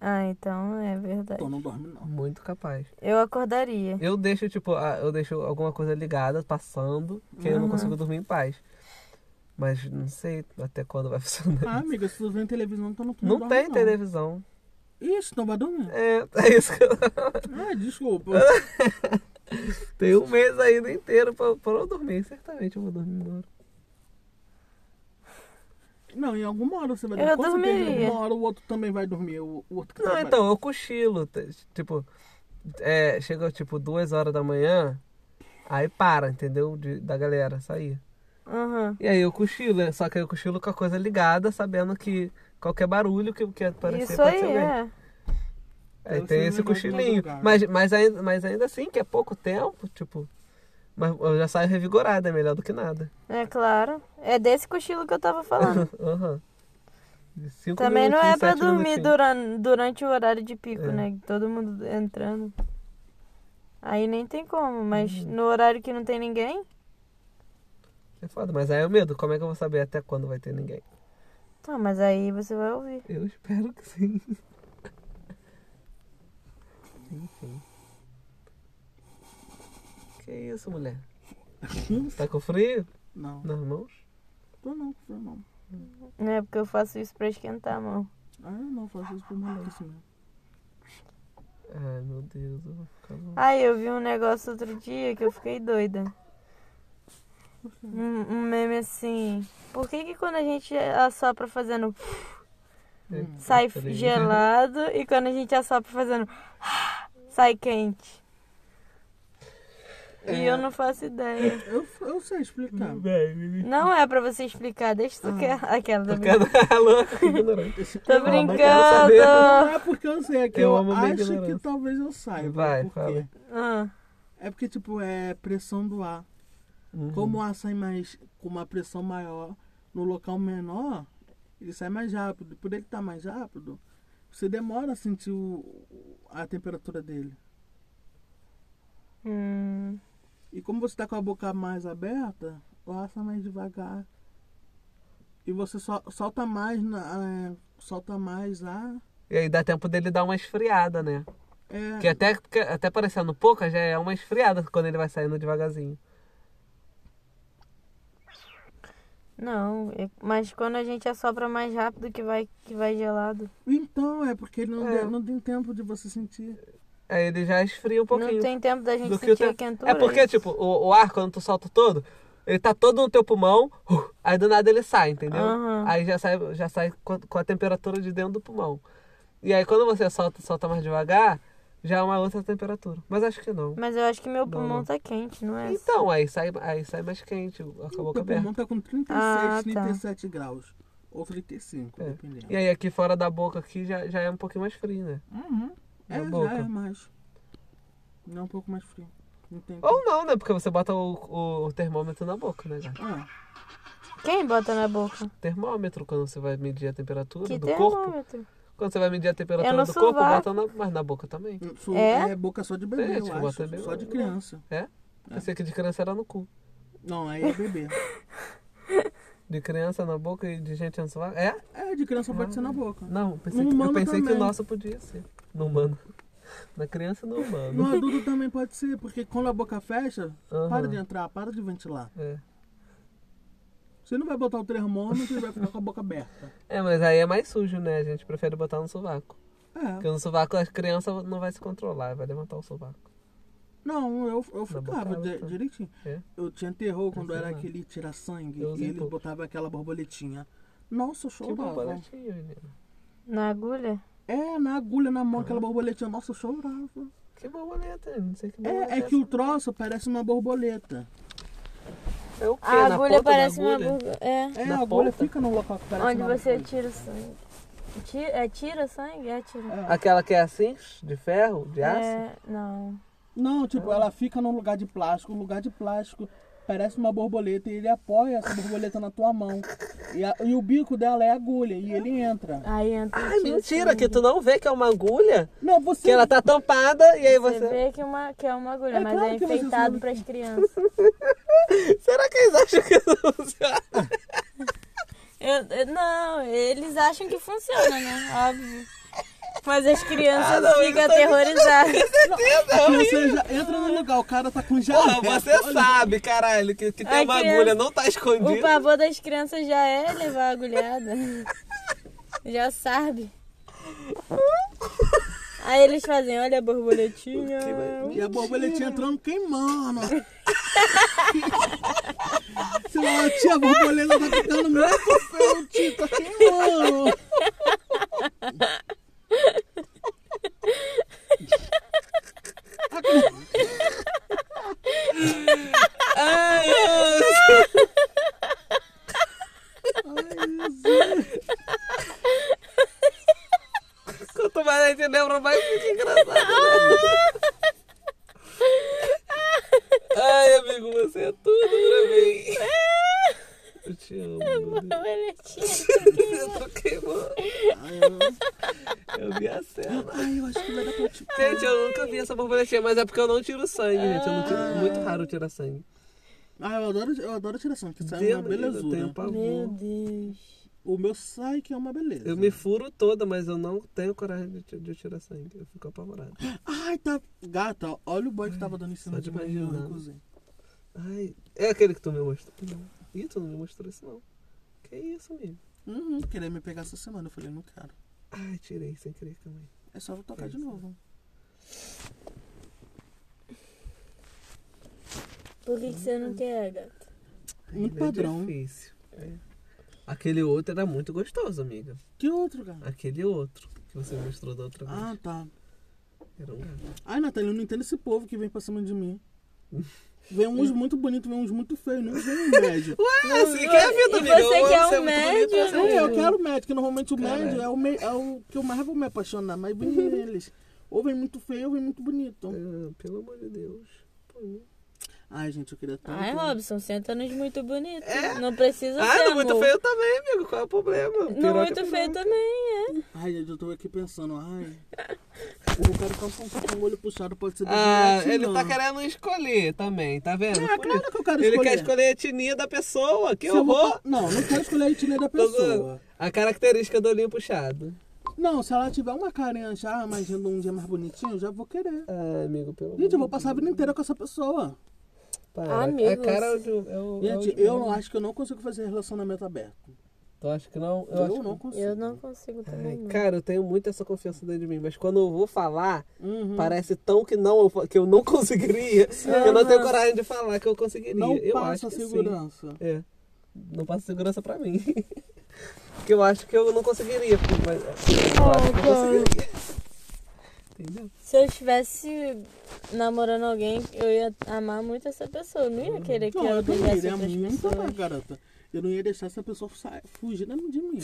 Speaker 2: Ah, então é verdade.
Speaker 3: Então não
Speaker 1: *laughs*
Speaker 3: dorme, não.
Speaker 1: Muito capaz.
Speaker 2: Eu acordaria.
Speaker 1: Eu deixo, tipo, a- eu deixo alguma coisa ligada, passando, que eu não consigo dormir em paz. Mas não sei até quando vai *laughs* funcionar.
Speaker 3: Ah, amiga, se tu vê televisão, então não, tu
Speaker 1: não
Speaker 3: dorme,
Speaker 1: tem televisão.
Speaker 3: Ixi, não vai dormir.
Speaker 1: É, *laughs* é isso que eu.
Speaker 3: Ah, desculpa.
Speaker 1: Tem um mês ainda inteiro pra, pra eu dormir. Certamente eu vou dormir uma hora.
Speaker 3: Não, em alguma hora você vai
Speaker 2: Eu
Speaker 3: dormir. Quando tem
Speaker 2: dormiria.
Speaker 3: Uma hora o outro também vai dormir. O, o outro que
Speaker 1: Não,
Speaker 3: trabalha.
Speaker 1: então, eu cochilo. t- Tipo, é, chega tipo duas horas da manhã, aí para, entendeu? De- da galera sair.
Speaker 2: Aham.
Speaker 1: E aí eu cochilo, é, só que eu cochilo com a coisa ligada, sabendo que qualquer barulho que, que aparecer
Speaker 2: Isso
Speaker 1: pode
Speaker 2: aí,
Speaker 1: ser bem.
Speaker 2: é.
Speaker 1: Aí tem
Speaker 3: Deve ser
Speaker 1: esse
Speaker 3: melhor de
Speaker 1: cochilinho.
Speaker 3: madrugada.
Speaker 1: Mas, mas, ainda, mas ainda assim, que é pouco tempo, tipo. Mas eu já saio revigorada, é melhor do que nada.
Speaker 2: É claro. É desse cochilo que eu
Speaker 1: *laughs*
Speaker 2: tava falando.
Speaker 1: Aham. De cinco
Speaker 2: Ah. Também não é
Speaker 1: minutinhos,
Speaker 2: pra
Speaker 1: sete
Speaker 2: dormir
Speaker 1: minutinhos.
Speaker 2: durante, durante o horário de pico,
Speaker 1: É.
Speaker 2: né? Que Todo mundo entrando. Aí nem tem como, mas
Speaker 1: Uhum.
Speaker 2: no horário que não tem ninguém,
Speaker 1: É foda, mas aí é o medo. Como é que eu vou saber até quando vai ter ninguém?
Speaker 2: tá, mas aí você vai ouvir.
Speaker 1: Eu espero que sim. Enfim. Que isso, mulher? Tá com frio
Speaker 3: Hum? Não,
Speaker 1: nas mãos?
Speaker 3: tô não, tô não.
Speaker 2: Não é porque eu faço isso pra esquentar a mão.
Speaker 3: Ah, eu não faço isso por maluquice mesmo.
Speaker 1: Ai, meu Deus, eu vou ficar louco. *laughs*
Speaker 2: Ai, eu vi um negócio outro dia que eu fiquei doida. um, um meme assim. Por que, que quando a gente assopra fazendo. Ah, sai gelado e quando a gente assopra fazendo. sai quente? E eu não faço ideia.
Speaker 3: Eu, eu sei explicar.
Speaker 2: Não é pra você explicar, deixa tu que aquela da
Speaker 1: Cara, é *laughs* louco, ignorante.
Speaker 2: Tô
Speaker 1: Não, mas quero Ah. saber.
Speaker 3: Não
Speaker 2: brincando!
Speaker 3: é porque eu não sei, é que
Speaker 1: Eu
Speaker 3: eu,
Speaker 1: amo minha
Speaker 3: acho que
Speaker 1: ignorância.
Speaker 3: talvez eu saiba.
Speaker 1: Vai,
Speaker 3: por
Speaker 1: fala.
Speaker 3: quê?
Speaker 2: Ah,
Speaker 3: É porque, tipo, é pressão do ar.
Speaker 1: Uhum.
Speaker 3: Como o ar sai mais com uma pressão maior no local menor, ele sai mais rápido. Por ele estar mais rápido, você demora a sentir o- a temperatura dele.
Speaker 2: hum.
Speaker 3: E como você tá com a boca mais aberta, o ar sai mais devagar. E você sol- solta mais na, é, solta mais ar.
Speaker 1: é? E aí dá tempo dele dar uma esfriada, né?
Speaker 3: É,
Speaker 1: Que até, que até parecendo pouca, já é uma esfriada quando ele vai saindo devagarzinho.
Speaker 2: Não, é- mas quando a gente assopra mais rápido que vai, que vai gelado.
Speaker 3: Então, é porque ele não,
Speaker 1: É.
Speaker 3: deu- não tem tempo de você sentir.
Speaker 1: Aí ele já esfria um pouquinho.
Speaker 2: Não tem tempo da gente
Speaker 1: do que o
Speaker 2: sentir a
Speaker 1: tempo.
Speaker 2: quentura.
Speaker 1: É porque, tipo, o, o ar, quando tu solta todo, ele tá todo no teu pulmão, uh, aí do nada ele sai, entendeu?
Speaker 2: Aham.
Speaker 1: Aí já sai, já sai com, a, com a temperatura de dentro do pulmão. E aí quando você solta, solta mais devagar, já é uma outra temperatura. Mas acho que não.
Speaker 2: Mas eu acho que meu
Speaker 1: Não,
Speaker 2: pulmão
Speaker 1: não.
Speaker 2: tá quente, não é?
Speaker 1: Então, aí sai, aí sai mais quente, a
Speaker 2: Uhum.
Speaker 1: boca
Speaker 3: o pulmão
Speaker 1: aberta.
Speaker 3: tá com 36,
Speaker 2: Ah, tá.
Speaker 3: 37 graus. Ou 35,
Speaker 1: É.
Speaker 3: dependendo.
Speaker 1: E aí aqui fora da boca aqui já, já é um pouquinho mais frio, né?
Speaker 2: Uhum.
Speaker 1: Na
Speaker 3: É,
Speaker 1: boca.
Speaker 3: já é mais. Não é um pouco mais frio. Não tem
Speaker 1: Ou não, né? Porque você bota o, o- o termômetro na boca, né, gata?
Speaker 3: como. É.
Speaker 2: Quem bota na boca?
Speaker 1: Termômetro, quando você vai medir a temperatura
Speaker 2: que
Speaker 1: do corpo.
Speaker 2: termômetro?
Speaker 1: Quando você vai medir a
Speaker 2: É
Speaker 1: temperatura
Speaker 2: no
Speaker 1: do corpo,
Speaker 2: sovaco.
Speaker 1: bota na, mas na boca também.
Speaker 3: Sou-
Speaker 2: É?
Speaker 3: é boca só de bebê,
Speaker 1: É,
Speaker 3: eu
Speaker 1: tipo,
Speaker 3: acho.
Speaker 1: bota bem-
Speaker 3: Só de criança.
Speaker 1: Pensei que de criança era no cu.
Speaker 3: Não, aí é bebê.
Speaker 1: De criança na boca e de gente no sovaco. É?
Speaker 3: É, de criança pode
Speaker 1: Ah.
Speaker 3: ser na boca.
Speaker 1: Não, pensei
Speaker 3: No
Speaker 1: que, eu
Speaker 3: humano
Speaker 1: pensei que o
Speaker 3: também.
Speaker 1: nosso podia ser. No humano. *laughs* Na criança no humano.
Speaker 3: No adulto também pode ser, porque quando a boca fecha,
Speaker 1: Aham.
Speaker 3: para de entrar, para de ventilar.
Speaker 1: É.
Speaker 3: Você não vai botar o termômetro e vai ficar com a boca aberta.
Speaker 1: É, mas aí é mais sujo, né? A gente prefere botar no sovaco.
Speaker 3: É.
Speaker 1: Porque no sovaco a criança não vai se controlar, vai levantar o sovaco.
Speaker 3: Não, eu, eu
Speaker 1: boca
Speaker 3: ficava
Speaker 1: ela
Speaker 3: di-
Speaker 1: tá.
Speaker 3: direitinho.
Speaker 1: É?
Speaker 3: Eu tinha terror quando
Speaker 1: sei
Speaker 3: era
Speaker 1: lá.
Speaker 3: aquele tirar-sangue
Speaker 1: Eu
Speaker 3: e
Speaker 1: usei
Speaker 3: eles
Speaker 1: pouco.
Speaker 3: botavam aquela borboletinha. Nossa, eu
Speaker 1: Que
Speaker 3: chorava.
Speaker 1: borboletinha, menina.
Speaker 2: Na agulha?
Speaker 3: É, na agulha, na mão, aquela borboletinha. Nossa, eu chorava.
Speaker 1: Que borboleta, não sei que borboleta.
Speaker 3: É, é que o troço parece uma borboleta.
Speaker 1: essa. É o quê?
Speaker 2: A
Speaker 1: Na
Speaker 2: agulha
Speaker 1: ponta da
Speaker 2: parece uma
Speaker 1: agulha?
Speaker 2: agulha. É.
Speaker 3: É,
Speaker 1: Na
Speaker 3: a agulha
Speaker 1: ponta?
Speaker 3: fica no local que parece
Speaker 2: Onde
Speaker 3: uma
Speaker 2: você
Speaker 3: borboleta.
Speaker 2: tira o sangue. Tira, é tira sangue? É tira.
Speaker 1: Aquela que é assim, de ferro, de aço?
Speaker 2: É, não.
Speaker 3: Não, tipo, ela fica num lugar de plástico. O lugar de plástico parece uma borboleta e ele apoia essa borboleta na tua mão. E, a- e o bico dela é agulha e ele entra.
Speaker 2: Aí entra. o
Speaker 1: Ai,
Speaker 2: tira
Speaker 1: mentira,
Speaker 2: sangue.
Speaker 1: que tu não vê que é uma agulha,
Speaker 3: Não, você.
Speaker 1: que ela tá tampada e aí
Speaker 2: Você
Speaker 1: você.
Speaker 2: vê que, uma, que é uma agulha,
Speaker 3: É
Speaker 2: mas
Speaker 3: claro
Speaker 2: é
Speaker 3: que você
Speaker 2: enfeitado
Speaker 3: sabe.
Speaker 2: pras crianças.
Speaker 1: Será que eles acham que não *laughs* funciona?
Speaker 2: Eu- eu- não, eles acham que funciona, né? Óbvio. Mas as
Speaker 3: Ah,
Speaker 2: crianças ficam aterrorizadas.
Speaker 3: Aqui você já entra no lugar, o cara tá
Speaker 1: Porra,
Speaker 3: com geleia.
Speaker 1: você sabe, caralho, que, que tem
Speaker 2: Ai, é.
Speaker 1: uma
Speaker 2: criança.
Speaker 1: agulha, não tá
Speaker 2: O
Speaker 1: escondida.
Speaker 2: pavor das crianças já é levar agulhada. Já sabe. Aí eles fazem, olha a borboletinha.
Speaker 3: E a borboletinha entrando queimando. *laughs* Seu tia, a borboleta tá ficando muito feio, tio, tá queimando.
Speaker 1: Ai, eu- Quanto mais a gente lembra, mais fica
Speaker 2: *laughs*
Speaker 1: engraçado. né? Ai, amigo, você é tudo pra mim.
Speaker 2: É.
Speaker 1: Eu te amo, meu Deus.
Speaker 2: Borboletinha.
Speaker 1: *laughs* Eu troquei, mano. Eu vi a cena.
Speaker 3: Ai, eu acho que vai dar pra te
Speaker 1: Gente, eu nunca vi essa borboletinha, mas é porque eu não tiro sangue, gente. Eu não tiro, muito raro tirar sangue.
Speaker 3: Ah, eu adoro, eu adoro tiração, que sai é uma
Speaker 1: Deus, Eu tenho um
Speaker 3: belezura.
Speaker 2: Meu
Speaker 1: pavor.
Speaker 2: Deus.
Speaker 3: O meu sai que é uma beleza.
Speaker 1: Eu me furo toda, mas eu não tenho coragem de, ti- de tirar sangue. Eu fico apavorado.
Speaker 3: Ai, tá. Gata, olha o boy que tava dando em cima
Speaker 1: só
Speaker 3: de
Speaker 1: de
Speaker 3: mim. Eu
Speaker 1: imaginar.
Speaker 3: recusei.
Speaker 1: Ai, é aquele que tu me mostrou? Não. Ih, tu não me mostrou isso, não. Que isso, amigo?
Speaker 3: Uhum, queria me pegar essa semana. Eu falei, não quero.
Speaker 1: Ai, tirei sem querer também.
Speaker 3: É só vou tocar
Speaker 1: É
Speaker 3: de
Speaker 1: isso.
Speaker 3: novo.
Speaker 2: Por que, que você não quer, gata?
Speaker 3: muito
Speaker 1: Era
Speaker 3: É um padrão.
Speaker 1: difícil. É. Aquele outro era muito gostoso, amiga.
Speaker 3: Que outro, cara?
Speaker 1: Aquele outro que você mostrou da outra vez.
Speaker 3: Ah, tá.
Speaker 1: Era um gato.
Speaker 3: Ai, Natália, eu não entendo esse povo que vem pra cima de
Speaker 1: *laughs*
Speaker 3: mim. Vem uns muito bonitos, vem uns muito feios, não
Speaker 1: *laughs*
Speaker 3: vem um médio.
Speaker 1: Ué, assim que é a vida,
Speaker 9: e
Speaker 1: amiga.
Speaker 9: você
Speaker 1: Ou
Speaker 9: quer um
Speaker 1: é muito bonita,
Speaker 9: médio,
Speaker 1: ou
Speaker 9: amiga?
Speaker 1: é
Speaker 3: É, eu quero médio, que normalmente o médio é o, me- é o que eu mais vou me apaixonar,
Speaker 1: *laughs*
Speaker 3: mas vem neles. Ou vem muito feio, ou vem muito bonito.
Speaker 1: Ah, pelo amor de Deus. Pô.
Speaker 3: Ai, gente, eu queria tanto.
Speaker 9: Ai, Robson, senta nos muito bonitos. Não precisa
Speaker 1: Ah,
Speaker 9: ser,
Speaker 1: no muito
Speaker 9: amor.
Speaker 1: feio também, amigo. Qual é o problema?
Speaker 9: No
Speaker 1: Piroca é
Speaker 9: muito feio
Speaker 1: piroca.
Speaker 9: também, é.
Speaker 3: Ai, gente, eu tô aqui pensando, ai. Eu quero tanto um com o olho puxado, pode ser
Speaker 1: Ah,
Speaker 3: desviante,
Speaker 1: ele
Speaker 3: não.
Speaker 1: tá querendo escolher também, tá vendo?
Speaker 3: Ah,
Speaker 1: Por isso.
Speaker 3: claro que eu quero
Speaker 1: Ele
Speaker 3: escolher.
Speaker 1: quer escolher a etnia da pessoa. Que
Speaker 3: Se eu vou-
Speaker 1: horror!
Speaker 3: Não, não quero escolher a etnia da
Speaker 1: *laughs* Tô zoando.
Speaker 3: pessoa.
Speaker 1: A característica do olhinho puxado.
Speaker 3: Não, se ela tiver uma carinha já, mas de um dia mais bonitinho, eu já vou querer.
Speaker 1: Ah, amigo, pelo amor
Speaker 3: Gente, eu vou passar a vida inteira com essa pessoa.
Speaker 1: Para.
Speaker 9: Amigo,
Speaker 1: a cara é o de- é o. é o
Speaker 3: Gente,
Speaker 1: de-
Speaker 3: eu não acho que eu não consigo fazer relacionamento aberto.
Speaker 1: Tu acha que não? Eu,
Speaker 3: Eu,
Speaker 1: acho
Speaker 3: não
Speaker 1: que...
Speaker 3: consigo.
Speaker 9: Eu não consigo também,
Speaker 1: Ai,
Speaker 9: não.
Speaker 1: cara, eu tenho muito essa confiança dentro de mim, mas quando eu vou falar,
Speaker 3: Uhum.
Speaker 1: parece tão que não que eu não *laughs* conseguiria, que eu não tenho coragem de falar que eu conseguiria.
Speaker 3: Não
Speaker 1: eu
Speaker 3: passa
Speaker 1: acho que sim.
Speaker 3: segurança.
Speaker 1: É. Não passa segurança pra mim. *laughs* Porque eu acho que eu não conseguiria. porque- Mas, eu acho que eu
Speaker 3: Oh,
Speaker 1: conseguiria. Entendeu?
Speaker 9: Se eu estivesse namorando alguém, eu ia amar muito essa pessoa. Eu não ia querer que
Speaker 3: Não,
Speaker 9: ela
Speaker 3: eu também
Speaker 9: pegasse
Speaker 3: iria
Speaker 9: outras
Speaker 3: muito mais,
Speaker 9: pessoas.
Speaker 3: garota. Eu não ia deixar essa pessoa sa- fugir de mim.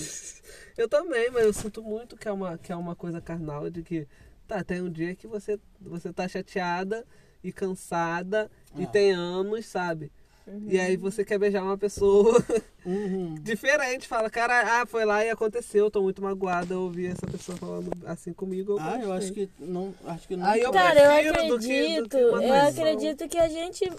Speaker 1: Eu também, mas eu sinto muito que é uma, que é uma coisa carnal de que tá, tem um dia que você, você tá chateada e cansada e
Speaker 3: É.
Speaker 1: tem anos, sabe? E aí você quer beijar uma pessoa *laughs*
Speaker 3: Uhum.
Speaker 1: diferente, fala, cara, ah, foi lá e aconteceu, tô muito magoada, eu ouvi essa pessoa falando assim comigo. Eu
Speaker 3: Ah, eu acho
Speaker 1: gostei.
Speaker 3: que não. Acho que não.
Speaker 1: Aí eu
Speaker 9: Cara, eu
Speaker 1: prefiro do que- do
Speaker 9: acredito,
Speaker 1: que uma
Speaker 9: eu
Speaker 1: traição.
Speaker 9: acredito que a gente,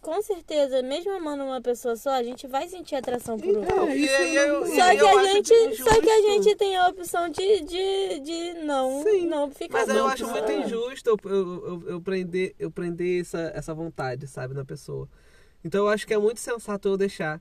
Speaker 9: com certeza, mesmo amando uma pessoa só, a gente vai sentir atração
Speaker 3: Então,
Speaker 9: por outra.
Speaker 1: Não, e, aí eu, e
Speaker 9: é Só
Speaker 1: aí
Speaker 9: que,
Speaker 1: eu
Speaker 9: a
Speaker 1: acho é
Speaker 9: gente, só que a
Speaker 1: injusto.
Speaker 9: gente tem a opção de, de, de não,
Speaker 1: Sim,
Speaker 9: não ficar
Speaker 1: Mas eu
Speaker 9: com a
Speaker 1: acho
Speaker 9: pessoa.
Speaker 1: muito injusto eu, eu, eu, eu prender, eu prender essa, essa vontade, sabe, na pessoa. Então eu acho que é muito sensato eu deixar.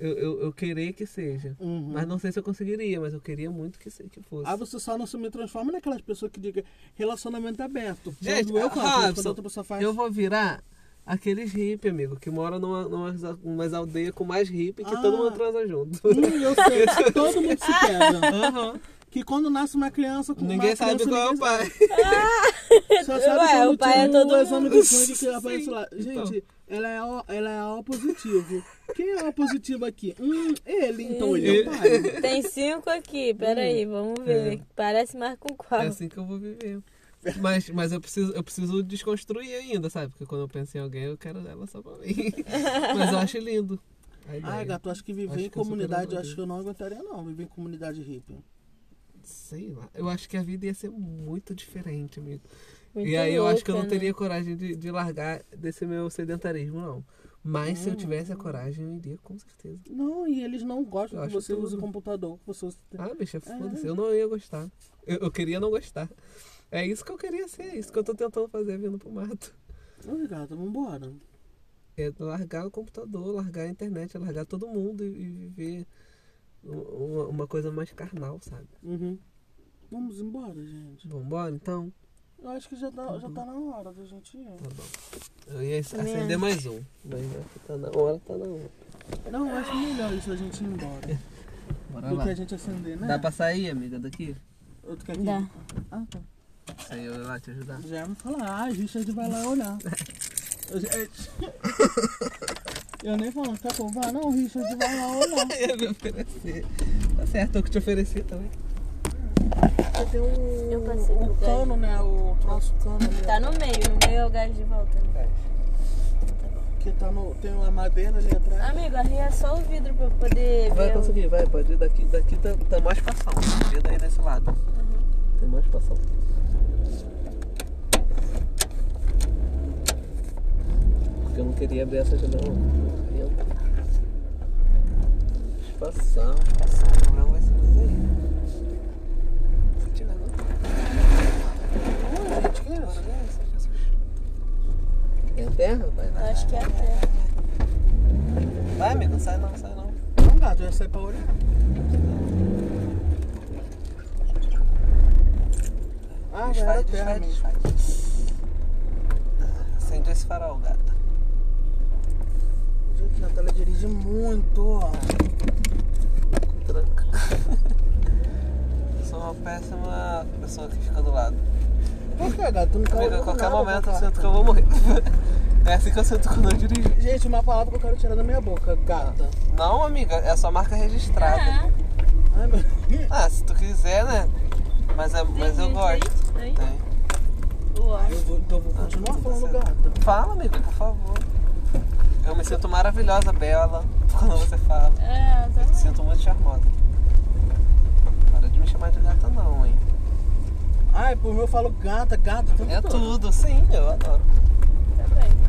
Speaker 1: Eu, eu, eu querer que seja.
Speaker 3: Uhum.
Speaker 1: Mas não sei se eu conseguiria, mas eu queria muito que, se- que fosse.
Speaker 3: Ah, você só não se me transforma naquelas pessoas que digam relacionamento aberto.
Speaker 1: Gente,
Speaker 3: quando eu faço, mas quando
Speaker 1: Robson,
Speaker 3: outra pessoa faz.
Speaker 1: Eu vou virar aqueles hippie, amigo, que mora numa, numa, umas aldeia com mais hippie que
Speaker 3: Ah.
Speaker 1: todo mundo transa junto.
Speaker 3: Hum, eu sei, todo mundo se pega.
Speaker 1: Aham.
Speaker 3: Que quando nasce uma criança com
Speaker 1: Ninguém
Speaker 3: uma
Speaker 1: sabe
Speaker 3: criança,
Speaker 1: qual é o
Speaker 3: ninguém
Speaker 1: pai.
Speaker 3: sabe. Só sabe
Speaker 9: Ué,
Speaker 3: quando
Speaker 9: o pai é
Speaker 3: tira
Speaker 9: todo
Speaker 3: o exame do sangue que
Speaker 1: Sim,
Speaker 3: aparece lá.
Speaker 1: então.
Speaker 3: Gente, ela é, o, ela é O positivo. Quem é O positivo aqui? Hum, ele. Então ele é
Speaker 1: *laughs*
Speaker 3: o pai.
Speaker 9: Tem cinco aqui, peraí, vamos ver. Parece mais com qual.
Speaker 1: Hum, É assim que eu vou viver. Mas, mas eu, preciso, eu preciso desconstruir ainda, sabe? Porque quando eu penso em alguém, eu quero ela só pra
Speaker 3: *laughs*
Speaker 1: mim. mas eu acho lindo. a ideia.
Speaker 3: Ai, gato, acho que viver
Speaker 1: Acho
Speaker 3: em
Speaker 1: que eu
Speaker 3: comunidade,
Speaker 1: superava
Speaker 3: acho que eu não aguentaria não, viver em comunidade hippie.
Speaker 1: Sei lá. Eu acho que a vida ia ser muito diferente, amigo.
Speaker 9: Muito
Speaker 1: e aí eu acho que eu não
Speaker 9: louca, né?
Speaker 1: teria coragem de, de largar desse meu sedentarismo, não. Mas
Speaker 3: Hum.
Speaker 1: se eu tivesse a coragem, eu iria com certeza.
Speaker 3: Não, e eles não gostam
Speaker 1: Eu
Speaker 3: que
Speaker 1: acho
Speaker 3: você use um
Speaker 1: tudo.
Speaker 3: computador, que você use...
Speaker 1: Ah, bicha, foda-se. Eu não ia gostar. Eu, eu queria não gostar. É isso que eu queria ser. É isso que eu tô tentando fazer vindo pro mato.
Speaker 3: Ô, gato, vambora.
Speaker 1: É largar o computador, largar a internet, é largar todo mundo e, e viver u- uma, uma coisa mais carnal, sabe?
Speaker 3: Uhum. Vamos embora, gente.
Speaker 1: Vambora então?
Speaker 3: Eu acho que já tá, já tá na hora da gente ir.
Speaker 1: Tá bom. Eu ia acender mais um. Mas já que tá na hora, tá na hora.
Speaker 3: Não, eu acho melhor isso a gente ir embora.
Speaker 1: Bora
Speaker 3: do
Speaker 1: lá.
Speaker 3: que a gente acender, né?
Speaker 1: Dá pra sair, amiga, daqui?
Speaker 3: Outro que aqui.
Speaker 2: Dá.
Speaker 3: Ah, tá.
Speaker 1: Sei eu ir lá te ajudar. *laughs*
Speaker 3: Já me falar, ah, Richard vai lá olhar. Eu, *laughs* já- eu nem falo, tá bom, vai não, Richard vai lá olhar.
Speaker 1: Eu ia me oferecer. Tá certo, eu que te ofereci também.
Speaker 3: Você tem o,
Speaker 9: Eu passei pro
Speaker 3: o
Speaker 9: gás.
Speaker 3: cano, um, né? O nosso cano ali,
Speaker 9: Tá no meio, no meio é o gás de volta.
Speaker 3: que tá no, tem uma madeira ali atrás.
Speaker 9: Amigo, arria só o vidro pra eu poder
Speaker 1: Vai
Speaker 9: ver. o-
Speaker 1: conseguir, vai, pode ir daqui. Daqui tá, tá mais passão. Vê daí desse lado.
Speaker 3: Uhum.
Speaker 1: Tem mais passão. Porque eu não queria abrir essa janela. Entra. Passão, passão. Não vai ser mais aí. Se tiver, não. Ué, gente, que é isso? É a terra? Vai,
Speaker 9: Eu
Speaker 1: vai.
Speaker 9: Acho que é até.
Speaker 1: Vai, amigo, não sai não, sai não.
Speaker 3: Não, gato, eu ia sair pra olhar. Ah, já era
Speaker 1: Desfaz,
Speaker 3: terra
Speaker 1: desfaz,
Speaker 3: mesmo.
Speaker 1: desfaz. Acende esse farol, gata.
Speaker 3: Gente, Natália dirige muito.
Speaker 1: Tranca. Eu sou uma péssima pessoa que fica do lado.
Speaker 3: Por que, gato? Tu não
Speaker 1: Amiga,
Speaker 3: caiu
Speaker 1: a
Speaker 3: com
Speaker 1: qualquer
Speaker 3: nada,
Speaker 1: momento eu
Speaker 3: gato.
Speaker 1: sinto que eu vou morrer. *laughs* É assim que eu sinto quando eu dirijo.
Speaker 3: Gente, uma palavra que eu quero tirar da minha boca, gata.
Speaker 1: Não, amiga, é só marca
Speaker 3: É.
Speaker 1: registrada.
Speaker 2: Ah,
Speaker 3: Ai, meu...
Speaker 1: Ah, se tu quiser, né? Mas, é,
Speaker 2: tem
Speaker 1: mas eu
Speaker 2: vídeo
Speaker 1: gosto.
Speaker 2: Aí?
Speaker 1: Tem.
Speaker 2: Uau.
Speaker 3: Eu vou, então eu vou continuar
Speaker 1: Tá
Speaker 3: falando
Speaker 1: certo.
Speaker 3: gata.
Speaker 1: Fala, amiga, por favor. Eu me sinto maravilhosa, bela, *laughs* quando você fala.
Speaker 2: É,
Speaker 1: Eu
Speaker 2: tá
Speaker 1: te sinto muito charmosa. Para de me chamar de gata não, hein?
Speaker 3: Ai, por mim eu falo gata, gata. o tempo
Speaker 1: É
Speaker 3: todo.
Speaker 1: tudo, sim, eu adoro.
Speaker 9: tá
Speaker 2: bem.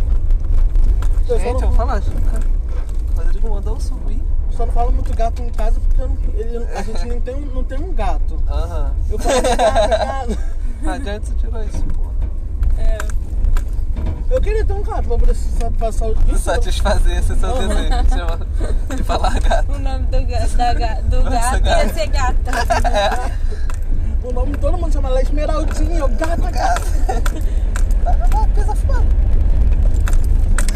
Speaker 3: Eu só
Speaker 1: Gente,
Speaker 3: não-
Speaker 1: eu vou falar, Juca. O Rodrigo mandou eu subir.
Speaker 3: Só não falo muito gato em casa porque eu não- ele- a gente não tem, um, não tem um gato.
Speaker 1: Aham. *laughs*
Speaker 3: Eu falo gata, gata.
Speaker 1: Ah, de onde você tirou isso, porra?
Speaker 2: É,
Speaker 3: Eu queria ter um gato pra poder sa- passar o dia. todo-
Speaker 1: Satisfazer esse seu desejo de chamar- de falar *laughs* gata.
Speaker 2: o nome do, ga da ga do
Speaker 1: Nossa,
Speaker 2: gato
Speaker 9: é
Speaker 1: gata.
Speaker 2: ia ser gata.
Speaker 3: O nome todo mundo chama ela Esmeraldinha, eu gata, gata.
Speaker 1: Pisa fora.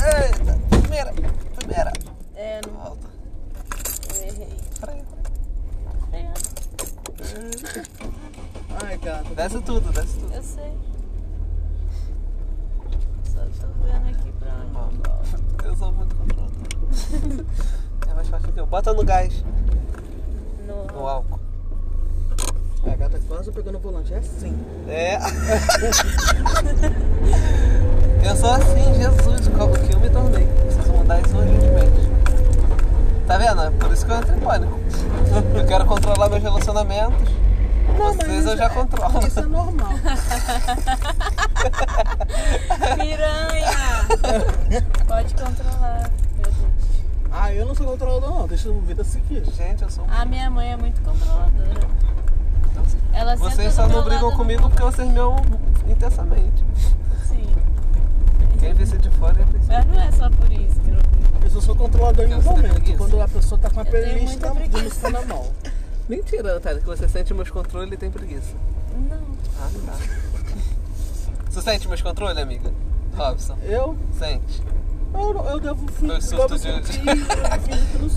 Speaker 1: Eita, primeira, primeira.
Speaker 2: É, não
Speaker 1: Volta.
Speaker 2: eu errei.
Speaker 1: Freio.
Speaker 3: Ai, gata.
Speaker 1: Desce tudo, desce tudo.
Speaker 2: Eu sei. Só tô vendo aqui pra onde eu volto.
Speaker 1: Eu sou muito *laughs* controlador. É mais fácil que eu. Bota no gás, no
Speaker 2: No...
Speaker 1: álcool.
Speaker 3: A gata quase pegando o volante, é assim.
Speaker 1: É. *laughs* eu sou assim, Jesus, como que eu me tornei. Preciso mudar isso urgentemente. Tá vendo? É Por isso que eu entro em pânico. *laughs* Eu quero controlar meus relacionamentos. Vocês eu já controlo.
Speaker 3: Isso
Speaker 1: *laughs*
Speaker 3: é normal.
Speaker 2: Piranha! Pode controlar, meu Deus.
Speaker 3: Ah, eu não sou controlador não, deixa a vida seguir.
Speaker 1: Gente, eu sou um
Speaker 2: A minha mãe é muito controladora. Ela senta
Speaker 1: Vocês
Speaker 2: Tá
Speaker 1: só
Speaker 2: do meu
Speaker 1: não brigam
Speaker 2: lado
Speaker 1: comigo porque vocês me amam intensamente.
Speaker 2: no- Sim.
Speaker 1: Quem vê se de fora é preciso.
Speaker 2: Mas não é só por isso que eu não brigo.
Speaker 3: Eu só sou controlador em um
Speaker 1: Você tem
Speaker 3: momento,
Speaker 1: preguiça?
Speaker 3: quando a pessoa tá com a
Speaker 2: Eu tenho
Speaker 3: playlist
Speaker 2: muita
Speaker 3: na- de
Speaker 2: preguiça.
Speaker 3: música na mão.
Speaker 1: Mentira, Natália, que você sente meus controles e tem preguiça.
Speaker 2: Não.
Speaker 1: Ah, tá. Você sente meus controles, amiga? Robson,
Speaker 3: Eu,
Speaker 1: sente.
Speaker 3: eu, eu devo fingir.
Speaker 1: Eu surto
Speaker 3: devo
Speaker 1: de-
Speaker 3: sentir, fingir que não